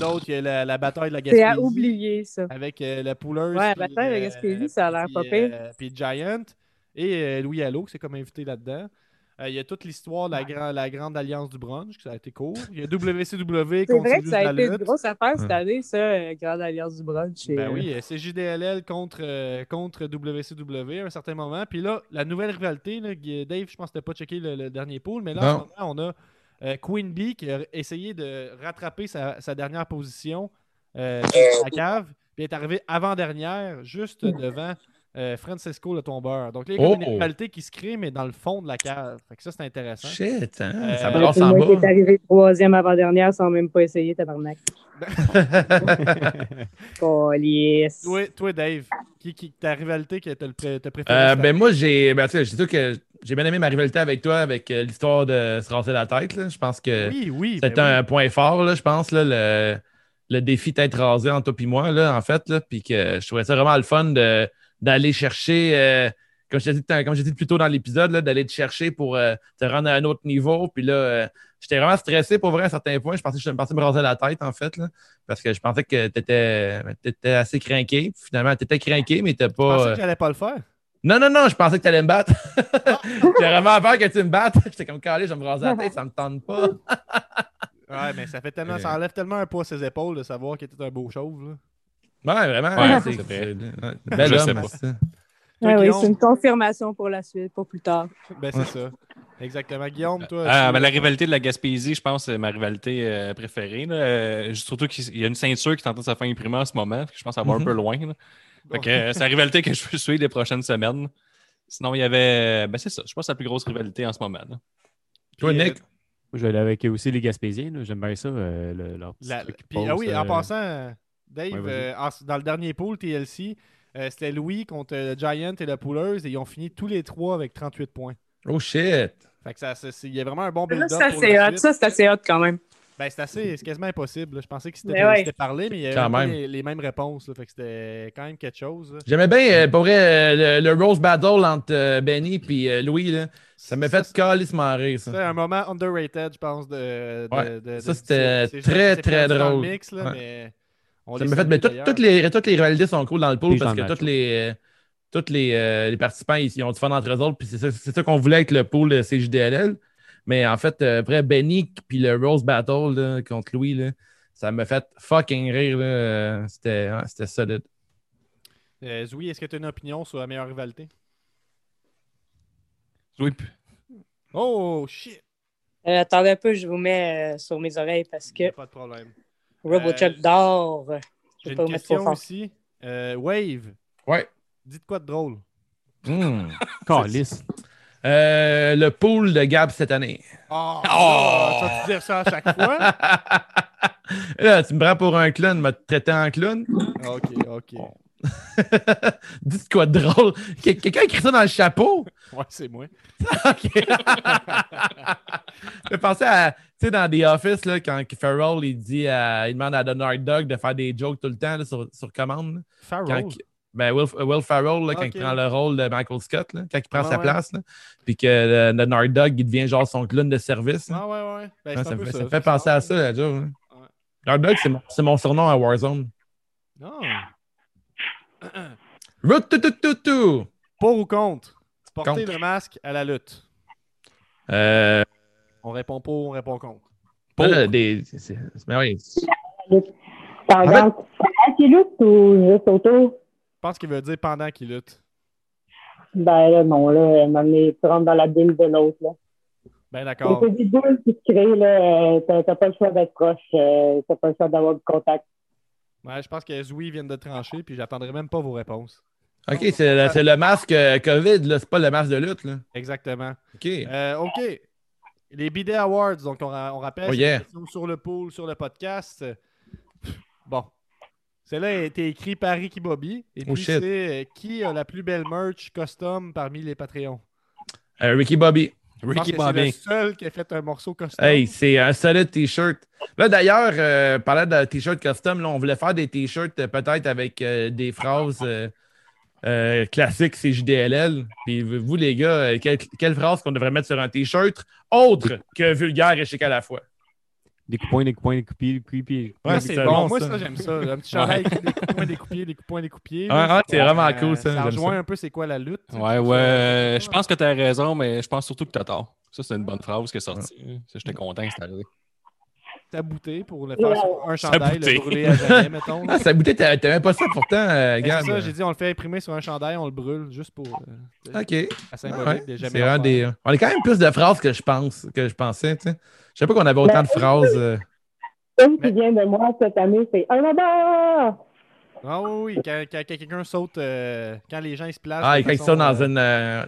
Speaker 2: D'autres, il y a la, la bataille de la
Speaker 8: C'est à
Speaker 2: Gaspésie.
Speaker 8: oublier, ça.
Speaker 2: Avec euh, la pouleuse.
Speaker 8: Ouais, la
Speaker 2: puis,
Speaker 8: bataille de la
Speaker 2: euh,
Speaker 8: Gaspésie, ça a l'air
Speaker 2: puis,
Speaker 8: pas pire.
Speaker 2: euh, Puis Giant. Et euh, Louis Allo, qui s'est comme invité là-dedans. Euh, il y a toute l'histoire de la, grand- la grande alliance du brunch, que ça a été court. Il y a WCW
Speaker 8: C'est
Speaker 2: contre
Speaker 8: vrai que
Speaker 2: juste
Speaker 8: ça a
Speaker 2: la
Speaker 8: été une
Speaker 2: lutte.
Speaker 8: grosse affaire cette année, ça, euh, Grande Alliance du Brunch. et,
Speaker 2: Ben
Speaker 8: euh,
Speaker 2: oui, euh, c'est JDLL contre, euh, contre WCW à un certain moment. Puis là, la nouvelle rivalité, là, Gu- Dave, je pense que t'as pas checké le, le dernier pool, mais là, en
Speaker 4: Non.
Speaker 2: ce moment, on a euh, Queen Bee qui a essayé de rattraper sa, sa dernière position euh, à la cave, puis est arrivé avant-dernière, juste devant euh, Francesco le tombeur. Donc là, il y a comme une
Speaker 4: Oh!
Speaker 2: rivalité qui se crée, mais dans le fond de la cave. Fait que ça, c'est intéressant.
Speaker 4: Shit, hein?
Speaker 2: Euh,
Speaker 4: ça
Speaker 8: Alors,
Speaker 4: brasse
Speaker 8: c'est
Speaker 4: en
Speaker 8: moi qui est
Speaker 4: bas.
Speaker 8: arrivé troisième avant-dernière sans même pas essayer, tabarnak. Calice.
Speaker 2: Toi, toi, Dave, qui, qui- ta rivalité que t'as le pré- t'as préférée?
Speaker 4: Euh,
Speaker 2: cette
Speaker 4: ben moi, j'ai ben, tu sais, je dis tout que j'ai bien aimé ma rivalité avec toi, avec euh, l'histoire de se raser la tête. là. Je pense que
Speaker 2: année? oui, oui.
Speaker 4: c'était
Speaker 2: ben oui.
Speaker 4: un point fort, là, je pense, là, le, le défi d'être rasé en toi et moi, là, en fait. là. puis que je trouvais ça vraiment le fun de- d'aller chercher, euh, comme je t'ai dit, tant- comme j'ai dit plus tôt dans l'épisode, là, d'aller te chercher pour euh, te rendre à un autre niveau. Puis là, euh, j'étais vraiment stressé pour vrai à certains points. Je pensais que je me pensais me raser la tête, en fait, là, parce que je pensais que tu étais, assez craqué. Finalement, tu étais craqué, mais tu
Speaker 2: Je
Speaker 4: pas. euh,
Speaker 2: pensais que j'allais pas le faire.
Speaker 4: Non, non, non, je pensais que tu allais me battre. euh, J'ai vraiment peur que tu me battes. J'étais comme calé, je vais me raser la tête, ça me tente pas.
Speaker 2: Ouais, mais ça fait tellement,
Speaker 4: Euh.
Speaker 2: ça enlève tellement un poids à ses épaules de savoir qu'il était un beau chauve. Là.
Speaker 4: Ouais, vraiment.
Speaker 5: Ouais,
Speaker 4: c'est
Speaker 5: c'est vrai.
Speaker 4: c'est- ouais, bel
Speaker 5: Je
Speaker 4: homme,
Speaker 5: sais pas.
Speaker 4: ça.
Speaker 8: Ah oui,
Speaker 2: Guillaume?
Speaker 8: c'est une confirmation pour la suite, pour plus tard.
Speaker 2: Ben, c'est ça. Exactement. Guillaume, toi.
Speaker 5: Ah,
Speaker 2: tu-
Speaker 5: ben, la rivalité de la Gaspésie, je pense, c'est ma rivalité euh, préférée. là. Euh, surtout qu'il y a une ceinture qui est en train de se faire imprimer en ce moment. Je pense que ça va un
Speaker 4: Mhm.
Speaker 5: peu loin. là. Fait que, euh, c'est la rivalité que je veux suivre les prochaines semaines. Sinon, il y avait. Ben, c'est ça. Je pense que c'est la plus grosse rivalité en ce moment. là.
Speaker 4: Toi,
Speaker 2: Puis, euh,
Speaker 4: Nick,
Speaker 3: Moi, je vais aller avec aussi les Gaspésiens. là. J'aime bien ça, euh, le- leur petit
Speaker 2: la-
Speaker 3: truc qu'ils
Speaker 2: puis, ah
Speaker 3: postent,
Speaker 2: oui,
Speaker 3: euh,
Speaker 2: en passant, Dave,
Speaker 3: ouais, vas-y.
Speaker 2: euh, en- dans le dernier pool TLC, euh, c'était Louis contre le Giant et le Pouleuse et ils ont fini tous les trois avec 38 points.
Speaker 4: oh shit.
Speaker 2: Fait que ça, c'est- c'est- il y a vraiment un bon
Speaker 8: Là,
Speaker 2: build-up.
Speaker 8: ça,
Speaker 2: pour
Speaker 8: c'est
Speaker 2: la
Speaker 8: hot.
Speaker 2: suite.
Speaker 8: Ça, c'est assez hot quand même.
Speaker 2: Ben, c'est assez, c'est quasiment impossible. là. Je pensais que c'était
Speaker 8: Mais ouais.
Speaker 2: c'était parlé, mais il y avait
Speaker 4: Quand
Speaker 2: pas
Speaker 4: même.
Speaker 2: les, les mêmes réponses. là. Fait que c'était quand même quelque chose. là.
Speaker 4: J'aimais bien, euh, pour vrai, euh, le, le Rose Battle entre euh, Benny et Louis. Là. Ça m'a fait calissement rire,
Speaker 2: C'était
Speaker 4: ça.
Speaker 2: un moment underrated, je pense, de. de-
Speaker 4: Ouais.
Speaker 2: de-
Speaker 4: Ça,
Speaker 2: de-
Speaker 4: c'était
Speaker 2: c'est- c'est
Speaker 4: très,
Speaker 2: juste- c'est
Speaker 4: très
Speaker 2: perdu dans le
Speaker 4: drôle.
Speaker 2: mix, là,
Speaker 4: Ouais.
Speaker 2: mais on
Speaker 4: Ça
Speaker 2: les
Speaker 4: m'a fait,
Speaker 2: salue
Speaker 4: mais tout-
Speaker 2: d'ailleurs.
Speaker 4: toutes, les, toutes les rivalités sont cool dans le pool
Speaker 3: Puis
Speaker 4: parce
Speaker 3: dans
Speaker 4: que
Speaker 3: le
Speaker 4: toutes
Speaker 3: match,
Speaker 4: les, euh, toutes les, euh, les participants ils, ils ont du fun entre eux autres. Puis c'est ça, c'est ça qu'on voulait avec le pool euh, CJDLL. Mais en fait, euh, après Benny puis le Rose Battle là, contre Louis, là, ça m'a fait fucking rire. là. Euh, C'était ouais, c'était solide.
Speaker 2: Euh, Zoui, est-ce que tu as une opinion sur la meilleure rivalité?
Speaker 5: Oui, puis-
Speaker 2: Oh shit!
Speaker 8: Euh, attendez un peu, je vous mets euh, sur mes oreilles parce que
Speaker 2: Pas de problème. Euh,
Speaker 8: Robochuck dort. Je
Speaker 2: J'ai
Speaker 8: vais pas
Speaker 2: une
Speaker 8: vous mettre trop
Speaker 2: question
Speaker 8: fort.
Speaker 2: aussi. Euh, Wave,
Speaker 4: Ouais.
Speaker 2: dites quoi de drôle?
Speaker 4: Hmm.
Speaker 3: Calisse.
Speaker 4: Euh, le pool de Gab cette année.
Speaker 2: Oh!
Speaker 4: Ah!
Speaker 5: Oh!
Speaker 2: Tu vas-tu dire ça à chaque fois?
Speaker 4: Là, tu me prends pour un clown, me traitant en clown.
Speaker 2: ok, ok.
Speaker 4: Dites quoi de drôle. Quel- Quelqu'un a écrit ça dans le chapeau?
Speaker 2: Ouais, c'est moi.
Speaker 4: OK. Je pensais à, tu sais, dans The Office, là, quand Farrell, il dit à- il demande à Donald Duck de faire des jokes tout le temps là, sur, sur commande. là.
Speaker 2: Farrell.
Speaker 4: Quand il- ben, Will, euh, Will Farrell, là, quand
Speaker 2: Ok.
Speaker 4: il prend le rôle de Michael Scott, là, quand il prend
Speaker 2: Ouais,
Speaker 4: sa
Speaker 2: ouais.
Speaker 4: place, là, puis que euh, Donald Duck, il devient genre son clown de service. là.
Speaker 2: Ah ouais, ouais. Ben,
Speaker 4: Ouais,
Speaker 2: c'est
Speaker 4: ça,
Speaker 2: un
Speaker 4: me
Speaker 2: peu
Speaker 4: fait,
Speaker 2: ça,
Speaker 4: ça me fait penser à ça, la job. hein.
Speaker 2: Ouais.
Speaker 4: Donald Duck, c'est mon, c'est mon surnom à Warzone.
Speaker 2: Non.
Speaker 4: Routoutoutoutou!
Speaker 2: Pour ou contre? Porter
Speaker 4: Contre.
Speaker 2: le masque à la lutte.
Speaker 4: Euh,
Speaker 2: On répond pour, on répond contre.
Speaker 4: pas là, des, c'est- c'est- mais oui.
Speaker 9: T'en
Speaker 4: En fait-
Speaker 9: regardes à qui lutte ou juste autour?
Speaker 2: Je pense qu'il veut dire pendant qu'il lutte.
Speaker 9: Ben là, non, là, m'amener, tu rentres dans la bulle de l'autre, là.
Speaker 2: Ben
Speaker 9: C'est
Speaker 2: d'accord.
Speaker 9: une petite bulle qui se crée, là, euh, t'as t'as pas le choix d'être proche, euh, t'as pas le choix d'avoir du contact.
Speaker 2: Ouais, je pense que Zoui vient de trancher, puis j'attendrai même pas vos réponses.
Speaker 4: OK, c'est le, c'est le masque euh, COVID, là, c'est pas le masque de lutte. Là.
Speaker 2: Exactement.
Speaker 4: OK.
Speaker 2: Euh, OK. Les Bidet Awards, donc on, ra- on rappelle,
Speaker 4: Oh
Speaker 2: c'est
Speaker 4: yeah.
Speaker 2: des questions sur le pool, sur le podcast. Euh, Bon. Celle-là a été écrite par Ricky Bobby. Et
Speaker 4: Oh
Speaker 2: puis
Speaker 4: shit.
Speaker 2: c'est euh, qui a la plus belle merch custom parmi les Patreons?
Speaker 4: Euh, Ricky Bobby.
Speaker 2: Je pense
Speaker 5: Ricky
Speaker 2: que C'est le
Speaker 5: Bobby.
Speaker 2: seul qui a fait un morceau custom.
Speaker 4: Hey, c'est un solide t-shirt. Là, d'ailleurs, euh, parlant de t-shirt custom, là, on voulait faire des t-shirts euh, peut-être avec euh, des phrases euh, euh, classiques CJDLL. Puis vous, les gars, euh, quelle, quelle phrase qu'on devrait mettre sur un t-shirt autre que vulgaire et chic à la fois?
Speaker 3: Des coupons, des coupons, des coupiers, des coupiers.
Speaker 2: Ouais,
Speaker 4: Ouais,
Speaker 2: c'est
Speaker 4: c'est
Speaker 2: bon.
Speaker 4: bon,
Speaker 2: Moi,
Speaker 4: ça.
Speaker 2: ça, j'aime ça. Un petit chandail avec des coups, des coupiers, des coups, des coupiers.
Speaker 4: Ouais,
Speaker 2: là.
Speaker 4: ouais, Ah, c'est vraiment cool, ça.
Speaker 2: Ça
Speaker 4: J'aime
Speaker 2: rejoint
Speaker 4: ça.
Speaker 2: un peu c'est quoi la lutte.
Speaker 5: Ouais, ouais. Je pense que t'as raison, mais je pense surtout que t'as tort. Ça, c'est une bonne phrase qui est sortie. Ça, J'étais content que c'est arrivé.
Speaker 2: Tabouté pour le faire sur un chandail, le
Speaker 5: Tabouté.
Speaker 2: brûler à jamais, mettons. là.
Speaker 4: Ah, sa bouteille, t'as t'as même pas ça pourtant, euh,
Speaker 2: Et
Speaker 4: Gab.
Speaker 2: c'est ça, j'ai dit, on le fait imprimer sur un chandail, on le brûle juste pour euh,
Speaker 4: Ok.
Speaker 2: la
Speaker 4: Ah
Speaker 2: symbolique
Speaker 4: ouais,
Speaker 2: de jamais.
Speaker 4: C'est un
Speaker 2: en
Speaker 4: des. hein.
Speaker 2: faire.
Speaker 4: On a quand même plus de phrases que je pense, que je pensais, tu sais. Je sais pas qu'on avait autant de phrases. euh.
Speaker 8: Une qui vient de moi cette année, c'est un là-bas!
Speaker 2: Ah oui, oui, quand, quand quelqu'un saute, euh, quand les gens ils se placent.
Speaker 4: Ah,
Speaker 2: de
Speaker 4: et quand ils
Speaker 2: façon,
Speaker 4: sont dans
Speaker 2: euh,
Speaker 4: une. euh,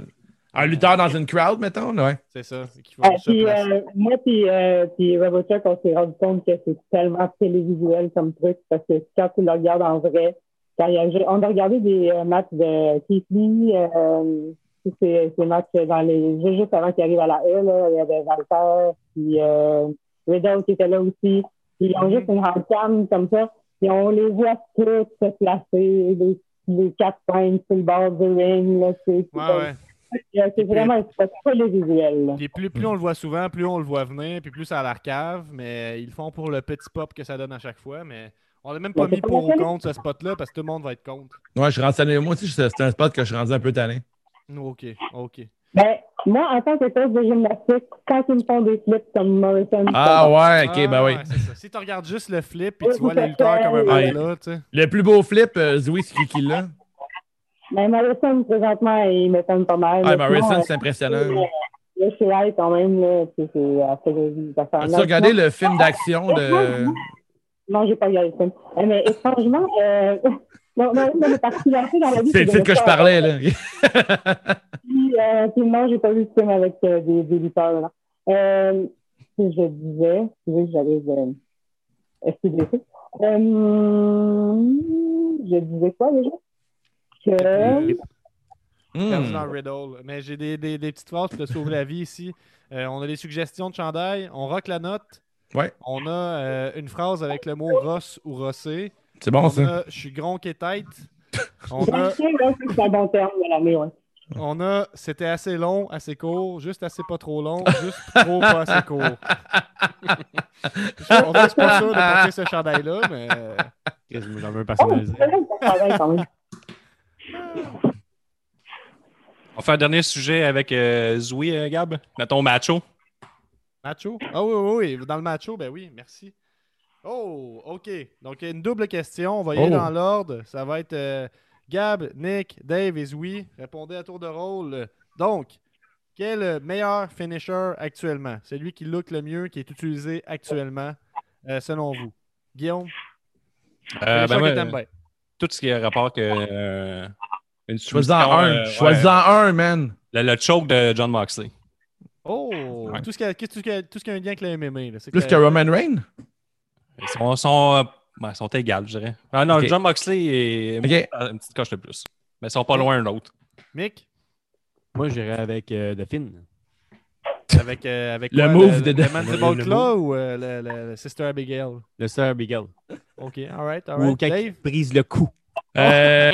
Speaker 4: un lutteur dans une crowd, mettons, ouais.
Speaker 2: C'est ça. et qu'ils vont
Speaker 8: Ah,
Speaker 2: se
Speaker 8: puis,
Speaker 2: placer.
Speaker 8: euh, moi puis, euh, puis Robochuck, on s'est rendu compte que c'est tellement télévisuel comme truc parce que quand tu le regardes en vrai, quand il y a, je- on a regardé des euh, matchs de Keith Lee, euh, tous ces, ces matchs dans les ju- juste avant qu'il arrive à la E, là, il y avait Walter, puis euh, Riddle qui était là aussi. Puis ils ont juste une handcam comme ça, puis on les voit tous se placer, les, les quatre points sur le bord du ring. là, C'est c'est
Speaker 2: Ouais, ouais.
Speaker 8: comme- c'est vraiment c'est télévisuel. là.
Speaker 2: Puis plus, plus on le voit souvent, plus on le voit venir, puis plus ça a l'air cave, mais ils le font pour le petit pop que ça donne à chaque fois, mais on l'a même pas mis pour ou contre ce spot-là parce que tout le monde va être contre.
Speaker 4: Ouais, je suis rendu. Moi aussi, c'est c'est un spot que je suis rendu un peu tanné.
Speaker 2: Oh, Ok, ok.
Speaker 8: Ben, moi, en tant que coach de gymnastique, quand ils me font des flips comme Morrison,
Speaker 4: Ah ouais,
Speaker 2: Ah,
Speaker 4: ok, ben oui.
Speaker 2: c'est ça. Si tu regardes juste le flip et
Speaker 8: Oui,
Speaker 2: tu vois
Speaker 8: tout à
Speaker 2: les lutteurs
Speaker 8: fait.
Speaker 2: comme un
Speaker 4: Ouais.
Speaker 2: là, tu sais.
Speaker 4: Ah, Le plus beau flip, euh, Zoé, c'est qui qui l'a?
Speaker 8: ben, Morrison, présentement, il me sonne pas mal.
Speaker 4: Ah,
Speaker 8: Mais
Speaker 4: Morrison,
Speaker 8: sinon,
Speaker 4: c'est
Speaker 8: euh, euh,
Speaker 4: impressionnant.
Speaker 8: Là, je suis là quand même, là, puis c'est euh, c'est des affaires.
Speaker 4: As-tu regardé le film d'action de.
Speaker 8: Non, j'ai pas regardé le film. Euh, Mais étrangement, euh... non, non, non, mais particularité dans la vie.
Speaker 4: C'est le
Speaker 8: de
Speaker 4: titre que je
Speaker 8: faire-
Speaker 4: parlais, là.
Speaker 8: Puis, euh, puis non, j'ai pas vu de film avec euh, des, des lutteurs, non. Euh, puis je disais, tu veux que j'allais euh, SPDC. Euh, je disais quoi déjà? Que...
Speaker 2: euh, Perdu dans
Speaker 4: Hmm.
Speaker 2: Riddle. Mais j'ai des, des- des petites phrases qui te sauvent la vie ici. Euh, on a des suggestions de chandail, on rock la note.
Speaker 4: Ouais.
Speaker 2: On a euh, une phrase avec le mot Ross ou Rossé.
Speaker 4: C'est bon,
Speaker 2: on
Speaker 4: ça.
Speaker 2: a Je suis gronk et tête. On a,
Speaker 8: Gâcher, là, c'est un bon terme de l'année, ouais.
Speaker 2: on a C'était assez long, assez court, juste assez pas trop long, juste trop pas assez court. on est pas sûr de porter ce chandail-là, mais. euh,
Speaker 3: Chris, moi, J'en veux un
Speaker 8: Oh,
Speaker 3: personnalisé.
Speaker 8: c'est vrai que ça travaille quand même.
Speaker 5: On fait un dernier sujet avec euh, Zoé, euh, Gab. Mettons macho.
Speaker 2: Macho? Ah oui, oui, oui. Dans le macho, ben oui, merci. Oh, OK. Donc, une double question. On va y aller
Speaker 4: Oh.
Speaker 2: dans l'ordre. Ça va être euh, Gab, Nick, Dave et Zoui. Répondez à tour de rôle. Donc, quel est le meilleur finisher actuellement? Celui qui look le mieux, qui est utilisé actuellement, euh, selon vous. Guillaume, finisher
Speaker 5: Euh, ben,
Speaker 2: que
Speaker 5: moi,
Speaker 2: t'aimes bien.
Speaker 5: tout ce qui a rapport que. euh, une
Speaker 4: Choisis-en
Speaker 5: soumission,
Speaker 4: un.
Speaker 5: euh,
Speaker 4: Choisis-en
Speaker 5: ouais.
Speaker 4: un, man.
Speaker 5: le, le choke de John Moxley.
Speaker 2: Oh!
Speaker 5: Ouais.
Speaker 2: Tout, ce qui a, tout, ce qui a- tout ce qui a un lien avec le MMA. là. C'est
Speaker 4: Plus que Roman Reigns?
Speaker 5: Ils sont, sont, euh, ben, ils sont égales, je dirais. Ah non,
Speaker 4: Ok.
Speaker 5: John Moxley est
Speaker 4: Ok.
Speaker 5: une petite coche de plus. Mais ils sont pas loin un autre.
Speaker 2: Mick?
Speaker 3: Moi, j'irais avec euh, The Finn.
Speaker 2: Avec, euh, avec
Speaker 4: Le
Speaker 2: quoi,
Speaker 4: move de-
Speaker 2: le Mandible
Speaker 3: Le- le
Speaker 2: Claw ou euh, le- le- le Sister Abigail?
Speaker 3: Le Sir Beagle.
Speaker 2: OK, all right, all
Speaker 3: Ou
Speaker 2: right.
Speaker 3: quand il
Speaker 2: Dave,
Speaker 3: brise le cou.
Speaker 4: Euh,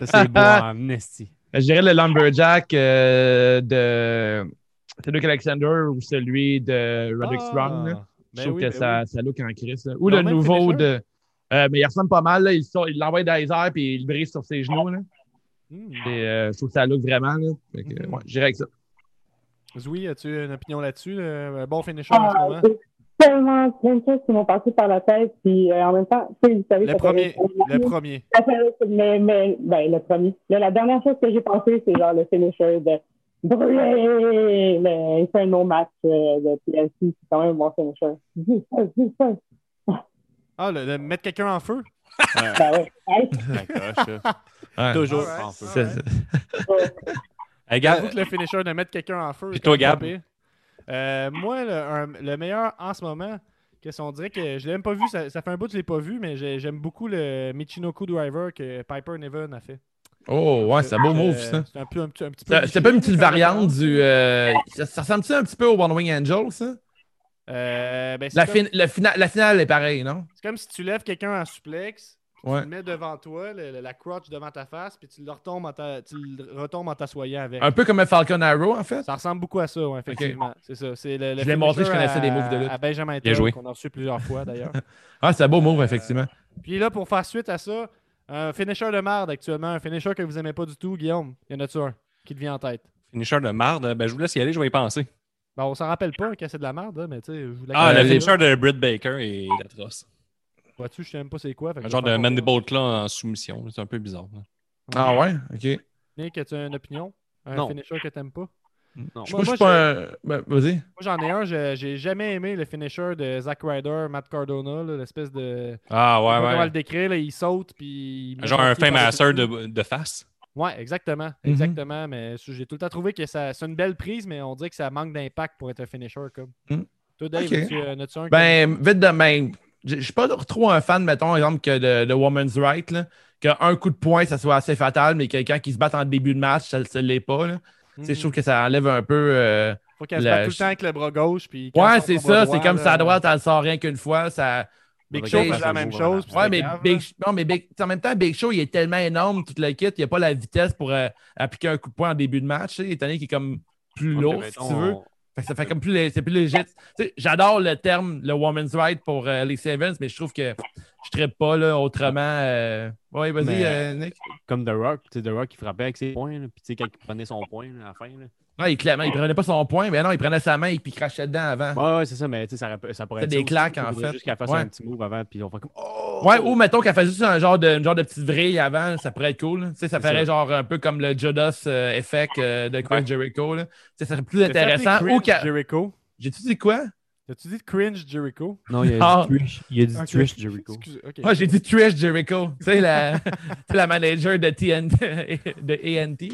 Speaker 3: Ça, c'est beau en esti.
Speaker 4: Ben, Je dirais le Lumberjack euh, de Cédric Alexander ou celui de Roderick
Speaker 2: Ah,
Speaker 4: Strong. là. Je
Speaker 2: ben
Speaker 4: trouve
Speaker 2: oui,
Speaker 4: que
Speaker 2: ben
Speaker 4: ça,
Speaker 2: oui.
Speaker 4: ça look en crise. là. Ou
Speaker 2: Quand
Speaker 4: le
Speaker 2: même
Speaker 4: nouveau
Speaker 2: finisher.
Speaker 4: de. euh, mais il ressemble pas mal. Là. Il sort- il l'envoie dans les airs puis il le brise sur ses genoux. Là.
Speaker 2: Hmm.
Speaker 4: Et, euh, je trouve que ça look vraiment. Là. Fait que,
Speaker 2: Mhm.
Speaker 4: ouais, j'irais avec ça.
Speaker 2: Zoui, as-tu une opinion là-dessus? là? Un bon finisher en ce
Speaker 8: Ah,
Speaker 2: moment?
Speaker 8: c'est tellement plein de choses qui m'ont passé par la tête, puis euh, en même temps, tu sais, vous savez,
Speaker 2: Le
Speaker 8: ça fait-
Speaker 2: premier, le premier.
Speaker 8: Ça fait- mais, mais, ben, le premier. Là, la dernière chose que j'ai pensée, c'est genre le finisher de brûler. le- Il fait un no match euh, de PLC. C'est quand même un bon finisher. Dis ça, dis ça.
Speaker 2: Ah, le, le mettre quelqu'un en feu?
Speaker 8: Ben ouais. Hey,
Speaker 3: La coche, là.
Speaker 4: Ouais.
Speaker 3: Toujours.
Speaker 2: Alright,
Speaker 3: en feu.
Speaker 2: alright.
Speaker 4: C'est-
Speaker 5: Hey, Gab,
Speaker 2: J'avoue que le finisher de mettre quelqu'un en feu.
Speaker 5: Puis
Speaker 2: quand
Speaker 5: toi,
Speaker 2: même pas
Speaker 5: Gab?
Speaker 2: pire. Euh, moi, le, un- le meilleur en ce moment, qu'est-ce qu'on dirait que je l'ai même pas vu, ça, ça fait un bout que je l'ai pas vu, mais j'ai- j'aime beaucoup le Michinoku Driver que Piper Niven a fait.
Speaker 4: Oh, ouais, c'est un beau
Speaker 2: Euh,
Speaker 4: move, ça.
Speaker 2: C'est un, peu- un petit- un petit peu
Speaker 4: Ça- C'était pas une petite
Speaker 2: comme
Speaker 4: variante
Speaker 2: référence.
Speaker 4: du. euh, ça ça ressemble-tu un petit peu au One Wing Angel, ça?
Speaker 2: Euh, ben, c'est
Speaker 4: La,
Speaker 2: comme-
Speaker 4: fin- la fina- la finale est pareille, non?
Speaker 2: C'est comme si tu lèves quelqu'un en suplex, puis
Speaker 4: Ouais.
Speaker 2: tu le mets devant toi, le- le- la crotch devant ta face, puis tu le retombes en ta- tu le retombes en t'assoyant avec.
Speaker 4: Un peu comme un Falcon Arrow, en fait.
Speaker 2: Ça ressemble beaucoup à ça, ouais, effectivement. C'est ça. C'est le, le
Speaker 4: Je l'ai montré, je
Speaker 2: finisher
Speaker 4: connaissais des
Speaker 2: à-
Speaker 4: moves de lutte.
Speaker 2: À Benjamin
Speaker 5: Bien joué.
Speaker 2: Todd, qu'on a reçu plusieurs fois d'ailleurs.
Speaker 4: Ah, c'est un beau
Speaker 2: Euh,
Speaker 4: move, effectivement.
Speaker 2: puis là, pour faire suite à ça, un finisher de merde actuellement, un finisher que vous aimez pas du tout, Guillaume. Il y en a-tu un qui te vient en tête?
Speaker 5: Finisher de marde, ben, je vous laisse y aller, je vais y penser.
Speaker 2: Ben, on s'en rappelle pas, que c'est de la merde, hein, mais tu sais, je vous
Speaker 5: Ah,
Speaker 4: Euh,
Speaker 5: le
Speaker 4: les-
Speaker 5: finisher de Britt Baker est atroce.
Speaker 2: Vois-tu, je sais même pas c'est quoi. fait que
Speaker 5: Un
Speaker 2: je
Speaker 5: genre
Speaker 2: vais
Speaker 5: de
Speaker 2: faire confiance.
Speaker 5: Mandible Claw en soumission. C'est un peu bizarre. hein. là.
Speaker 4: Ah ouais? OK.
Speaker 2: Nick, as-tu une opinion? Un
Speaker 3: Non.
Speaker 2: finisher que t'aimes pas?
Speaker 3: Non.
Speaker 2: Moi,
Speaker 4: Je moi, je
Speaker 2: moi,
Speaker 4: suis pas un... ben, Vas-y.
Speaker 2: Euh, Moi, j'en ai un, je- j'ai jamais aimé le finisher de Zack Ryder, Matt Cardona, là, l'espèce de. je sais
Speaker 5: Ah,
Speaker 2: pas
Speaker 5: ouais,
Speaker 2: comment le
Speaker 5: ouais.
Speaker 2: décrire, là, il saute, puis. il met
Speaker 5: Genre
Speaker 2: son
Speaker 5: un
Speaker 2: pied par-dessus
Speaker 5: Fame
Speaker 2: le cul.
Speaker 5: de, de face.
Speaker 2: Ouais, exactement.
Speaker 4: Mhm.
Speaker 2: Exactement. Mais su- j'ai tout le temps trouvé que ça, c'est une belle prise, mais on dirait que ça manque d'impact pour être un finisher, comme.
Speaker 4: Mhm.
Speaker 2: Toi, Dave,
Speaker 4: Ok.
Speaker 2: as-tu, euh, n'as-tu un?
Speaker 4: Ben, vite de même. Je je suis pas trop un fan, mettons, exemple, que de, de Woman's Right, là, qu'un coup de poing, ça soit assez fatal, mais quelqu'un qui se bat en début de match, ça ne l'est pas. Là.
Speaker 2: que-
Speaker 4: Tu sais, Je
Speaker 2: Mhm.
Speaker 4: trouve que ça enlève un peu. euh,
Speaker 2: Faut qu'elle se
Speaker 4: la-
Speaker 2: batte tout le temps avec le bras gauche, puis. quand
Speaker 4: Ouais,
Speaker 2: elle sort
Speaker 4: c'est
Speaker 2: son bras
Speaker 4: ça.
Speaker 2: droit,
Speaker 4: C'est comme
Speaker 2: là,
Speaker 4: ça à droite, elle sort rien qu'une fois. Ça...
Speaker 2: Big
Speaker 3: Ouais,
Speaker 2: Show
Speaker 4: mais-
Speaker 2: fait la même chose. puis
Speaker 4: Ouais,
Speaker 2: c'est
Speaker 4: mais
Speaker 2: grave,
Speaker 4: Big...
Speaker 2: là.
Speaker 4: non, mais Big- en même temps, Big Show, il est tellement énorme, tout le kit, il n'y a pas la vitesse pour euh, appliquer un coup de poing en début de match, tu sais, étant donné qu'il est comme plus
Speaker 3: Ok,
Speaker 4: lourd, si
Speaker 3: mettons,
Speaker 4: tu veux.
Speaker 3: on-
Speaker 4: Fait que ça fait comme plus, lé- c'est plus léger. Tu sais, J'adore le terme, le woman's right pour euh, les Sevens, mais je trouve que je ne pas là, autrement. euh. Ouais, vas-y,
Speaker 3: Mais-
Speaker 4: euh, Nick.
Speaker 3: Comme The Rock, tu sais, The Rock, il frappait avec ses points, là, puis tu sais, quand il prenait son point là, à la fin. Là.
Speaker 4: Ouais, il, clairement, il prenait pas son point, mais non, il prenait sa main et puis il crachait dedans avant.
Speaker 3: Ouais, ouais, c'est ça, mais tu sais, ça, aurait- ça pourrait
Speaker 4: C'est
Speaker 3: être.
Speaker 4: des
Speaker 3: ça aussi,
Speaker 4: claques,
Speaker 3: tu sais,
Speaker 4: en
Speaker 3: faudrait
Speaker 4: fait.
Speaker 3: Juste qu'elle fasse
Speaker 4: Ouais.
Speaker 3: un petit move avant, puis on fait comme. Oh!
Speaker 4: Ouais, ou mettons qu'elle fasse juste un genre de, une genre de petite vrille avant, ça pourrait être cool. là. Tu sais, ça
Speaker 3: C'est
Speaker 4: ferait
Speaker 3: ça.
Speaker 4: genre un peu comme le Judas euh, effect euh, de Chris Jericho. là. Tu sais, ça serait plus
Speaker 2: T'as-tu appelé
Speaker 4: intéressant. Ou
Speaker 2: Cringe
Speaker 4: qu'à-
Speaker 2: Jericho.
Speaker 4: J'ai-tu dit quoi?
Speaker 2: T'as-tu dit de cringe Jericho?
Speaker 3: Non, il y a
Speaker 4: Ah.
Speaker 3: du Trish. Il y a du
Speaker 2: Ok.
Speaker 3: Trish, Jericho.
Speaker 2: Excusez, ok.
Speaker 4: Ouais, Ah, j'ai dit Trish Jericho. Tu sais, la, tu sais, la manager de TNT, de ANT.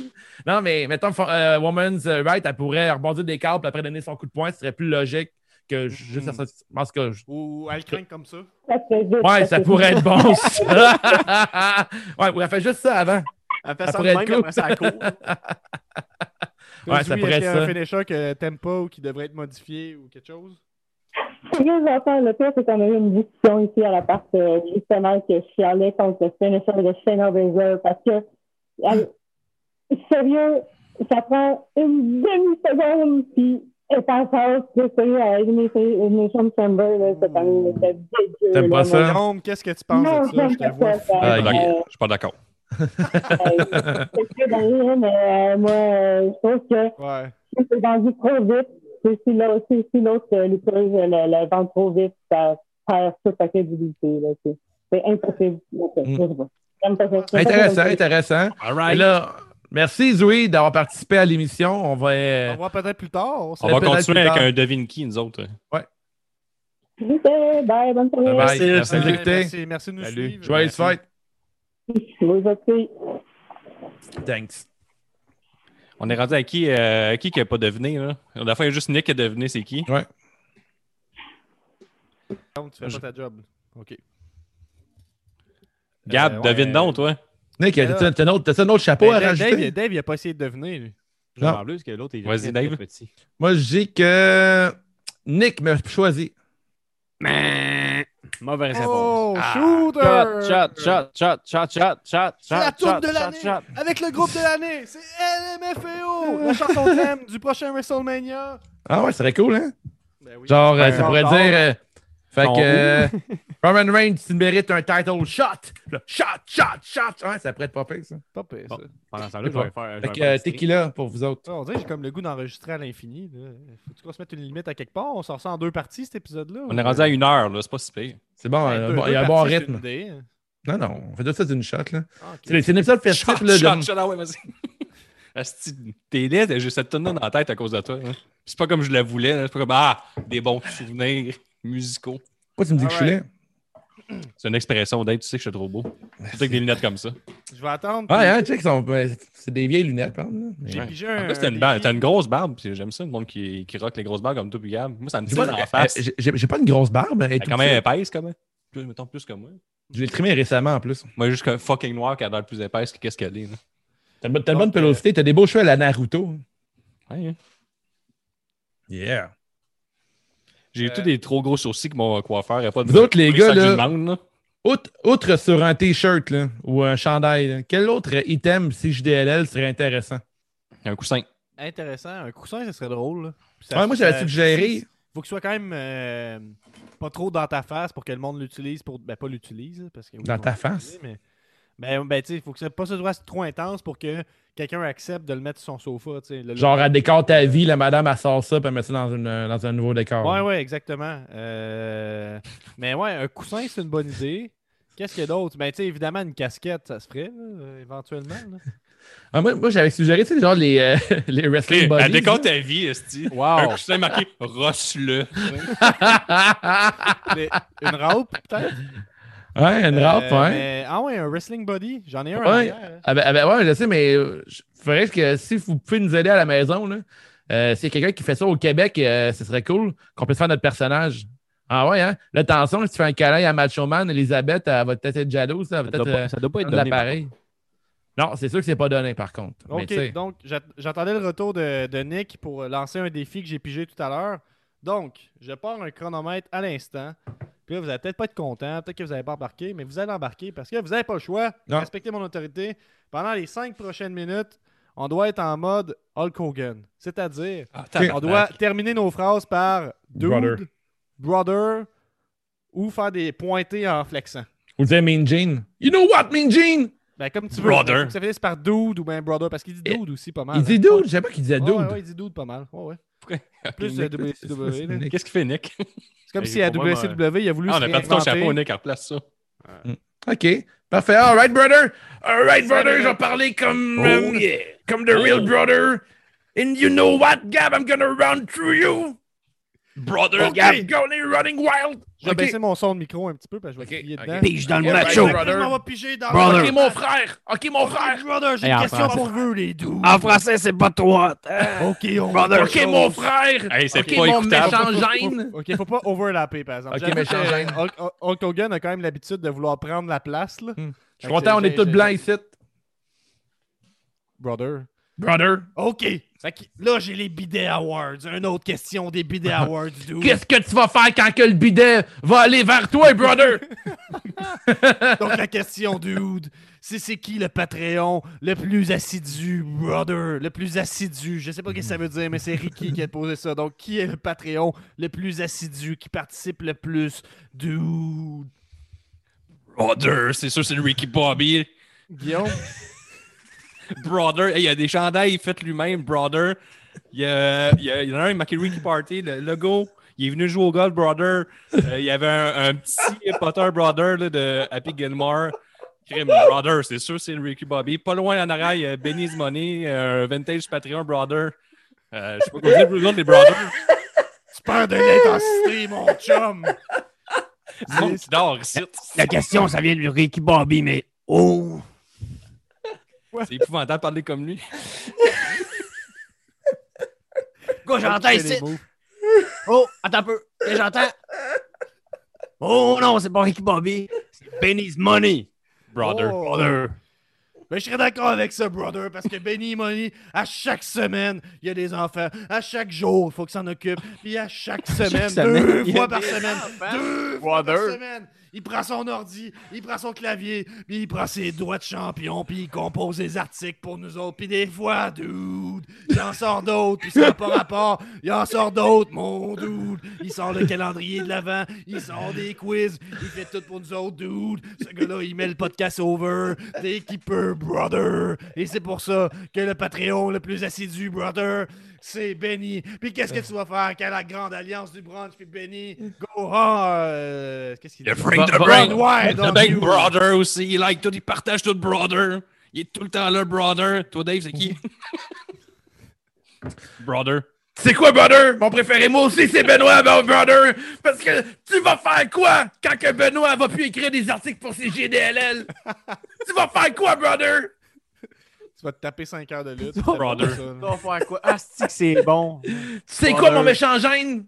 Speaker 4: Non, mais mettons, fo- euh, Woman's Right, elle pourrait rebondir des câbles puis après donner son coup de poing. Ce serait plus logique que ju- juste.
Speaker 2: Mm.
Speaker 4: à ça- En tout cas, je-
Speaker 2: Ou elle craint comme ça.
Speaker 8: Ça serait juste
Speaker 4: ouais,
Speaker 8: parce
Speaker 4: ça
Speaker 8: que-
Speaker 4: pourrait être bon. ça. ouais, ouais, elle fait juste ça avant.
Speaker 3: Elle fait
Speaker 4: Ça
Speaker 3: ça de
Speaker 4: pourrait être
Speaker 3: même,
Speaker 4: cool.
Speaker 3: après ça, elle court.
Speaker 2: Toi,
Speaker 4: Ouais, ça
Speaker 2: Louis,
Speaker 4: pourrait
Speaker 2: est-ce qu'il y a
Speaker 4: être
Speaker 2: un
Speaker 4: ça.
Speaker 2: finisher que t'aimes pas ou qui devrait être modifié ou quelque chose?
Speaker 8: Juste j'entends le pire, c'est qu'on a eu une discussion ici à la part euh, justement que je chialais contre le finisher de Shayna Baszler parce que, elle- sérieux, ça prend une demi-seconde, puis elle passe à autre, sérieux, à Elimination Chamber, là, cette année, c'était dégueu.
Speaker 4: T'aimes
Speaker 8: là,
Speaker 4: pas
Speaker 8: mon
Speaker 4: ça?
Speaker 8: gars.
Speaker 2: Guillaume, qu'est-ce que tu penses
Speaker 8: Non,
Speaker 2: de ça? Je
Speaker 8: j'aime
Speaker 2: te vois
Speaker 8: pas ça. Ah,
Speaker 5: Je suis pas
Speaker 8: euh,
Speaker 5: d'accord. Je suis pas d'accord.
Speaker 8: Euh, c'est sûr, d'ailleurs, mais euh, moi, euh, je trouve que
Speaker 2: Ouais.
Speaker 8: si c'est vendu trop vite, c'est si l'autre, si si l'autre euh, lutteuse euh, la, la vend trop vite, ça perd toute sa crédibilité. là, C'est c'est impossible. Ok, je sais pas. J'aime pas ça. J'aime pas ça
Speaker 4: Intéressant,
Speaker 8: comme ça.
Speaker 4: intéressant.
Speaker 5: All
Speaker 4: Et
Speaker 5: right.
Speaker 4: là, merci Zoé d'avoir participé à l'émission. On va. euh,
Speaker 2: On voit peut-être plus tard. on sait
Speaker 5: On va
Speaker 4: peut-être
Speaker 5: continuer
Speaker 4: plus
Speaker 5: avec
Speaker 4: tard.
Speaker 5: un devine qui, nous autres.
Speaker 8: Ok, bye, bonne soirée.
Speaker 4: bye bye.
Speaker 10: Merci,
Speaker 4: Merci
Speaker 2: pas.
Speaker 4: de nous
Speaker 2: Ouais,
Speaker 4: écouter.
Speaker 2: Merci, merci de nous
Speaker 3: Salut.
Speaker 2: suivre.
Speaker 4: Joyeuse fête.
Speaker 8: Vous aussi.
Speaker 4: Thanks.
Speaker 5: On est rendu à qui euh, qui qui n'a pas deviné. Là? La fois, il y a juste Nick qui a deviné c'est qui.
Speaker 2: Non, tu fais pas ta job. OK.
Speaker 5: Gab,
Speaker 2: Euh, ouais.
Speaker 5: devine donc, toi.
Speaker 4: Nick,
Speaker 2: Mais là-
Speaker 4: t'as t'as un autre t'as un autre chapeau à
Speaker 2: Ben, Dave,
Speaker 4: rajouter?
Speaker 2: Dave, Dave, il a pas essayé de devenir, lui.
Speaker 4: Non.
Speaker 3: En plus, que l'autre est
Speaker 5: Vas-y,
Speaker 3: très,
Speaker 5: Dave.
Speaker 3: très petit.
Speaker 4: Moi, je dis que Nick me choisit.
Speaker 3: Mauvaise réponse.
Speaker 2: Oh,
Speaker 3: Ah.
Speaker 2: shooter!
Speaker 3: Shot, shot, shot, shot, shot, shot, shot,
Speaker 2: C'est la
Speaker 3: shot,
Speaker 2: tourne
Speaker 3: shot,
Speaker 2: de
Speaker 3: shot, shot.
Speaker 2: l'année! Avec le groupe de l'année! C'est LMFAO! La chanson thème du prochain WrestleMania!
Speaker 4: Ah ouais, ça serait cool, hein?
Speaker 2: Ben oui.
Speaker 4: Genre, euh, ça
Speaker 2: Ouais.
Speaker 4: pourrait dire. euh, fait
Speaker 3: Son
Speaker 4: que euh, Roman Reigns, tu mérites un title shot. Là, shot, shot, shot. Ouais, ça pourrait être pas pire, ça.
Speaker 2: Pas pire, ça.
Speaker 3: Bon. Pendant ça, là, je vais faire. je
Speaker 4: Fait
Speaker 3: vais
Speaker 4: que
Speaker 3: faire
Speaker 4: euh,
Speaker 3: un petit-
Speaker 4: tequila pour vous autres.
Speaker 2: Ça, On dirait que j'ai comme le goût d'enregistrer à l'infini. là. Faut-tu qu'on se mette une limite à quelque part? On sort ça en deux parties, cet épisode-là?
Speaker 5: On est rendu à une heure, là. C'est pas si pire.
Speaker 4: C'est
Speaker 5: Ben,
Speaker 4: bon,
Speaker 2: Ouais,
Speaker 4: euh,
Speaker 2: deux-
Speaker 4: bon, il y a
Speaker 2: deux
Speaker 4: un bon
Speaker 2: parties, c'est
Speaker 4: rythme.
Speaker 2: une idée, hein.
Speaker 4: Non, non, on fait tout ça d'une shot, là.
Speaker 2: Ah, ok.
Speaker 4: C'est c'est un épisode
Speaker 5: Shot,
Speaker 4: festif, là. de-
Speaker 5: shot, shot, ah ouais, vas-y. Asti, T'es laid, j'ai cette tonne dans la tête à cause de toi. hein. C'est pas comme je la voulais. là. C'est pas comme, ah, des bons souvenirs musicaux.
Speaker 4: Pourquoi tu me dis que je suis là?
Speaker 5: C'est une expression, Dave, tu sais que je suis trop beau. Surtout avec des lunettes comme ça.
Speaker 2: euh, Je vais attendre.
Speaker 4: Ouais,
Speaker 2: puis-
Speaker 4: hein, tu sais que sont- ben, c'est des vieilles lunettes, hein. par exemple, là.
Speaker 2: J'ai
Speaker 5: Ouais.
Speaker 2: pigé
Speaker 5: En
Speaker 2: un.
Speaker 5: plus, t'as une,
Speaker 2: un
Speaker 5: barbe-
Speaker 2: défi.
Speaker 5: t'as une grosse barbe, puis j'aime ça, le monde qui, qui rock les grosses barbes comme toi, puis Gab. Moi, ça me dit
Speaker 4: J'ai
Speaker 5: dans
Speaker 4: pas-
Speaker 5: la
Speaker 4: euh,
Speaker 5: face.
Speaker 4: j'ai- J'ai j'ai pas une grosse barbe. elle est
Speaker 5: Elle est quand
Speaker 4: toute
Speaker 5: même
Speaker 4: petite.
Speaker 5: épaisse, quand même. Plus, mettons, plus que moi.
Speaker 4: Je l'ai trimée récemment en plus.
Speaker 5: Moi, juste qu'un fucking noir qui a l'air plus épaisse que qu'est-ce qu'elle est. là.
Speaker 4: T'as une t'as une
Speaker 2: Donc,
Speaker 4: bonne pelosité, t'as des beaux cheveux à la Naruto.
Speaker 5: Ouais, hein.
Speaker 4: Yeah.
Speaker 5: J'ai eu
Speaker 2: Euh,
Speaker 5: tous des trop gros sourcils que mon coiffeur n'a pas de
Speaker 4: Vous autres, les
Speaker 5: plus ça
Speaker 4: gars,
Speaker 5: que je
Speaker 4: là-
Speaker 5: demande, là.
Speaker 4: Outre, outre sur un t-shirt là, ou un chandail, là, quel autre item si JDLL serait intéressant?
Speaker 5: Un coussin.
Speaker 2: Intéressant. Un coussin, ça serait drôle. là. Puis ça-
Speaker 4: Ouais, moi, j'avais
Speaker 2: ça-
Speaker 4: suggéré.
Speaker 2: Faut qu'il soit quand même euh, pas trop dans ta face pour que le monde l'utilise pour. Ben, pas l'utilise. Parce que, oui,
Speaker 4: Dans
Speaker 2: on
Speaker 4: ta
Speaker 2: peut
Speaker 4: face?
Speaker 2: l'utiliser, Mais... Ben, ben tu sais, faut que ça pas ce soit trop intense pour que quelqu'un accepte de le mettre sur son sofa. tu sais. Le-
Speaker 4: Genre, elle décore ta vie, la madame, elle sort ça, puis elle met ça dans, une- dans un nouveau décor.
Speaker 2: Ouais, ouais, exactement. Euh, Mais ouais, un coussin, c'est une bonne idée. Qu'est-ce qu'il y a d'autre? Ben, tu sais, évidemment, une casquette, ça se ferait, là, euh, éventuellement. là.
Speaker 4: Ah, moi, moi, j'avais suggéré, tu sais, genre les, euh, les wrestling buddies.
Speaker 5: Ben, Elle décompte ta vie, Esti. Un
Speaker 2: Wow!
Speaker 5: coussin marqué Rosse-le.
Speaker 2: Mais une robe, peut-être?
Speaker 4: ouais, une rap,
Speaker 2: Euh,
Speaker 4: ouais.
Speaker 2: mais- Ah ouais, un wrestling body. J'en ai un. en
Speaker 4: Ouais.
Speaker 2: arrière, hein.
Speaker 4: Ah ben, ah ben ouais, je sais, mais euh, je- faudrait que si vous pouvez nous aider à la maison, là, euh, s'il y a quelqu'un qui fait ça au Québec, euh, ce serait cool qu'on puisse faire notre personnage. Ah ouais, hein? Là, attention, si tu fais un câlin à Macho Man, Elisabeth, elle va peut-être être jalouse, elle va
Speaker 3: Ça doit
Speaker 4: peut-être
Speaker 3: pas-
Speaker 4: euh,
Speaker 3: ça doit pas être
Speaker 4: prendre
Speaker 3: donné. par
Speaker 4: l'appareil. Non, c'est sûr que c'est pas donné, par contre. Mais tu sais,
Speaker 2: Ok, donc j'at- j'attendais le retour de, de Nick pour lancer un défi que j'ai pigé tout à l'heure. Donc, je pars un chronomètre à l'instant. Puis là, vous allez peut-être pas être content, peut-être que vous n'allez pas embarquer, mais vous allez embarquer parce que vous n'avez pas le choix.
Speaker 4: Non.
Speaker 2: Respectez mon autorité. Pendant les cinq prochaines minutes, on doit être en mode Hulk Hogan. C'est-à-dire, on doit terminer nos phrases par dude, brother.
Speaker 4: Brother.
Speaker 2: ou faire des pointés en flexant.
Speaker 4: Ou dire Mean Gene. You know what, Mean Gene?
Speaker 2: Ben, comme tu veux.
Speaker 5: Brother.
Speaker 2: Faut que ça finisse par dude ou ben brother parce qu'il dit
Speaker 4: Et-
Speaker 2: dude aussi pas mal.
Speaker 4: Il
Speaker 2: hein.
Speaker 4: dit dude, je sais pas qu'il disait
Speaker 2: Ouais,
Speaker 4: dude.
Speaker 2: Ouais, ouais, il dit dude pas mal. Ouais, ouais. Plus euh, WCW. là.
Speaker 5: Qu'est-ce qu'il fait, Nick?
Speaker 2: C'est comme
Speaker 5: Mais
Speaker 2: si à
Speaker 5: pour moi, moi,
Speaker 2: WCW, E, il a voulu
Speaker 5: Ah,
Speaker 2: se
Speaker 5: on a perdu ton
Speaker 2: réinventer.
Speaker 5: chapeau, Nick, elle replace ça.
Speaker 4: OK. Parfait. All right, brother. All right, brother. Je vais parler
Speaker 3: Oh,
Speaker 4: comme, euh, comme the real brother. And you know what, Gab? I'm gonna run through you.
Speaker 5: Brother!
Speaker 4: Oh, Gab, gonna running wild.
Speaker 2: Je vais
Speaker 4: OK.
Speaker 2: baisser mon son de micro un petit peu parce que je
Speaker 4: OK,
Speaker 2: vais crier
Speaker 4: OK.
Speaker 2: dedans.
Speaker 3: Pige dans le
Speaker 4: Ok,
Speaker 2: Ouais,
Speaker 3: macho.
Speaker 4: right,
Speaker 2: exactement,
Speaker 4: brother.
Speaker 2: On va piger dans
Speaker 3: Brother.
Speaker 4: OK, mon frère. OK, mon
Speaker 2: le
Speaker 4: frère.
Speaker 2: brother. J'ai
Speaker 3: Hey,
Speaker 2: une
Speaker 3: en
Speaker 2: question
Speaker 3: français.
Speaker 2: pour vous, les doux.
Speaker 3: En français, c'est pas toi.
Speaker 2: OK, on
Speaker 3: Brother.
Speaker 4: OK, mon frère.
Speaker 5: Hey, c'est
Speaker 4: OK,
Speaker 5: pas
Speaker 4: mon
Speaker 5: écoutable.
Speaker 4: méchant
Speaker 2: Faut-
Speaker 4: gêne.
Speaker 2: OK, faut pas overlapper, par exemple.
Speaker 4: OK,
Speaker 2: J'avoue
Speaker 4: mais
Speaker 2: que,
Speaker 4: change
Speaker 2: euh,
Speaker 4: rien.
Speaker 2: Hulk, Hulk Hogan a quand même l'habitude de vouloir prendre la place, là. Fait
Speaker 4: Hmm. Je suis content,
Speaker 2: que
Speaker 4: on est
Speaker 2: j'ai-
Speaker 4: tous
Speaker 2: j'ai-
Speaker 4: blancs ici.
Speaker 2: Brother.
Speaker 4: Brother.
Speaker 2: OK. Fait que là, j'ai les bidet awards. Une autre question des bidet awards, dude.
Speaker 4: Qu'est-ce que tu vas faire quand que le bidet va aller vers toi, brother?
Speaker 2: Donc la question, dude, c'est c'est qui le Patreon le plus assidu, brother, le plus assidu. Je sais pas ce que ça veut dire, mais c'est Ricky qui a posé ça. Donc qui est le Patreon le plus assidu, qui participe le plus, dude.
Speaker 5: Brother, c'est sûr, c'est le Ricky Bobby.
Speaker 2: Guillaume,
Speaker 5: Brother, Hey, il y a des chandails faits lui-même, brother. Il y, a- il y a- il y en a un, il marquait Ricky Party, le logo. Il est venu jouer au golf, brother. Euh, il y avait un, un petit Potter brother là, de Happy Gilmore. Crime, brother, c'est sûr, c'est le Ricky Bobby. Pas loin en arrière, il y a Benny's Money, euh, un vintage Patreon, brother. Euh, je sais pas quoi dire pour les autres, les brothers.
Speaker 2: tu perds de l'intensité, mon chum.
Speaker 5: Du monde qui dort ici.
Speaker 3: La question, ça vient de Ricky Bobby, mais oh!
Speaker 5: C'est épouvantable de parler comme lui.
Speaker 3: Quoi, j'entends
Speaker 2: Tu fais des
Speaker 3: ici?
Speaker 2: moves.
Speaker 3: Oh, attends un peu. Qu'est-ce que j'entends? Oh non, c'est pas Ricky Bobby. C'est Benny's Money.
Speaker 5: Brother.
Speaker 2: Oh.
Speaker 3: Brother.
Speaker 2: Ben, je serais d'accord avec ça, brother, parce que Benny Money, à chaque semaine, il y a des enfants. À chaque jour, il faut qu'il s'en occupe. Puis à chaque semaine,
Speaker 3: semaine,
Speaker 2: deux
Speaker 3: il y a
Speaker 2: fois par semaine, deux fois par semaine, il prend son ordi, il prend son clavier, puis il prend ses doigts de champion, puis il compose des articles pour nous autres. Puis des fois, dude, il en sort d'autres, puis ça n'a pas rapport. Il en sort d'autres, mon dude. Il sort le calendrier de l'avant, il sort des quiz, il fait tout pour nous autres, dude. Ce gars-là, il met le podcast over dès qu'il peut, brother. Et c'est pour ça que le Patreon le plus assidu, brother, c'est Benny. Puis qu'est-ce que tu vas faire quand la grande alliance du brunch, puis Benny, go on, Oh, euh, Qu'est-ce qu'il dit?
Speaker 5: Le Frank the
Speaker 4: Va- va-
Speaker 5: Brain.
Speaker 2: Wide
Speaker 5: Le
Speaker 2: on
Speaker 5: Big
Speaker 2: you.
Speaker 5: Brother aussi, il like tout, il partage tout, brother. Il est tout le temps là, brother. Toi, Dave, c'est qui? brother.
Speaker 1: C'est quoi, brother? Mon préféré, moi aussi, c'est Benoît, mon brother! Parce que tu vas faire quoi quand que Benoît va plus écrire des articles pour ses GDLL? tu vas faire quoi, brother?
Speaker 11: Tu vas te taper 5 heures de lutte.
Speaker 5: Brother.
Speaker 11: Ça, là.
Speaker 3: On va faire quoi? Ah, c'est que c'est bon.
Speaker 1: Tu sais quoi, mon méchant gène?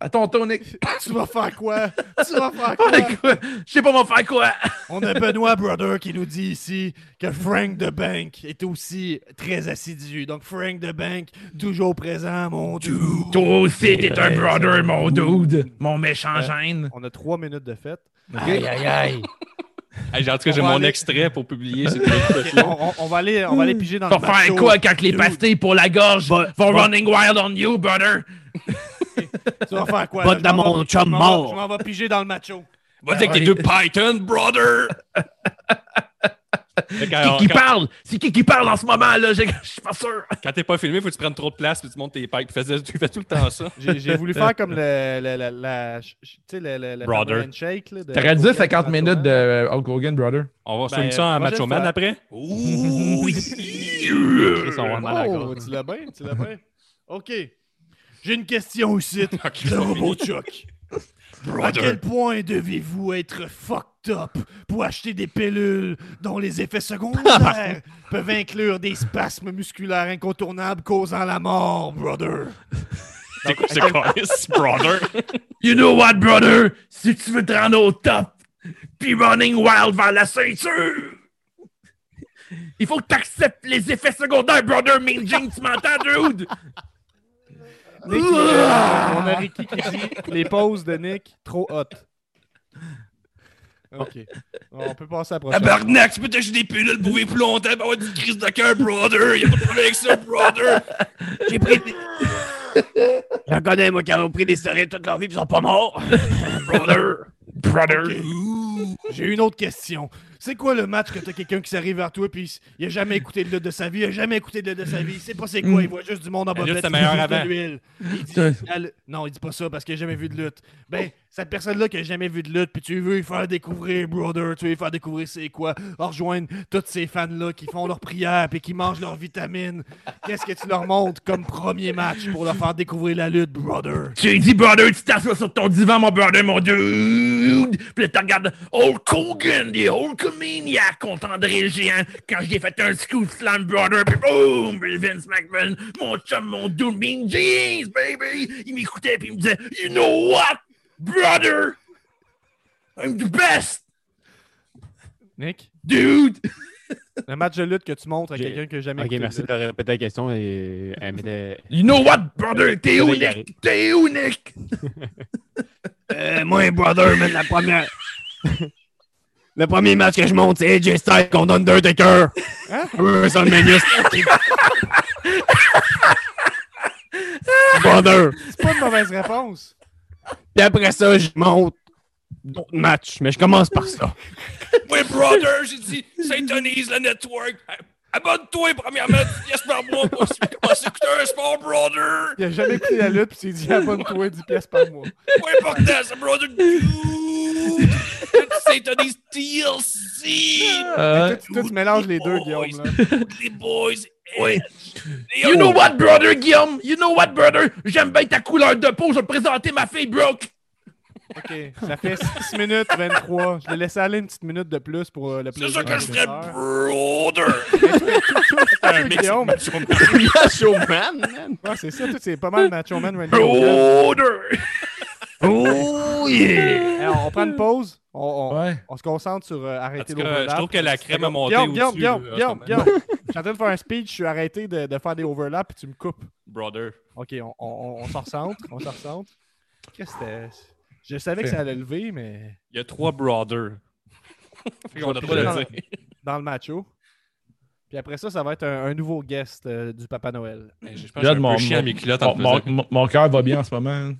Speaker 1: À ton tour, Nick.
Speaker 11: tu vas faire quoi? Tu vas faire
Speaker 1: Oh,
Speaker 11: quoi?
Speaker 1: écoute, Je sais pas, mon faire quoi?
Speaker 11: On a Benoît Brother qui nous dit ici que Frank de Bank est aussi très assidu. Donc Frank de Bank, toujours présent, mon dieu.
Speaker 1: Toi aussi, t'es un brother, mon dude! Mon méchant gène!
Speaker 11: On a 3 minutes de fête.
Speaker 1: Aïe, aïe, aïe!
Speaker 5: Ah, j'ai- en tout cas, j'ai
Speaker 11: On va
Speaker 5: mon
Speaker 11: aller-
Speaker 5: extrait pour publier. c'est-
Speaker 11: on, on- on va aller, on va aller piger dans
Speaker 1: Tu vas
Speaker 11: le macho.
Speaker 1: faire quoi quand que les
Speaker 11: Dude.
Speaker 1: pastilles pour la gorge vont running wild on you, brother?
Speaker 11: Tu vas faire quoi?
Speaker 3: Botte
Speaker 11: Je m'en
Speaker 3: dans
Speaker 11: vais-
Speaker 3: mon
Speaker 11: je
Speaker 3: chum
Speaker 11: m'en vais-
Speaker 3: mort.
Speaker 11: Je m'en vais piger dans le macho.
Speaker 5: Va dire que t'es deux Python, brother! Fait
Speaker 1: Qui
Speaker 5: quand-
Speaker 1: qui
Speaker 5: Quand
Speaker 1: parle? C'est qui qui parle en ce moment, là? Je je suis pas sûr!
Speaker 5: quand t'es pas filmé, faut que tu prennes trop de place puis tu montes tes pipes. Tu fais, tu fais tout le temps ça.
Speaker 11: J'ai j'ai voulu faire comme le, le- la, la- ch- ch- tu sais, le, le- le
Speaker 5: Brother.
Speaker 11: fameux handshake. là, de-
Speaker 1: T'aurais dû
Speaker 11: Hulk
Speaker 1: 50
Speaker 11: Hogan.
Speaker 1: minutes de euh, Hulk Hogan, brother.
Speaker 5: On va
Speaker 11: Ben,
Speaker 5: filmer ça en
Speaker 11: prochaine
Speaker 5: Macho Man
Speaker 11: fois.
Speaker 5: après?
Speaker 3: Chris,
Speaker 4: Ah
Speaker 3: on va mal à la
Speaker 11: Oh,
Speaker 3: gorge.
Speaker 11: tu l'as bien, tu l'as bien. OK. J'ai une question aussi de RoboChuck. À quel point devez-vous être fucked up pour acheter des pilules dont les effets secondaires peuvent inclure des spasmes musculaires incontournables causant la mort, brother?
Speaker 5: C'est quoi ce calice, brother?
Speaker 1: You know what, brother? Si tu veux te rendre au top, puis running wild vers la ceinture, il faut que t'acceptes les effets secondaires, brother. Mean Gene, tu m'entends, dude?
Speaker 11: Nick,
Speaker 2: Ah!
Speaker 11: euh, on a Ricky qui dit les pauses de Nick trop hautes. OK. On peut passer à la prochaine.
Speaker 5: Tabarnak, tu peux t'acheter des pilules pour vivre plus longtemps, avoir une crise de cœur, brother! Y'a pas de problème avec ça, brother!
Speaker 3: J'ai pris des... J'en connais, moi, qui ont pris des stéroïdes toute leur vie, puis ils sont pas morts.
Speaker 1: Brother. Brother.
Speaker 11: J'ai une autre question. C'est quoi le match que t'as quelqu'un qui s'arrive vers toi et puis il a jamais écouté de lutte de sa vie, il a jamais écouté de lutte de sa vie, il sait pas c'est quoi, il voit juste du monde en bobette,
Speaker 5: lutte, c'est
Speaker 11: il
Speaker 5: meilleur
Speaker 11: dit
Speaker 5: avant.
Speaker 11: de l'huile. Il dit, la lu- non, il dit pas ça parce qu'il a jamais vu de lutte. Ben, cette personne-là qui a jamais vu de lutte, puis tu veux lui faire découvrir, brother, tu veux lui faire découvrir c'est quoi, rejoindre tous ces fans-là qui font leurs prières puis qui mangent leurs vitamines. Qu'est-ce que tu leur montres comme premier match pour leur faire découvrir la lutte, brother?
Speaker 1: Tu lui dis, brother, tu t'assois sur ton divan, mon brother, mon dude. Puis là, tu regardes Hulk Hogan, des Hulkamaniacs contre André le géant, quand j'ai fait un scoop slam, brother. Puis boom, Vince McMahon, mon chum, mon dude, Mean Jeans, baby. Il m'écoutait, puis il me disait, you know what, brother? I'm the best,
Speaker 11: Nick,
Speaker 1: dude.
Speaker 11: le match de lutte que tu montres à
Speaker 3: J'ai-
Speaker 11: quelqu'un qui a jamais
Speaker 3: Ok,
Speaker 11: écouté de
Speaker 3: merci
Speaker 11: lutte.
Speaker 3: de répéter la question. Et... euh, Elle m'était-
Speaker 1: You know what, brother? T'es où,
Speaker 3: Vous avez
Speaker 1: Nick? T'es où, Nick?
Speaker 3: Euh, moi, brother, man, la première. Le premier match que je monte, c'est AJ Styles contre Undertaker. Hein? WrestleMania. brother.
Speaker 11: C'est pas une mauvaise réponse.
Speaker 3: Puis après ça, je monte d'autres matchs. Mais je commence par ça.
Speaker 5: Oui, brother, j'ai dit, syntonise le network! Abonne-toi, premièrement, yes, par moi, pour commencer à écouter un sport, brother!
Speaker 11: Il a jamais écouté la lutte, puis il s'est dit abonne-toi 10 pièces par mois.
Speaker 5: Pas important, ça, brother! Dude! Syntonise TLC!
Speaker 1: Ah.
Speaker 11: Toi, tu, toi, tu mélanges les deux, Guillaume. Là.
Speaker 5: Les boys!
Speaker 1: You know what, brother, Guillaume? You know what, brother? J'aime bien ta couleur de peau, je vais te présenter ma fille, Brooke.
Speaker 11: OK, ça fait 6 minutes 23. Je l'ai laissé aller une petite minute de plus pour euh, le
Speaker 5: C'est
Speaker 11: plaisir.
Speaker 5: sûr que je
Speaker 11: des
Speaker 5: serais
Speaker 11: auditeurs.
Speaker 5: brother!
Speaker 11: Toi, Guillaume,
Speaker 3: Macho Man, man.
Speaker 11: ouais, c'est ça, toi, c'est pas mal Macho Man. Randy Orton.
Speaker 1: Brother!
Speaker 3: Oh, yeah.
Speaker 11: Hey, on, on prend une pause. On, on-
Speaker 1: Ouais.
Speaker 11: on se concentre sur euh, arrêter
Speaker 5: En tout cas,
Speaker 11: l'overlap.
Speaker 5: je trouve que la crème a monté
Speaker 11: Guillaume, Guillaume,
Speaker 5: au-dessus,
Speaker 11: Guillaume,
Speaker 5: là,
Speaker 11: Guillaume,
Speaker 5: en ce
Speaker 11: Guillaume. Je suis en train de faire un speech, je suis arrêté de, de faire des overlaps, puis tu me coupes.
Speaker 5: Brother.
Speaker 11: OK, on, on, on s'en recentre, on s'en recentre. Qu'est-ce que c'était? Je savais que ça allait lever, mais...
Speaker 5: Il y a trois brothers. Fait qu'on a trois à dire.
Speaker 11: dans le macho. Puis après ça, ça va être un, un nouveau guest euh, du Papa Noël.
Speaker 5: Hey, Ben, Je pense que j'ai un
Speaker 1: Mon-
Speaker 5: peu chier à mes culottes en
Speaker 1: Mon,
Speaker 5: le faisant.
Speaker 1: mon- mon cœur va bien en ce moment.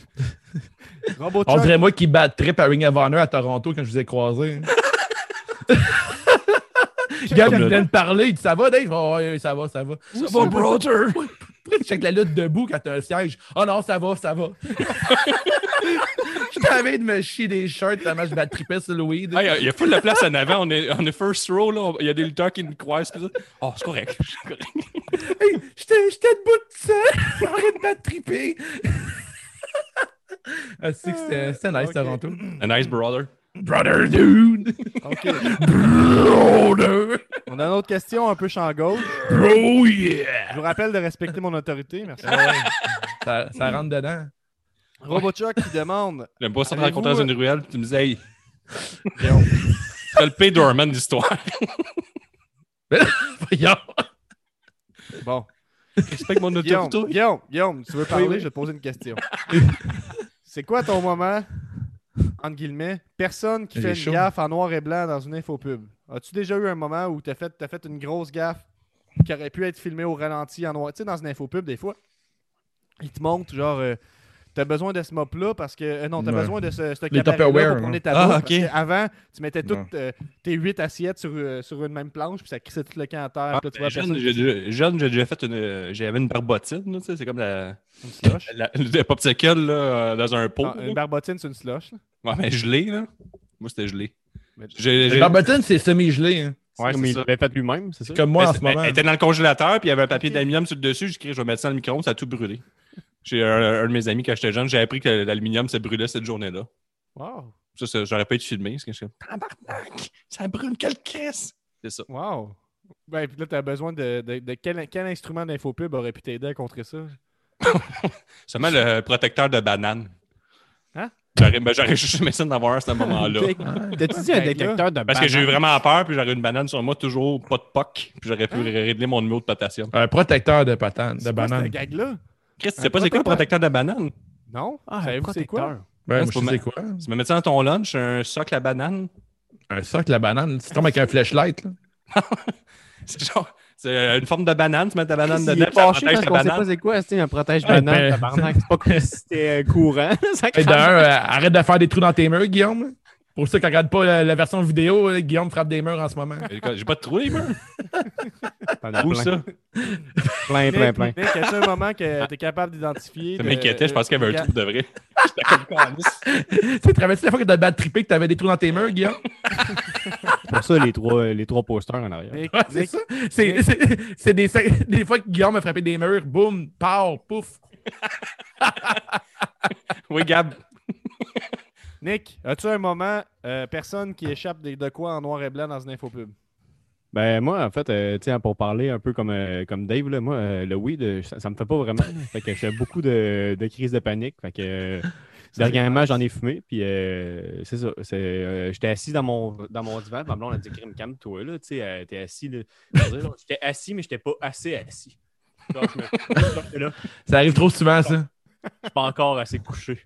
Speaker 11: Robot
Speaker 1: On
Speaker 11: Chuck,
Speaker 1: dirait moi qui bat trip à Ring of Honor à Toronto quand je vous ai croisé. Gab, il vient de parler. Il dit Ça va, Dave Oh, ouais, ouais, Ça va, ça va. Ça va, brother. Pourquoi tu checkes la lutte debout quand t'as un siège Oh non, ça va, ça va. Je t'avais de me chier des shirts tellement je battripais sur le weed.
Speaker 5: Hey, il y a full de place en avant, on est, on est first row, là. il y a des lutteurs qui nous croisent. pis ça. Oh, c'est Ah, correct.
Speaker 4: Hey, j'étais j'étais debout tout seul, en train de battre triper. ah, c'est que c'était c'était nice,
Speaker 2: Ok.
Speaker 4: Toronto.
Speaker 5: Un nice brother.
Speaker 4: Brother dude!
Speaker 2: OK.
Speaker 4: Brother!
Speaker 2: On a une autre question un peu champ gauche.
Speaker 4: Oh yeah!
Speaker 2: Je vous rappelle de respecter mon autorité. Merci.
Speaker 4: Ça, ça rentre dedans.
Speaker 2: Robochuck qui demande
Speaker 5: J'aime pas ça te
Speaker 2: Avez-vous-
Speaker 5: rencontrer
Speaker 11: euh,
Speaker 5: dans une ruelle, puis tu me disais, hey, c'est le P. Dorman de l'histoire.
Speaker 4: Voyons.
Speaker 2: Bon,
Speaker 5: Respecte mon
Speaker 2: Guillaume,
Speaker 5: autorité.
Speaker 2: Guillaume, Guillaume, tu veux parler,
Speaker 5: oui.
Speaker 2: je vais te poser une question. C'est quoi ton moment, entre guillemets, personne qui
Speaker 4: J'ai
Speaker 2: fait une
Speaker 4: chaud.
Speaker 2: gaffe en noir et blanc dans une infopub? As-tu déjà eu un moment où t'as fait, t'as fait une grosse gaffe qui aurait pu être filmée au ralenti en noir? Tu sais, dans une infopub, des fois, ils te montrent genre. euh, T'as besoin de ce mop-là parce que. euh, non, t'as
Speaker 4: Ouais.
Speaker 2: besoin de ce, ce
Speaker 4: Les
Speaker 2: cabaret-là
Speaker 4: Tupperware, hein.
Speaker 2: pour tourner
Speaker 4: non?
Speaker 2: ta
Speaker 5: Ah,
Speaker 2: bouffe.
Speaker 5: ok.
Speaker 2: Parce que Avant, tu mettais
Speaker 4: Non.
Speaker 2: toutes euh, tes huit assiettes sur, euh, sur une même planche, puis ça crissait tout le camp à terre.
Speaker 5: Ah,
Speaker 2: puis là, tu
Speaker 5: ben,
Speaker 2: vois la
Speaker 5: jeune,
Speaker 2: personne
Speaker 5: j'ai déjà- jeune, j'ai déjà fait une. euh, J'avais une barbotine, là, tu sais, c'est comme la,
Speaker 2: une slush.
Speaker 5: la, le popsicle là, euh, dans un pot.
Speaker 2: Ah,
Speaker 5: là.
Speaker 2: une barbotine, c'est une slush. là.
Speaker 5: Ouais, mais gelé, là. Moi, c'était gelé.
Speaker 2: Mais-
Speaker 5: J'ai- j'ai-
Speaker 4: Le Barberton, c'est semi-gelé. hein.
Speaker 3: Ouais,
Speaker 5: c'est
Speaker 3: mais il
Speaker 5: ça.
Speaker 3: l'avait fait lui-même, c'est ça?
Speaker 4: C'est comme moi
Speaker 5: Mais
Speaker 4: en
Speaker 5: c'est-
Speaker 4: ce
Speaker 5: mais
Speaker 4: moment.
Speaker 5: Elle était dans le congélateur, puis il y avait un papier d'aluminium sur le dessus. J'ai écrit, je vais mettre ça dans le micro-ondes, ça a tout brûlé. J'ai un, un de mes amis, quand j'étais jeune, j'ai appris que l'aluminium se brûlait cette journée-là.
Speaker 2: Wow.
Speaker 5: Ça, ça, j'aurais pas été filmé. Parce que je suis comme, tabarnak, ça brûle, quelle caisse! C'est ça.
Speaker 2: Wow. Ben, puis là, t'as besoin de, de- de quel, quel instrument d'infopub aurait pu t'aider à contrer ça?
Speaker 5: Seulement le protecteur de banane.
Speaker 2: Hein?
Speaker 5: J'aurais ben, j'aurais juste aimé ça d'en avoir un à ce moment-là.
Speaker 3: T'as-tu dit un
Speaker 2: Ben là,
Speaker 3: détecteur de
Speaker 5: Parce que j'ai eu
Speaker 3: banane?
Speaker 5: vraiment peur, puis j'aurais une banane sur moi, toujours pas de POC, puis j'aurais pu régler mon numéro de potassium.
Speaker 4: Un protecteur de patane, de
Speaker 2: Hein? C'est quoi
Speaker 4: banane.
Speaker 2: cette gag-là?
Speaker 5: Chris, tu
Speaker 2: Un
Speaker 5: sais pas c'est quoi le
Speaker 2: protecteur.
Speaker 5: protecteur de banane?
Speaker 2: Non?
Speaker 3: Ah, un
Speaker 2: Savez-vous c'est quoi?
Speaker 3: protecteur.
Speaker 4: Ouais,
Speaker 5: Ouais,
Speaker 4: moi,
Speaker 5: c'est
Speaker 4: je sais
Speaker 5: pour
Speaker 4: quoi.
Speaker 5: Tu me mets ça dans ton lunch, un socle à banane?
Speaker 4: Un socle à banane. C'est comme avec un flashlight. là.
Speaker 5: C'est genre, c'est euh, une forme de banane, tu mets ta banane
Speaker 3: Il
Speaker 5: dedans,
Speaker 3: est
Speaker 5: puis ça
Speaker 3: fâché parce
Speaker 5: protège ta
Speaker 3: qu'on sait
Speaker 5: banane.
Speaker 3: pas c'est quoi, c'est un protège-banane,
Speaker 4: ben-
Speaker 3: tabarnak. Ah, C'est pas comme si c'était euh, courant. ça
Speaker 4: Et
Speaker 3: crache.
Speaker 4: d'un, euh, arrête de faire des trous dans tes murs, Guillaume. Pour ceux qui ne regardent pas la, la version vidéo, euh, Guillaume frappe des murs en ce moment.
Speaker 5: Euh, J'ai pas de trou, les murs.
Speaker 3: T'en as
Speaker 5: Où
Speaker 3: plein,
Speaker 5: ça?
Speaker 3: plein, plein,
Speaker 2: Nick,
Speaker 3: plein.
Speaker 2: Nick, est-ce un moment que t'es capable d'identifier?
Speaker 5: Ça
Speaker 2: de-
Speaker 5: m'inquiétait, je pensais qu'il y avait un
Speaker 2: de-
Speaker 5: trou de vrai. J'étais comme calisse.
Speaker 4: tu sais, te rappelles-tu la fois que t'as battu trippé que t'avais des trous dans tes murs, Guillaume?
Speaker 3: C'est pour ça les trois, les trois posters en arrière.
Speaker 2: Nick,
Speaker 4: Ouais, c'est
Speaker 2: Nick,
Speaker 4: ça. C'est- C'est c'est des, des fois que Guillaume a frappé des murs, boum, pow, pouf.
Speaker 5: Oui, Gab.
Speaker 2: Nick, as-tu un moment, euh, personne qui échappe de, de quoi en noir et blanc dans une infopub?
Speaker 3: Ben moi, en fait, euh, tiens, pour parler un peu comme, euh, comme Dave, là, moi, euh, le weed, euh, ça, ça me fait pas vraiment. là. Fait que j'ai beaucoup de, de crises de panique. Fait que euh, dernièrement, j'en ai fumé. Puis euh, c'est ça. c'est, euh, j'étais assis dans mon, dans mon divan. Puis on a dit crime calme toi là. Tu sais, euh, t'es assis. là. Je veux dire, J'étais assis, mais j'étais pas assez assis. Genre, je me- genre, j'étais là,
Speaker 4: Ça arrive trop souvent, ça.
Speaker 3: je suis pas encore assez couché.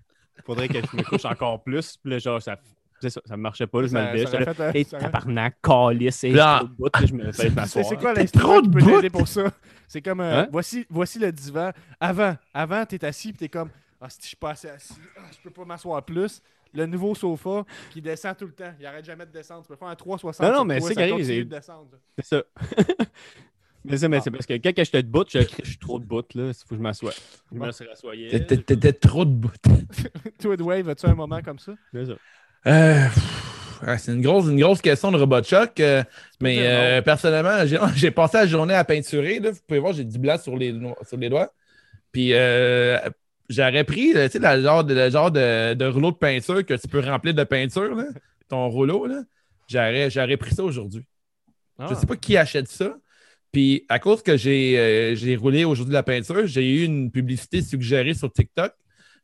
Speaker 3: Faudrait que je me couche encore plus. Puis là, genre, ça, c'est ça, ça me marchait pas. là, je me
Speaker 2: Ça-
Speaker 3: levais.
Speaker 2: ça
Speaker 3: j'étais là,
Speaker 2: aurait fait un-
Speaker 3: Hey,
Speaker 2: ça aurait-
Speaker 3: tabarnak, calice, hey,
Speaker 4: Là.
Speaker 3: je suis au bout, là, je me fais
Speaker 2: C'est
Speaker 3: m'asseoir.
Speaker 2: c'est quoi
Speaker 4: T'es
Speaker 2: l'instrument
Speaker 4: trop
Speaker 2: qui
Speaker 4: de
Speaker 2: peut t'aider
Speaker 4: bout.
Speaker 2: pour ça? C'est comme, euh,
Speaker 3: Hein?
Speaker 2: voici, voici le divan. Avant, avant, t'es assis puis t'es comme, ah, si je suis pas assez assis, ah, je peux pas m'asseoir plus. Le nouveau sofa qui descend tout le temps. Il arrête jamais de descendre. Tu peux faire un 360.
Speaker 3: Non, non,
Speaker 2: sur
Speaker 3: mais
Speaker 2: toi,
Speaker 3: c'est
Speaker 2: ça
Speaker 3: qu'arrive,
Speaker 2: continue
Speaker 3: c'est-
Speaker 2: de descendre.
Speaker 3: C'est ça. mais ça, mais c'est parce que quand que j'étais debout, je crie, je suis trop debout, là. Il faut que je m'assoie. Je me suis rassoyé.
Speaker 4: T'étais- T'étais trop de bout.
Speaker 2: Toi, Wave, as-tu un moment comme ça?
Speaker 3: C'est ça.
Speaker 4: Euh, pff, ouais, c'est une grosse, une grosse question de robot choc. euh, mais
Speaker 2: tellement.
Speaker 4: euh, personnellement, j'ai, j'ai passé la journée à peinturer. là. vous pouvez voir, j'ai du blanc sur les, no- sur les doigts. Puis euh, j'aurais pris euh, tu sais, la genre, de, le genre de, de rouleau de peinture que tu peux remplir de peinture, là, ton rouleau. Là. J'aurais, j'aurais pris ça aujourd'hui. Je ne sais pas qui achète ça. Puis à cause que j'ai, euh, j'ai roulé aujourd'hui la peinture, j'ai eu une publicité suggérée sur TikTok.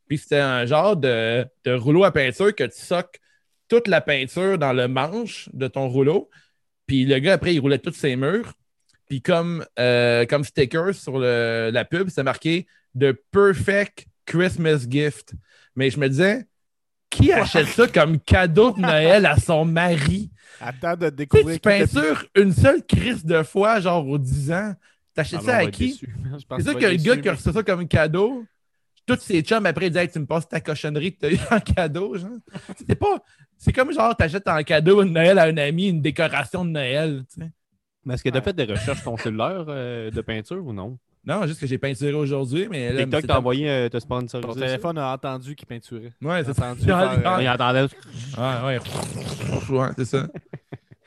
Speaker 4: Puis c'était un genre de, de rouleau à peinture que tu soques toute la peinture dans le manche de ton rouleau. Puis le gars, après, il roulait tous ses murs. Puis comme, euh, comme sticker sur le- la pub, c'est marqué The Perfect Christmas Gift. Mais je me disais, qui achète ça comme cadeau de Noël à son mari?
Speaker 2: Attends de
Speaker 4: Tu sais,
Speaker 2: découvrir.
Speaker 4: tu
Speaker 2: qui t'a-
Speaker 4: peintures une seule crise de fois, genre aux 10 ans, t'achètes
Speaker 3: Ah,
Speaker 4: ça
Speaker 3: on va
Speaker 4: à
Speaker 3: être
Speaker 4: qui?
Speaker 3: déçus.
Speaker 2: Je pense
Speaker 4: C'est sûr
Speaker 2: tu
Speaker 4: que
Speaker 2: vas
Speaker 4: le
Speaker 2: être
Speaker 4: gars
Speaker 2: déçu,
Speaker 4: qui a
Speaker 2: mais-
Speaker 4: reçu ça comme cadeau, tous ses chums après, ils disent Hey, Tu me passes ta cochonnerie que t'as eu en cadeau. genre. C'est pas. C'est comme genre, t'achètes en cadeau de Noël à un ami une décoration de Noël. tu sais.
Speaker 3: Mais est-ce que t'as fait des recherches sur ton cellulaire euh, de peinture ou non?
Speaker 4: Non, juste que j'ai peinturé aujourd'hui, mais là.
Speaker 3: TikTok
Speaker 4: c'est
Speaker 3: t'a
Speaker 4: comme-
Speaker 3: envoyé, euh, t'as
Speaker 2: Ton
Speaker 3: sponsorisé. ça?
Speaker 2: téléphone a entendu qu'il peinturait. euh,
Speaker 4: Ouais, c'est ça.
Speaker 2: Entendu
Speaker 4: Ah,
Speaker 2: faire,
Speaker 4: ah,
Speaker 3: Il entendait.
Speaker 4: Ouais, ouais. Ouais, c'est ça.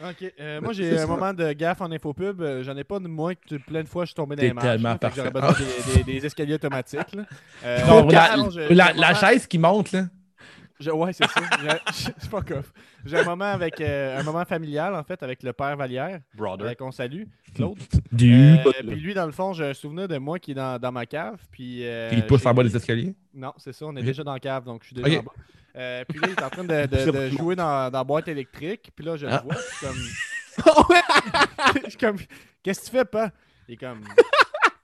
Speaker 2: Ok, euh, moi j'ai un moment de gaffe en infopub. Euh, J'en ai pas de moins que plein de fois je suis tombé dans
Speaker 4: T'es
Speaker 2: les marches.
Speaker 4: tellement
Speaker 2: là, fait que J'aurais
Speaker 4: parfait.
Speaker 2: besoin des, des- des escaliers automatiques. là. Euh,
Speaker 4: Genre, la,
Speaker 2: non, j'ai-
Speaker 4: la-
Speaker 2: j'ai un
Speaker 4: la
Speaker 2: moment-
Speaker 4: chaise qui monte, là.
Speaker 2: j'ai- Ouais, c'est ça. J'ai- j'ai- Fuck off. J'ai un moment avec euh, un moment familial en fait avec le père Valière euh,
Speaker 5: Brother.
Speaker 2: qu'on salue, Claude.
Speaker 4: Du.
Speaker 2: Euh, puis lui, dans le fond, j'ai un souvenir de moi qui est dans, dans ma cave. Puis, euh,
Speaker 4: il te pousse
Speaker 2: j'ai-
Speaker 4: en bas des escaliers.
Speaker 2: Non, c'est ça, on est
Speaker 4: Ok.
Speaker 2: déjà dans la cave, donc je suis déjà
Speaker 4: Ok.
Speaker 2: en bas. Euh, puis là, il est en train de, de- de jouer dans, dans la boîte électrique. Puis là, je le
Speaker 4: Ah.
Speaker 2: vois, puis je suis comme. je suis comme. Qu'est-ce que tu fais, pas? Il est comme.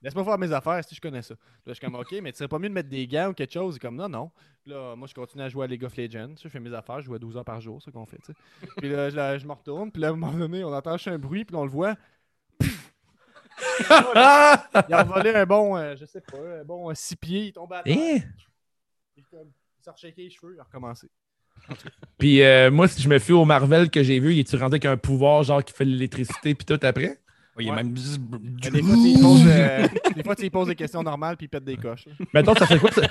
Speaker 2: Laisse-moi faire mes affaires, si je connais ça. Puis Là, je suis comme, OK, mais tu serais pas mieux de mettre des gants ou quelque chose? Il est comme, non, non. Puis là, moi, je continue à jouer à League of Legends. Je fais mes affaires, je joue à 12 heures par jour, c'est ce qu'on fait, tu sais. Puis là, je, la- je me retourne, puis là, à un moment donné, on entend juste un bruit, puis on le voit. Pff! il a volé un bon, euh, je sais pas, un bon 6 pieds, il tombe à terre.
Speaker 4: Hein?
Speaker 2: Il, est comme- il s'est rechecké les cheveux, il a recommencé.
Speaker 4: Puis euh, moi, si je me fie au Marvel que j'ai vu, il est-tu rendu avec un pouvoir genre qui fait l'électricité puis tout après?
Speaker 5: Il est
Speaker 2: Ouais.
Speaker 5: même.
Speaker 2: Mais Des fois, tu lui poses, euh, des fois, tu lui poses des questions normales puis il pète des coches. là.
Speaker 4: Mettons, ça serait quoi, ça,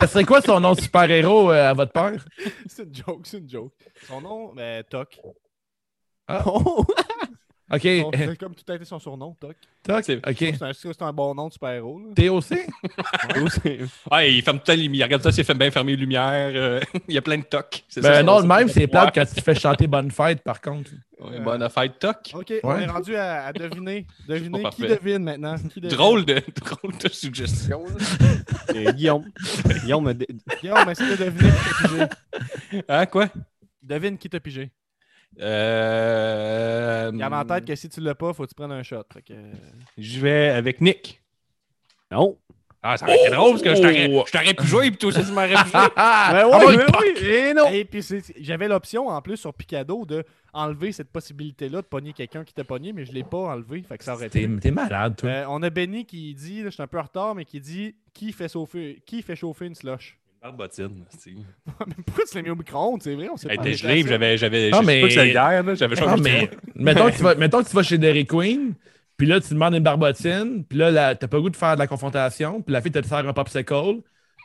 Speaker 4: ça serait quoi son nom de super-héros euh, à votre père?
Speaker 2: C'est une joke, c'est une joke. Son nom, ben, Toc.
Speaker 4: Ah.
Speaker 2: Oh.
Speaker 4: OK.
Speaker 2: Son- C'est comme tout a été son surnom, Toc.
Speaker 4: Toc, OK.
Speaker 2: C'est un, c'est un bon nom de super-héros. là.
Speaker 4: TOC?
Speaker 5: Ah, il ferme tout il regarde ça, il fait bien fermer les lumières. euh, il y a plein de tocs. C'est ça,
Speaker 4: Ben non,
Speaker 5: son-
Speaker 4: le même, c'est plate
Speaker 5: Ouais,
Speaker 4: quand tu te fais chanter Bonne Fête, par contre.
Speaker 5: ouais,
Speaker 2: Euh,
Speaker 5: bonne affaire, toc.
Speaker 2: Ok, on
Speaker 4: Ouais.
Speaker 2: est rendu à, à deviner. Deviner
Speaker 5: pas
Speaker 2: qui
Speaker 5: parfait.
Speaker 2: devine maintenant. Qui devine?
Speaker 5: Drôle de, drôle de suggestion.
Speaker 3: Euh, Guillaume. Guillaume, euh, d-
Speaker 2: Guillaume, essaye de deviner qui t'a pigé.
Speaker 5: Hein, quoi?
Speaker 2: Devine qui t'a pigé.
Speaker 5: Euh.
Speaker 2: Garde en tête que si tu l'as pas, faut que tu prennes un shot. Fait que... euh,
Speaker 5: Je vais avec Nick.
Speaker 3: non.
Speaker 5: Ah, ça aurait été drôle parce que je t'aurais- je t'aurais pu jouer et toi aussi tu m'aurais pu jouer.
Speaker 4: Ah,
Speaker 3: Ah,
Speaker 4: oui,
Speaker 3: mais
Speaker 4: Puck!
Speaker 3: oui, et non.
Speaker 2: Et Eh, puis c'est- j'avais l'option en plus sur Picado de enlever cette possibilité-là de pogner quelqu'un qui t'a pogné, mais je l'ai pas enlevé. Fait que ça aurait été.
Speaker 4: T'es t'es malade, toi.
Speaker 2: Euh, on a Benny qui dit, là, je suis un peu en retard, mais qui dit qui fait chauffer, qui fait chauffer une slush.
Speaker 5: Barbotine, c'est.
Speaker 2: Pourquoi tu l'as mis au micro-ondes, c'est vrai? On sait
Speaker 5: Hey,
Speaker 2: pas.
Speaker 5: t'es gelé, j'avais. j'avais
Speaker 4: Ah,
Speaker 5: je sais
Speaker 4: mais-
Speaker 5: pas que c'est hier, là, j'avais
Speaker 4: Ah,
Speaker 5: changé.
Speaker 4: mais mettons, que tu vas, mettons que tu vas chez Dairy Queen, puis là, tu demandes une barbotine, puis là, la- t'as pas le goût de faire de la confrontation, puis la fille te sert un popsicle.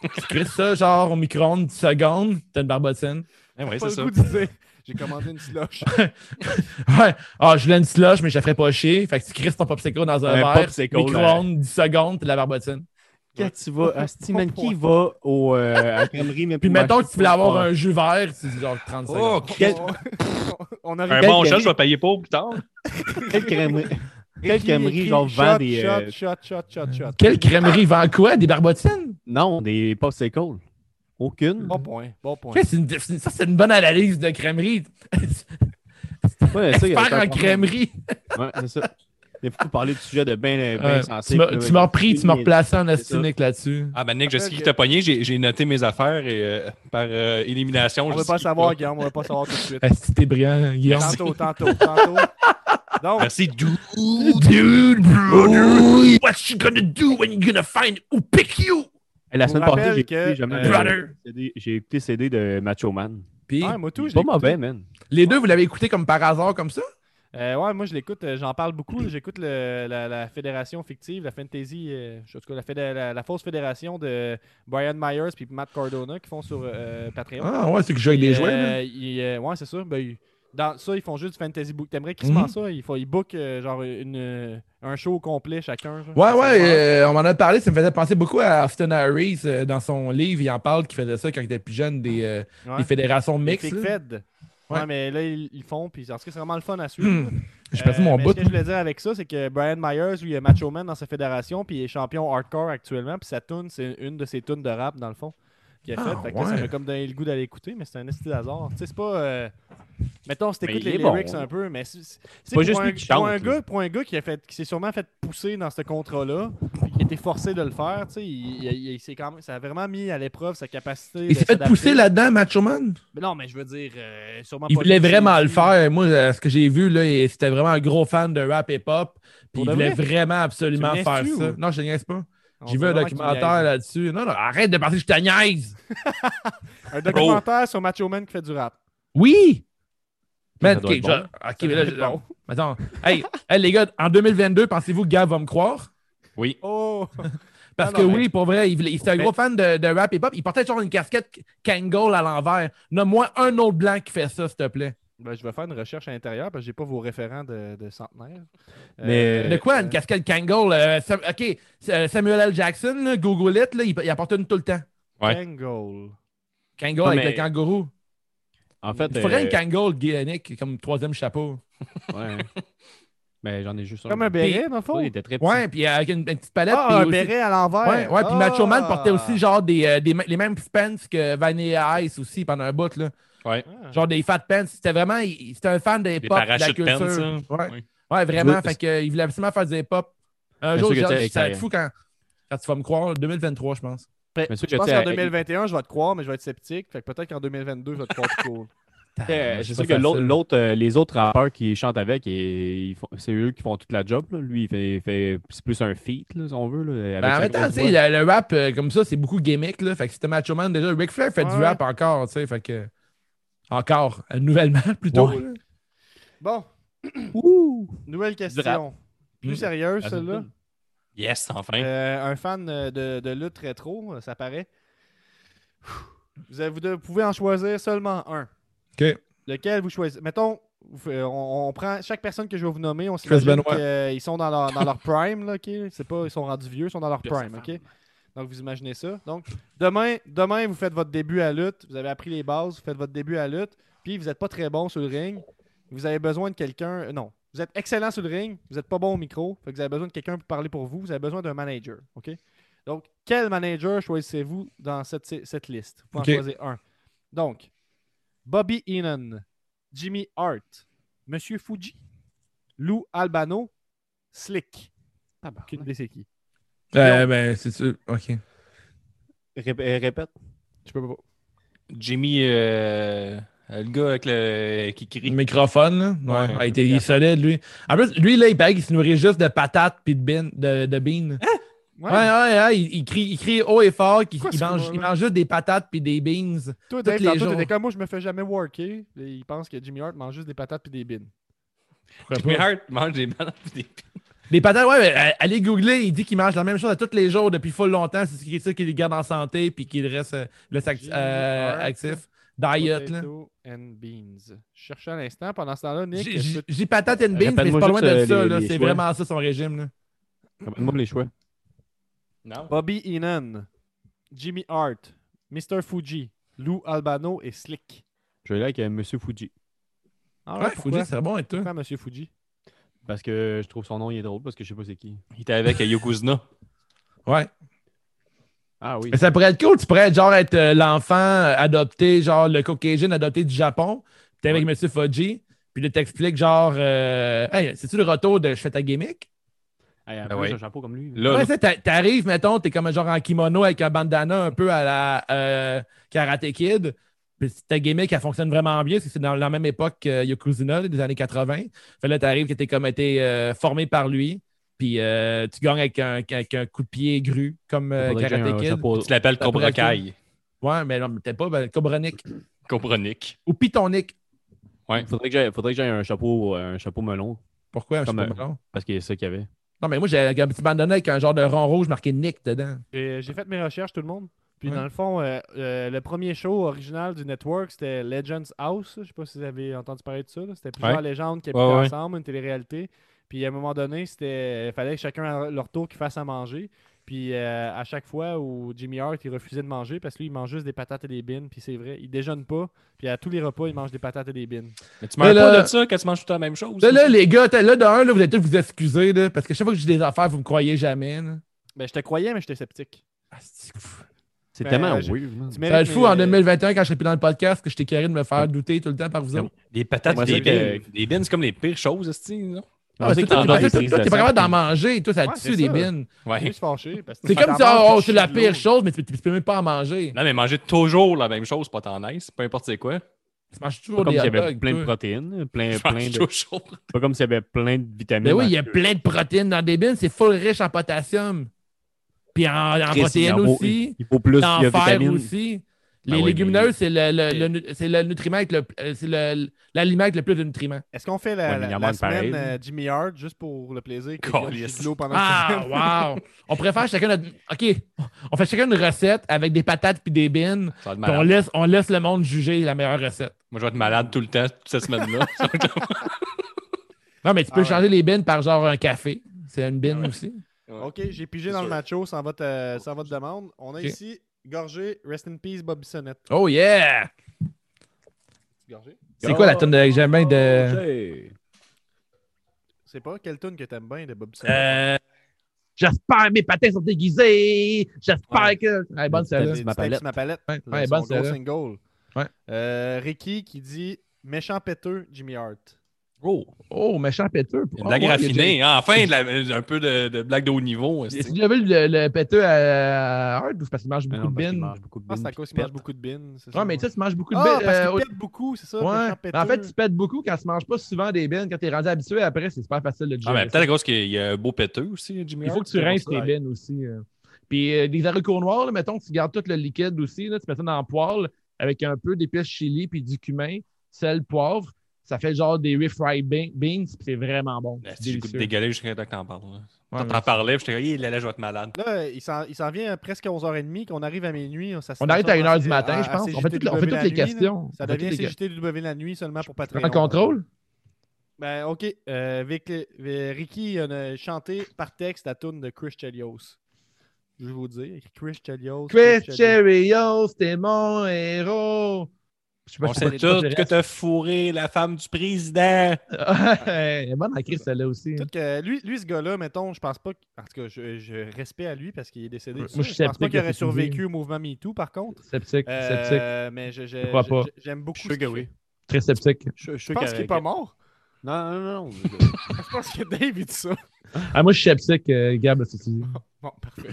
Speaker 4: Tu crisses ça, genre, au micro-ondes, 10 secondes, t'as une barbotine.
Speaker 5: Ah, ouais,
Speaker 2: Pas
Speaker 5: c'est
Speaker 2: le
Speaker 5: ça.
Speaker 2: goût de dire, J'ai commandé une slush.
Speaker 4: Ouais, ah, je l'ai une slush, mais je la ferais pas chier. Fait que tu crisses ton popsicle dans un,
Speaker 3: Un
Speaker 4: verre,
Speaker 3: popsicle,
Speaker 4: micro-ondes, 10 secondes, t'as de la barbotine.
Speaker 3: Quand tu vas. Asti, man, qui va au, euh, à la crèmerie, mais
Speaker 4: Puis
Speaker 3: pour
Speaker 4: mettons que
Speaker 3: acheter
Speaker 4: tu voulais
Speaker 3: pour-
Speaker 4: avoir un jus vert, tu dis genre 30
Speaker 5: Oh,
Speaker 4: secondes.
Speaker 5: quel-
Speaker 2: on a
Speaker 5: un
Speaker 3: Quel-
Speaker 5: bon
Speaker 3: quel-
Speaker 5: chat, je vais payer pour plus tard.
Speaker 3: Quelle crèmerie, quelle
Speaker 2: Écris,
Speaker 3: crèmerie
Speaker 2: écris,
Speaker 3: genre,
Speaker 2: shot,
Speaker 3: vend des.
Speaker 2: Shot,
Speaker 3: euh,
Speaker 2: shot, shot, shot, shot.
Speaker 4: Quelle crèmerie vend quoi? Des barbotines?
Speaker 3: non, des popsicles. Aucune.
Speaker 2: Bon point, bon point.
Speaker 4: Ouais, c'est une- c'est- ça, c'est une bonne analyse de crèmerie.
Speaker 3: Ouais, ça, il y a aucun
Speaker 4: Expert en
Speaker 3: problème.
Speaker 4: crèmerie.
Speaker 3: Ouais, c'est ça. Il faut parler de sujets de
Speaker 2: Eh
Speaker 3: bien
Speaker 4: Ouais,
Speaker 3: ben
Speaker 4: Euh, tu
Speaker 3: sensibles.
Speaker 4: m'as tu m'as repris, tu m'as replacé en astinique là-dessus.
Speaker 5: Ah, ben Nick, je sais
Speaker 2: Rappelle
Speaker 5: qui
Speaker 2: que-
Speaker 5: t'a pogné. J'ai j'ai noté mes affaires et euh, par euh, élimination.
Speaker 2: On
Speaker 5: je
Speaker 2: veut
Speaker 5: sais
Speaker 2: pas
Speaker 5: qui
Speaker 2: savoir,
Speaker 5: t'a-
Speaker 2: Guillaume, on veut pas savoir tout de suite.
Speaker 4: Est-ce que Ah, t'es brillant, Guillaume?
Speaker 2: Tantôt, tantôt, tantôt. Donc,
Speaker 5: Merci, Dou.
Speaker 4: Dude, brother, what you gonna do when you gonna find who pick you?
Speaker 3: La
Speaker 2: vous
Speaker 3: semaine passée,
Speaker 2: rappelle
Speaker 3: j'ai
Speaker 2: que,
Speaker 3: écouté, jamais,
Speaker 2: euh,
Speaker 3: euh,
Speaker 4: Brother.
Speaker 3: CD j'ai écouté CD de Macho Man.
Speaker 4: Puis,
Speaker 2: ouais, moi, tout, je
Speaker 3: Pas
Speaker 2: l'écoute.
Speaker 3: mauvais, man.
Speaker 4: les deux, vous l'avez écouté comme par hasard, comme ça?
Speaker 2: Euh, ouais, moi je l'écoute, euh, j'en parle beaucoup. là. J'écoute le- la, la fédération fictive, la fantasy, euh, en tout cas la, fédé- la- la fausse fédération de Brian Myers puis Matt Cardona qui font sur euh, Patreon.
Speaker 4: Ah ouais, c'est que je joue avec des
Speaker 2: Puis,
Speaker 4: jouets.
Speaker 2: euh,
Speaker 4: là.
Speaker 2: ils, euh, ouais, c'est sûr. Ben, ils- dans ça, ils font juste du fantasy book. T'aimerais qu'ils
Speaker 4: Mhm.
Speaker 2: se fassent ça? Ils, font- ils bookent euh, genre une, euh, un show complet chacun. genre.
Speaker 4: Ouais,
Speaker 2: Ça,
Speaker 4: ouais,
Speaker 2: c'est bon.
Speaker 4: euh, on m'en a parlé, ça me faisait penser beaucoup à Austin Harris euh, dans son livre, il en parle qu'il faisait ça quand il était plus jeune, des, euh,
Speaker 2: Ouais.
Speaker 4: des fédérations
Speaker 2: Les
Speaker 4: mixtes.
Speaker 2: Fake
Speaker 4: là.
Speaker 2: Fed. Ouais.
Speaker 4: Ouais.
Speaker 2: mais là, ils, ils font. Puis, en tout cas, c'est vraiment le fun à suivre.
Speaker 4: Hmm. J'ai
Speaker 2: Euh,
Speaker 4: passé mon
Speaker 2: mais
Speaker 4: bout.
Speaker 2: Ce que je voulais dire avec ça, c'est que Brian Myers, lui, est macho man dans sa fédération, puis il est champion hardcore actuellement, puis sa tune, c'est une de ses tunes de rap, dans le fond, qu'il a
Speaker 4: Ah,
Speaker 2: faite. Fait que là, ça
Speaker 4: ouais.
Speaker 2: m'a comme donné le goût d'aller écouter, mais c'est un esti d'hasard. Tu sais, c'est pas. euh, Mettons, si t'écoutes
Speaker 3: Mais il
Speaker 2: les
Speaker 3: est bon,
Speaker 2: lyrics
Speaker 3: hein.
Speaker 2: un peu, mais c'est- c'est c'est
Speaker 3: pas
Speaker 2: pour
Speaker 3: juste
Speaker 2: un,
Speaker 3: lui qui
Speaker 2: pour
Speaker 3: chante,
Speaker 2: un
Speaker 3: là.
Speaker 2: gars, pour un gars qui a fait, qui s'est sûrement fait pousser dans ce contrat-là, puis qui était forcé de le faire, tu sais, il, il- il s'est quand même, ça a vraiment mis à l'épreuve sa capacité.
Speaker 4: Il
Speaker 2: de
Speaker 4: s'est fait
Speaker 2: s'adapter.
Speaker 4: pousser là-dedans, Macho Man?
Speaker 2: Mais non, mais je veux dire, euh, sûrement
Speaker 4: Il
Speaker 2: pas
Speaker 4: voulait
Speaker 2: lui,
Speaker 4: vraiment
Speaker 2: c'est-
Speaker 4: le faire. Moi, euh, ce que j'ai vu, là, il- c'était vraiment un gros fan de rap et pop. Puis
Speaker 2: Pour
Speaker 4: il
Speaker 2: de
Speaker 4: voulait
Speaker 2: vrai?
Speaker 4: vraiment absolument
Speaker 2: Tu me
Speaker 4: faire
Speaker 2: niaises-tu
Speaker 4: ça.
Speaker 2: ou-
Speaker 4: Non, je te niaise pas.
Speaker 2: On
Speaker 4: J'ai vu
Speaker 2: dirait
Speaker 4: un
Speaker 2: vraiment qu'il
Speaker 4: documentaire
Speaker 2: niaise.
Speaker 4: là-dessus. Non, non, arrête de penser que je te niaise.
Speaker 2: Un documentaire sur Macho Man qui fait du rap.
Speaker 4: Oui! Man,
Speaker 5: Ça
Speaker 4: ok,
Speaker 5: doit être
Speaker 4: je- ok, mais là, je- attends. Hey, hey, les gars, en 2022, pensez-vous que Gab va me croire?
Speaker 2: Oh!
Speaker 4: Parce
Speaker 2: Ah non,
Speaker 4: que
Speaker 2: mais-
Speaker 4: oui, pour vrai, il, voulait- il était un gros fan de, de rap et pop. Il portait genre une casquette Kangol à l'envers. Nomme-moi un autre blanc qui fait ça, s'il te plaît.
Speaker 2: Ben, je vais faire une recherche à l'intérieur parce que j'ai pas vos référents de, de centenaire.
Speaker 3: Mais-
Speaker 2: Euh,
Speaker 4: De quoi,
Speaker 2: euh,
Speaker 4: une cascade Kangol? euh, Sam- OK, euh, Samuel L. Jackson, là, Google It, là, il, il apporte une tout le temps.
Speaker 3: Ouais.
Speaker 2: Kangol.
Speaker 4: Kangol
Speaker 3: Ouais,
Speaker 4: avec
Speaker 3: mais-
Speaker 4: le kangourou.
Speaker 3: En fait,
Speaker 4: Il faudrait
Speaker 3: euh,
Speaker 4: une Kangol, Guénic, comme troisième chapeau.
Speaker 3: ouais. Mais Ben, j'en ai juste
Speaker 2: Comme un béret, dans le fond.
Speaker 3: Ouais, il était très petit.
Speaker 4: Ouais, puis euh, avec une, une petite palette.
Speaker 2: Ah,
Speaker 4: puis
Speaker 2: un
Speaker 4: aussi-
Speaker 2: béret à l'envers.
Speaker 4: Ouais, ouais, puis
Speaker 2: Ah.
Speaker 4: Macho Man portait aussi genre des, euh, des m- les mêmes pants que Vanilla Ice aussi pendant un bout, là.
Speaker 2: Ah.
Speaker 4: Genre des fat pants. C'était vraiment, il- c'était un fan des
Speaker 5: Des
Speaker 4: pop, de la
Speaker 5: parachutes
Speaker 4: culture.
Speaker 5: pants, ça.
Speaker 4: Ouais.
Speaker 5: Oui.
Speaker 4: Ouais, vraiment.
Speaker 3: veux-
Speaker 4: Fait que, euh, il voulait absolument faire des pop. Un
Speaker 3: Mais
Speaker 4: jour,
Speaker 3: sûr que
Speaker 4: genre,
Speaker 3: t'es
Speaker 4: ça va
Speaker 3: excellent.
Speaker 4: être fou quand, quand tu vas me croire. 2023, je pense.
Speaker 2: Ben,
Speaker 3: Mais sûr
Speaker 2: je
Speaker 3: que
Speaker 2: pense
Speaker 3: t'es
Speaker 2: qu'en
Speaker 3: à-
Speaker 2: 2021, je vais te croire, mais je vais être sceptique. Fait que peut-être qu'en 2022, je vais te croire plus cool.
Speaker 3: Euh, C'est
Speaker 4: c'est
Speaker 3: sûr
Speaker 4: pas
Speaker 3: que l'autre-
Speaker 4: facile.
Speaker 3: l'autre, euh, les autres rappeurs qui chantent avec, et, ils font- c'est eux qui font toute la job. là. Lui, il fait, il fait- c'est plus un feat, là, si on veut. Là, avec
Speaker 4: Ben, en
Speaker 3: sa
Speaker 4: même temps,
Speaker 3: grosse
Speaker 4: tu
Speaker 3: voix.
Speaker 4: sais, le, le rap, euh, comme ça, c'est beaucoup gimmick, là. Fait que c'était Macho Man déjà. Ric Flair fait du
Speaker 2: Ouais.
Speaker 4: rap encore, tu sais. Fait que. Encore. euh, nouvellement, plutôt.
Speaker 3: Ouais.
Speaker 4: là.
Speaker 2: Bon. Nouvelle question.
Speaker 3: Drap.
Speaker 2: Plus sérieuse,
Speaker 3: Ah,
Speaker 2: celle-là.
Speaker 5: Yes, enfin.
Speaker 2: Euh, un fan euh, de, de lutte rétro, euh, ça paraît. Vous, avez- vous de- pouvez en choisir seulement un.
Speaker 4: OK.
Speaker 2: Lequel vous choisissez? Mettons, vous f- euh, on, on prend chaque personne que je vais vous nommer, on
Speaker 4: Chris
Speaker 2: s'imagine
Speaker 4: Benoit.
Speaker 2: qu'ils sont dans leur, dans leur prime, là, OK? C'est pas, ils sont rendus vieux, ils sont dans leur prime, OK? Donc, vous imaginez ça. Donc, demain, demain, vous faites votre début à lutte. Vous avez appris les bases, vous faites votre début à lutte. Puis, vous n'êtes pas très bon sur le ring. Vous avez besoin de quelqu'un. euh, Non. Vous êtes excellent sur le ring, vous n'êtes pas bon au micro. Fait que vous avez besoin de quelqu'un pour parler pour vous. Vous avez besoin d'un manager, OK? Donc, quel manager choisissez-vous dans cette, cette liste? Vous pouvez
Speaker 4: OK.
Speaker 2: en choisir un. Donc, Bobby Heenan, Jimmy Hart, Monsieur Fuji, Lou Albano, Slick. Aucune idée c'est qui.
Speaker 4: Euh, ben, c'est sûr. OK.
Speaker 3: Rép- euh, répète.
Speaker 2: Je peux pas.
Speaker 5: Jimmy, euh, le gars avec le qui
Speaker 4: Le
Speaker 5: crie.
Speaker 4: microphone, là. Ouais.
Speaker 5: Ouais.
Speaker 4: Ah, il était il est solide, lui. En plus, lui, là, il paraît qu'il se nourrit juste de patates puis de, bean- de, de
Speaker 2: Hein?
Speaker 4: beans. Ouais, ouais, ouais, il, il crie, il crie haut et fort qu'il
Speaker 2: Quoi,
Speaker 4: qu'il
Speaker 2: ce
Speaker 4: mange,
Speaker 2: gars-là?
Speaker 4: il mange juste des patates puis des beans.
Speaker 2: Toi,
Speaker 4: Tous
Speaker 2: Dave,
Speaker 4: les
Speaker 2: tantôt,
Speaker 4: jours.
Speaker 2: t'étais comme moi, je me fais jamais worker. Et il pense que Jimmy Hart mange juste des patates puis des bines.
Speaker 4: Pourquoi
Speaker 5: Jimmy
Speaker 4: pas?
Speaker 5: Hart mange des bananes pis des
Speaker 4: Des patates, ouais, mais euh, allez googler, il dit qu'il mange la même chose à tous les jours depuis full longtemps. C'est ce qui est ça qui le garde en santé puis qu'il reste, euh, reste act-
Speaker 2: Jimmy
Speaker 4: euh,
Speaker 2: Hart.
Speaker 4: actif. Diet, là.
Speaker 2: Potato and beans. Je cherchais à l'instant. Pendant ce temps-là, Nick,
Speaker 4: J'ai-
Speaker 2: est-ce
Speaker 4: J'ai
Speaker 2: que-
Speaker 4: j'ai patates and beans, mais c'est
Speaker 3: Répète-moi
Speaker 4: pas loin
Speaker 3: juste,
Speaker 4: de
Speaker 3: euh,
Speaker 4: ça,
Speaker 3: les-
Speaker 4: là.
Speaker 3: les
Speaker 4: C'est
Speaker 3: choix.
Speaker 4: vraiment ça son régime, là.
Speaker 3: Commande-moi Ah, ben, les choix.
Speaker 5: Non.
Speaker 2: Bobby Heenan, Jimmy Hart, Mr. Fuji, Lou Albano et Slick.
Speaker 3: Je vais aller avec euh, Monsieur Fuji.
Speaker 2: Ah
Speaker 4: Ouais, faut
Speaker 2: pourquoi?
Speaker 4: dire, c'est bon hein, et tout.
Speaker 2: Pourquoi Monsieur Fuji?
Speaker 3: Parce que je trouve son nom, il est drôle, parce que je sais pas c'est qui.
Speaker 5: Il était avec
Speaker 3: euh,
Speaker 5: Yokozuna.
Speaker 4: Euh, Ouais.
Speaker 3: Ah oui.
Speaker 4: Mais ça pourrait être cool. Tu pourrais être, genre être euh, l'enfant euh, adopté, genre le Caucasian adopté du Japon. Puis t'es avec Monsieur Fudgy. Puis là, t'expliques genre, euh, hey, c'est-tu le retour de je fais ta gimmick?
Speaker 3: Hey, en
Speaker 5: Ben
Speaker 3: plus,
Speaker 5: ouais.
Speaker 3: un chapeau comme lui.
Speaker 5: Là,
Speaker 4: Ouais, tu sais, t'a- t'arrives, mettons, t'es comme genre en kimono avec un bandana un peu à la euh, Karate Kid. Puis ta gimmick, elle fonctionne vraiment bien, parce que c'est dans la même époque que Yokozuna, là, des années 80. Fait là, t'arrives que t'es comme été euh, formé par lui. Puis euh, tu gagnes avec un, avec un coup de pied gru, comme euh,
Speaker 3: Faudrait que j'ai
Speaker 4: Karate
Speaker 3: un
Speaker 4: Kid.
Speaker 3: chapeau-
Speaker 5: Tu l'appelles
Speaker 4: Ça pourrait
Speaker 5: Cobra
Speaker 4: être
Speaker 5: Kai.
Speaker 4: Ouais, mais non, mais t'es pas ben, Cobronic.
Speaker 5: Cobronic.
Speaker 4: Ou Pitonic.
Speaker 3: Faudrait que j'aille- faudrait que j'aille un chapeau, euh, un chapeau melon,
Speaker 4: Pourquoi? Je sais
Speaker 3: Comme,
Speaker 4: pas
Speaker 3: euh,
Speaker 4: pourquoi.
Speaker 3: parce que c'est ça qu'il y avait.
Speaker 4: Non, mais moi, j'ai un petit bandana avec un genre de rond rouge marqué Nick dedans.
Speaker 2: euh, J'ai j'ai fait mes recherches, tout le monde. Puis
Speaker 4: Ouais.
Speaker 2: dans le fond, euh, euh, le premier show original du network, c'était Legends House. Je sais pas si vous avez entendu parler de ça. là. C'était plusieurs
Speaker 5: Ouais.
Speaker 2: légendes qui
Speaker 5: Ouais,
Speaker 2: habitaient
Speaker 5: ouais.
Speaker 2: ensemble, une télé-réalité. Puis à un moment donné, c'était euh, fallait que chacun à leur tour qu'ils fasse à manger. Puis euh, à chaque fois où Jimmy Hart, il refusait de manger parce que lui, il mange juste des patates et des bines. Puis c'est vrai, il déjeune pas. Puis à tous les repas, il mange des patates et des bines.
Speaker 5: Mais tu meurs
Speaker 4: Mais
Speaker 5: pas
Speaker 4: là-
Speaker 5: de ça quand tu manges tout le temps la même chose.
Speaker 4: Là, là, les gars, t'as- là, d'un, là, vous allez tous vous excuser, là, parce que chaque fois que je dis des affaires, vous me croyez jamais. Là.
Speaker 2: Ben, je te croyais, mais j'étais sceptique.
Speaker 4: Ah, c'est fou.
Speaker 3: C'est
Speaker 2: Ben,
Speaker 3: tellement
Speaker 2: j'ai-
Speaker 3: weird. man.
Speaker 2: Tu
Speaker 4: Ça va être
Speaker 2: mérites
Speaker 4: fou
Speaker 2: mes-
Speaker 4: en 2021 quand je serai plus dans le podcast que je t'ai carré de me faire douter tout le temps par vous
Speaker 5: Non.
Speaker 4: autres.
Speaker 5: Des patates,
Speaker 3: Moi,
Speaker 5: des
Speaker 3: c'est
Speaker 5: bines.
Speaker 3: que-
Speaker 5: Des bines, c'est comme les pires choses, esti, non?
Speaker 4: Ah,
Speaker 3: C'est
Speaker 4: c'est
Speaker 3: que
Speaker 4: toi,
Speaker 3: t'en
Speaker 4: t'es
Speaker 3: as
Speaker 4: pas-
Speaker 3: des
Speaker 4: toi,
Speaker 3: prises
Speaker 4: toi, t'es
Speaker 3: de
Speaker 4: pas
Speaker 3: sang,
Speaker 4: capable d'en manger, toi, ça
Speaker 2: Ouais,
Speaker 4: tue
Speaker 2: c'est
Speaker 4: des
Speaker 2: ça.
Speaker 4: bines.
Speaker 2: Je me
Speaker 5: Ouais.
Speaker 2: suis fâché parce que
Speaker 4: C'est
Speaker 2: t'en
Speaker 4: comme si oh,
Speaker 2: manges,
Speaker 4: c'est la
Speaker 2: tu chies de
Speaker 4: pire
Speaker 2: l'eau.
Speaker 4: chose, mais tu, tu peux même pas en manger.
Speaker 5: Non, mais manger toujours la même chose, pas tant nice. Peu importe c'est quoi.
Speaker 4: Tu manges
Speaker 3: Pas
Speaker 4: toujours
Speaker 3: comme
Speaker 4: des
Speaker 3: s'il y
Speaker 4: hot
Speaker 3: avait
Speaker 4: dogs.
Speaker 3: plein de
Speaker 4: toi.
Speaker 3: protéines, plein,
Speaker 5: Je
Speaker 3: plein
Speaker 5: mange
Speaker 3: de,
Speaker 5: toujours.
Speaker 3: pas comme s'il y avait plein de vitamines.
Speaker 4: Mais ben oui, il y a
Speaker 3: dans-
Speaker 4: plein de protéines dans des bines, c'est full riche en potassium. Puis en, en
Speaker 3: Chris, il
Speaker 4: protéines
Speaker 3: en vaut-
Speaker 4: aussi.
Speaker 3: Il faut plus
Speaker 4: d'en
Speaker 3: de
Speaker 4: faire
Speaker 3: vitamines.
Speaker 4: aussi. Les
Speaker 3: Ben oui,
Speaker 4: légumineuses,
Speaker 3: mais-
Speaker 4: c'est le, le- le nu- c'est le nutriment avec le, euh, c'est le- l'aliment avec le plus de nutriments.
Speaker 2: Est-ce qu'on fait la,
Speaker 3: Ouais, mais il
Speaker 2: la-
Speaker 3: en
Speaker 2: la
Speaker 3: manque
Speaker 2: semaine
Speaker 3: pareil,
Speaker 2: euh,
Speaker 3: là.
Speaker 2: Jimmy Hart juste pour le plaisir que
Speaker 5: Calisse.
Speaker 2: j'ai de l'eau pendant la semaine?
Speaker 4: Ah, wow! On préfère chacun notre... OK, on fait chacun une recette avec des patates puis des bines.
Speaker 5: Ça va être
Speaker 4: puis on
Speaker 5: malade.
Speaker 4: laisse, on laisse le monde juger la meilleure recette.
Speaker 5: Moi, je vais être malade tout le temps, toute cette semaine-là.
Speaker 4: Non, mais tu
Speaker 2: Ah
Speaker 4: peux
Speaker 2: ouais.
Speaker 4: changer les bins par genre un café. C'est une bin aussi.
Speaker 2: OK, j'ai pigé
Speaker 5: C'est
Speaker 2: dans le
Speaker 5: sûr.
Speaker 2: macho sans votre, euh, sans votre demande. On a
Speaker 4: Ok.
Speaker 2: ici Gorgé, Rest in Peace, Bobby Sonnette.
Speaker 4: Oh yeah!
Speaker 2: Gorgé?
Speaker 4: C'est quoi la tonne de euh? jamais de.
Speaker 2: C'est pas quelle tune que t'aimes bien de Bobby Sonnette?
Speaker 4: Euh, J'espère mes patins sont déguisés. J'espère
Speaker 5: Ouais.
Speaker 4: que. Ouais, bonne celle-là.
Speaker 2: C'était
Speaker 3: ma
Speaker 2: sur
Speaker 3: palette.
Speaker 2: ma palette.
Speaker 4: Ouais,
Speaker 2: Le-
Speaker 4: ouais,
Speaker 2: son
Speaker 4: bonne
Speaker 2: gros
Speaker 4: celle-là.
Speaker 2: single.
Speaker 4: Ouais.
Speaker 2: Euh, Ricky qui dit Méchant péteux, Jimmy Hart.
Speaker 5: Oh,
Speaker 4: Oh, méchant péteux.
Speaker 5: une
Speaker 4: Oh,
Speaker 5: blague
Speaker 4: ouais,
Speaker 5: raffinée. hein. Enfin, de la- un peu de, de blague de haut niveau.
Speaker 4: J'ai
Speaker 5: est-ce
Speaker 4: j'ai- j'ai
Speaker 5: que-
Speaker 4: déjà vu le, le péteux à à Hard ou c'est parce qu'il mange
Speaker 3: Ah non,
Speaker 4: beaucoup de
Speaker 3: parce qu'il
Speaker 4: bines?
Speaker 3: mange beaucoup de
Speaker 2: Je pense que c'est
Speaker 3: bines,
Speaker 2: à cause
Speaker 3: puis
Speaker 2: qu'il mange
Speaker 3: pète.
Speaker 2: beaucoup de bines. c'est ça,
Speaker 4: Ouais, mais
Speaker 2: ouais.
Speaker 4: tu sais, tu manges beaucoup de
Speaker 2: Ah,
Speaker 4: bines.
Speaker 2: parce
Speaker 4: euh,
Speaker 2: qu'il
Speaker 4: au-
Speaker 2: pète beaucoup, c'est ça?
Speaker 4: Ouais.
Speaker 2: méchant péteux.
Speaker 4: En fait, tu pètes beaucoup quand tu manges pas souvent des bines. Quand tu es rendu habitué après, c'est super facile de
Speaker 5: Ah,
Speaker 4: gérer.
Speaker 5: mais peut-être à cause qu'il y a un beau péteux aussi, Jimmy
Speaker 4: Il faut
Speaker 5: Hart,
Speaker 4: que tu
Speaker 5: c'est
Speaker 4: rinces
Speaker 5: pour
Speaker 4: tes
Speaker 5: ça.
Speaker 4: bines aussi. euh. Puis euh, des haricots noirs, là, mettons, tu gardes tout le liquide aussi, là, tu mets ça dans le poêle avec un peu d'épices chili puis du cumin, sel, poivre. Ça fait genre des refried be- beans, puis c'est vraiment bon.
Speaker 3: Ben,
Speaker 5: Ah,
Speaker 4: C'est
Speaker 5: si J'ai le goût de
Speaker 4: délicieux.
Speaker 5: dégueuler jusqu'à temps que t'en parles. là.
Speaker 4: Ouais,
Speaker 5: Quand
Speaker 4: mais-
Speaker 5: t'en parlais, j'étais comme, Hey, là, là, je vais être malade.
Speaker 2: Là, il s'en, il s'en vient à presque 11h30, qu'on arrive à minuit. Ça se
Speaker 4: On arrive à
Speaker 2: transforme
Speaker 4: 1h du
Speaker 2: en-
Speaker 4: matin,
Speaker 2: à-
Speaker 4: je
Speaker 2: à
Speaker 4: pense. On
Speaker 2: CJW
Speaker 4: fait, toutes- on fait toutes
Speaker 2: la
Speaker 4: les
Speaker 2: nuit,
Speaker 4: questions.
Speaker 2: Ça
Speaker 4: On fait
Speaker 2: devient
Speaker 4: toutes les questions.
Speaker 2: CJW la nuit seulement pour Patreon.
Speaker 4: Prends le contrôle?
Speaker 2: Ben, OK. Euh, Vic- euh, Ricky en a chanté par texte la tune de Chris Chelios. Je vais vous dire. Chris Chelios.
Speaker 4: Chris Cherios, t'es mon héros. Je sais
Speaker 5: On
Speaker 4: si c'est
Speaker 5: sait
Speaker 4: pas-
Speaker 5: tout
Speaker 4: c'est
Speaker 5: que t'as fourré la femme du président.
Speaker 4: Elle est bonne en Chris, celle-là aussi.
Speaker 2: Tout que- lui, lui, ce gars-là, mettons, je pense pas. que- En tout cas, je, je respecte à lui parce qu'il est décédé.
Speaker 4: Moi,
Speaker 2: tout
Speaker 4: je suis
Speaker 2: ça. je pense pas
Speaker 4: sceptique
Speaker 2: qu'il
Speaker 4: à
Speaker 2: aurait
Speaker 4: cette idée.
Speaker 2: survécu au mouvement MeToo, par contre.
Speaker 4: Sceptique, sceptique,
Speaker 2: Euh, mais je, je-
Speaker 4: Je crois
Speaker 2: je-
Speaker 4: pas.
Speaker 2: je- j'aime beaucoup.
Speaker 3: Je suis sûr
Speaker 2: ce qu'il
Speaker 3: que oui.
Speaker 2: fait.
Speaker 4: très sceptique.
Speaker 3: Je je suis
Speaker 2: Je
Speaker 3: sûr
Speaker 2: pense qu'il est pas mort.
Speaker 3: Non, non, non.
Speaker 2: je pense que Dave, il dit ça.
Speaker 4: Ah, moi, je suis sceptique, euh, Gab, là, c'est ce que tu dis.
Speaker 2: Bon, parfait.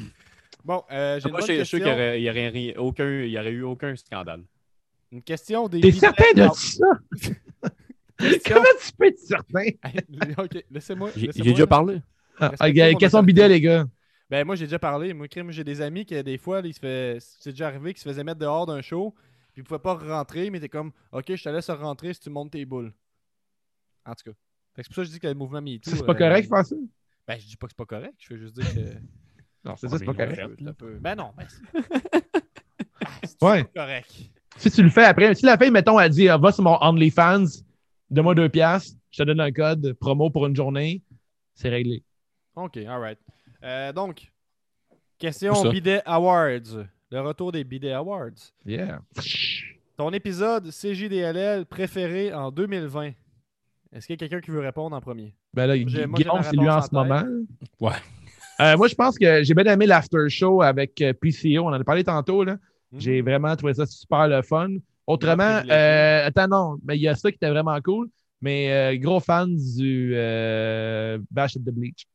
Speaker 2: Bon, euh, j'ai une,
Speaker 3: Moi,
Speaker 2: bonne
Speaker 3: je suis
Speaker 2: question.
Speaker 3: sûr qu'il n'y aurait, il y aurait rien- aucun, il y aurait eu aucun scandale.
Speaker 2: une question des.
Speaker 4: T'es
Speaker 2: billets-
Speaker 4: certain de
Speaker 2: Non,
Speaker 4: ça? Comment tu peux être certain?
Speaker 2: ok, laissez-moi.
Speaker 3: J'ai
Speaker 2: laissez-moi,
Speaker 3: j'ai déjà
Speaker 2: là.
Speaker 3: parlé.
Speaker 4: Ah,
Speaker 2: Respectez
Speaker 4: Ok,
Speaker 2: mon
Speaker 4: question
Speaker 2: autorité.
Speaker 4: bidet, les gars.
Speaker 2: Ben, moi, j'ai déjà parlé. Moi, crime, j'ai des amis qui, des fois, là, ils se fait... c'est déjà arrivé qu'ils se faisaient mettre dehors d'un show, puis ils pouvaient pas rentrer, mais t'es comme, OK, je te laisse rentrer si tu montes tes boules. En tout cas. Fait que C'est pour ça que je dis que le mouvement MeToo.
Speaker 4: C'est pas
Speaker 2: euh,
Speaker 4: correct, faire ça?
Speaker 2: Ben, je dis pas que c'est pas correct. Je veux juste dire que.
Speaker 4: Non, c'est ça, c'est pas correct.
Speaker 2: C'est un peu- Ben non, ben, c'est
Speaker 4: Ouais.
Speaker 2: pas correct.
Speaker 4: Si tu le fais après, si la fille, mettons, elle dit, ah, va sur mon OnlyFans, donne-moi deux piastres, je te donne un code promo pour une journée, c'est réglé.
Speaker 2: OK, alright. Euh, donc, question
Speaker 5: Où ça?
Speaker 2: Bidet Awards. Le retour des Bidet Awards.
Speaker 4: Yeah.
Speaker 2: Ton épisode CJDLL préféré en 2020. Est-ce qu'il y a quelqu'un qui veut répondre en premier?
Speaker 4: Ben là,
Speaker 2: J'ai- moi, j'ai
Speaker 4: Guillaume,
Speaker 2: ma
Speaker 4: c'est lui en
Speaker 2: réponse
Speaker 4: ce
Speaker 2: en
Speaker 4: moment.
Speaker 2: tête.
Speaker 5: Ouais.
Speaker 4: Euh, moi, je pense que j'ai bien aimé l'after show avec euh, PCO. On en a parlé tantôt. Là.
Speaker 2: Mhm.
Speaker 4: J'ai vraiment trouvé ça super le fun. Autrement,
Speaker 2: privilégié.
Speaker 4: euh, attends, non, mais il y a ça qui était vraiment cool. Mais euh, gros fan du euh, Bash of the Bleach.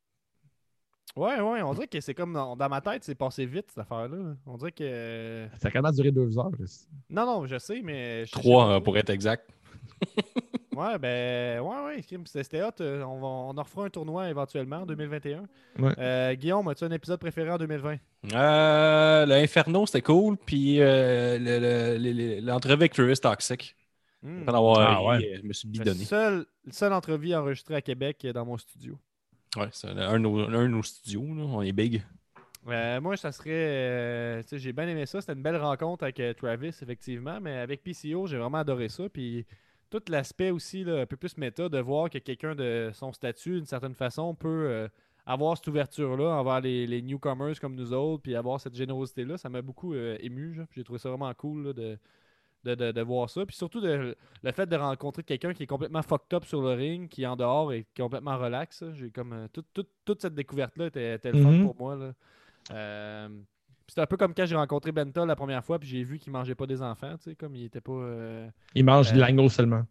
Speaker 2: Ouais, ouais, on dirait que c'est comme dans, dans ma tête, c'est passé vite cette affaire-là. On dirait que.
Speaker 4: Ça a quand même duré deux heures. là.
Speaker 2: Non, non, je sais, mais. je- je sais
Speaker 5: Trois,
Speaker 2: pas
Speaker 5: hein,
Speaker 2: trop.
Speaker 5: pour être exact.
Speaker 2: Ouais, ben. Ouais, ouais, crime, c'était c'était hot. Euh, On, va, on en refera un tournoi éventuellement en 2021.
Speaker 4: Ouais.
Speaker 2: Euh, Guillaume, as-tu un épisode préféré en 2020?
Speaker 5: Euh, le Inferno, c'était cool. Puis euh, le- le- le- le- l'entrevue avec Curious Toxic.
Speaker 2: Hmm.
Speaker 5: Après d'avoir
Speaker 4: Ah,
Speaker 5: ri, euh, je me suis
Speaker 2: La
Speaker 5: bidonné.
Speaker 2: seule, seule entrevue enregistrée à Québec euh, dans mon studio.
Speaker 5: Ouais, c'est un, un, de nos- un de nos studios. là. On est big.
Speaker 2: Euh, moi, ça serait. euh, tu sais, j'ai bien aimé ça. C'était une belle rencontre avec euh, Travis, effectivement. Mais avec PCO, j'ai vraiment adoré ça. Puis tout l'aspect aussi, là, un peu plus méta, de voir que quelqu'un de son statut, d'une certaine façon, peut euh, avoir cette ouverture-là envers les, les newcomers comme nous autres. Puis avoir cette générosité-là, ça m'a beaucoup euh, ému. genre. Puis J'ai trouvé ça vraiment cool là, de. De, de- de voir ça. Puis surtout de- le fait de rencontrer quelqu'un qui est complètement fucked up sur le ring, qui en dehors est complètement relax. là. J'ai comme. euh, tout- tout- toute cette découverte-là était, était le fun
Speaker 4: Mhm.
Speaker 2: pour moi. Là. Euh, pis C'était un peu comme quand j'ai rencontré Benta la première fois, puis j'ai vu qu'il mangeait pas des enfants, tu sais, comme il était pas euh,
Speaker 4: Il mange de
Speaker 2: Euh,
Speaker 4: l'agneau seulement.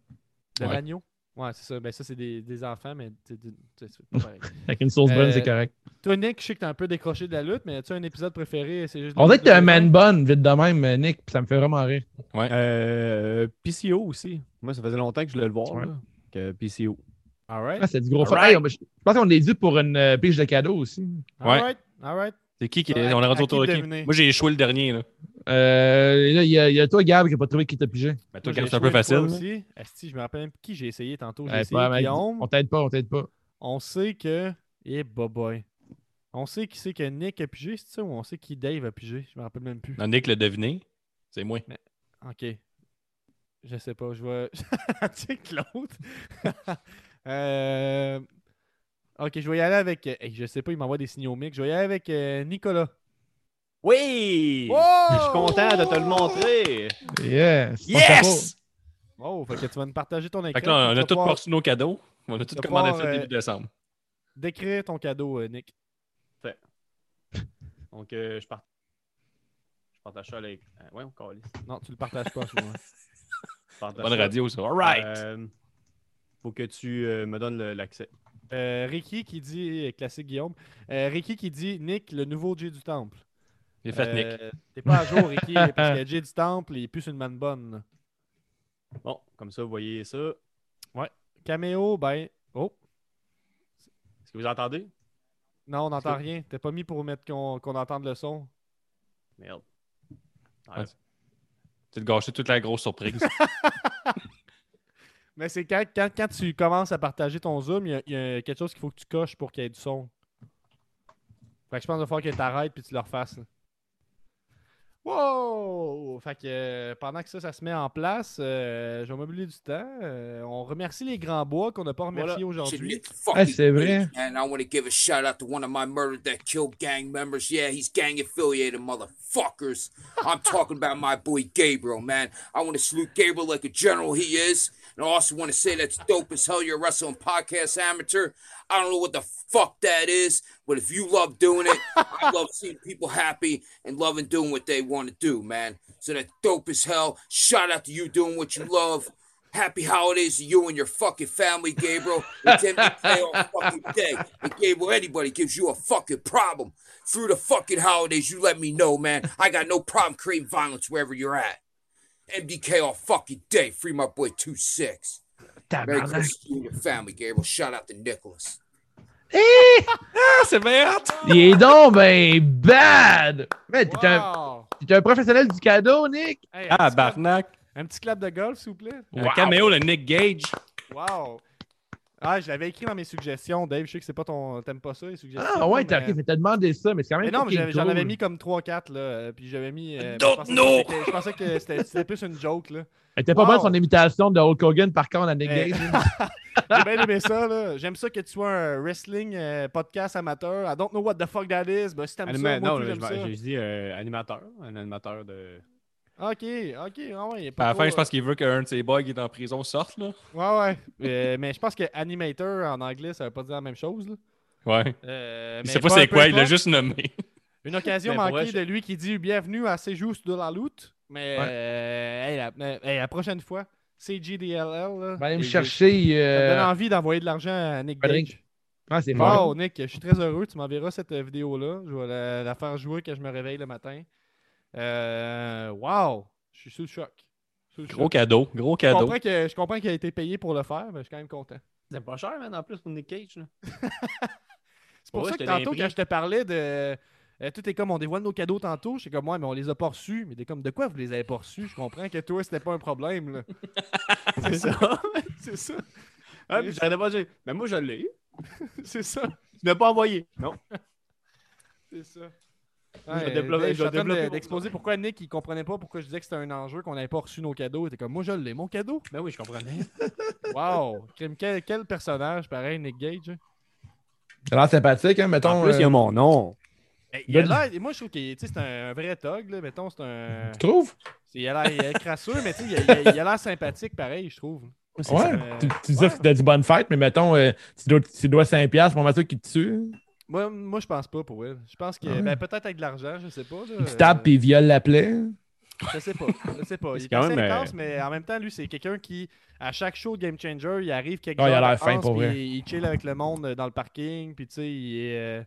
Speaker 2: de
Speaker 5: Ouais.
Speaker 2: l'agneau. Ouais, c'est ça. Ben ça, c'est des, des enfants, mais tu sais, tu- tu sais, c'est pas pareil.
Speaker 4: Avec une sauce
Speaker 2: Euh,
Speaker 4: bonne, c'est correct.
Speaker 2: Toi, Nick, je sais que t'es un peu décroché de la lutte, mais as-tu un épisode préféré? C'est juste
Speaker 4: On dirait que t'es un
Speaker 2: man
Speaker 4: man bun, vite de même, euh, Nick, puis ça me fait vraiment rire.
Speaker 3: Euh, PCO aussi. Moi, ça faisait longtemps que je voulais le voir.
Speaker 4: Ouais.
Speaker 3: là, que PCO.
Speaker 2: Alright.
Speaker 4: Ah, c'est du gros fun.
Speaker 5: Alright.
Speaker 4: Hey, on- je je pense qu'on est dû pour une euh, pige de cadeau aussi.
Speaker 2: Alright. Alright.
Speaker 5: C'est qui qui
Speaker 2: Ouais,
Speaker 5: est. On est rendu
Speaker 2: à
Speaker 5: autour de
Speaker 2: qui
Speaker 5: qui
Speaker 2: deviner?
Speaker 5: Moi, j'ai échoué le dernier. Là.
Speaker 4: Euh, et là, il y, a- il y a toi, Gab, qui n'a pas trouvé qui t'a pigé.
Speaker 5: Ben, toi,
Speaker 2: Moi,
Speaker 5: Gab,
Speaker 2: j'ai
Speaker 5: c'est un
Speaker 2: échoué
Speaker 5: peu
Speaker 2: une fois
Speaker 5: facile. là.
Speaker 2: Aussi. Asti, je me rappelle même qui j'ai essayé tantôt. J'ai
Speaker 4: Ouais,
Speaker 2: essayé
Speaker 4: pas mal.
Speaker 2: Guillaume.
Speaker 4: On t'aide pas, on t'aide pas.
Speaker 2: On sait que. Eh, boy, boy. On sait qui c'est que Nick a pigé, c'est ça, ou on sait qui Dave a pigé? Je me rappelle même plus.
Speaker 5: Non, Nick l'a deviné. C'est moi.
Speaker 2: Ok. Je sais pas, je vais. tu sais, Claude. Euh, Ok, je vais y aller avec. euh, hey, je sais pas, il m'envoie des signaux mix. Je vais y aller avec euh, Nicolas. Oh!
Speaker 12: Oui! Je suis content de te le montrer.
Speaker 11: Yes!
Speaker 12: Yes!
Speaker 2: Oh, fait que tu vas nous partager ton écran.
Speaker 5: Fait que
Speaker 2: Tu
Speaker 5: là, on a
Speaker 2: vas
Speaker 5: tous
Speaker 2: pouvoir
Speaker 5: reçu nos cadeaux. On a
Speaker 2: Tu
Speaker 5: tous
Speaker 2: vas
Speaker 5: commandé
Speaker 2: pouvoir,
Speaker 5: ça
Speaker 2: euh,
Speaker 5: début décembre.
Speaker 2: Décrire ton cadeau, euh, Nick.
Speaker 12: Donc, euh, je, part- je partage ça avec. Euh, ouais, on calisse.
Speaker 2: Non, tu le partages pas, je vois.
Speaker 12: Je partage
Speaker 5: Bonne
Speaker 12: ça.
Speaker 5: radio, ça. All right.
Speaker 12: Euh, faut que tu euh, me donnes le- l'accès.
Speaker 2: Euh, Ricky qui dit, euh, classique Guillaume, Euh, Ricky qui dit Nick, le nouveau Jay du Temple.
Speaker 5: J'ai fait Nick.
Speaker 2: Euh, T'es pas à jour, Ricky, parce que Jay du Temple, il est plus une man bonne.
Speaker 12: Bon, comme ça, vous voyez ça. Est-ce
Speaker 2: Caméo, ben. Oh,
Speaker 12: que vous entendez?
Speaker 2: non, on n'entend
Speaker 12: que-
Speaker 2: rien. T'es pas mis pour mettre qu'on qu'on entende le son.
Speaker 12: Merde.
Speaker 5: Tu te gâché toute la grosse surprise.
Speaker 2: Mais c'est quand, quand, quand tu commences à partager ton Zoom, il y a- il y, a quelque chose qu'il faut que tu coches pour qu'il y ait du son. Fait que je pense qu'il va falloir que tu arrêtes puis tu le refasses. là. Wow! Fait que euh, pendant que ça, ça se met en place, euh, je vais mobiliser du temps. Euh, on remercie les grands bois qu'on n'a pas remerciés aujourd'hui.
Speaker 11: Ah, c'est vrai.
Speaker 13: And I want to give a shout out to one of my murdered that killed gang members. Yeah, he's gang affiliated, motherfuckers. I'm talking about my boy Gabriel, man. I want to salute Gabriel like a general he is. And I also want to say that's dope as hell, you're a wrestling podcast amateur. I don't know what the fuck that is, but if you love doing it, I love seeing people happy and loving doing what they want to do, man. So that's dope as hell. Shout out to you doing what you love. Happy holidays to you and your fucking family, Gabriel. It's MBK all fucking day. And Gabriel, anybody gives you a fucking problem through the fucking holidays, you let me know, man. I got no problem creating violence wherever you're at. MDK all fucking day. Free my boy 2 6. Merry
Speaker 11: Tabarnak.
Speaker 13: Christmas to you and your family, Gabriel. Shout out to Nicholas.
Speaker 11: Eh!
Speaker 5: ah, c'est merde!
Speaker 11: Il est donc ben bad! Mais t'es un,
Speaker 2: Wow!
Speaker 11: t'es un professionnel du cadeau, Nick!
Speaker 2: Hey, un,
Speaker 5: Ah,
Speaker 2: petit clap,
Speaker 5: barnac.
Speaker 2: un petit clap de golf, s'il vous plaît.
Speaker 5: Un caméo, le Nick Gage.
Speaker 2: Wow! Ah, je l'avais écrit dans mes suggestions, Dave. Je sais que c'est pas ton. T'aimes pas ça, les suggestions.
Speaker 11: Ah ouais, t'as
Speaker 2: mais-
Speaker 11: ok, fait, t'as demandé ça, mais c'est quand même.
Speaker 2: Mais non, mais
Speaker 11: fucking
Speaker 2: j'avais- j'en
Speaker 11: cool.
Speaker 2: avais mis comme 3-4, là. euh, Puis j'avais mis. euh,
Speaker 5: Don't
Speaker 2: je pensais-
Speaker 5: know.
Speaker 2: je pensais que- Je pensais que c'était- c'était plus une joke, là.
Speaker 11: Elle était pas
Speaker 2: Wow.
Speaker 11: bonne son imitation de Hulk Hogan, par contre, à Nick
Speaker 2: Eh.
Speaker 11: Gage.
Speaker 2: J'ai bien aimé ça, là. J'aime ça que tu sois un wrestling euh, podcast amateur. I don't know what the fuck that is. Ben, si t'aimes ça,
Speaker 3: Anima-
Speaker 2: moi,
Speaker 3: Ah, Non,
Speaker 2: tout,
Speaker 3: là,
Speaker 2: j'aime
Speaker 3: je vais-
Speaker 2: ça.
Speaker 3: j'ai dit euh, animateur. Un animateur de.
Speaker 2: Ok, ok, ah ouais, il est
Speaker 5: À
Speaker 2: pas
Speaker 5: la fin,
Speaker 2: trop-
Speaker 5: je pense qu'il veut qu'un de ses boys qui est en prison sorte, là.
Speaker 2: Ouais, ouais. Euh, mais je pense que animator en anglais, ça veut pas dire la même chose, là.
Speaker 5: Ouais.
Speaker 2: Euh,
Speaker 5: Il
Speaker 2: mais
Speaker 5: sait pas
Speaker 2: peu-
Speaker 5: c'est
Speaker 2: peu
Speaker 5: quoi, il l'a
Speaker 2: importe.
Speaker 5: juste nommé.
Speaker 2: Une occasion
Speaker 12: Mais pour vrai,
Speaker 2: manquée de lui qui dit bienvenue à Séjous de la Loute. Mais
Speaker 11: Ouais.
Speaker 2: euh, hey, la, euh, hey, la prochaine fois, c'est JDLL. là.
Speaker 11: Va aller me
Speaker 2: Et je-
Speaker 11: chercher.
Speaker 2: Ça me
Speaker 11: euh,
Speaker 2: donne envie d'envoyer de l'argent à Nick
Speaker 11: un drink.
Speaker 2: Gage.
Speaker 11: Ah, c'est fort.
Speaker 2: Wow, Nick, je suis très heureux. Tu m'enverras cette euh, vidéo-là. Je vais la, la faire jouer quand je me réveille le matin. Euh, wow, je suis sous le choc. Sous le
Speaker 5: Gros
Speaker 2: choc.
Speaker 5: cadeau, gros
Speaker 2: Je
Speaker 5: cadeau.
Speaker 2: comprends que- je comprends qu'il a été payé pour le faire, mais je suis quand même content.
Speaker 12: C'est pas cher, man, en plus, pour Nick Cage. là.
Speaker 2: C'est pour
Speaker 12: Ouais,
Speaker 2: ça
Speaker 12: je te
Speaker 2: que
Speaker 12: l'ai
Speaker 2: tantôt,
Speaker 12: pris.
Speaker 2: quand je te parlais de. euh, tout est comme on dévoile nos cadeaux tantôt. Je suis comme, ouais, mais on les a pas reçus. Mais t'es comme, de quoi vous les avez pas reçus Je comprends que toi, c'était pas un problème. là.
Speaker 12: C'est ça.
Speaker 2: C'est ça.
Speaker 12: Ah, puis j'arrêtais pas de dire. Mais moi, je l'ai. eu.
Speaker 2: C'est ça.
Speaker 12: Tu ne l'as pas envoyé. Non.
Speaker 2: C'est ça.
Speaker 12: Je vais développer- je
Speaker 2: Dave, je suis
Speaker 12: vais
Speaker 2: en train de-
Speaker 12: développer-
Speaker 2: d'exposer pourquoi Nick il comprenait pas pourquoi je disais que c'était un enjeu qu'on n'avait pas reçu nos cadeaux. Il était comme moi je l'ai mon cadeau.
Speaker 12: Ben oui, je comprenais.
Speaker 2: Wow! Crime, quel, quel personnage pareil Nick Gage. hein?
Speaker 11: Ça a l'air sympathique, hein,
Speaker 3: En
Speaker 11: mettons.
Speaker 3: plus, il y
Speaker 11: euh,
Speaker 3: a mon nom.
Speaker 2: Eh, Il a l'air- et moi je trouve que c'est un, un vrai tog là, mettons c'est un
Speaker 11: Tu trouves?
Speaker 2: c'est- il a l'air il est crasseux mais tu sais, il a- il a il a l'air sympathique pareil je trouve.
Speaker 11: Ouais.
Speaker 2: Euh,
Speaker 11: Tu, tu dis que t'as du bonne fête, mais mettons, euh, tu, dois, tu dois 5$ piastres pour Mathieu qui te tue.
Speaker 2: moi moi je pense pas pour elle. Je pense que
Speaker 11: Ah ouais?
Speaker 2: ben, peut-être avec de l'argent, je sais pas là.
Speaker 11: Il te tape puis il viole la plaie.
Speaker 2: Je sais pas. Je sais pas. Il est
Speaker 3: quand
Speaker 2: assez
Speaker 3: même,
Speaker 11: euh,
Speaker 2: intense, mais en même temps, lui, c'est quelqu'un qui, à chaque show de Game Changer, il arrive quelque
Speaker 11: Ah, il a
Speaker 2: heures
Speaker 11: l'air
Speaker 2: d'avance,
Speaker 11: fin, pour
Speaker 2: puis
Speaker 11: vrai.
Speaker 2: Il chill avec le monde euh, dans le parking, puis tu sais, il est. euh,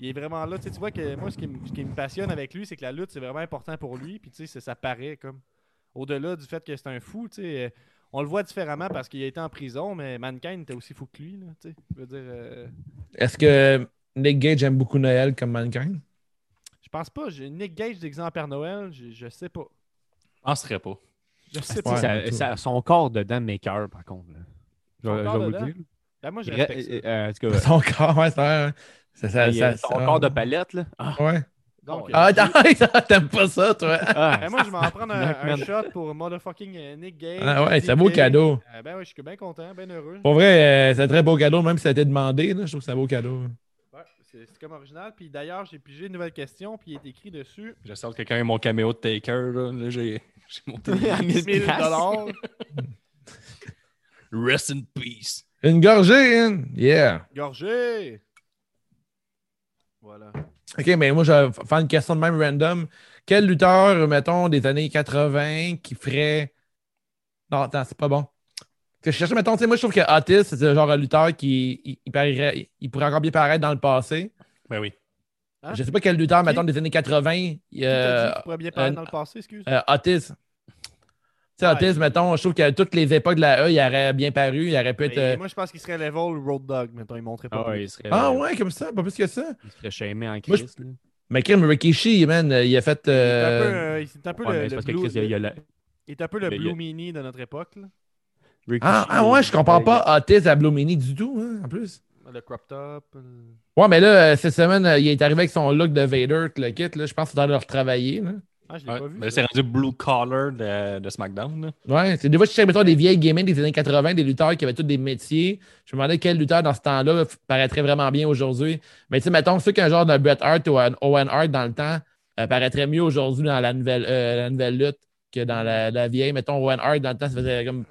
Speaker 2: il est vraiment là, tu sais, tu vois que moi, ce qui, me- ce qui me passionne avec lui, c'est que la lutte, c'est vraiment important pour lui, puis tu sais, ça- ça paraît comme. Au-delà du fait que c'est un fou, tu sais, euh, on le voit différemment parce qu'il a été en prison, mais Mankind était aussi fou que lui, là, tu sais. Je veux dire, euh,
Speaker 11: Est-ce que Nick Gage aime beaucoup Noël comme mannequin?
Speaker 2: je pense pas, j'ai Nick Gage d'exemple Père Noël, je, je sais pas.
Speaker 5: Je penserais pas.
Speaker 2: Je sais
Speaker 11: Ouais.
Speaker 2: pas.
Speaker 3: Ça-
Speaker 11: ouais.
Speaker 3: ça- son corps dedans m'écœure, par contre. là. Je,
Speaker 2: Son
Speaker 3: Euh, je
Speaker 2: corps
Speaker 3: vais vous
Speaker 2: dedans?
Speaker 3: le dire.
Speaker 2: Ben, moi, je
Speaker 3: Re-
Speaker 2: respecte ça.
Speaker 3: euh, en tout cas, Ben,
Speaker 11: Son corps, ouais, c'est vrai, ouais. Ça, ça,
Speaker 3: il-
Speaker 11: ça-
Speaker 3: son
Speaker 11: ça-
Speaker 3: corps de palette, là. Ah,
Speaker 11: Ouais.
Speaker 2: Donc,
Speaker 4: Ah,
Speaker 2: euh,
Speaker 4: t'as- t'aimes pas ça, toi?
Speaker 2: Ben, moi, je vais en prendre un, un
Speaker 4: Knockman.
Speaker 2: shot pour motherfucking euh, Nick Gage.
Speaker 4: Ah ouais,
Speaker 2: Nick
Speaker 4: c'est un beau
Speaker 2: Gage.
Speaker 4: cadeau.
Speaker 2: Euh, ben oui, je suis bien content, bien heureux.
Speaker 4: Pour vrai, euh, c'est un très beau cadeau, même si ça a été demandé. là, je trouve que c'est un beau cadeau.
Speaker 2: Ouais, c'est c'est comme original. Puis d'ailleurs, j'ai pigé une nouvelle question, puis il est écrit dessus
Speaker 5: Je sors que quand même mon caméo de Taker, là, là, j'ai j'ai monté. des-
Speaker 2: 1000
Speaker 5: Rest in peace.
Speaker 4: Une gorgée, hein? Yeah.
Speaker 2: Gorgé! Voilà.
Speaker 4: OK, mais moi, je vais f- faire une question de même random. Quel lutteur, mettons, des années 80 qui ferait. Non, attends, c'est pas bon. Parce que Je cherchais, mettons, tu sais, moi, je trouve que Otis, c'est le genre de lutteur qui il, il parierait- il- il pourrait encore bien paraître dans le passé.
Speaker 5: Ben oui.
Speaker 2: Hein?
Speaker 4: Je sais pas quel lutteur,
Speaker 2: Qui?
Speaker 4: mettons, des années 80. il,
Speaker 2: T'as dit
Speaker 4: euh,
Speaker 2: qu'il pourrait bien parler
Speaker 4: un-
Speaker 2: dans le passé, excuse. Ah,
Speaker 4: euh, Otis. Tu sais,
Speaker 2: Ouais.
Speaker 4: Otis, mettons, je trouve qu'à toutes les époques de la E, il aurait bien paru, il aurait pu être.
Speaker 2: Mais
Speaker 4: euh,
Speaker 2: moi, je pense qu'il serait level Road Dog, mettons. Il montrait pas.
Speaker 3: Ah ouais,
Speaker 2: lui.
Speaker 3: il serait,
Speaker 4: Ah ouais, comme ça, pas plus que ça.
Speaker 3: il serait shamé en
Speaker 4: Moi,
Speaker 3: Chris. là.
Speaker 4: Mais Kim Rikishi, man, il a fait.
Speaker 2: Il est un
Speaker 4: euh,
Speaker 2: peu, euh, il- c'est un peu
Speaker 3: Ouais, mais
Speaker 2: le,
Speaker 3: c'est
Speaker 2: le
Speaker 3: parce que
Speaker 2: Blue,
Speaker 3: Chris, il y a- il y a la-
Speaker 2: il est un peu le
Speaker 3: il y a-
Speaker 2: Blue Mini de notre époque, là.
Speaker 4: Ah, ah ouais, je comprends pas Otis à Blumini du tout, hein, en plus.
Speaker 2: Le crop top. le-
Speaker 4: Ouais, mais là, euh, cette semaine, euh, il est arrivé avec son look de Vader, tout le kit, là. Je pense qu'il faudrait le retravailler, là.
Speaker 2: Ah, je l'ai
Speaker 5: Ouais,
Speaker 2: pas vu.
Speaker 5: ben,
Speaker 2: ça.
Speaker 5: c'est rendu Blue Collar de, de SmackDown. là.
Speaker 4: Ouais, c'est des fois, je cherche, mettons, des vieilles gamins des années 80, des lutteurs qui avaient tous des métiers. Je me demandais quel lutteur dans ce temps-là f- paraîtrait vraiment bien aujourd'hui. Mais tu sais, mettons, ceux qui ont un genre de Bret Hart ou un Owen Hart dans le temps euh, paraîtrait mieux aujourd'hui dans la nouvelle, euh, la nouvelle lutte que dans la, la vieille. Mettons, Owen Hart dans le temps, ça faisait comme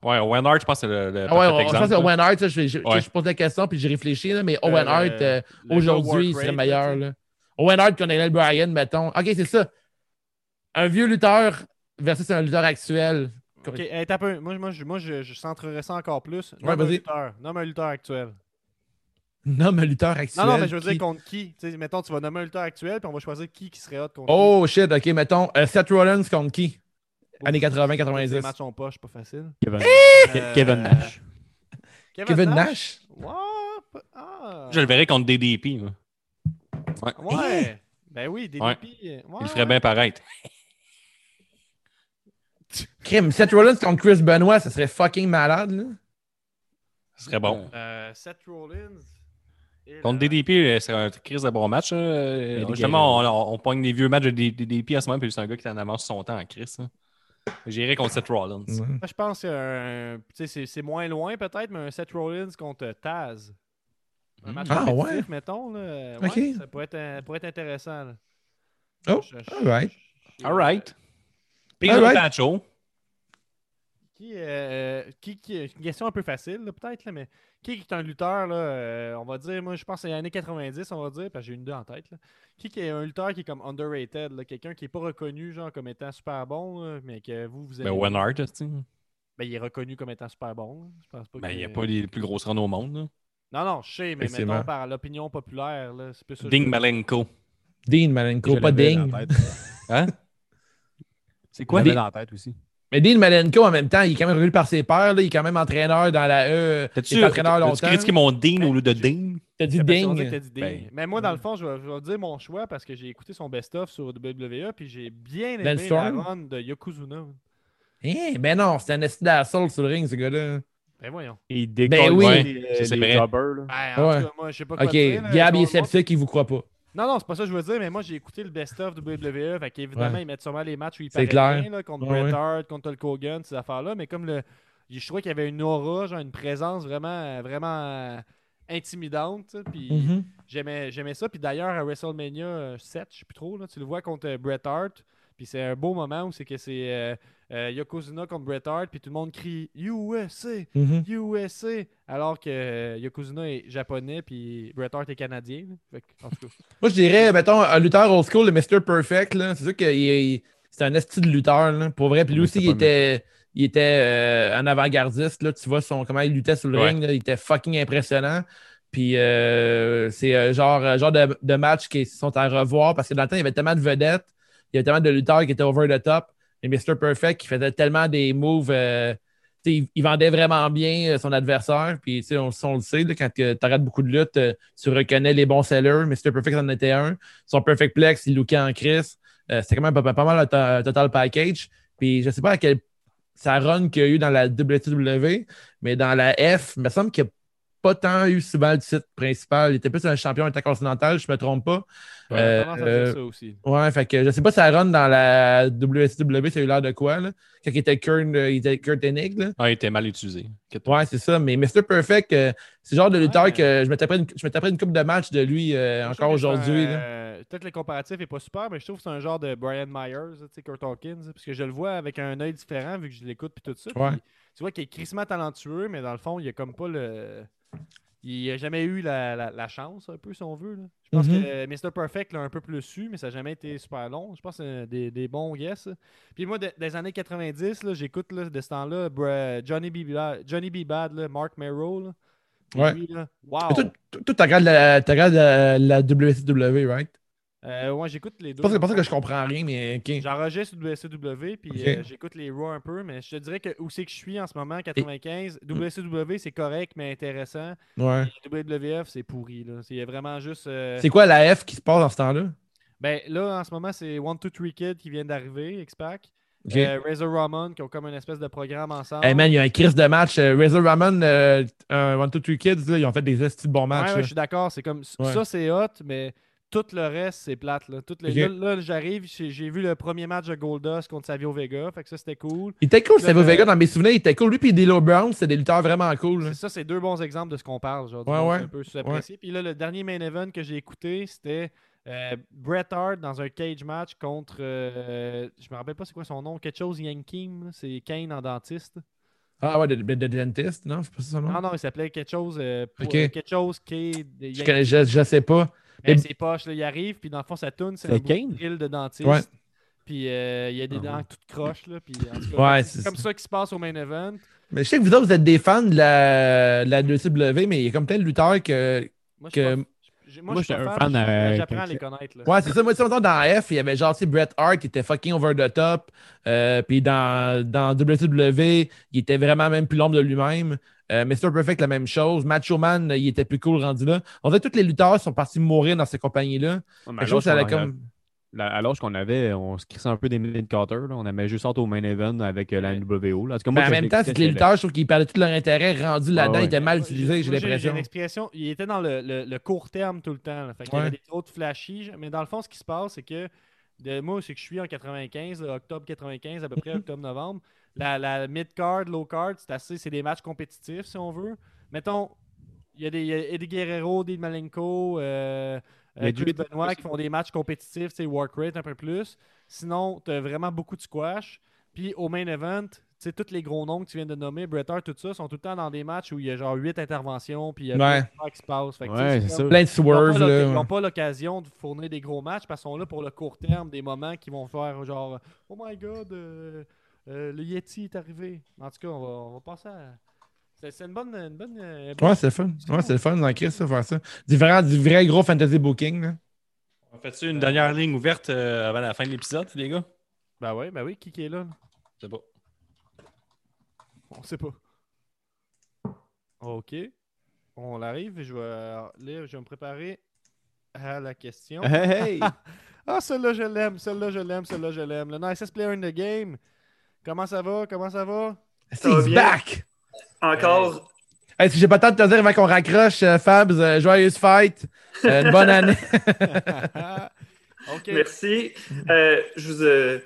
Speaker 5: Ouais, Owen Hart, je pense que c'est le, le
Speaker 4: Ah ouais,
Speaker 5: Euh, parfait
Speaker 4: on- je
Speaker 5: exemple,
Speaker 4: pense que
Speaker 5: là.
Speaker 4: Owen Hart, ça, je, je-
Speaker 5: Ouais.
Speaker 4: je pose la question puis j'ai réfléchi, là, mais
Speaker 2: Euh,
Speaker 4: Owen Hart, euh,
Speaker 2: le Joe
Speaker 4: aujourd'hui, il
Speaker 2: Work Rate,
Speaker 4: serait meilleur.
Speaker 2: là,
Speaker 4: Là. Owen Hart Conor Bryan, mettons. OK, c'est ça. Un vieux lutteur versus un lutteur actuel.
Speaker 2: tu sais. Ok, hey, t'as un peu. Moi, moi, je, moi, je, je centrerais ça encore plus.
Speaker 4: Ouais,
Speaker 2: Nomme un
Speaker 4: vas-y.
Speaker 2: lutteur. Nomme un lutteur actuel.
Speaker 4: Nomme un lutteur actuel.
Speaker 2: Non, non, mais je veux dire
Speaker 4: qui-
Speaker 2: contre qui. Tu sais, mettons, tu vas nommer un lutteur actuel, puis on va choisir qui qui serait hot contre
Speaker 4: Oh shit, OK, mettons euh, Seth Rollins contre qui?
Speaker 2: qui.
Speaker 4: Années 80,
Speaker 2: Les
Speaker 4: 90.
Speaker 2: matchs sont pas, c'est pas facile. Euh,
Speaker 3: Kevin, Ke- Kevin Nash.
Speaker 4: Kevin Nash?
Speaker 2: Ouais. p- Ah.
Speaker 5: Je le verrais contre DDP. moi. Ouais.
Speaker 3: Ah
Speaker 2: Ouais. Ben oui, DDP. Ouais,
Speaker 5: Il le
Speaker 2: ouais.
Speaker 5: ferait bien paraître.
Speaker 4: Crime, Seth Rollins contre Chris Benoit, ça serait fucking malade, là.
Speaker 5: Ce serait bon.
Speaker 2: Euh, Seth Rollins. Et
Speaker 5: Contre
Speaker 2: là-
Speaker 5: DDP, c'est euh, un crise de bon match. là. Euh,
Speaker 3: Eddie
Speaker 5: Justement, on, on, on pogne des vieux matchs de D- DDP à ce moment, puis c'est un gars qui est en avance sur son temps en Chris. hein. J'irais contre Seth Rollins.
Speaker 2: Moi, Je pense que euh, c'est c'est moins loin peut-être, mais un Seth Rollins contre euh, Taz. Un match
Speaker 4: Ah,
Speaker 2: compétitif,
Speaker 4: ouais?
Speaker 2: mettons. Là. euh,
Speaker 4: Ok.
Speaker 2: ouais, ça pourrait être, un- pourrait être intéressant. là.
Speaker 4: Oh,
Speaker 2: Je- je-
Speaker 4: alright.
Speaker 2: je-
Speaker 5: Alright. Puis
Speaker 4: Alright.
Speaker 5: Pancho.
Speaker 2: Qui, euh, qui, qui- une question un peu facile, là, peut-être, là, mais qui est un lutteur, là, euh, on va dire, moi je pense que c'est les années 90, on va dire, parce que j'ai une deux en tête. là. Qui, qui est un lutteur qui est comme underrated, là, quelqu'un qui n'est pas reconnu genre comme étant super bon, là, mais que vous, vous
Speaker 5: Ben,
Speaker 2: avez.
Speaker 5: Owen Hart, tu sais. Ben,
Speaker 2: Ben, il est reconnu comme étant super bon. là. Je pense pas
Speaker 5: il n'y a
Speaker 2: que- euh,
Speaker 5: pas les plus grosses runs au monde. là.
Speaker 2: Non, non, je sais, mais
Speaker 4: Effectivement.
Speaker 2: mettons par l'opinion populaire, là, c'est plus ça. que
Speaker 5: Ding
Speaker 2: je-
Speaker 5: Malenko.
Speaker 4: Dean Malenko,
Speaker 3: Je
Speaker 4: pas
Speaker 3: l'avais dans
Speaker 4: Ding.
Speaker 3: la tête.
Speaker 5: Hein? C'est
Speaker 3: Je
Speaker 5: quoi
Speaker 3: l'avais
Speaker 5: les.
Speaker 3: dans la tête aussi.
Speaker 4: Mais Dean Malenko, en même temps, il est quand même reconnu par ses pairs. là. Il est quand même entraîneur dans la E. Il
Speaker 5: T'as-tu
Speaker 4: est entraîneur
Speaker 5: t'as-tu
Speaker 4: longtemps.
Speaker 5: critiqué mon
Speaker 3: Ben,
Speaker 5: Dean au lieu de Dean?
Speaker 4: T'as
Speaker 2: Eh C'est
Speaker 4: dit
Speaker 2: parce qu'on
Speaker 4: ding.
Speaker 2: dit que t'as dit ding.
Speaker 5: Ben.
Speaker 2: mais moi, dans le fond, je vais, je vais dire mon choix parce que j'ai écouté son best-of sur WWE puis j'ai bien aimé
Speaker 4: Ben Storm?
Speaker 2: la run de Yokozuna.
Speaker 4: Eh, ben non, c'est un esti d'assaut sur le ring, ce gars-là.
Speaker 2: Ben voyons.
Speaker 3: Et il
Speaker 4: Ben
Speaker 3: décolle
Speaker 4: oui.
Speaker 3: les-
Speaker 5: Ça, c'est
Speaker 3: les
Speaker 5: vrai.
Speaker 3: jobbers, là.
Speaker 2: Ben, en
Speaker 4: Ouais.
Speaker 2: tout cas, moi, je sais pas quoi
Speaker 4: Ok,
Speaker 2: dire, là,
Speaker 4: Gab,
Speaker 2: tout
Speaker 4: il est
Speaker 2: le monde-
Speaker 4: sceptique, il vous croit pas.
Speaker 2: Non, non, c'est pas ça que je veux dire, mais moi, j'ai écouté le best-of de WWE. E, Fait qu'évidemment,
Speaker 4: Ouais.
Speaker 2: ils mettent sûrement les matchs où ils
Speaker 4: C'est
Speaker 2: paraît
Speaker 4: clair.
Speaker 2: bien, là, contre
Speaker 4: Ouais, ouais.
Speaker 2: Bret Hart, contre Hulk Hogan, ces affaires-là. Mais comme le, je trouvais qu'il y avait une aura, genre une présence vraiment, vraiment intimidante. tu sais, Puis
Speaker 4: Mhm.
Speaker 2: J'aimais, j'aimais ça. Puis d'ailleurs, à WrestleMania euh, 7, je sais plus trop, là, tu le vois contre euh, Bret Hart. Puis c'est un beau moment où c'est que c'est euh, euh, Yokozuna contre Bret Hart. Puis tout le monde crie USA,
Speaker 4: Mhm.
Speaker 2: USA. Alors que euh, Yokozuna est japonais, puis Bret Hart est canadien. là. Fait que, en tout cas,
Speaker 4: Moi, je dirais, mettons, un lutteur old school, le Mr. Perfect, là, c'est sûr que il- il- c'est un esti de lutteur, là, pour vrai. Puis lui
Speaker 3: Ouais,
Speaker 4: aussi,
Speaker 3: c'est
Speaker 4: il
Speaker 3: pas
Speaker 4: était, il était euh, un avant-gardiste. Là, tu vois son, comment il luttait sur le
Speaker 5: Ouais.
Speaker 4: ring, là, il était fucking impressionnant. Puis euh, c'est euh, genre, euh, genre de, de match qui sont à revoir parce que dans le temps, il y avait tellement de vedettes, il y avait tellement de lutteurs qui étaient over the top. Et Mr. Perfect, qui faisait tellement des moves. euh, tu sais, il, il vendait vraiment bien euh, son adversaire. Puis, tu sais, on, on le sait, là, quand tu arrêtes beaucoup de luttes, euh, tu reconnais les bons sellers. Mr. Perfect en était un. Son Perfect Plex, il lookait en Chris. Euh, C'était quand même pas, pas- pas mal un to- un total package. Puis, je sais pas à E, quel sa run qu'il y a eu dans la WTW, mais dans la F, il me semble qu'il a pas tant eu souvent le titre principal. Il était plus un champion intercontinental, je ne me trompe pas.
Speaker 2: Ouais,
Speaker 4: Euh,
Speaker 2: tendance à dire
Speaker 4: euh,
Speaker 2: ça aussi.
Speaker 4: Ouais, fait que je sais pas si ça run dans la WSW, ça a eu l'air de quoi, là. Quand il était Kurt, euh, il était Kurt Hennig, là.
Speaker 5: Ah, il était mal utilisé.
Speaker 4: Ouais, c'est ça. Mais Mr. Perfect, euh, c'est le genre de lutteur que je me taperais une, je me taperais une coupe de match de lui euh, encore
Speaker 2: Je trouve que c'est
Speaker 4: aujourd'hui.
Speaker 2: un,
Speaker 4: là.
Speaker 2: euh, Peut-être le comparatif n'est pas super, mais je trouve que c'est un genre de Brian Myers, tu sais, Kurt Hawkins, parce que je le vois avec un œil différent vu que je l'écoute puis tout ça. puis
Speaker 4: Ouais.
Speaker 2: Tu vois qu'il est crissement talentueux, mais dans le fond, il a comme pas le. Il a jamais eu la, la- la chance, un peu, si on veut. là. Je pense
Speaker 4: Mhm.
Speaker 2: que euh, Mr. Perfect l'a un peu plus su, mais ça n'a jamais été super long. Je pense que c'est des, des bons yes. ça. Puis moi, de- des années 90, là, j'écoute là, de ce temps-là bra- Johnny B. Ba- Johnny B. Bad, là, Mark Merrill. là. Puis
Speaker 4: Ouais.
Speaker 2: lui, là, wow!
Speaker 4: Mais Toi, toi- toi, tu regardes la, tu regardes la, la WSW, right?
Speaker 2: Euh, ouais, j'écoute les deux.
Speaker 4: Je pense que c'est pour ça que je comprends rien, mais ok.
Speaker 2: J'enregistre le WCW, puis
Speaker 4: Ok.
Speaker 2: euh, j'écoute les Raw un peu, mais je te dirais que où c'est que je suis en ce moment, 95, WCW, c'est correct, mais intéressant.
Speaker 4: Ouais.
Speaker 2: Et WWF, c'est pourri, là. C'est vraiment juste... euh,
Speaker 4: C'est quoi la F qui se passe dans ce temps-là?
Speaker 2: Ben, là, en ce moment, c'est One, Two, Three Kid qui viennent d'arriver, X-Pac.
Speaker 4: Ok.
Speaker 2: Euh, Razor Ramon, qui ont comme une espèce de programme ensemble.
Speaker 4: Hey man, il y a un crise de match. euh, Razor Ramon, euh, euh, One, Two, Three Kids, là, ils ont fait des estis de bons
Speaker 2: Ouais,
Speaker 4: matchs.
Speaker 2: ouais,
Speaker 4: là.
Speaker 2: je suis d'accord. C'est comme
Speaker 4: Ouais.
Speaker 2: ça, c'est hot, mais tout le reste, c'est plate. Là, Tout le-
Speaker 4: Ok.
Speaker 2: là, là, j'arrive, j'ai j'ai vu le premier match de Goldust contre Savio Vega, fait que ça, c'était cool.
Speaker 4: Il était cool,
Speaker 2: Là,
Speaker 4: Savio
Speaker 2: euh,
Speaker 4: Vega, dans mes souvenirs, il était cool. Lui puis D'Lo Brown, c'était des lutteurs vraiment cool. là.
Speaker 2: C'est ça, c'est deux bons exemples de ce qu'on parle. Genre, du
Speaker 4: Ouais,
Speaker 2: monde
Speaker 4: ouais.
Speaker 2: un peu sous-apprécié. Puis là, le dernier main event que j'ai écouté, c'était euh, Bret Hart dans un cage match contre, euh, je me rappelle pas c'est quoi son nom, quelque chose Yankim, là, c'est Kane en dentiste.
Speaker 4: Ah ouais, de, de- de Dentist, non? C'est pas ça son nom?
Speaker 2: Non, non, il s'appelait quelque chose, euh, pour-
Speaker 4: Ok.
Speaker 2: euh, quelque chose qui est.
Speaker 4: je, connais, je, je sais pas.
Speaker 2: Mais
Speaker 4: Mais-
Speaker 2: ses poches, là, il arrive, puis dans le fond, sa toune, c'est un
Speaker 3: C'est
Speaker 2: bout
Speaker 3: Kane?
Speaker 2: de drill de dentiste.
Speaker 4: Ouais.
Speaker 2: Puis euh, il y a des dents toutes croches, là, puis en tout cas,
Speaker 4: Ouais,
Speaker 2: c'est
Speaker 4: c'est
Speaker 2: comme ça qui se passe au main event.
Speaker 4: Mais je sais que vous autres, vous êtes des fans de la, de la WCW, mais il y a comme plein de lutteurs que.
Speaker 2: Moi, je suis
Speaker 4: que...
Speaker 2: pas- j'ai- moi,
Speaker 3: Moi,
Speaker 2: je suis
Speaker 3: j'étais
Speaker 2: pas
Speaker 3: un
Speaker 2: fan,
Speaker 3: fan, euh,
Speaker 2: j'apprends à les
Speaker 3: quelque-
Speaker 2: connaître. là.
Speaker 4: Ouais, c'est ça. Moi, tu sais, mettons, dans F, il y avait genre, tu sais, Bret Hart qui était fucking over the top. Euh, puis dans, dans WCW, il était vraiment même plus l'ombre de lui-même. Euh, Mr. Perfect, la même chose. Macho Man, il était plus cool rendu là. On dirait que tous les lutteurs sont partis mourir dans ces compagnies-là.
Speaker 3: Ouais, mais
Speaker 4: Quelque chose, ça
Speaker 3: alors
Speaker 4: allait
Speaker 3: qu'on a-
Speaker 4: comme.
Speaker 3: la- à l'âge qu'on avait, on se crissait un peu des mid-carters. là. On avait juste sorti au main event avec euh, la NWO. là. En tout cas, moi,
Speaker 4: Mais Ben, en
Speaker 3: quand
Speaker 4: même temps, c'est que les
Speaker 3: j'étais-
Speaker 4: lutteurs, je trouve qu'ils perdaient tout leur intérêt rendu là-dedans.
Speaker 3: ouais.
Speaker 4: Ils étaient mal
Speaker 2: Moi,
Speaker 4: utilisés, j'ai
Speaker 2: moi, J'ai
Speaker 4: l'impression.
Speaker 2: l'expression, il était dans le, le- le court terme tout le temps. là. Fait qu'il y avait
Speaker 4: Ouais.
Speaker 2: des autres flashy. Mais dans le fond, ce qui se passe, c'est que de, moi, c'est que je suis en 95, là, octobre 95, à peu près, octobre-novembre. La, la mid-card, low-card, c'est assez, c'est des matchs compétitifs, si on veut. Mettons, il y a des il y a Eddie Guerrero, Dean Malenko, euh,
Speaker 3: Il y a
Speaker 2: euh,
Speaker 3: du-
Speaker 2: Chris Benoit qui font des matchs compétitifs, c'est work rate un peu plus. Sinon, tu as vraiment beaucoup de squash. Puis au main event, tu sais, tous les gros noms que tu viens de nommer, Bret Hart, tout ça, sont tout le temps dans des matchs où il y a genre 8 interventions, puis il y a
Speaker 4: Ouais.
Speaker 2: plein de affaires qui se passent. Fait que, tu sais,
Speaker 3: Ouais,
Speaker 2: c'est
Speaker 3: c'est
Speaker 2: comme-
Speaker 3: ça.
Speaker 4: Plein de
Speaker 2: Ils n'ont
Speaker 4: swerves,
Speaker 2: pas l'oc-
Speaker 4: là.
Speaker 2: ils n'ont pas l'occasion de fournir des gros matchs parce qu'ils sont là pour le court terme, des moments qui vont faire genre Oh my god, euh, euh, le Yeti est arrivé. En tout cas, on va, on va passer à. C'est c'est une bonne. Une bonne euh,
Speaker 4: Ouais, c'est le fun. Ouais, c'est le fun dans Chris, ça, faire ça. Du vrai, du vrai gros fantasy booking, là.
Speaker 5: On fait-tu une dernière ligne ouverte euh, avant la fin de l'épisode, les gars?
Speaker 2: Ben oui, ben oui, qui qui est là? là?
Speaker 5: Je sais pas.
Speaker 2: On sait pas. Ok. On arrive, je vais lire, je vais me préparer à la question.
Speaker 3: Hey, hey!
Speaker 2: Ah, celle-là, je l'aime, celle-là, je l'aime, celle-là, je l'aime. Le nicest player in the game. Comment ça va? Comment ça va? Euh,
Speaker 4: C'est he's
Speaker 6: bien.
Speaker 4: back!
Speaker 6: Encore,
Speaker 4: Hey, si j'ai pas le temps de te dire avant qu'on raccroche, euh, Fabs, euh, joyeuse fête, euh, une bonne année.
Speaker 2: ok.
Speaker 6: merci. Euh, je, vous, euh,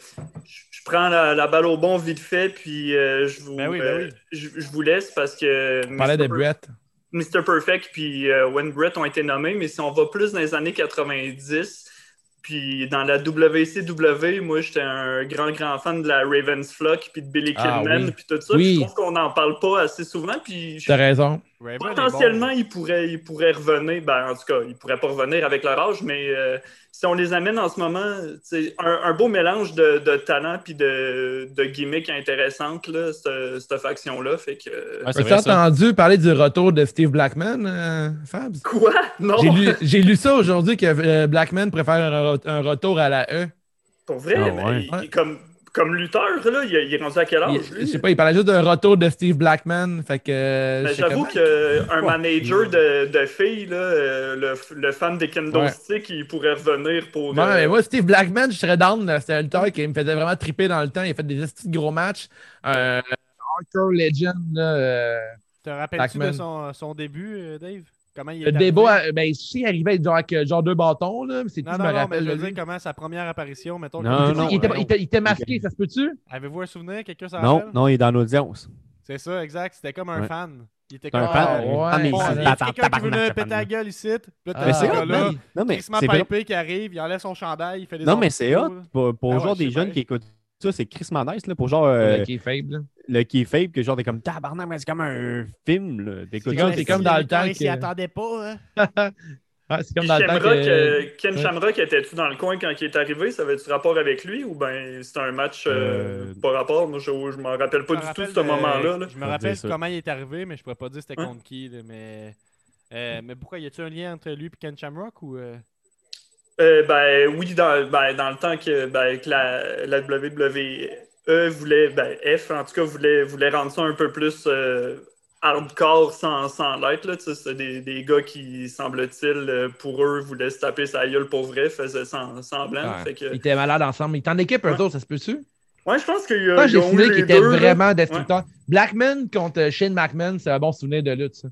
Speaker 6: je- je prends la, la balle au bon vite fait, puis euh, je, vous,
Speaker 2: Ben oui, ben oui.
Speaker 6: euh, je, je vous laisse parce que
Speaker 4: On parlait de
Speaker 6: Mr. Per-
Speaker 4: Brett.
Speaker 6: Mr. Perfect puis euh, Wayne Brett ont été nommés, mais si on va plus dans les années 90, puis dans la WCW, moi j'étais un grand, grand fan de la Ravens Flock puis de Billy
Speaker 4: Ah,
Speaker 6: Kidman
Speaker 4: oui.
Speaker 6: puis tout ça.
Speaker 4: Oui.
Speaker 6: puis Je trouve qu'on n'en parle pas assez souvent, puis je-
Speaker 4: T'as raison.
Speaker 2: Raven est bon.
Speaker 6: potentiellement ils, pourraient, ils pourraient revenir. Ben, en tout cas, ils pourraient pas revenir avec leur âge, mais euh, si on les amène en ce moment, c'est un, un beau mélange de, de talent puis de, de gimmicks intéressantes, là, cette, cette faction-là. Fait que.
Speaker 5: Ah, c'est
Speaker 4: As-tu
Speaker 5: vrai, ça.
Speaker 4: entendu parler du retour de Steve Blackman, euh, Fabs?
Speaker 6: Quoi? Non!
Speaker 4: J'ai lu, j'ai lu ça aujourd'hui que euh, Blackman préfère un, re- un retour à la E.
Speaker 6: Pour vrai,
Speaker 3: Ah
Speaker 6: mais
Speaker 3: ouais.
Speaker 6: il- il- comme, comme lutteur, là, il, il est rendu à quel
Speaker 4: Il-
Speaker 6: âge?
Speaker 4: je
Speaker 6: lui?
Speaker 4: sais pas, il parlait juste d'un retour de Steve Blackman. Fait que. euh,
Speaker 6: Mais
Speaker 4: j'étais
Speaker 6: Ben, J'avoue
Speaker 4: comme-
Speaker 6: qu'un manager de, de filles, là, euh, le, le fan des Kendo
Speaker 4: Ouais.
Speaker 6: Stick, il pourrait revenir pour.
Speaker 4: Ouais,
Speaker 6: euh,
Speaker 4: mais moi, Steve Blackman, je serais down. là. C'était un lutteur qui me faisait vraiment triper dans le temps. Il a fait des petits gros matchs. Euh, Hardcore Legend, là, euh,
Speaker 2: Te rappelles-tu de
Speaker 4: Pac-Man.
Speaker 2: son, son début, euh, Dave? Comment il est
Speaker 4: Le
Speaker 2: arrivé?
Speaker 4: débat, euh, ben, je sais, il arrivait genre, avec euh, genre deux bâtons, là, mais c'est tout,
Speaker 2: Non,
Speaker 4: je me
Speaker 2: non, non, mais
Speaker 4: rappelle.
Speaker 2: je veux
Speaker 4: de
Speaker 2: dire
Speaker 4: lui.
Speaker 2: comment sa première apparition, mettons.
Speaker 3: Non,
Speaker 2: comme-
Speaker 3: non,
Speaker 4: il, était,
Speaker 3: euh,
Speaker 4: il était- il était masqué, ça se peut-tu?
Speaker 2: Avez-vous un souvenir? Quelqu'un s'en
Speaker 3: Non,
Speaker 2: rappelle?
Speaker 3: non, il est dans l'audience.
Speaker 2: C'est ça, exact. C'était comme un
Speaker 3: Ouais.
Speaker 2: fan. Il était
Speaker 3: C'est
Speaker 2: comme
Speaker 3: un fan.
Speaker 4: ouais.
Speaker 3: Ah, mais
Speaker 2: Bon,
Speaker 3: il-
Speaker 2: il y a
Speaker 3: tabarnak,
Speaker 2: quelqu'un qui voulait
Speaker 3: tabarnak,
Speaker 2: péter la
Speaker 3: tabarnak.
Speaker 2: gueule ici. Puis là, t'as
Speaker 3: Mais
Speaker 4: Ah,
Speaker 3: c'est hot,
Speaker 2: ce là
Speaker 3: man. Non, mais
Speaker 2: Crissement
Speaker 3: c'est vrai.
Speaker 2: pipé qui arrive, il enlève son chandail, il fait des
Speaker 3: Non, mais
Speaker 2: ondes
Speaker 3: c'est
Speaker 2: vidéo,
Speaker 3: hot.
Speaker 2: là.
Speaker 3: Pour, pour
Speaker 2: Ah ouais,
Speaker 3: genre
Speaker 2: je
Speaker 3: des
Speaker 2: sais
Speaker 3: jeunes
Speaker 2: bien.
Speaker 3: qui écoutent ça, c'est Chris Nice, là, pour genre euh,
Speaker 4: Qui est faible. là.
Speaker 3: le qui est faible, que genre t'es comme tabarnak, mais c'est comme un film, là. T'écoutes
Speaker 4: C'est
Speaker 3: ça,
Speaker 4: comme-
Speaker 3: t'es
Speaker 4: c'est comme dans le temps
Speaker 2: Il s'y
Speaker 4: que-
Speaker 2: attendait pas. hein.
Speaker 4: Ah, c'est comme dans le temps
Speaker 6: Shamrock, euh,
Speaker 4: que...
Speaker 6: Ken
Speaker 4: ouais.
Speaker 6: Shamrock était-tu dans le coin quand il est arrivé? Ça avait-tu rapport avec lui ou ben c'était un match euh,
Speaker 3: Euh,
Speaker 6: pas rapport? Moi, je, je m'en rappelle pas
Speaker 2: Je me
Speaker 6: du tout
Speaker 2: rappelle
Speaker 6: ce
Speaker 2: de-
Speaker 6: moment-là. là.
Speaker 2: Je me
Speaker 3: Faut
Speaker 2: rappelle
Speaker 3: dire ça.
Speaker 2: comment il est arrivé, mais je pourrais pas dire c'était
Speaker 6: Hein?
Speaker 2: contre qui. là, mais... euh, mais pourquoi y a-tu un lien entre lui et Ken Shamrock ou. euh?
Speaker 6: Euh, ben oui, dans, ben, dans le temps que, ben, que la, la WWE voulait, ben F en tout cas, voulait, voulait rendre ça un peu plus euh, hardcore sans, sans l'être. là. Tu sais, C'est des, des gars qui, semble-t-il, euh, pour eux, voulaient se taper sa gueule pour vrai, faisaient sem- semblant.
Speaker 5: Ouais.
Speaker 6: Fait que-
Speaker 4: Ils étaient malades ensemble. Ils étaient en équipe, eux
Speaker 6: Ouais.
Speaker 4: autres, ça se peut-tu?
Speaker 6: Ouais, je pense qu'il y a-
Speaker 4: Ah,
Speaker 6: ils
Speaker 4: j'ai
Speaker 6: ont eu
Speaker 4: souvenir
Speaker 6: les
Speaker 4: qu'ils étaient
Speaker 6: deux, là.
Speaker 4: vraiment destructeurs. Blackman contre euh, Shane McMahon, c'est un bon souvenir de lutte, ça.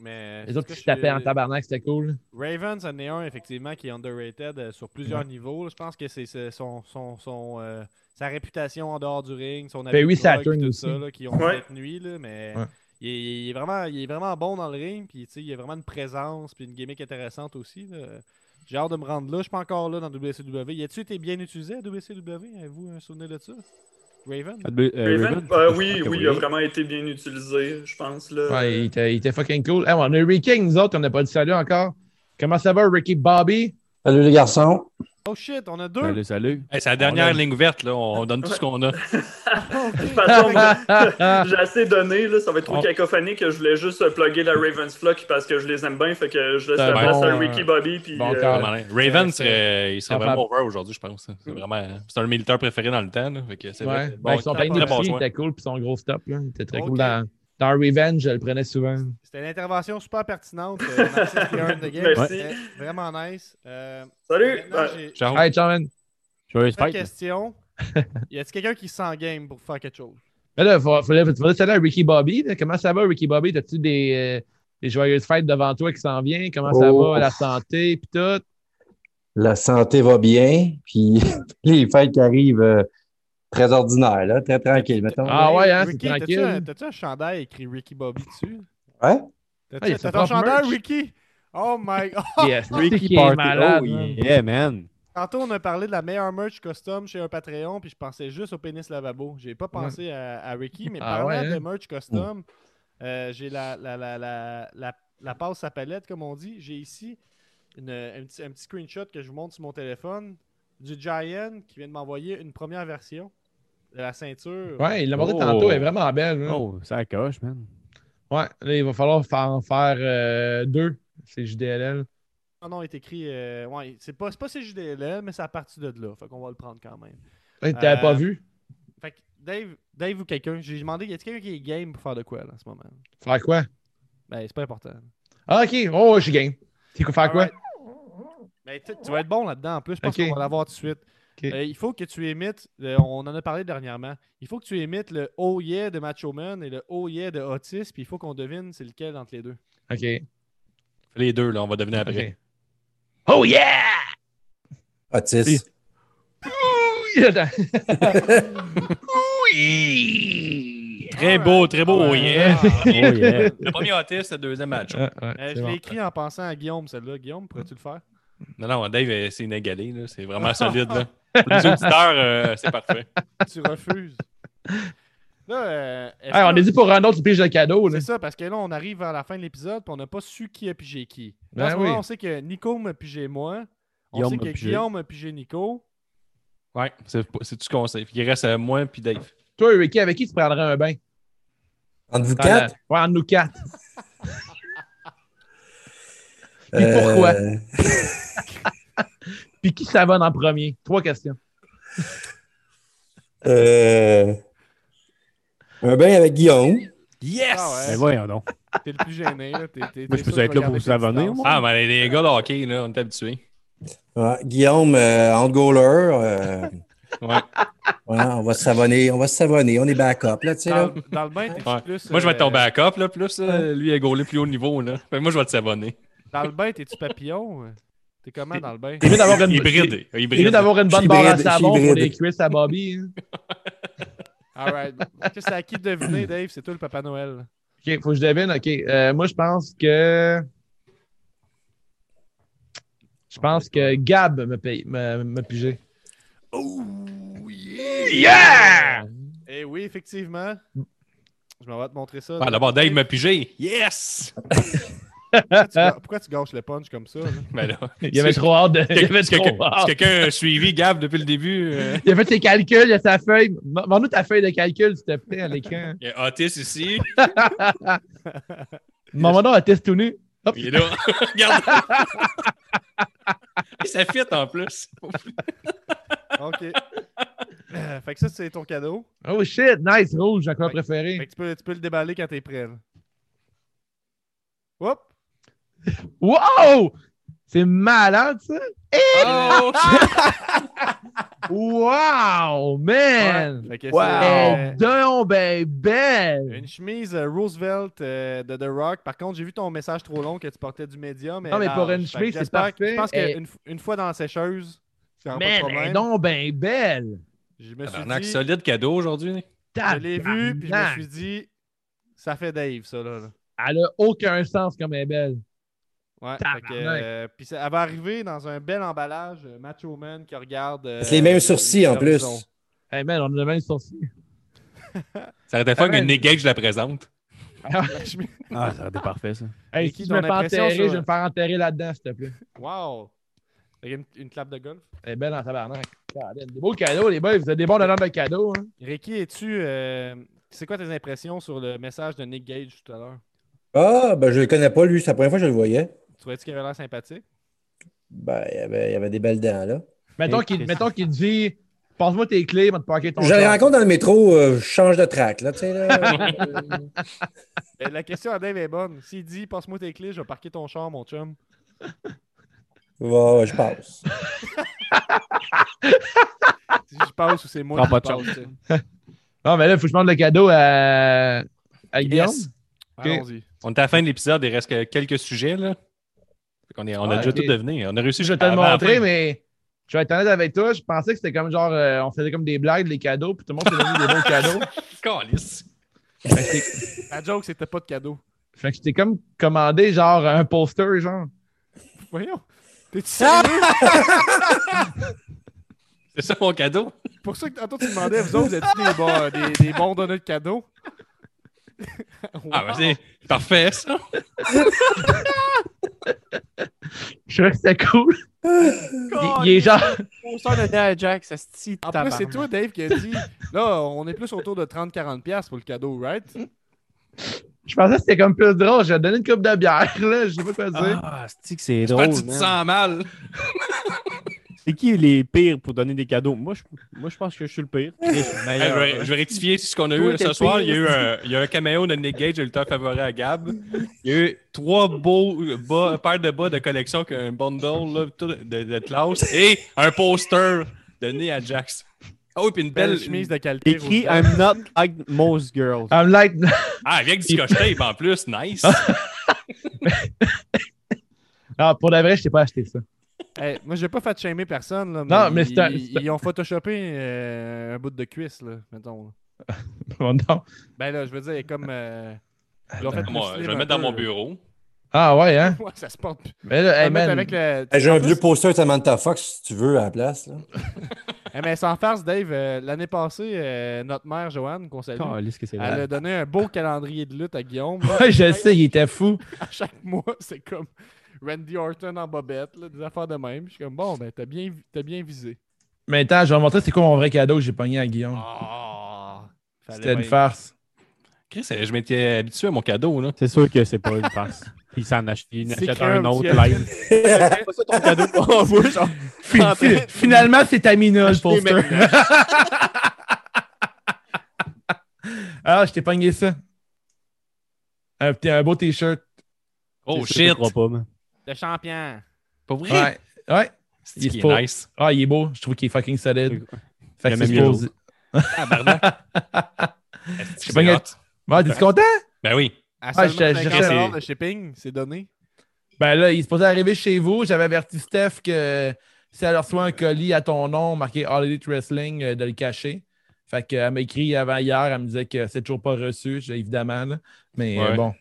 Speaker 2: Mais,
Speaker 4: Les autres
Speaker 2: en
Speaker 4: qui
Speaker 2: tout
Speaker 4: se
Speaker 2: cas,
Speaker 4: tapaient en
Speaker 2: je-
Speaker 4: tabarnak, c'était cool.
Speaker 2: Ravens en est un, effectivement, qui est underrated euh, sur plusieurs niveaux. Je pense que c'est c'est son, son, son, euh, sa réputation en dehors du ring, son
Speaker 4: Ben oui,
Speaker 2: habitude,
Speaker 4: Saturn
Speaker 2: tout
Speaker 4: aussi.
Speaker 2: ça, là, qui ont
Speaker 6: Ouais.
Speaker 2: fait nuit, là, mais
Speaker 4: Ouais.
Speaker 2: il, est, il est vraiment, il est vraiment bon dans le ring, puis tu sais, il a vraiment une présence, puis une gimmick intéressante aussi. là. J'ai hâte de me rendre là, je suis pas encore là dans WCW. Y a-tu été bien utilisé à WCW? Avez-vous un souvenir de ça? Raven?
Speaker 3: Euh,
Speaker 6: Raven?
Speaker 3: Raven?
Speaker 6: Euh,
Speaker 3: Je
Speaker 6: oui,
Speaker 3: pense que
Speaker 6: oui, il a vraiment été bien utilisé, je pense. Là.
Speaker 4: Ouais, il était, il était fucking cool. Hey, on a Ricky avec nous autres, on n'a pas dit salut encore. Comment ça va, Ricky Bobby?
Speaker 14: Salut les garçons.
Speaker 2: Oh shit, on a deux!
Speaker 3: Salut,
Speaker 4: Ben,
Speaker 3: salut.
Speaker 5: Hey, c'est la dernière ligne ouverte, là. On donne tout ce qu'on a.
Speaker 6: De toute façon, j'ai- j'ai assez donné, là, ça va être trop cacophonique. Je voulais juste euh, plugger la Ravens Flock parce que je les aime bien, fait que je laisse
Speaker 4: C'est
Speaker 6: la place
Speaker 4: bon,
Speaker 6: à Ricky Bobby. Puis,
Speaker 4: bon
Speaker 6: euh,
Speaker 4: call.
Speaker 5: Vraiment, hein. Ben, Raven serait, il serait
Speaker 4: c'est-
Speaker 5: vraiment over aujourd'hui, je pense. C'est vraiment, c'est un militaire préféré dans le temps. là. Fait que c'est vrai
Speaker 4: Ouais.
Speaker 5: que-
Speaker 4: Ben,
Speaker 5: bon,
Speaker 4: son
Speaker 5: très
Speaker 4: panier
Speaker 5: bon
Speaker 4: d'épicerie
Speaker 5: choix.
Speaker 4: était cool, puis son gros stop, là, il était très
Speaker 2: Ok.
Speaker 4: cool. Dans, dans Revenge, je le prenais souvent.
Speaker 2: C'était une intervention super pertinente. euh, dans 6-1 de game.
Speaker 6: Merci.
Speaker 2: C'était Vraiment nice. Euh,
Speaker 6: Salut!
Speaker 2: maintenant,
Speaker 6: Ben,
Speaker 2: j'ai-
Speaker 5: Ciao.
Speaker 4: Hey, Charmin.
Speaker 3: Joyeuse
Speaker 2: Pas de
Speaker 3: fête.
Speaker 2: question. y a-t-il quelqu'un qui s'en game pour faire quelque chose?
Speaker 4: Mais là, il fallait fallait saluer à Ricky Bobby. là. Comment ça va, Ricky Bobby? T'as-tu des, euh, des joyeuses fêtes devant toi qui s'en viennent? Comment ça
Speaker 14: Oh.
Speaker 4: va, la santé, puis tout?
Speaker 14: La santé va bien, puis les fêtes qui arrivent euh, très ordinaires, là, très tranquilles, mettons.
Speaker 4: Ah ouais, hein,
Speaker 2: Ricky,
Speaker 4: c'est
Speaker 2: t'as-tu
Speaker 4: tranquille.
Speaker 2: un- T'as-tu un chandail écrit Ricky Bobby dessus?
Speaker 14: Ouais.
Speaker 2: T'as-tu
Speaker 4: Ah, il a
Speaker 2: t'as
Speaker 4: sa
Speaker 2: ton
Speaker 4: propre
Speaker 2: chandail,
Speaker 4: merch.
Speaker 2: Ricky? Oh my god!
Speaker 4: Yes, c'est
Speaker 3: Ricky
Speaker 4: qui est
Speaker 3: Party.
Speaker 4: malade,
Speaker 3: oh,
Speaker 4: man.
Speaker 3: yeah, man.
Speaker 2: Tantôt, on a parlé de la meilleure merch custom chez un Patreon, puis je pensais juste au pénis lavabo. J'ai pas pensé à, à Ricky, mais
Speaker 4: Ah
Speaker 2: parlant
Speaker 4: ouais,
Speaker 2: de
Speaker 4: hein?
Speaker 2: merch custom, euh, j'ai la, la, la, la, la, la passe à palette, comme on dit. J'ai ici une- un, petit, un petit screenshot que je vous montre sur mon téléphone du Giant qui vient de m'envoyer une première version de la ceinture.
Speaker 4: Ouais, il l'a montré
Speaker 3: Oh.
Speaker 4: tantôt, elle est vraiment belle. là.
Speaker 3: Oh, ça coche, man.
Speaker 4: Ouais, là, il va falloir fa- en faire euh, deux. C'est JDLL.
Speaker 2: Non, non, il est écrit. euh, ouais, c'est pas, c'est pas CJDLL, mais c'est à partir de là. Fait qu'on va le prendre quand même.
Speaker 4: Hey, T'avais
Speaker 2: Euh,
Speaker 4: pas vu?
Speaker 2: Fait que Dave, Dave ou quelqu'un, j'ai demandé, y a-t-il quelqu'un qui est game pour faire de quoi là, en ce moment?
Speaker 4: Faire quoi?
Speaker 2: Ben, c'est pas important.
Speaker 4: Ah, ok. Oh, je suis game. C'est quoi faire quoi?
Speaker 2: Alright. Ben, tu tu vas être bon là-dedans en plus. Je pense
Speaker 4: Ok.
Speaker 2: qu'on va l'avoir tout de suite.
Speaker 4: Ok.
Speaker 2: Euh, il faut que tu émites, le- on en a parlé dernièrement, il faut que tu émites le oh yeah de Macho Man et le oh yeah de Otis, puis il faut qu'on devine c'est lequel entre les deux.
Speaker 4: Ok.
Speaker 5: Les deux, là, on va deviner après.
Speaker 4: Ok. Oh yeah!
Speaker 14: Otis.
Speaker 4: Oui, attends.
Speaker 5: Très beau, très beau. oh yeah.
Speaker 3: Oh, yeah.
Speaker 5: Le premier autiste, le deuxième match.
Speaker 4: Ah, ouais,
Speaker 2: Euh,
Speaker 4: c'est
Speaker 2: je
Speaker 4: bon.
Speaker 2: l'ai écrit en pensant à Guillaume, celle-là. Guillaume, pourrais-tu le faire?
Speaker 5: Non, non, Dave, euh, c'est inégalé. là. C'est vraiment solide. Là. Pour les auditeurs, euh, c'est parfait.
Speaker 2: tu refuses. Là, euh, est-ce
Speaker 4: Hey, on
Speaker 2: qu'on-
Speaker 4: est dit pour un autre pige de cadeau. Là.
Speaker 2: C'est ça, parce que là, on arrive vers la fin de l'épisode, puis on n'a pas su qui a pigé qui.
Speaker 4: Ben
Speaker 2: Là, en ce moment,
Speaker 4: oui.
Speaker 2: on sait que Nico m'a pigé moi. On
Speaker 3: Guillaume
Speaker 2: sait
Speaker 3: m'a
Speaker 2: que
Speaker 3: pigé.
Speaker 2: Guillaume m'a pigé Nico.
Speaker 5: Ouais, c'est c'est tout ce qu'on sait. Il reste euh, moi puis Dave.
Speaker 4: Toi, Ricky, avec qui tu prendrais un bain?
Speaker 14: Entre vous
Speaker 4: Dans la-
Speaker 14: quatre?
Speaker 4: Ouais, entre nous quatre. Puis pourquoi?
Speaker 14: Euh,
Speaker 4: Puis qui s'abonne en premier? Trois questions.
Speaker 14: euh, un bain avec Guillaume.
Speaker 5: Yes!
Speaker 2: Ah
Speaker 4: Ben
Speaker 3: Mais
Speaker 2: ouais.
Speaker 3: voyons donc.
Speaker 2: T'es le plus gêné. Là. T'es- t'es- t'es
Speaker 3: Moi, je peux
Speaker 2: sûr
Speaker 3: être
Speaker 2: que tu
Speaker 3: là pour
Speaker 2: vas
Speaker 3: vous abonner,
Speaker 2: garder tes distances.
Speaker 5: Ah, mais les gars de hockey, là, on est habitués.
Speaker 14: Ouais, Guillaume, euh, entre goaler. euh,
Speaker 15: Voilà, on va se savonner, on va se savonner, on est backup, là, tu sais. là.
Speaker 4: Ah.
Speaker 2: Dans, dans le bain, t'es
Speaker 5: Ouais.
Speaker 2: plus.
Speaker 5: moi, je vais
Speaker 2: euh,
Speaker 5: être ton backup, là, plus euh, lui est gaulé plus haut niveau. Là. Fait que moi, je vais te savonner.
Speaker 2: Dans le bain, t'es-tu papillon? T'es comment dans le bain?
Speaker 5: t'es mieux d'avoir une- Hybride,
Speaker 4: Il
Speaker 5: hybride.
Speaker 4: mieux d'avoir une bonne
Speaker 5: Hybride,
Speaker 4: barre à savon pour
Speaker 5: hybride.
Speaker 4: les cuisses à Bobby. hein.
Speaker 2: All right. Ça, C'est à qui de deviner, Dave? C'est toi le Papa Noël.
Speaker 4: OK, faut que je devine. OK, euh, moi, je pense que... Je pense que Gab me paye, me, me pigé.
Speaker 2: Yeah! Eh oui, effectivement. Je m'en vais te montrer ça. Eh.
Speaker 5: Ah, D'abord, Dave m'a pigé. Yes!
Speaker 2: Pourquoi tu gâ- Pourquoi tu gâches le punch comme ça? là?
Speaker 5: Ben là,
Speaker 4: Il y avait trop hâte de- il y avait
Speaker 5: Est-ce que-
Speaker 4: trop hâte.
Speaker 5: est-ce que quelqu'un a suivi Gab depuis le début? euh?
Speaker 4: Il a fait ses calculs, il a sa feuille. Mande-nous ta feuille de calcul, s'il te plaît, à l'écran.
Speaker 5: Il y a Otis ici.
Speaker 4: Maman, non, elle teste tout nu. Hop.
Speaker 5: Il est là. Regarde. ça fit en plus.
Speaker 2: OK. Euh, fait que ça, c'est ton cadeau.
Speaker 4: Oh shit, nice, rouge, encore préféré.
Speaker 2: Fait que tu peux, tu peux le déballer quand t'es prêt. là. Hop!
Speaker 4: Wow! C'est malade, ça! Eh!
Speaker 5: Oh!
Speaker 4: wow, man!
Speaker 2: Ouais, fait que
Speaker 4: wow!
Speaker 2: c'est- euh,
Speaker 4: Eh, donc ben belle!
Speaker 2: Une chemise euh, Roosevelt euh, de The Rock. Par contre, j'ai vu ton message trop long que tu portais du médium.
Speaker 4: Non, mais pour une chemise, c'est parfait.
Speaker 2: Je pense
Speaker 4: Et-
Speaker 2: qu'une une fois dans la sécheuse, c'est pas de
Speaker 4: Man,
Speaker 2: problème.
Speaker 4: eh, donc ben belle!
Speaker 2: Je me suis
Speaker 5: Tabarnak,
Speaker 2: dit-
Speaker 5: solide cadeau aujourd'hui.
Speaker 2: Je l'ai vu, puis je me
Speaker 4: Tabarnak.
Speaker 2: suis dit, ça fait Dave, ça, là. là.
Speaker 4: Elle a aucun sens comme elle est belle.
Speaker 2: Ouais, fait
Speaker 4: Tabarnak.
Speaker 2: que, euh, puis ça- elle va arriver dans un bel emballage, euh, Macho Man qui regarde. euh,
Speaker 15: C'est les mêmes sourcils, en plus.
Speaker 2: l'horizon.
Speaker 4: Hey man, on a le même sourcil.
Speaker 5: Ça aurait été fun
Speaker 4: Ah,
Speaker 5: qu'une
Speaker 4: man.
Speaker 5: Nick Gage la présente.
Speaker 2: La chemise-
Speaker 3: Ah, ça aurait été parfait, ça.
Speaker 4: Hey,
Speaker 2: Et
Speaker 4: si
Speaker 2: qui
Speaker 4: tu
Speaker 2: ton
Speaker 4: me fais
Speaker 2: impression
Speaker 4: enterrer,
Speaker 2: sur-
Speaker 4: je vais me faire enterrer là-dedans, s'il te plaît.
Speaker 2: Wow! Fait qu'il y a Une, une clap de golf.
Speaker 4: Elle est belle en tabarnak. Caroline, Des beaux cadeaux, les boys. Vous avez des bons donneurs de cadeaux. Hein.
Speaker 2: Ricky, es-tu. euh, c'est quoi tes impressions sur le message de Nick Gage tout à l'heure?
Speaker 15: Ah, ben je le connais pas, lui, c'est la première fois que je le voyais.
Speaker 2: Tu trouvais-tu qu'il avait l'air sympathique?
Speaker 15: Ben, il y avait, il y avait des belles dents, là.
Speaker 4: Mettons
Speaker 2: Hey,
Speaker 4: qu'il
Speaker 2: Christ.
Speaker 4: mettons qu'il dit Passe-moi tes clés, va te parquer ton
Speaker 15: Je le
Speaker 4: char.
Speaker 15: rencontre dans le métro, euh, je change de track, là, tu sais, là.
Speaker 2: Euh, la question à Dave est bonne. S'il dit passe-moi tes clés, je vais parquer ton char, mon chum.
Speaker 15: Ouais, ouais, je passe.
Speaker 2: Si je passe ou c'est moi
Speaker 3: Prends
Speaker 2: qui
Speaker 3: pas de
Speaker 2: passe.
Speaker 3: chance.
Speaker 2: tu sais.
Speaker 4: Non, Ah, mais là, il faut que je demande le cadeau à, à Guillaume. Ok.
Speaker 2: Allons-y.
Speaker 5: On est à la fin de l'épisode, il reste que quelques sujets. Là. Fait qu'on est- on a
Speaker 4: Ah,
Speaker 5: déjà
Speaker 4: ok.
Speaker 5: tout deviné. On a réussi
Speaker 4: Je vais te
Speaker 5: à-
Speaker 4: le
Speaker 5: à- à-
Speaker 4: montrer, mais je vais être honnête avec toi. Je pensais que c'était comme genre, euh, on faisait comme des blagues, les cadeaux, puis tout le monde se donnait des beaux cadeaux. Ben,
Speaker 5: Calisse.
Speaker 4: Fait que j'étais-
Speaker 2: La joke, c'était pas de cadeau.
Speaker 4: Fait que j'étais comme commandé genre un poster, genre.
Speaker 2: Voyons. T'es-tu sérieux?
Speaker 5: C'est ça mon cadeau?
Speaker 2: Pour ça que tantôt tu demandais, vous autres, vous êtes-tu des, bons- euh, des, des bons donneurs de cadeaux?
Speaker 5: Ah, ben, c'est parfait, ça.
Speaker 4: Je trouvais que c'était cool. Il, il est genre.
Speaker 16: Poster de Dad Jack, ça se tient.
Speaker 2: En plus, c'est toi, Dave, qui a dit là, on est plus autour de 30-40$ piastres pour le cadeau, right?
Speaker 4: Je pensais que c'était comme plus drôle. J'ai donné une coupe de bière, là. Je sais pas quoi dire.
Speaker 3: Ah, c'est que c'est
Speaker 5: Ah,
Speaker 3: drôle.
Speaker 5: tu te
Speaker 3: man.
Speaker 5: sens mal.
Speaker 3: C'est qui les pires pour donner des cadeaux? Moi, je, moi, je pense que je suis le pire. Chris, le
Speaker 5: Hey, je,
Speaker 3: meilleur.
Speaker 5: vais, je vais rectifier ce qu'on a
Speaker 16: Toi,
Speaker 5: eu
Speaker 16: t'es
Speaker 5: ce soir. Il y a eu
Speaker 16: pire.
Speaker 5: un, il y a un caméo de Nick Gage, le lutteur favori à Gab. Il y a eu trois beaux euh, bas- paires de bas de collection, un bundle là, tout de, de Klaus et un poster donné à Jax. Ah oui, puis une belle,
Speaker 2: Belle chemise de qualité.
Speaker 3: Écrit
Speaker 2: Roosevelt.
Speaker 3: I'm not like most girls.
Speaker 4: I'm like.
Speaker 5: Ah, avec du scotch tape en plus, nice.
Speaker 4: Ah, pour de vrai, je t'ai pas acheté ça.
Speaker 2: Hey, moi, j'ai pas fait shamer personne. Là,
Speaker 4: Non, mais c'est un-
Speaker 2: ils,
Speaker 4: c'est un-
Speaker 2: ils ont photoshopé euh, un bout de cuisse, là, mettons. là.
Speaker 4: Oh non.
Speaker 2: Ben là, je veux dire, comme. euh, ils l'ont fait plus
Speaker 5: Moi, je vais
Speaker 2: slim
Speaker 5: le
Speaker 2: un
Speaker 5: mettre dans
Speaker 2: peu,
Speaker 5: mon
Speaker 2: là.
Speaker 5: bureau.
Speaker 4: Ah ouais, hein?
Speaker 2: Ouais, ça se porte. plus.
Speaker 4: Mais là,
Speaker 2: Je
Speaker 4: hey,
Speaker 2: vais le mettre
Speaker 4: man,
Speaker 2: avec le.
Speaker 15: Hey, J'ai un
Speaker 2: En plus-
Speaker 15: vieux poster de Samantha Fox, si tu veux, à la place, là.
Speaker 2: Eh, mais sans farce, Dave, euh, l'année passée, euh, notre mère, Joanne, qu'on salue,
Speaker 3: Calisse que c'est
Speaker 2: elle
Speaker 3: laid.
Speaker 2: a donné un beau calendrier de lutte à Guillaume.
Speaker 4: Ouais, je sais, il était fou.
Speaker 2: à chaque mois, c'est comme Randy Orton en bobette, là, des affaires de même. Je suis comme, bon, ben, t'as bien, t'as bien visé.
Speaker 4: Mais attends, je vais vous montrer c'est quoi mon vrai cadeau que j'ai pogné à Guillaume.
Speaker 2: Ah! Fallait
Speaker 4: C'était une
Speaker 2: bien-
Speaker 4: farce.
Speaker 5: Chris, je m'étais habitué à mon cadeau. Là.
Speaker 3: C'est sûr que c'est pas une farce. Il s'en achète, il en
Speaker 2: C'est
Speaker 3: achète
Speaker 2: clair,
Speaker 3: un autre
Speaker 2: monsieur.
Speaker 3: live. C'est pas ça ton cadeau. Oh, moi, genre,
Speaker 4: Fi- fi- Finalement, c'est ta minage
Speaker 3: Acheter
Speaker 4: poster. Ah, je t'ai pogné ça. Un, petit- un beau t-shirt.
Speaker 3: c'est
Speaker 5: Oh
Speaker 3: sûr que je
Speaker 5: shit.
Speaker 3: crois pas, man.
Speaker 2: Le champion.
Speaker 5: Pas vrai?
Speaker 4: Ouais.
Speaker 5: C'est
Speaker 4: Il
Speaker 5: qui
Speaker 4: est
Speaker 5: est
Speaker 4: pas-
Speaker 5: nice.
Speaker 4: Ah, il est beau. Je trouve qu'il est fucking solide. Fait que
Speaker 5: J'aimais
Speaker 4: c'est
Speaker 5: mieux
Speaker 4: supposé.
Speaker 5: l'autre. Tabarnak.
Speaker 4: Je sais pas, gars. Bon, t'es content?
Speaker 5: Ben oui.
Speaker 2: À
Speaker 4: Ah,
Speaker 2: seulement
Speaker 4: je- je-
Speaker 2: 50
Speaker 4: c'est-
Speaker 2: de shipping, c'est donné.
Speaker 4: Ben là, il est supposé arriver chez vous. J'avais averti Steph que si elle reçoit un colis à ton nom marqué Holiday Wrestling, euh, de le cacher. Fait qu'elle m'a écrit avant hier, elle me disait que c'est toujours pas reçu, j'ai- évidemment. là. Mais euh,
Speaker 5: Ouais.
Speaker 4: bon.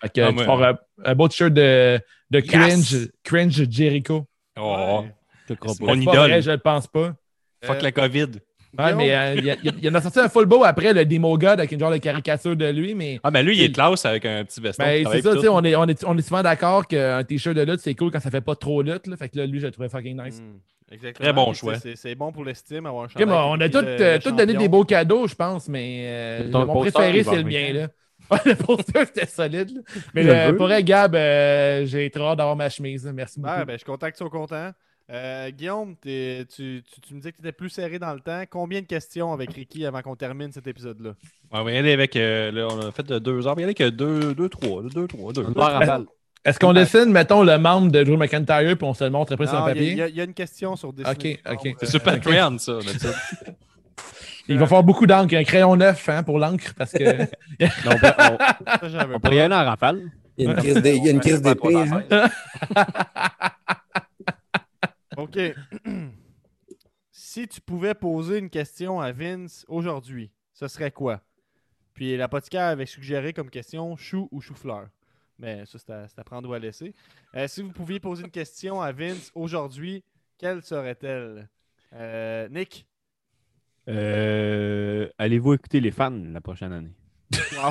Speaker 4: Fait que
Speaker 5: Non,
Speaker 4: tu
Speaker 5: mais-
Speaker 4: pars, euh, un, beau t-shirt de, de cringe,
Speaker 5: Yes!
Speaker 4: cringe Jericho.
Speaker 5: Oh,
Speaker 4: Je
Speaker 5: crois pas.
Speaker 4: Mon
Speaker 5: Mon
Speaker 4: idole.
Speaker 5: idole.
Speaker 4: je le pense pas.
Speaker 5: Fuck
Speaker 4: Euh,
Speaker 5: la COVID.
Speaker 4: Ouais, mais euh, il y a- il y a- il y en a sorti un full beau après, le Demo God, avec une genre de caricature de lui, mais.
Speaker 5: Ah, ben lui, il est classe avec un petit veston.
Speaker 4: Ben,
Speaker 5: de
Speaker 4: c'est
Speaker 5: travail
Speaker 4: ça,
Speaker 5: pis
Speaker 4: tu sais,
Speaker 5: tout.
Speaker 4: on est, on, est, on est souvent d'accord qu'un t-shirt de lutte, c'est cool quand ça fait pas trop lutte. Là, fait que là, lui, je le trouvais fucking nice.
Speaker 2: Hmm. Exactement. Puis, tu sais, c'est- C'est bon pour l'estime avoir un
Speaker 4: Ok,
Speaker 2: chandail
Speaker 4: bon, on a
Speaker 2: avec
Speaker 4: tous
Speaker 2: le-
Speaker 4: euh,
Speaker 2: le
Speaker 4: tous donné
Speaker 2: champion.
Speaker 4: des beaux cadeaux, je pense, mais euh,
Speaker 2: Ton
Speaker 4: mon
Speaker 2: poster,
Speaker 4: préféré,
Speaker 2: il va
Speaker 4: c'est le
Speaker 2: arriver.
Speaker 4: mien. Là. Ouais, le poster, c'était solide. là. Mais
Speaker 2: Je le
Speaker 4: euh,
Speaker 2: veux.
Speaker 4: pour vrai, Gab, euh, j'ai trop hâte d'avoir ma chemise. là. Merci beaucoup.
Speaker 2: Ouais, ben, je suis content que tu sois content. Euh, Guillaume, t'es- tu, tu- tu me dis que tu étais plus serré dans le temps. Combien de questions avec Ricky avant qu'on termine cet épisode-là?
Speaker 5: Ouais, mais elle est avec. euh, là, on a fait de deux heures. mais Elle est que deux, deux, trois. là, Deux, trois, deux. Ben,
Speaker 4: Est-ce- Est-ce qu'on dessine, mettons, le membre de Drew McIntyre, puis on se le montre après sur
Speaker 2: Non,
Speaker 4: un
Speaker 2: il y a-
Speaker 4: papier?
Speaker 2: Il y, a- il y a une question sur euh, Disney.
Speaker 4: Ok, ok.
Speaker 5: C'est sur Patreon, ça, d'habitude.
Speaker 4: Il va falloir beaucoup d'encre, un crayon neuf hein, pour l'encre, parce que.
Speaker 2: ben,
Speaker 3: on peut- on- Ça, j'avais on peut pas. y aller en rafale. Il y a une crise d'é- il y a une crise d'épée, hein.
Speaker 2: OK. si tu pouvais poser une question à Vince aujourd'hui, ce serait quoi? Puis l'apothicaire avait suggéré comme question chou ou chou-fleur. Mais ça, c'est à, c'est à prendre ou à laisser. Euh, si vous pouviez poser une question à Vince aujourd'hui, quelle serait-elle? Euh, Nick?
Speaker 3: Euh, Allez-vous écouter les fans la prochaine année?
Speaker 2: Wow.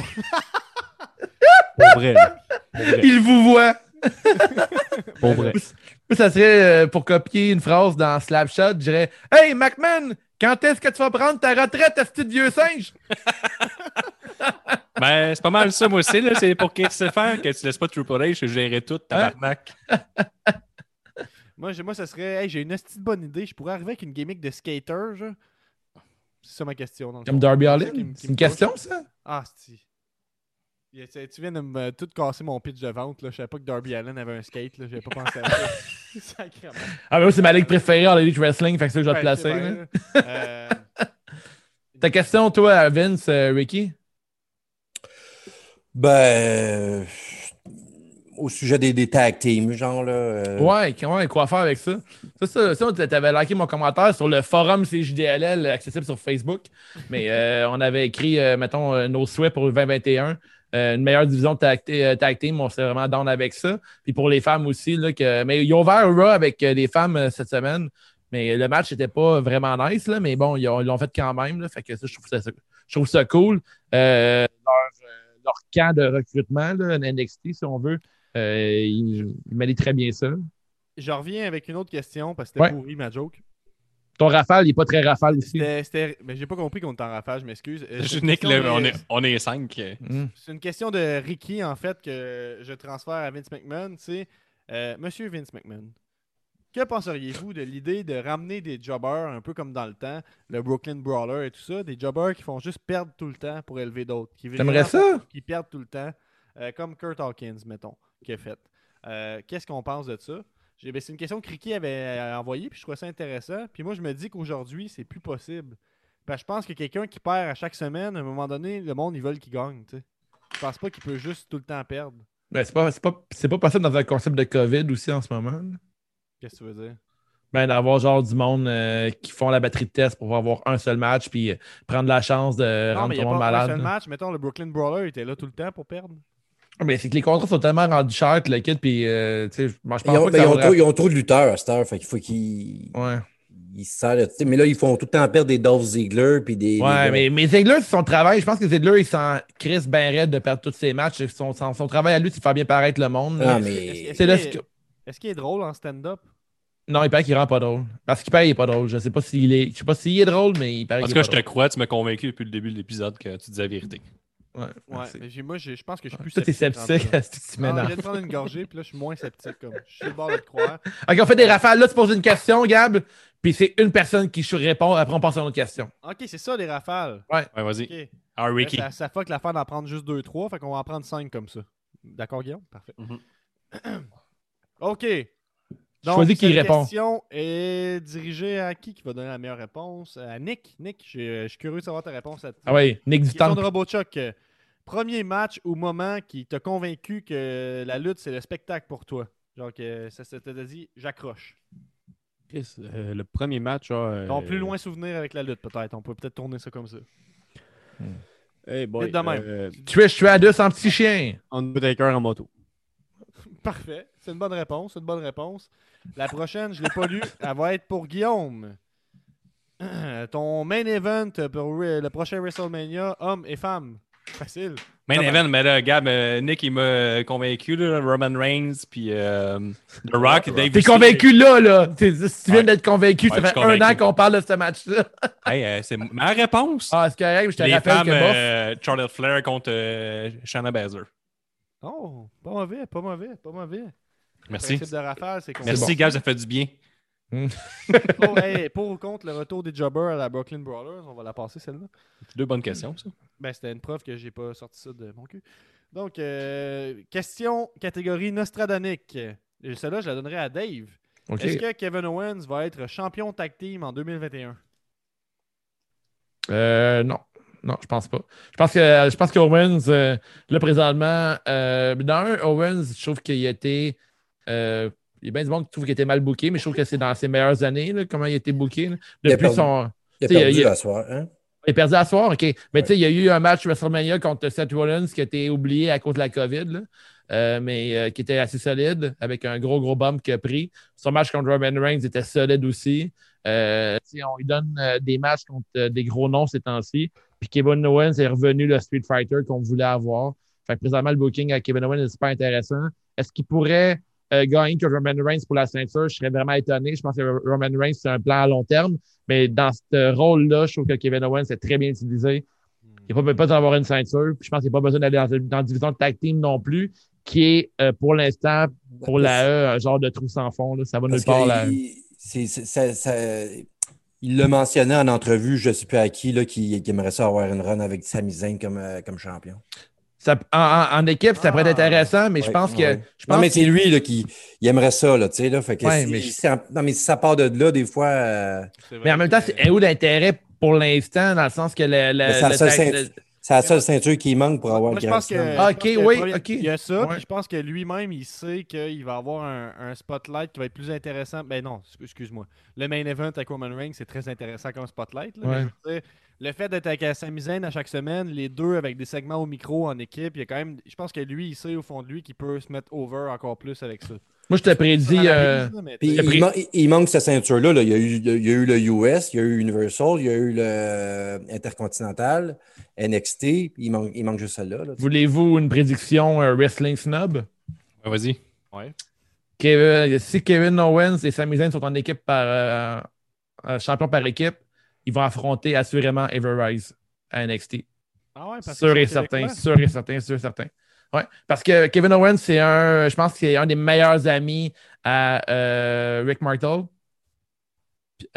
Speaker 3: Pour vrai, là. Pour vrai.
Speaker 4: Il vous voit.
Speaker 3: Pour vrai.
Speaker 4: Moi, ça serait euh, pour copier une phrase dans Slapshot, je dirais Hey McMahon, quand est-ce que tu vas prendre ta retraite, à ce petit vieux singe?
Speaker 5: Ben, c'est pas mal ça, moi aussi. là. C'est pour qu'il se faire que tu laisses pas Triple H gérer tout,
Speaker 4: Hein?
Speaker 5: tabarnak.
Speaker 2: Moi, j'ai- moi, ça serait, hey, j'ai une petite bonne idée. Je pourrais arriver avec une gimmick de skater. genre. C'est ça ma question. dans le
Speaker 4: Comme
Speaker 2: fond.
Speaker 4: Darby
Speaker 2: C'est ça
Speaker 4: Allin?
Speaker 2: qui me- qui
Speaker 4: C'est
Speaker 2: me
Speaker 4: une
Speaker 2: touche.
Speaker 4: question, ça?
Speaker 2: Ah, si. Il y a- Tu viens de me tout casser mon pitch de vente. Là. Je savais pas que Darby Allen avait un skate. Là. J'avais pas pensé à ça. Sacrément.
Speaker 4: Ah, mais moi, c'est ma ligue préférée en Elite Wrestling, fait que c'est ça que je vais te
Speaker 2: Ouais,
Speaker 4: placer.
Speaker 2: c'est vrai,
Speaker 4: là.
Speaker 2: là. Euh,
Speaker 4: Ta question, toi, Vince, euh, Ricky?
Speaker 15: Ben, euh, au sujet des, des tag teams, genre là. euh,
Speaker 4: Ouais, qu- ouais, quoi faire avec ça? Ça, ça, ça, t- t'avais liké mon commentaire sur le forum CJDLL accessible sur Facebook. Mais euh, on avait écrit, euh, mettons, euh, nos souhaits pour le 2021. euh, une meilleure division de tag, t- euh, tag team, on s'est vraiment down avec ça. Puis pour les femmes aussi, là, que, mais ils ont ouvert Raw avec euh, les femmes euh, cette semaine. Mais le match n'était pas vraiment nice, là, mais bon, ils ont- ils l'ont fait quand même. là. fait que ça, je trouve ça, je trouve ça cool. Euh, leur, euh, leur camp de recrutement, là, NXT, si on veut, euh, ils, ils méritent très bien ça.
Speaker 2: je reviens avec une autre question parce que c'était
Speaker 4: Ouais.
Speaker 2: pourri ma joke.
Speaker 4: Ton rafale, il n'est pas très rafale aussi.
Speaker 2: C'était- c'était- Mais j'ai pas compris qu'on était en rafale, je m'excuse. Euh, c'est
Speaker 5: Je
Speaker 2: une
Speaker 5: nique
Speaker 2: question
Speaker 5: le-
Speaker 2: de-
Speaker 5: on, est, on est cinq.
Speaker 4: Hmm.
Speaker 2: C'est une question de Ricky, en fait, que je transfère à Vince McMahon. C'est euh, Monsieur Vince McMahon, que penseriez-vous de l'idée de ramener des jobbers, un peu comme dans le temps, le Brooklyn Brawler et tout ça, des jobbers qui font juste perdre tout le temps pour élever d'autres qui
Speaker 4: T'aimerais ça?
Speaker 2: Qui perdent tout le temps, euh, comme Kurt Hawkins, mettons, qui a fait. Euh, Qu'est-ce qu'on pense de ça? J'ai- ben, c'est une question que Ricky avait euh, envoyée, puis je trouvais ça intéressant. Puis moi, je me dis qu'aujourd'hui, c'est plus possible. Parce que je pense que quelqu'un qui perd à chaque semaine, à un moment donné, le monde, ils veulent qu'il gagne. tu sais. Je pense pas qu'il peut juste tout le temps perdre.
Speaker 4: Ben, c'est pas, c'est pas, c'est pas possible dans un concept de COVID aussi en ce moment. là.
Speaker 2: Qu'est-ce que tu veux dire?
Speaker 4: Ben, d'avoir genre du monde euh, qui font la batterie de test pour avoir un seul match puis euh, prendre la chance de
Speaker 2: non, mais
Speaker 4: rendre
Speaker 2: il n'y
Speaker 4: tout le
Speaker 2: a
Speaker 4: monde
Speaker 2: pas
Speaker 4: malade.
Speaker 2: un seul
Speaker 4: là.
Speaker 2: match. Mettons, le Brooklyn Brawler était là tout le temps pour perdre.
Speaker 4: Mais c'est que les contrats sont tellement rendus chers que le kit, puis euh, tu sais, moi, je pense
Speaker 15: ils, ont,
Speaker 4: pas que
Speaker 15: ben,
Speaker 4: ça
Speaker 15: ils ont
Speaker 4: vaudrait-
Speaker 15: trop, ils ont trop de lutteurs à cette heure, fait qu'il faut qu'ils ils se serrent là-dessus. Mais là, ils font tout le temps perdre des Dolph Ziggler puis des.
Speaker 4: Ouais,
Speaker 15: des-
Speaker 4: mais, mais Ziegler, c'est son travail. Je pense que Ziegler, il s'en crisse bien raide de perdre tous ses matchs. Son, son, son travail à lui, c'est de faire bien paraître le monde.
Speaker 15: Ah,
Speaker 4: là.
Speaker 2: Est-ce
Speaker 4: C'est là
Speaker 2: qu'il
Speaker 4: ce
Speaker 2: est- est-ce qu'il est drôle en stand-up?
Speaker 4: que- Non, il paraît qu'il rend pas drôle. Parce qu'il paraît qu'il est pas drôle. Je sais pas s'il est. Je sais pas s'il est drôle, mais il paraît
Speaker 5: En tout
Speaker 4: qu'il
Speaker 5: cas,
Speaker 4: est
Speaker 5: je
Speaker 4: pas
Speaker 5: te
Speaker 4: drôle.
Speaker 5: crois, tu m'as convaincu depuis le début de l'épisode que tu dis la vérité.
Speaker 4: Ouais,
Speaker 2: Ouais, mais j'ai- moi, j'ai- je pense que je suis plus
Speaker 4: Toi, t'es sceptique,
Speaker 2: rendu là.
Speaker 4: c'est-tu que tu m'énerves?
Speaker 2: Ah, Je viens de prendre une gorgée, puis là, je suis moins sceptique. Comme. Je suis le bord de te croire.
Speaker 4: Ok, on fait des rafales. Là, tu poses une question, Gab, puis c'est une personne qui chou- répond. Après, on passe à une autre question.
Speaker 2: OK, c'est ça, les rafales.
Speaker 4: Ouais.
Speaker 5: Ouais, vas-y.
Speaker 2: OK. Ben,
Speaker 5: Ah, Ricky.
Speaker 2: Ça, ça fuck l'affaire d'en prendre juste 2-3, fait qu'on va en prendre 5 comme ça. D'accord, Guillaume? Parfait. OK. Donc,
Speaker 4: Choisis Mhm. qui
Speaker 2: cette
Speaker 4: répond.
Speaker 2: question est dirigée à qui qui va donner la meilleure réponse? À Nick. Nick, je je suis curieux de savoir ta réponse à
Speaker 4: Ah oui, Nick du
Speaker 2: Question
Speaker 4: Temple.
Speaker 2: de RoboChuck. Euh, Premier match ou moment qui t'a convaincu que la lutte, c'est le spectacle pour toi? Genre que ça ça t'a dit, j'accroche.
Speaker 3: Chris, euh, le premier match. genre, euh,
Speaker 2: Ton plus loin souvenir avec la lutte, peut-être. On peut peut-être tourner ça comme ça.
Speaker 3: Hey boy,
Speaker 2: Vite de même.
Speaker 3: euh,
Speaker 4: Trish, tu es à deux sans petit chien.
Speaker 3: Undertaker en moto.
Speaker 2: Parfait. C'est une bonne réponse. C'est une bonne réponse. La prochaine, je ne l'ai pas lue. Elle va être pour Guillaume. Ton main event pour euh, le prochain WrestleMania, hommes et femmes. Facile.
Speaker 5: Main
Speaker 2: Comment?
Speaker 5: event, mais là, Gab, euh, Nick, il m'a euh, convaincu, là, Roman Reigns, puis euh, The Rock, Dave.
Speaker 4: T'es
Speaker 5: aussi.
Speaker 4: convaincu là, là. T'es- Si tu viens d'être convaincu,
Speaker 5: Ouais,
Speaker 4: ça
Speaker 5: je
Speaker 4: fait
Speaker 5: suis
Speaker 4: un an
Speaker 5: convaincu.
Speaker 4: qu'on parle de ce match-là.
Speaker 5: Hey, euh, c'est ma réponse.
Speaker 4: Ah, c'est correct, je te
Speaker 5: Les
Speaker 4: rappelle
Speaker 5: femmes,
Speaker 4: que bof.
Speaker 5: euh, Charlotte Flair contre euh, Shanna Baszler.
Speaker 2: Oh, pas mauvais, pas mauvais, pas mauvais.
Speaker 5: Merci.
Speaker 2: Le principe de rafale, Ah, c'est qu'on-
Speaker 5: Merci, Gab, ça fait du bien.
Speaker 4: Hmm.
Speaker 2: Oh, hey, pour ou contre le retour des jobbers à la Brooklyn Brawlers, on va la passer celle-là.
Speaker 5: C'est deux bonnes questions, ça.
Speaker 2: Ben, c'était une preuve que j'ai pas sorti ça de mon cul. Donc, euh, question catégorie nostradonique. Et Celle-là, je la donnerai à Dave.
Speaker 4: Ok.
Speaker 2: Est-ce que Kevin Owens va être champion tag team en 2021?
Speaker 4: Euh, non. Non, je pense pas. Je pense que je pense qu'Owens, euh, là présentement, euh, dans un, Owens, je trouve qu'il était. euh, il y a bien du monde qui trouve qu'il était mal booké, mais je trouve que c'est dans ses meilleures années, là, comment il a été booké. là.
Speaker 15: Il a
Speaker 4: Depuis
Speaker 15: perdu-
Speaker 4: son.
Speaker 15: il a
Speaker 4: tu sais,
Speaker 15: perdu à soir, hein?
Speaker 4: Il a perdu à soir, OK. Mais tu sais, il y a eu un match WrestleMania contre Seth Rollins qui a été oublié à cause de la COVID, là. Euh, mais euh, qui était assez solide avec un gros, gros bump qu'il a pris. Son match contre Roman Reigns était solide aussi. Euh, tu sais, on lui donne euh, des matchs contre euh, des gros noms ces temps-ci. Puis Kevin Owens est revenu le Street Fighter qu'on voulait avoir. Fait que présentement, le booking à Kevin Owens est super intéressant. Est-ce qu'il pourrait euh, gagner que Roman Reigns pour la ceinture? Je serais vraiment étonné. Je pense que Ro- Roman Reigns, c'est un plan à long terme. Mais dans ce rôle-là, je trouve que Kevin Owens est très bien utilisé. Il n'a pas besoin d'avoir une ceinture. Puis je pense qu'il n'a pas besoin d'aller dans, dans la division de tag team non plus, qui est euh, pour l'instant, pour la E, un genre de trou sans fond. là. Ça va nulle
Speaker 15: Parce
Speaker 4: part.
Speaker 15: que
Speaker 4: là.
Speaker 15: il- c'est- c'est- ça- ça- il l'a mentionné en entrevue, je ne sais plus à qui, là, qui, qui aimerait ça avoir une run avec Sami Zayn comme, euh, comme champion.
Speaker 4: Ça- en, en- en équipe, ça pourrait être intéressant, mais je
Speaker 15: Ah. Ouais,
Speaker 4: pense que.
Speaker 15: ouais.
Speaker 4: Je pense
Speaker 15: non, mais c'est
Speaker 4: que-
Speaker 15: lui là, qui il aimerait ça, là, tu sais, là. Fait que
Speaker 4: Ouais,
Speaker 15: si-
Speaker 4: mais je-
Speaker 15: si en- non, mais si ça part de là, des fois. euh,
Speaker 4: Mais en même temps, c'est où l'intérêt pour l'instant, dans le sens que le. le-
Speaker 15: mais c'est la
Speaker 4: le
Speaker 15: seule
Speaker 4: tag-
Speaker 15: ceinture- c'est la seule ceinture qui manque pour avoir
Speaker 2: Moi, je
Speaker 15: le
Speaker 2: pense
Speaker 15: Grand
Speaker 2: que.
Speaker 15: Slam.
Speaker 4: Ah,
Speaker 2: Euh, je pense
Speaker 4: ok,
Speaker 2: que
Speaker 4: oui,
Speaker 2: premier-
Speaker 4: ok.
Speaker 2: Il y a ça,
Speaker 4: Ouais.
Speaker 2: puis je pense que lui-même, il sait qu'il va avoir un, un spotlight qui va être plus intéressant. Ben non, s- excuse-moi. Le main event avec Roman Reigns, c'est très intéressant comme spotlight. là, mais
Speaker 4: Ouais.
Speaker 2: je veux dire, le fait d'être avec Sami Zayn à chaque semaine, les deux avec des segments au micro en équipe, il y a quand même. Je pense que lui, il sait au fond de lui qu'il peut se mettre over encore plus avec ça.
Speaker 4: Moi, je te prédis. euh,
Speaker 15: Puis
Speaker 4: je te
Speaker 15: il,
Speaker 4: pré-
Speaker 15: man- il- il manque cette ceinture-là. là. Il, y a eu- il y a- il y a eu le US, il y a eu Universal, il y a eu le euh, Intercontinental, NXT. Il manque, il manque juste celle-là. là.
Speaker 4: Voulez-vous une prédiction euh, wrestling snob?
Speaker 5: Vas-y.
Speaker 4: Kevin- si Kevin Owens et Sami Zayn sont en équipe par euh, euh, champion par équipe, ils vont affronter assurément Everrise à NXT.
Speaker 2: Ah ouais, parce que
Speaker 4: sûr
Speaker 2: c'est
Speaker 4: et
Speaker 2: un
Speaker 4: certain,
Speaker 2: Québécois.
Speaker 4: sûr et certain, sûr et certain. Ouais, parce que Kevin Owens, c'est un, je pense que c'est un des meilleurs amis à euh, Rick Martel,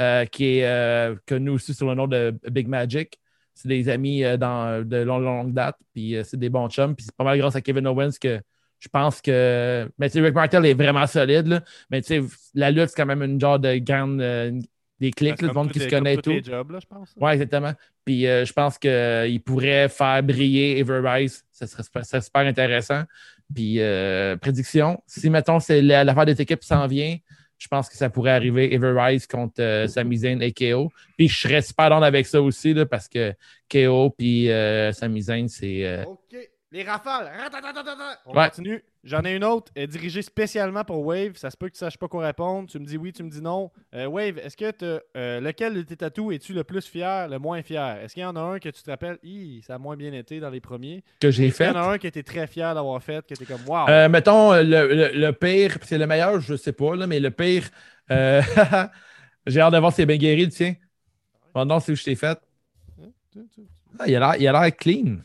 Speaker 4: euh, qui est euh, connu aussi sous le nom de Big Magic. C'est des amis euh, dans, de longue, longue date, puis euh, c'est des bons chums. Puis c'est pas mal grâce à Kevin Owens que je pense que. Mais tu sais, Rick Martel est vraiment solide, là. Mais tu sais, la lutte, c'est quand même une genre de grande. euh, des clics, là,
Speaker 2: Comme
Speaker 4: du monde qui
Speaker 2: tous
Speaker 4: se
Speaker 2: les- comme
Speaker 4: connaît et
Speaker 2: tous
Speaker 4: tout.
Speaker 2: les jobs, là, je pense.
Speaker 4: Oui, exactement. Puis euh, je pense qu'il pourrait faire briller Everrise. Ça serait, super- ça serait super intéressant. Puis euh, prédiction, si mettons c'est la- l'affaire des équipes s'en vient, je pense que ça pourrait arriver Everrise contre euh, Sami Zayn et KO. Puis je serais super down avec ça aussi là, parce que KO puis euh, Sami Zayn, c'est. euh,
Speaker 2: OK. Les rafales. Ratatatatata. On
Speaker 4: Ouais.
Speaker 2: continue. J'en ai une autre. Elle est dirigée spécialement pour Wave. Ça se peut que tu saches pas quoi répondre. Tu me dis oui, tu me dis non. Euh, Wave, est-ce que t'as- euh, lequel de tes tatous es-tu le plus fier, le moins fier? Est-ce qu'il y en a un que tu te rappelles, Hi, ça a moins bien été dans les premiers?
Speaker 4: Que j'ai
Speaker 2: Est-ce qu'il y en a
Speaker 4: fait?
Speaker 2: un que tu es très fier d'avoir fait, que tu es comme Wow!
Speaker 4: Euh, mettons, euh, le, le- le pire, puis c'est le meilleur, je sais pas, là, mais le pire, euh, j'ai hâte de voir si c'est bien guéri, le tien. Mon nom, c'est où je t'ai fait. Ah, il a l'air- il a l'air clean.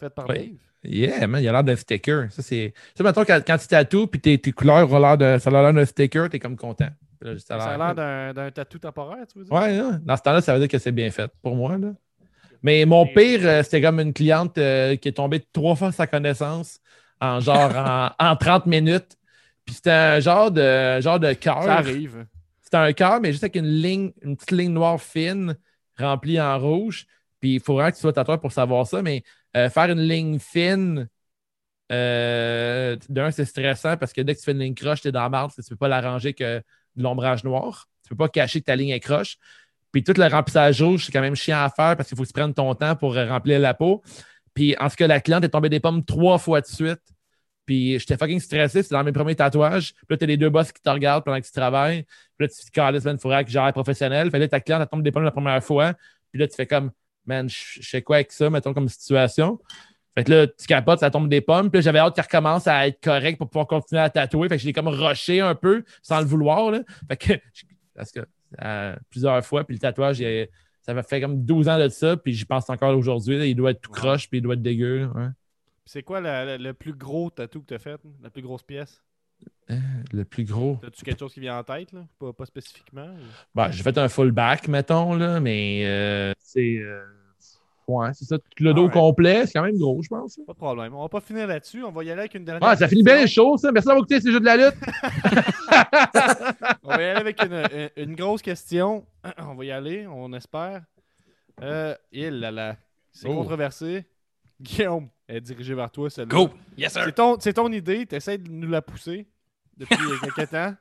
Speaker 2: fait par
Speaker 4: Oui.
Speaker 2: Dave.
Speaker 4: Yeah, man, il a l'air d'un sticker. Ça, c'est. Ça, mettons, quand, quand tu tatoues, puis tes, tes couleurs ont l'air de. Ça a l'air d'un sticker, t'es comme content. Là,
Speaker 2: Ça a l'air d'un- d'un tatou temporaire, tu veux dire?
Speaker 4: Ouais, là, dans ce temps-là, ça veut dire que c'est bien fait pour moi. Là. Mais mon pire, euh, c'était comme une cliente euh, qui est tombée trois fois sa connaissance en genre en, en 30 minutes. Puis c'était un genre de, genre de cœur.
Speaker 2: Ça arrive.
Speaker 4: C'était un cœur, mais juste avec une ligne, une petite ligne noire fine remplie en rouge. Puis il faut vraiment que tu sois tatoueur pour savoir ça, mais euh, faire une ligne fine, euh, d'un, c'est stressant parce que dès que tu fais une ligne croche, t'es dans la marde, parce que tu peux pas l'arranger que de l'ombrage noir. Tu peux pas cacher que ta ligne est croche. Puis tout le remplissage rouge, c'est quand même chiant à faire parce qu'il faut que tu prennes ton temps pour euh, remplir la peau. Puis en ce que la cliente est tombée des pommes trois fois de suite. Puis j'étais fucking stressé, c'était dans mes premiers tatouages. Puis là, t'as les deux boss qui te regardent pendant que tu travailles. Puis là, tu te cales, man, faudrait que j'arrête professionnel. Fait que là, ta cliente, elle tombe des pommes la première fois. Puis là, tu fais comme, man, je je sais quoi avec ça, mettons, comme situation. Fait que là, tu capotes, ça tombe des pommes. Puis là, j'avais hâte qu'elle recommence à être correct pour pouvoir continuer à tatouer. Fait que je l'ai comme rushé un peu sans le vouloir. là. Fait que, parce que euh, plusieurs fois, puis le tatouage, il est- ça m'a fait comme 12 ans de ça. Puis j'y pense encore aujourd'hui. là. Il doit être tout croche, puis il doit être dégueu. ouais.
Speaker 2: C'est quoi la- la- le plus gros tatou que t'as fait? La plus grosse pièce?
Speaker 4: Le plus gros.
Speaker 2: T'as-tu quelque chose qui vient en tête, là? Pas, pas spécifiquement? ou-
Speaker 4: Bon, Bah, j'ai fait un full back, mettons, là, mais euh, c'est. euh, ouais, c'est ça. Tout le dos
Speaker 2: Alright.
Speaker 4: complet, c'est quand même gros, je pense.
Speaker 2: Pas de problème. On va pas finir là-dessus. On va y aller avec une dernière.
Speaker 4: Ouais, Ah, ça finit bien les choses, ça. Merci d'avoir écouté ces jeux de la lutte.
Speaker 2: On va y aller avec une, une- une grosse question. On va y aller, on espère. Euh, il là là. C'est
Speaker 5: Oh.
Speaker 2: controversé. Guillaume elle est dirigée vers toi, celle-là.
Speaker 5: Go! Yes, sir!
Speaker 2: C'est ton, c'est ton idée. Tu essaies de nous la pousser depuis quelques temps.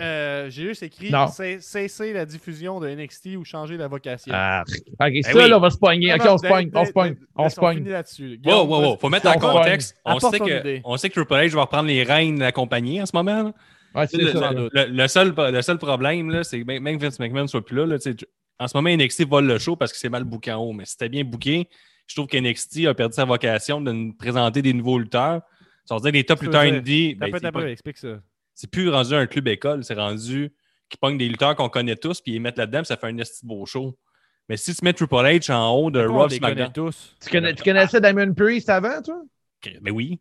Speaker 2: Euh, J'ai juste écrit
Speaker 4: Ah, Non.
Speaker 2: cesse- cesser la diffusion de NXT ou changer la vocation.
Speaker 4: Ah, ok, ça, là, on va se pogner. Ok, on se pogne, on se pogne, on se pogne.
Speaker 5: Eh Wow, wow, wow. Faut mettre en contexte. On
Speaker 2: Apporte
Speaker 5: sait,
Speaker 2: ton
Speaker 5: que,
Speaker 2: idée.
Speaker 5: on sait que Triple H va reprendre les rênes de la compagnie en ce moment. là.
Speaker 4: Ouais, c'est
Speaker 5: le,
Speaker 4: ça, sans
Speaker 5: le-
Speaker 4: doute.
Speaker 5: le- le seul, le seul problème, là, c'est que même même Vince McMahon ne soit plus là. là, tu sais, en ce moment, NXT vole le show parce que c'est mal bouqué en haut. Mais si c'était bien bouqué, je trouve que NXT a perdu sa vocation de nous présenter des nouveaux lutteurs. Si on se dit les top
Speaker 2: Qu'est-ce que
Speaker 5: lutteurs
Speaker 2: tu veux
Speaker 5: indie,
Speaker 2: dire?
Speaker 5: ben,
Speaker 2: T'as peu,
Speaker 5: c'est
Speaker 2: t'as peu,
Speaker 5: pas-
Speaker 2: explique ça.
Speaker 5: c'est plus rendu un club école, c'est rendu qu'ils pognent des lutteurs qu'on connaît tous puis ils les mettent là-dedans, puis ça fait un esti beau show. Mais si tu mets Triple H en haut de
Speaker 2: Pourquoi on
Speaker 5: Raw
Speaker 2: les
Speaker 5: SmackDown,
Speaker 2: connaît tous?
Speaker 4: Tu, connais, tu connaissais Damien Priest avant, toi?
Speaker 5: mais oui.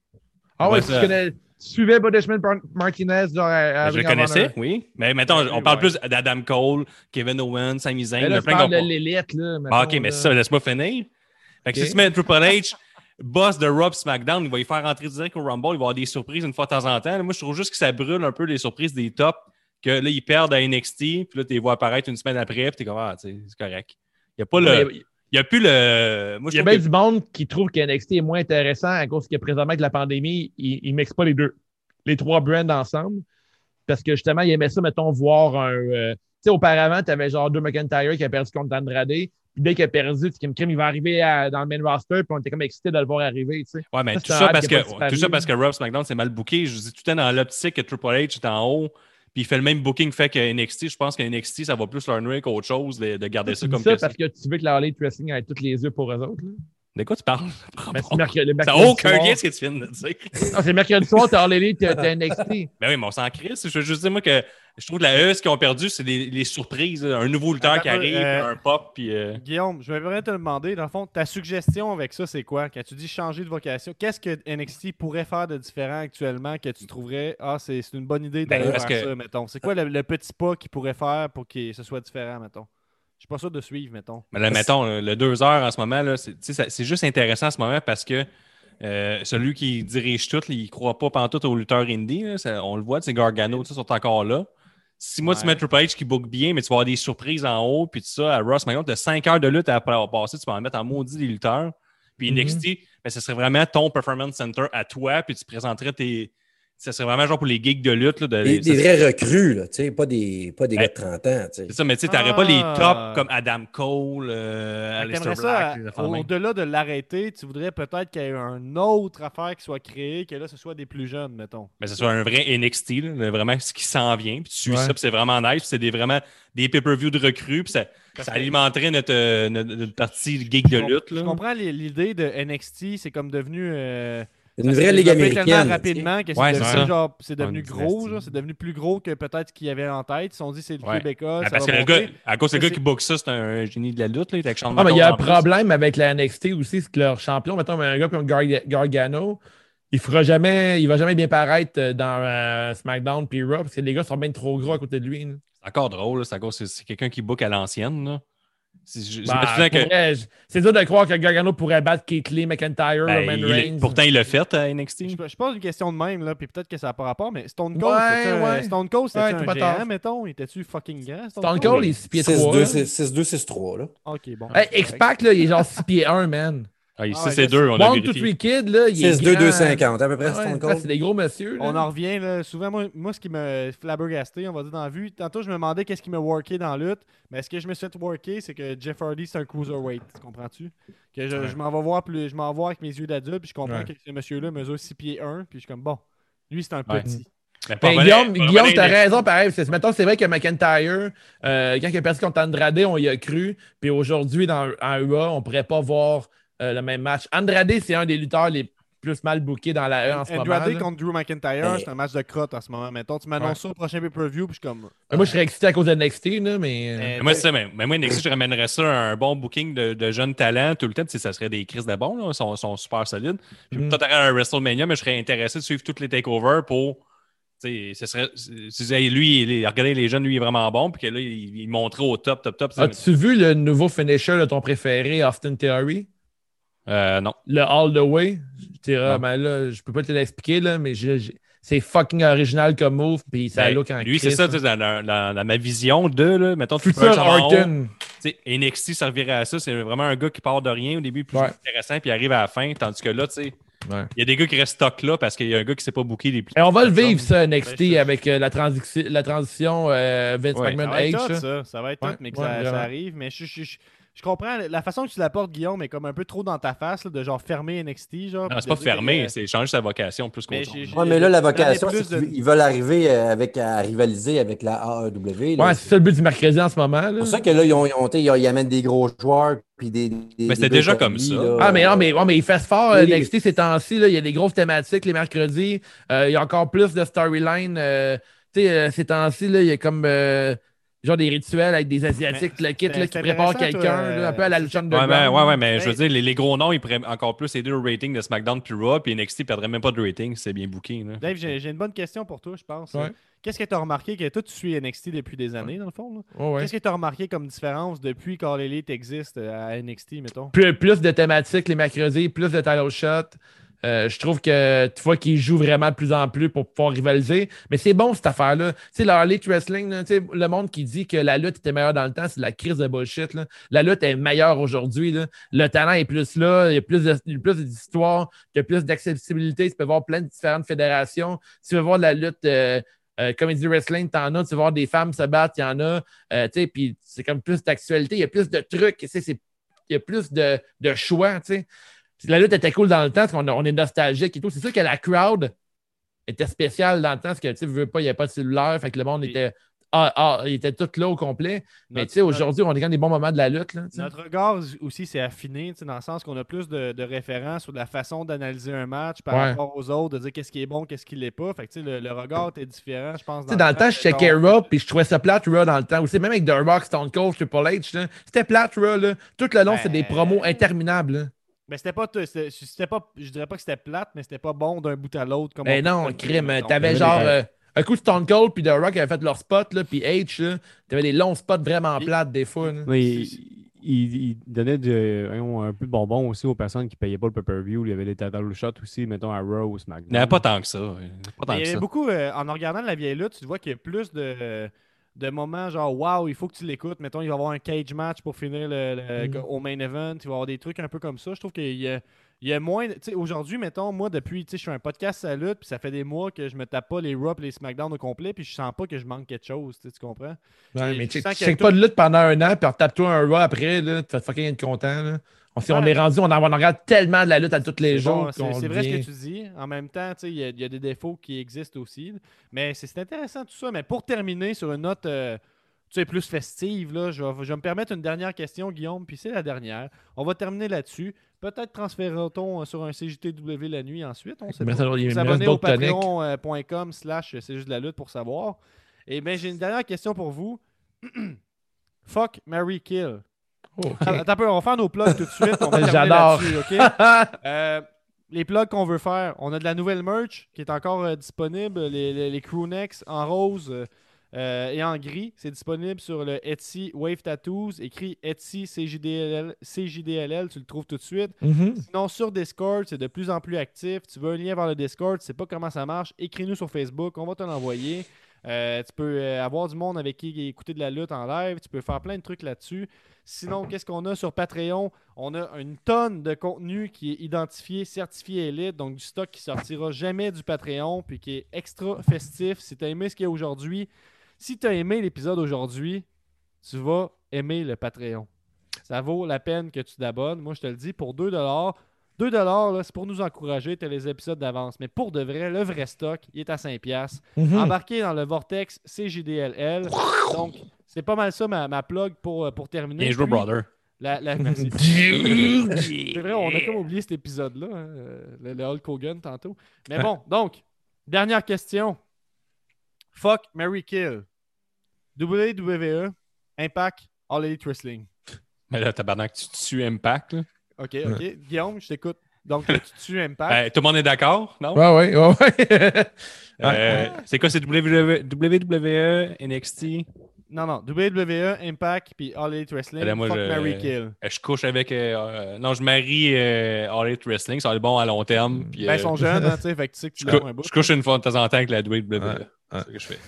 Speaker 4: Ah ouais,
Speaker 5: Ouais,
Speaker 4: tu,
Speaker 5: ça-
Speaker 4: connais, tu suivais Bodeshman Martinez, genre. à- à
Speaker 5: je
Speaker 4: Ring
Speaker 5: le
Speaker 4: of
Speaker 5: connaissais,
Speaker 4: Honor.
Speaker 5: oui. Mais mettons, on parle plus d'Adam Cole, Kevin Owens, Sami Zayn.
Speaker 4: Mais
Speaker 5: il y
Speaker 4: là,
Speaker 5: a
Speaker 4: tu
Speaker 5: plein
Speaker 4: parles
Speaker 5: qu'on-
Speaker 4: de l'élite, là.
Speaker 5: Ah,
Speaker 4: mettons,
Speaker 5: ok, mais
Speaker 4: là.
Speaker 5: c'est ça, laisse-moi finir. Fait que
Speaker 4: Ok.
Speaker 5: si tu mets Triple H, boss de Rob SmackDown, il va y faire rentrer direct au Rumble, il va y avoir des surprises une fois de temps en temps. Moi, je trouve juste que ça brûle un peu les surprises des tops, que là, ils perdent à NXT, puis là, tu les vois apparaître une semaine après, puis t'es comme, ah, tu sais, c'est correct. Il n'y a pas le.
Speaker 4: Mais-
Speaker 5: Il y a plus le. Euh, Moi,
Speaker 4: Il
Speaker 5: je
Speaker 4: y a
Speaker 5: trouve
Speaker 4: bien
Speaker 5: que-
Speaker 4: du monde qui trouve que NXT est moins intéressant à cause que présentement, avec la pandémie, ils ne mixent pas les deux, les trois brands ensemble. Parce que justement, ils aimaient ça, mettons, voir un. euh, tu sais, auparavant, tu avais genre deux McIntyre qui a perdu contre Andrade. Puis dès qu'il a perdu, tu dis, Crime, il va arriver à- dans le main roster. Puis on était comme excités de le voir arriver. tu sais.
Speaker 5: Ouais, mais tout
Speaker 4: c'est un
Speaker 5: ça,
Speaker 4: hype
Speaker 5: parce
Speaker 4: qui a
Speaker 5: que,
Speaker 4: pas disparu,
Speaker 5: tout ça
Speaker 4: là.
Speaker 5: parce que Rob SmackDown c'est mal booké. Je vous dis tout le temps dans l'optique que Triple H est en haut, puis il fait le même booking fait que NXT. Je pense que NXT, ça va plus leur nuire qu'autre chose de, de garder ça
Speaker 4: Tu dis
Speaker 5: comme
Speaker 4: ça
Speaker 5: ça.
Speaker 4: parce que tu veux que la Harley Dressing ait tous les yeux pour eux autres. là.
Speaker 5: De quoi tu parles?
Speaker 4: Ben, c'est mercredi- le
Speaker 5: Ça n'a
Speaker 4: mercredi
Speaker 5: aucun
Speaker 4: soir.
Speaker 5: lien ce que tu viens de dire.
Speaker 4: Non, c'est mercredi soir, t'as Harley Elite, t'as- t'as NXT.
Speaker 5: Ben oui, mais on s'en crisse. Je veux juste dire, moi, que je trouve que la E, ce qu'ils ont perdu, c'est les, les surprises. là. Un nouveau lutteur
Speaker 2: Attends
Speaker 5: qui
Speaker 2: un peu,
Speaker 5: arrive,
Speaker 2: euh,
Speaker 5: un pop, puis. euh,
Speaker 2: Guillaume, je vais te demander, dans le fond, ta suggestion avec ça, c'est quoi? Quand tu dis changer de vocation, qu'est-ce que NXT pourrait faire de différent actuellement que tu trouverais Ah, c'est c'est une bonne idée
Speaker 5: Ben,
Speaker 2: d'aller
Speaker 5: parce
Speaker 2: faire
Speaker 5: que-
Speaker 2: ça, mettons. C'est quoi le, le petit pas qu'ils pourraient faire pour que ce soit différent, mettons? Je suis pas sûr de suivre, mettons.
Speaker 5: Mais là, mettons, là, le 2 heures en ce moment, là, c'est tu sais, ça- c'est juste intéressant en ce moment parce que euh, celui qui dirige tout, là, il ne croit pas pantoute aux lutteurs indie. là. Ça- on le voit, c'est Gargano, tout ça, sont encore là. Si moi, tu
Speaker 2: Ouais.
Speaker 5: mets Triple H qui book bien, mais tu vas avoir des surprises en haut, puis tout ça, à Ross, tu as 5 heures de lutte à avoir passé, tu vas en mettre en maudit les lutteurs. Puis
Speaker 15: Mm-hmm.
Speaker 4: Mhm.
Speaker 5: NXT, ben, ce serait vraiment ton performance center à toi, puis tu présenterais tes. Ça serait vraiment genre pour Euh, les geeks de lutte. là, de-
Speaker 15: Des, des
Speaker 5: ça-
Speaker 15: vrais recrues, là, tu sais, pas des, pas des
Speaker 5: Ben,
Speaker 15: gars de 30 ans. tu sais.
Speaker 5: C'est ça, mais tu sais, t'aurais pas les
Speaker 2: Ah.
Speaker 5: tops comme Adam Cole, euh,
Speaker 2: Fait que
Speaker 5: Aleister
Speaker 2: t'aimerais
Speaker 5: Black,
Speaker 2: ça,
Speaker 5: les affaires de même.
Speaker 2: au-delà de l'arrêter, tu voudrais peut-être qu'il y ait une autre affaire qui soit créée, que là, ce soit des plus jeunes, mettons.
Speaker 5: Mais ce soit un vrai NXT, là, le- vraiment ce qui s'en vient. Puis tu suis
Speaker 2: Ouais.
Speaker 5: ça, puis c'est vraiment nice. Puis c'est des, vraiment des pay-per-view de recrues. Puis ça, ça alimenterait notre, euh, notre, notre partie geek de
Speaker 2: Je
Speaker 5: lutte.
Speaker 2: comp-
Speaker 5: là.
Speaker 2: Je comprends li- l'idée de NXT, c'est comme devenu. euh,
Speaker 15: Une vraie
Speaker 2: ça s'est
Speaker 15: ligue
Speaker 2: développé
Speaker 15: américaine,
Speaker 2: tellement
Speaker 15: là,
Speaker 2: rapidement
Speaker 15: tu sais.
Speaker 2: que c'est
Speaker 15: Ouais, c'est ça.
Speaker 2: devenu, genre, c'est devenu
Speaker 15: Une
Speaker 2: gros, genre, c'est devenu plus gros que peut-être ce qu'il y avait en tête. Ils se sont dit c'est le
Speaker 5: Ouais.
Speaker 2: Québec.
Speaker 5: Ah,
Speaker 2: ça
Speaker 5: parce
Speaker 2: va
Speaker 5: que le
Speaker 2: monter.
Speaker 5: gars, à cause le
Speaker 2: Ça,
Speaker 5: gars qui book ça, c'est un, génie de la lutte. Là, il est avec Shawn
Speaker 4: Ah, mais il y
Speaker 5: Michaels
Speaker 4: a un
Speaker 5: en plus.
Speaker 4: problème avec la NXT aussi, c'est que leur champion, mettons, un gars comme Gar- Gargano, il fera jamais, il va jamais bien paraître euh, dans euh, SmackDown puis Raw parce que les gars sont bien trop gros à côté de lui. là.
Speaker 5: C'est encore drôle. là, C'est à cause c'est- c'est quelqu'un qui book à l'ancienne. là. C'est- je-
Speaker 2: Bah,
Speaker 4: Ben,
Speaker 5: j'imagine que-
Speaker 4: pour vrai, je- C'est dur de croire que Gargano pourrait battre Keith Lee, McIntyre,
Speaker 5: Ben,
Speaker 4: Roman
Speaker 5: il-
Speaker 4: Reigns.
Speaker 5: pourtant, il l'a fait à NXT.
Speaker 2: Je, je pose une question de même, là, puis peut-être que ça n'a pas rapport, mais Stone Cold,
Speaker 4: Ouais,
Speaker 2: c'était
Speaker 4: ouais.
Speaker 2: Stone Cold, c'était
Speaker 4: Ouais, t'es
Speaker 2: un
Speaker 4: pas
Speaker 2: géant,
Speaker 4: tard.
Speaker 2: mettons? Il était-tu fucking grand?
Speaker 4: Stone Cold, il est 6 pieds 3.
Speaker 15: 6-2, 6-3, là.
Speaker 2: OK, bon.
Speaker 4: Hey, X-Pac, là, il est genre 6 pieds 1, man.
Speaker 5: Ah,
Speaker 15: il- Ah, ça, c'est deux, on a
Speaker 4: One,
Speaker 15: vérifié.
Speaker 4: two, three kid, là, il est
Speaker 15: 6-2,
Speaker 4: grand.
Speaker 15: 250, à peu près,
Speaker 4: Ouais,
Speaker 15: Stone
Speaker 4: ça,
Speaker 15: Cold.
Speaker 4: C'est des gros messieurs, là.
Speaker 2: On en revient, là, souvent, moi, moi, ce qui me flabbergasté, on va dire, dans la vue, tantôt, je me demandais qu'est-ce qui me worké dans la lutte, mais ce que je me suis fait worker, c'est que Jeff Hardy, c'est un cruiserweight, tu comprends-tu? Que je,
Speaker 5: Ouais.
Speaker 2: je m'en vais voir plus, je m'en vais voir avec mes yeux d'adulte, puis je comprends
Speaker 5: Ouais.
Speaker 2: que ce monsieur-là mesure 6 pieds 1, puis je suis comme, bon, lui, c'est un
Speaker 5: Ouais.
Speaker 2: petit.
Speaker 5: Mais pas
Speaker 4: Ben,
Speaker 5: revenir-
Speaker 4: Guillaume,
Speaker 5: pas
Speaker 4: Guillaume
Speaker 5: revenir
Speaker 4: t'as
Speaker 5: des-
Speaker 4: raison, pareil. C'est, mettons, c'est vrai que McIntyre, euh, quand il a perdu contre Andrade, on y a cru. Puis aujourd'hui, dans, en UA, on pourrait pas voir euh, le même match. Andrade, c'est un des lutteurs les plus mal bookés dans la E en ce moment.
Speaker 2: Andrade
Speaker 4: là.
Speaker 2: contre Drew
Speaker 15: Ben,
Speaker 2: McIntyre,
Speaker 4: Mais-
Speaker 2: c'est un match de crotte en ce moment, mettons. Tu m'annonces
Speaker 4: Ouais.
Speaker 2: ça au prochain pay-per-view, puis je suis comme...
Speaker 4: Mais Moi, je serais excité à cause de NXT, là, mais. euh,
Speaker 5: Mais Moi, c'est ça, mais, mais moi, NXT, je ramènerais ça à un bon booking de, de jeunes talents tout le temps. puis Ça serait des crises de bons, là. Ils sont, sont super solides. Puis
Speaker 4: Mm.
Speaker 5: peut-être à un WrestleMania, mais je serais intéressé de suivre toutes les takeovers pour. tu sais, Ce serait, si- si- hey, lui, il est- regardez les jeunes, lui, il est vraiment bon. Puis que là, il, il montrait au top, top, top.
Speaker 4: As-tu vu le nouveau finisher de ton préféré, Austin Theory?
Speaker 5: Euh, non.
Speaker 4: Le All the Way? Je dirais,
Speaker 5: Non.
Speaker 4: ben là, je peux pas te l'expliquer, là, mais je- je- c'est fucking original comme move, puis ça
Speaker 5: Ben,
Speaker 4: look en
Speaker 5: lui, c'est
Speaker 4: crise,
Speaker 5: ça,
Speaker 4: là.
Speaker 5: tu sais, dans, dans- dans- dans ma vision de, là, mettons, tu
Speaker 4: Future
Speaker 5: peux faire un
Speaker 4: Orton.
Speaker 5: Orton, tu sais, NXT servirait à ça. C'est vraiment un gars qui part de rien au début, plus intéressant, puis arrive à la fin. Tandis que là, tu sais, il
Speaker 4: Ouais.
Speaker 5: y a des gars qui restent stock là parce qu'il y a un gars qui s'est pas booké les plus.
Speaker 4: Et on va le vivre, ça,
Speaker 2: Ben,
Speaker 4: NXT, avec euh, la, transi- la transition euh, Vince
Speaker 5: Ouais.
Speaker 4: McMahon
Speaker 2: Ça va être
Speaker 4: Age.
Speaker 2: hot,
Speaker 4: là.
Speaker 2: ça. Ça va être
Speaker 4: Ouais,
Speaker 2: hot, mais que
Speaker 4: ouais,
Speaker 2: ça, ça
Speaker 4: vraiment.
Speaker 2: arrive. Mais je, je- je- je comprends la façon que tu l'apportes, Guillaume, est comme un peu trop dans ta face, là, de genre fermer NXT. Genre,
Speaker 5: Non,
Speaker 2: puis
Speaker 5: c'est
Speaker 2: de
Speaker 5: pas
Speaker 2: dire,
Speaker 5: fermé,
Speaker 2: euh,
Speaker 5: c'est changer sa vocation plus qu'autre chose.
Speaker 2: j'ai-
Speaker 15: Ouais, mais là, la
Speaker 2: J'en ai
Speaker 15: vocation,
Speaker 2: plus
Speaker 15: c'est qu'ils
Speaker 2: de-
Speaker 15: ils veulent arriver euh, avec, à rivaliser avec la AEW. là.
Speaker 4: Ouais, c'est ça le but du mercredi en ce moment. là.
Speaker 15: C'est pour ça que là, ils, ont, ils, ont, tu sais, ils amènent des gros joueurs. Puis des, des-
Speaker 5: Mais Ben, c'était
Speaker 15: des
Speaker 5: déjà
Speaker 15: gars
Speaker 5: comme
Speaker 15: lui,
Speaker 5: ça.
Speaker 15: là.
Speaker 4: Ah, mais non, mais, ouais, mais il fait fort,
Speaker 15: Oui,
Speaker 4: euh,
Speaker 15: oui.
Speaker 4: NXT ces temps-ci. là. Il y a des grosses thématiques les mercredis. Euh, il y a encore plus de storyline. euh, tu sais, euh, ces temps-ci, là, il y a comme euh, genre des rituels avec des Asiatiques, le kit là,
Speaker 2: c'est-
Speaker 4: qui
Speaker 2: c'est
Speaker 4: prépare
Speaker 2: intéressant, toi, euh,
Speaker 4: quelqu'un, là, un peu à la Lucha
Speaker 5: Ouais, mais,
Speaker 4: Underground.
Speaker 5: ouais, ouais, mais je veux dire, les, les gros noms, ils pourraient encore plus aider au rating de SmackDown puis Raw, puis NXT perdrait même pas de rating si c'est bien booké. là.
Speaker 2: Dave, j'ai j'ai une bonne question pour toi, je pense.
Speaker 5: Ouais.
Speaker 2: Qu'est-ce que tu as remarqué que toi, tu suis NXT depuis des années, dans le fond? là?
Speaker 4: Ouais, ouais.
Speaker 2: Qu'est-ce que tu as remarqué comme différence depuis quand l'élite existe euh, à NXT, mettons?
Speaker 4: plus, plus de thématiques les mercredis, plus de title shots. Euh, je trouve que tu vois qu'ils jouent vraiment de plus en plus pour pouvoir rivaliser. Mais c'est bon cette affaire-là. Tu sais, leur Elite Wrestling, là, tu sais, le monde qui dit que la lutte était meilleure dans le temps, c'est de la crise de bullshit. là. La lutte est meilleure aujourd'hui. là. Le talent est plus là, il y a plus de- il y a plus d'histoires, il y a plus d'accessibilité. Tu peux voir plein de différentes fédérations. Tu peux voir de la lutte. euh, euh, comédie wrestling, t'en as, tu vas voir des femmes se battre, il y en a, euh, tu sais, puis c'est comme plus d'actualité, il y a plus de trucs, tu sais, c'est- il y a plus de, de choix, tu sais. Puis La lutte était cool dans le temps, parce qu'on a- on est nostalgique et tout. C'est sûr que la crowd était spéciale dans le temps, parce que, tu sais, veux pas, il n'y a pas de cellulaire, fait que le monde était, ah, ah, il était tout là au complet. Mais, tu sais, aujourd'hui, on est quand des bons moments de la lutte, là, tu sais.
Speaker 2: Notre regard aussi s'est affiné, tu sais, dans le sens qu'on a plus de, de références sur la façon d'analyser un match par
Speaker 4: Ouais.
Speaker 2: rapport aux autres, de dire qu'est-ce qui est bon, qu'est-ce qui l'est pas. Fait que, tu sais, le, le regard est différent, je pense.
Speaker 4: Tu sais, dans le temps, je checkais
Speaker 2: genre-
Speaker 4: Raw, puis je trouvais ça plate Raw dans le temps. Aussi, même avec The Rock, Stone Cold, Triple H, là, c'était plate Raw, là. Tout le long, c'est des promos interminables, là.
Speaker 2: Mais c'était pas, t- c'était- c'était pas. Je dirais pas que c'était plate, mais c'était pas bon d'un bout à l'autre. comme
Speaker 4: Mais
Speaker 2: on-
Speaker 4: Ben non, crime.
Speaker 2: mettons.
Speaker 4: T'avais genre euh, un coup de Stone Cold puis The Rock avait fait leur spot, là, puis H, là, t'avais des longs spots vraiment plates des fois. là.
Speaker 3: Mais il, il- il donnait de- un, un peu de bonbons aussi aux personnes qui ne payaient pas le pay-per-view. Il y avait des title shots aussi, mettons, à Raw ou SmackDown.
Speaker 5: Il n'y en a pas tant que ça. Pas tant
Speaker 2: Mais il
Speaker 5: que
Speaker 2: y
Speaker 5: ça.
Speaker 2: avait beaucoup. euh, en en regardant la vieille lutte, tu vois qu'il y a plus de, de moments genre Waouh, il faut que tu l'écoutes. Mettons, il va y avoir un cage match pour finir le, le-
Speaker 4: Mm.
Speaker 2: au main event. Il va y avoir des trucs un peu comme ça. Je trouve qu'il y a. Il y a moins. de- tu sais, Aujourd'hui, mettons, moi, depuis, tu sais, je fais un podcast à la lutte, puis ça fait des mois que je me tape pas les Raw et les SmackDown au complet, puis je sens pas que je manque quelque chose, tu sais, tu comprends?
Speaker 4: Ouais,
Speaker 2: Et
Speaker 4: mais
Speaker 2: je
Speaker 4: check,
Speaker 2: sens que
Speaker 4: check
Speaker 2: tout-
Speaker 4: pas de lutte pendant un an, puis retape-toi un Raw après, là, tu vas fucking être content. Là. On, s'est- on
Speaker 2: Ouais.
Speaker 4: est rendu, on en, on en regarde tellement de la lutte à tous les
Speaker 2: C'est
Speaker 4: jours.
Speaker 2: bon,
Speaker 4: qu'on
Speaker 2: c'est c'est vrai ce
Speaker 4: devient-
Speaker 2: que tu dis. En même temps, tu sais, il y, a- il y a des défauts qui existent aussi. Mais c'est c'est intéressant tout ça. Mais pour terminer sur une note euh, tu sais, plus festive, là, je, vais, je vais me permettre une dernière question, Guillaume, puis c'est la dernière. On va terminer là-dessus. Peut-être transférera-t-on euh, sur un CJTW la nuit ensuite. On sait
Speaker 4: Mais
Speaker 2: pas.
Speaker 4: ça, il me
Speaker 2: Vous
Speaker 4: reste
Speaker 2: abonnez au
Speaker 4: d'autres toniques.
Speaker 2: patreon.com slash euh, c'est juste de la lutte pour savoir. Et bien, j'ai une dernière question pour vous. Fuck, Mary Kill. Ah,
Speaker 4: Ok.
Speaker 2: Attends un peu, on va faire nos plugs tout de suite. on va terminer
Speaker 4: J'adore.
Speaker 2: là-dessus, OK? Euh, les plugs qu'on veut faire, on a de la nouvelle merch qui est encore euh, disponible, les, les, les crewnecks en rose. euh, euh, et en gris. C'est disponible sur le Etsy Wave Tattoos. Écrit Etsy CJDLL, CJDLL, tu le trouves tout de suite.
Speaker 4: Mhm.
Speaker 2: Sinon, sur Discord, c'est de plus en plus actif. Tu veux un lien vers le Discord, tu sais pas comment ça marche, écris-nous sur Facebook, on va te l'envoyer. Euh, tu peux euh, avoir du monde avec qui écouter de la lutte en live. Tu peux faire plein de trucs là-dessus. Sinon, qu'est-ce qu'on a sur Patreon? On a une tonne de contenu qui est identifié, certifié élite, donc du stock qui sortira jamais du Patreon, puis qui est extra festif. Si tu as aimé ce qu'il y a aujourd'hui, si tu as aimé l'épisode aujourd'hui, tu vas aimer le Patreon. Ça vaut la peine que tu t'abonnes. Moi, je te le dis, pour 2 2 là, c'est pour nous encourager, tu as les épisodes d'avance. Mais pour de vrai, le vrai stock, il est à 5 piastres.
Speaker 4: Mhm.
Speaker 2: Embarqué dans le Vortex CJDLL. Donc, c'est pas mal ça ma, ma plug pour, euh, pour terminer.
Speaker 5: Bien joué,
Speaker 2: Puis,
Speaker 5: brother.
Speaker 2: La, la...
Speaker 5: Merci.
Speaker 2: c'est vrai, on a comme oublié cet épisode-là, hein, le, le Hulk Hogan tantôt. Mais bon, donc, dernière question. Fuck, Mary Kill. WWE, Impact, All Elite Wrestling.
Speaker 5: Mais là, tabarnak, tu tues Impact. là.
Speaker 2: OK, OK. Guillaume, je t'écoute. Donc, tu tues Impact.
Speaker 5: Ben, tout le monde est d'accord, non?
Speaker 2: Ouais,
Speaker 4: ouais, ouais,
Speaker 2: ouais.
Speaker 5: Euh, c'est quoi, c'est E, WWE, WWE, NXT?
Speaker 2: Non, non. WWE, Impact, puis All Elite Wrestling.
Speaker 5: Ben, moi,
Speaker 2: Eh, fuck,
Speaker 5: je,
Speaker 2: Mary Kill.
Speaker 5: je couche avec. euh, euh, non, je marie euh, All Elite Wrestling, ça va être bon à long terme.
Speaker 4: Mm.
Speaker 5: puis,
Speaker 2: Ben,
Speaker 5: euh,
Speaker 2: ils sont jeunes, hein, tu sais, fait que tu sais que tu
Speaker 5: je,
Speaker 2: l'as
Speaker 5: cou-
Speaker 2: un bout.
Speaker 5: je couche une fois de temps en temps avec la WWE. C'est ce que je fais.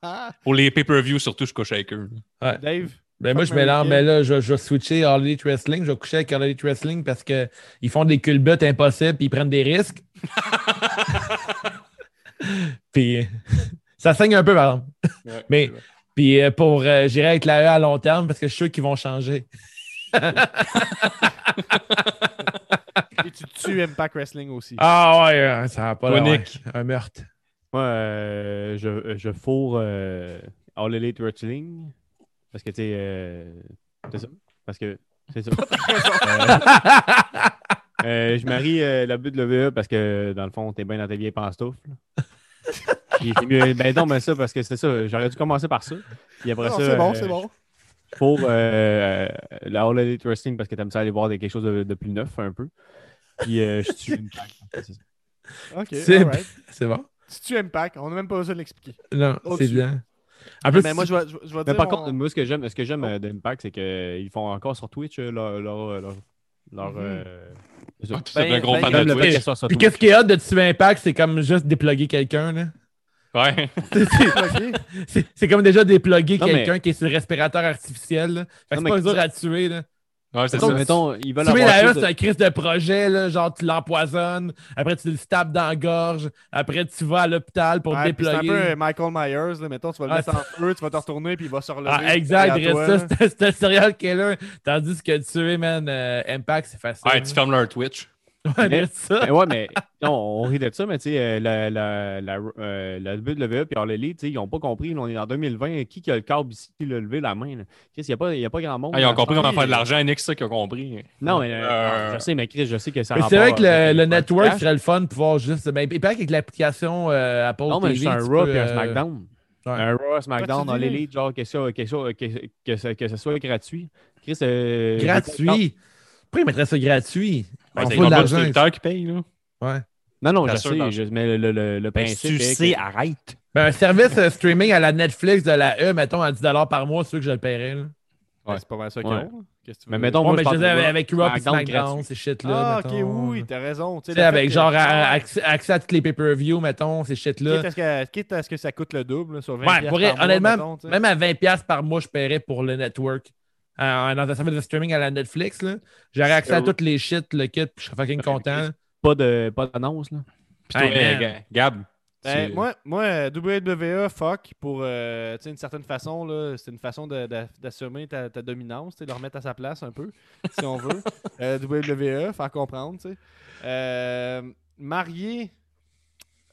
Speaker 5: Pour les pay-per-view, surtout, je couche avec eux.
Speaker 4: Ouais.
Speaker 2: Dave?
Speaker 4: Ben moi, je mélange, mais là, je, vais- je vais switcher All Elite Wrestling. Je vais coucher avec All Elite Wrestling parce qu'ils font des culbutes impossibles puis ils prennent des risques. puis ça saigne un peu, par exemple.
Speaker 5: Ouais,
Speaker 4: mais puis euh, pour, euh, j'irai avec la E à long terme parce que je suis sûr qu'ils vont changer.
Speaker 2: Et tu tues Impact Wrestling aussi.
Speaker 4: ah ouais,
Speaker 5: hein.
Speaker 4: euh, ça va pas
Speaker 3: Toi,
Speaker 4: là, ouais.
Speaker 3: Nick?
Speaker 4: Un meurtre.
Speaker 3: Moi, euh, je, je fourre euh, All Elite Wrestling. Parce que, tu sais, euh, c'est ça. Parce que, c'est ça. Euh, euh, je marie euh, l'abus de l'EVE parce que, dans le fond, t'es bien dans tes vieilles pantoufles. Puis c'est mieux- ben non, mais ça, parce que c'est ça. J'aurais dû commencer par ça. Puis après
Speaker 2: Non,
Speaker 3: ça.
Speaker 2: c'est bon,
Speaker 3: euh,
Speaker 2: c'est bon.
Speaker 3: Pour euh, euh, la All Elite Wrestling parce que t'aimes ça aller voir des- quelque chose de, de plus neuf, un peu. Puis euh, je suis une
Speaker 2: OK,
Speaker 4: C'est-
Speaker 2: alright.
Speaker 4: c'est bon.
Speaker 2: Si tu Impact, on n'a même pas besoin de l'expliquer.
Speaker 4: Non,
Speaker 2: Au-dessus.
Speaker 4: c'est bien.
Speaker 2: En plus, Oh, Mais moi, je vais- je- je vais
Speaker 3: Mais
Speaker 2: dire
Speaker 3: par
Speaker 2: mon- Oh.
Speaker 3: contre, moi, ce que j'aime, ce que j'aime euh, d'Impact, c'est qu'ils font encore sur Twitch euh, leur. leur, leur, leur
Speaker 2: Mhm.
Speaker 3: euh, c'est ça.
Speaker 5: Ah, tu
Speaker 2: Ben,
Speaker 5: sais, un gros fan de
Speaker 3: j'aime le fait
Speaker 5: Twitch.
Speaker 3: qu'elles soient sur
Speaker 4: Puis
Speaker 3: Twitch.
Speaker 4: qu'est-ce qui est hâte de tuer Impact, c'est comme juste déploguer quelqu'un. là.
Speaker 5: Ouais.
Speaker 4: C'est- C'est comme déjà déploguer
Speaker 3: Non, mais-
Speaker 4: quelqu'un qui est sur le respirateur artificiel. là. Fait que
Speaker 3: Non,
Speaker 4: c'est
Speaker 3: mais
Speaker 4: pas
Speaker 3: qu'est-ce-
Speaker 4: dur à tuer. Là.
Speaker 5: Ouais,
Speaker 3: c'est ça. Mettons, ils veulent
Speaker 4: tuer
Speaker 3: avoir
Speaker 4: la
Speaker 3: plus
Speaker 4: E,
Speaker 3: de-
Speaker 4: c'est un crise de projet. là, genre, tu l'empoisonnes. Après, tu le tapes dans la gorge. Après, tu vas à l'hôpital pour
Speaker 2: Ouais, puis c'est un
Speaker 4: déploguer.
Speaker 2: peu euh, Michael Myers, là, mettons, tu vas le
Speaker 4: Ah,
Speaker 2: mettre en feu, tu vas te retourner, puis il va se relever.
Speaker 4: Ah, exact,
Speaker 2: derrière toi,
Speaker 4: reste
Speaker 2: là.
Speaker 4: ça, c'est un serial killer. Tandis que tuer, man, euh, Impact, c'est facile.
Speaker 5: Ouais, tu fermes leur Twitch.
Speaker 3: Mais-
Speaker 4: Ouais, mais ça.
Speaker 3: mais ouais, mais non, on rit de ça, mais tu sais, euh, la, la, la, euh, la WWE puis All Elite, tu sais, ils n'ont pas compris. là, on est en 2020. Qui qui a le câble ici, le lever la main? là? Qu'est-ce, Il n'y a, pas- il y a pas grand monde.
Speaker 5: Ah, ils ont
Speaker 3: dans ce
Speaker 5: compris comment
Speaker 3: temps-là.
Speaker 5: faire de l'argent. Nick, c'est ça qu'ils ont compris.
Speaker 3: Non, mais, euh,
Speaker 5: Euh,
Speaker 3: je sais, mais Chris, je sais que ça euh,
Speaker 4: Mais
Speaker 3: a
Speaker 4: c'est vrai
Speaker 3: rapport
Speaker 4: que le,
Speaker 3: avec
Speaker 4: le
Speaker 3: les
Speaker 4: network
Speaker 3: podcasts.
Speaker 4: serait le fun de pouvoir juste. Ben, il paraît qu'avec l'application euh, Apple
Speaker 3: Non, mais
Speaker 4: TV,
Speaker 3: juste un
Speaker 4: tu
Speaker 3: Raw
Speaker 4: peux,
Speaker 3: puis un
Speaker 4: euh,
Speaker 3: SmackDown.
Speaker 4: ouais.
Speaker 3: Un Raw, SmackDown,
Speaker 4: Pas
Speaker 3: All
Speaker 4: de idée.
Speaker 3: Elite, genre que ça, que ça, que, que ça- que ça soit gratuit. Chris, euh,
Speaker 4: Gratuit. Pourquoi ils mettraient ça gratuit?
Speaker 3: Ben,
Speaker 4: On
Speaker 3: c'est
Speaker 4: faut
Speaker 3: les
Speaker 4: de
Speaker 3: membres du
Speaker 4: l'argent.
Speaker 5: Twitter qui paye, là.
Speaker 4: Ouais.
Speaker 3: Non, non, je
Speaker 5: T'assures
Speaker 3: sais,
Speaker 5: dans- Ben,
Speaker 3: je- mais le, le- le principe.
Speaker 5: tu
Speaker 3: est
Speaker 5: sais,
Speaker 3: que-
Speaker 5: arrête.
Speaker 4: Ben, un service euh, streaming à la Netflix de la E, mettons, à 10 par mois, c'est sûr que je le paierais. là.
Speaker 2: Ben, c'est pas mal ça qu'ils
Speaker 3: Ouais.
Speaker 2: ont. Qu'est-ce que tu veux
Speaker 3: Mais
Speaker 2: dire?
Speaker 3: mettons,
Speaker 4: Ouais,
Speaker 3: moi,
Speaker 4: mais
Speaker 3: je
Speaker 4: je
Speaker 3: parle
Speaker 4: veux dire,
Speaker 3: de Raw,
Speaker 4: avec Raw puis
Speaker 3: SmackDown
Speaker 4: SmackDown,
Speaker 3: gratuit.
Speaker 4: ces shit-là.
Speaker 2: Ah, ok,
Speaker 4: mettons.
Speaker 2: oui, t'as raison. Tu
Speaker 4: Tu
Speaker 2: sais,
Speaker 4: sais,
Speaker 2: le
Speaker 4: avec
Speaker 2: fait
Speaker 4: genre
Speaker 2: que-
Speaker 4: à- à- accès, accès à tous les pay-per-view, mettons, ces shit-là.
Speaker 2: Quitte à, ce que, quitte à ce que ça coûte le double, là, sur 20
Speaker 4: Ouais, pour vrai, honnêtement,
Speaker 2: même
Speaker 4: même à 20$ par mois, je paierais pour le network. Euh, dans un service de streaming à la Netflix, là, j'aurais accès à
Speaker 3: Euh,
Speaker 4: toutes les shit, le kit, puis je serais fucking content.
Speaker 3: Pas de- pas d'annonce, là.
Speaker 5: Puis toi,
Speaker 4: Hey,
Speaker 5: euh,
Speaker 4: man.
Speaker 5: Ga- Gab.
Speaker 2: Ben,
Speaker 5: tu-
Speaker 2: moi, moi, euh, WWE, fuck, pour euh, tu sais, une certaine façon, là, c'est une façon de- de- d'assumer ta, ta dominance, tu sais, de le remettre à sa place un peu, si on veut. Euh, WWE, faire comprendre. tu sais. Euh, marié.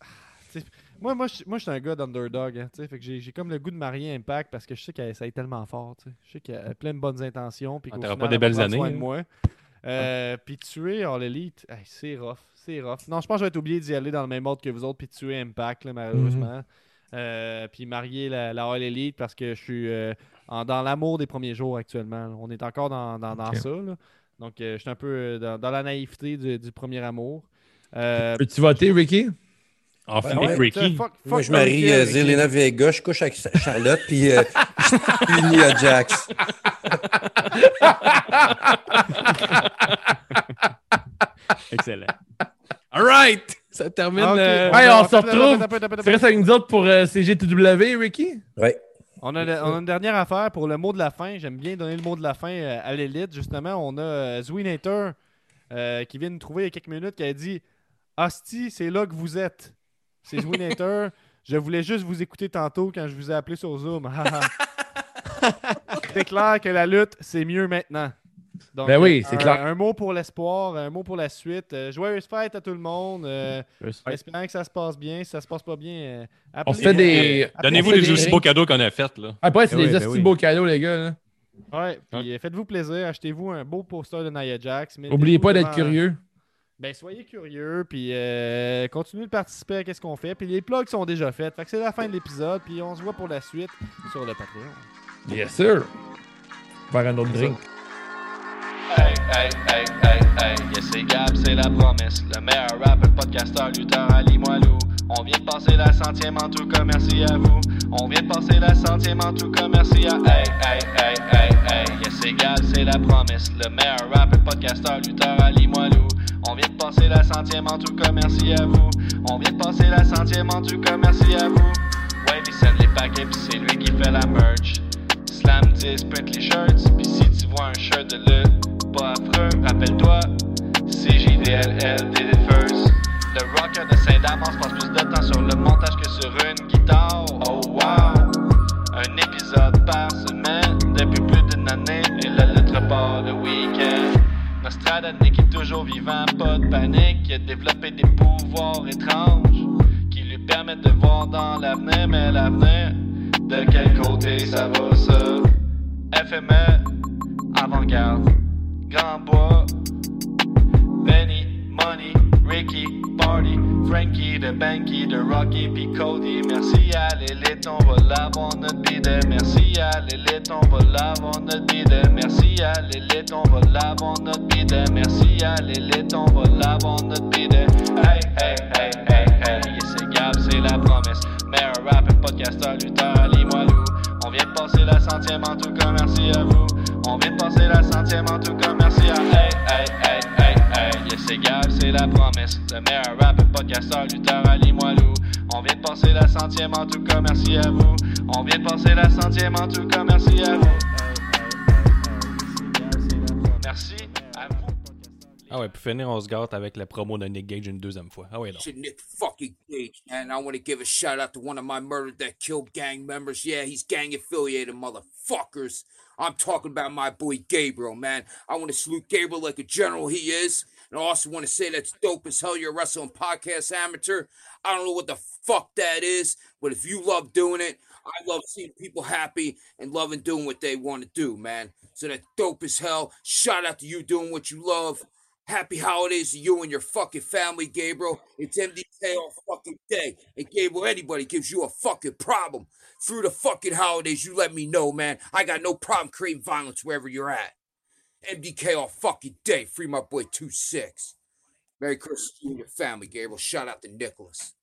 Speaker 2: Ah, tu sais, Moi, moi, je, moi, je suis un gars d'underdog. hein, tu sais, fait que j'ai j'ai comme le goût de marier Impact parce que je sais qu'elle ça est tellement fort. tu sais. Je sais qu'elle a plein de bonnes intentions. Puis
Speaker 5: Ah,
Speaker 2: qu'au
Speaker 5: t'auras
Speaker 2: final,
Speaker 5: pas des
Speaker 2: elle
Speaker 5: belles
Speaker 2: prend soin
Speaker 5: années,
Speaker 2: de
Speaker 5: hein.
Speaker 2: moi. Euh, Puis tuer All Elite, hey, c'est rough, c'est rough. Non, je pense que je vais être obligé d'y aller dans le même ordre que vous autres, puis tuer Impact, là, malheureusement. Euh, puis marier la, la All Elite parce que je suis euh, en- dans l'amour des premiers jours actuellement. là. On est encore dans, dans, dans
Speaker 4: Ok.
Speaker 2: ça. là. Donc, euh, je
Speaker 15: Ah,
Speaker 2: suis un peu euh, dans, dans la naïveté du, du premier amour. Euh,
Speaker 4: Peux-tu voter, Ricky?
Speaker 5: En
Speaker 15: Ouais,
Speaker 5: Philippe
Speaker 15: ouais.
Speaker 5: Ricky.
Speaker 15: Fuck- Moi, je marie euh, Zelena Vega, je couche avec Charlotte, puis, euh, puis Nia Jax.
Speaker 1: Excellent.
Speaker 5: All right! Ça termine.
Speaker 11: Ah, ok.
Speaker 5: euh,
Speaker 4: Hey, on
Speaker 11: Alors,
Speaker 4: se
Speaker 11: attends, attends, attends,
Speaker 4: retrouve.
Speaker 11: attends,
Speaker 4: Tu restes avec nous autres pour euh, CGTW, Ricky?
Speaker 15: Oui.
Speaker 11: On a, le- on a une dernière affaire pour le mot de la fin. J'aime bien donner le mot de la fin euh, à l'élite. Justement, on a euh, Zwinator euh, qui vient nous trouver il y a quelques minutes qui a dit Hostie, c'est là que vous êtes. C'est Zwinator. je voulais juste vous écouter tantôt quand je vous ai appelé sur Zoom. c'est clair que la lutte, c'est mieux maintenant. Donc,
Speaker 4: Ben oui,
Speaker 11: euh,
Speaker 4: c'est
Speaker 11: un-
Speaker 4: clair.
Speaker 11: Un mot pour l'espoir, un mot pour la suite. Euh, joyeuses fêtes à tout le monde. Euh,
Speaker 1: Joyeuses
Speaker 5: fêtes.
Speaker 11: espérant que ça se passe bien. Si ça se passe pas bien, euh,
Speaker 4: On
Speaker 11: appelez-
Speaker 4: fait des.
Speaker 11: appelez-
Speaker 5: Donnez-vous
Speaker 4: on fait
Speaker 5: des aussi beaux cadeaux qu'on a fait, là.
Speaker 4: Après, Ah,
Speaker 2: Eh
Speaker 4: c'est
Speaker 5: Ben oui,
Speaker 4: des
Speaker 5: ben
Speaker 4: aussi
Speaker 5: oui.
Speaker 4: beaux cadeaux, les gars. là.
Speaker 11: Ouais, puis euh, faites-vous plaisir, achetez-vous un beau poster de Nia Jax. mettez-vous
Speaker 4: Oubliez pas d'être
Speaker 11: devant-
Speaker 4: curieux.
Speaker 11: Ben, soyez curieux, puis euh, continuez de participer à quest ce qu'on fait. Puis les plugs sont déjà faits. Fait que c'est la fin de l'épisode, puis on se voit pour la suite sur le Patreon.
Speaker 4: Yes, sir. Faire un autre drink.
Speaker 2: Hey, hey, hey, hey, hey, yes, c'est Gab, c'est la promesse. Le meilleur rapper, podcasteur, lutteur, Ali Moilou. On vient de passer la centième en tout cas, merci à vous. On vient de passer la centième en tout cas, merci à. Hey, hey, hey, hey, hey, yes, c'est Gab, c'est la promesse. Le meilleur rapper, podcasteur, lutteur, Ali Moilou. On vient de passer la centième en tout cas, merci à vous. On vient de passer la centième en tout cas, merci à vous. Ouais, il send les paquets, pis c'est lui qui fait la merch. Slam 10, print les shirts, pis si tu vois un shirt de lutte, pas affreux, rappelle-toi, CJDLL, did it first. Le rocker de Saint-Damas passe plus de temps sur le montage que sur une guitare, oh wow! Un épisode par semaine, depuis plus d'une année, et la lutte repart le week-end. Nostradamus est toujours vivant, pas de panique, il a développé des pouvoirs étranges qui lui permettent de voir dans l'avenir, mais l'avenir, de quel côté ça va ça? FME, avant-garde, Grand Bois, Benny, Money, Ricky, Party, Frankie, de Banky, de Rocky, puis Cody. Merci à l'élite, on va l'avoir notre bidet. Merci à l'élite, on va l'avoir notre bidet. Merci à l'élite, on va l'avoir notre bidet. Merci à l'élite, on va l'avoir notre bidet. Hey, hey, hey, hey, hey, yes, c'est Gab, c'est la promesse. Meilleur rapper, podcasteur, lutteur, Ali Moilou. On vient de passer la centième, en tout cas, merci à vous. On vient de passer la centième, en tout cas, merci à Hey, hey, hey, hey, hey, yes, c'est Gab, c'est la promesse. Le meilleur rapper, podcasteur, lutteur, Ali Moilou. On vient de passer la centième, en tout cas, merci à vous. On vient de passer la centième, en tout cas, merci à vous. Merci à vous.
Speaker 5: Ah ouais, pour finir, on se gâte avec la promo de Nick Gage une deuxième fois. Ah ouais, non.
Speaker 13: To Nick fucking Cage, and I want to give a shout out to one of my murdered that killed gang members. Yeah, he's gang affiliated, motherfuckers. I'm talking about my boy Gabriel, man. I want to salute Gabriel like a general he is. And I also want to say that's dope as hell, you're a wrestling podcast amateur. I don't know what the fuck that is, but if you love doing it, I love seeing people happy and loving doing what they want to do, man. So that's dope as hell. Shout out to you doing what you love. Happy holidays to you and your fucking family, Gabriel. It's MDK all fucking day. And Gabriel, anybody gives you a fucking problem through the fucking holidays, you let me know, man. I got no problem creating violence wherever you're at. MDK all fucking day. Free my boy 2 6. Merry Christmas to you and your family, Gabriel. Shout out to Nicholas.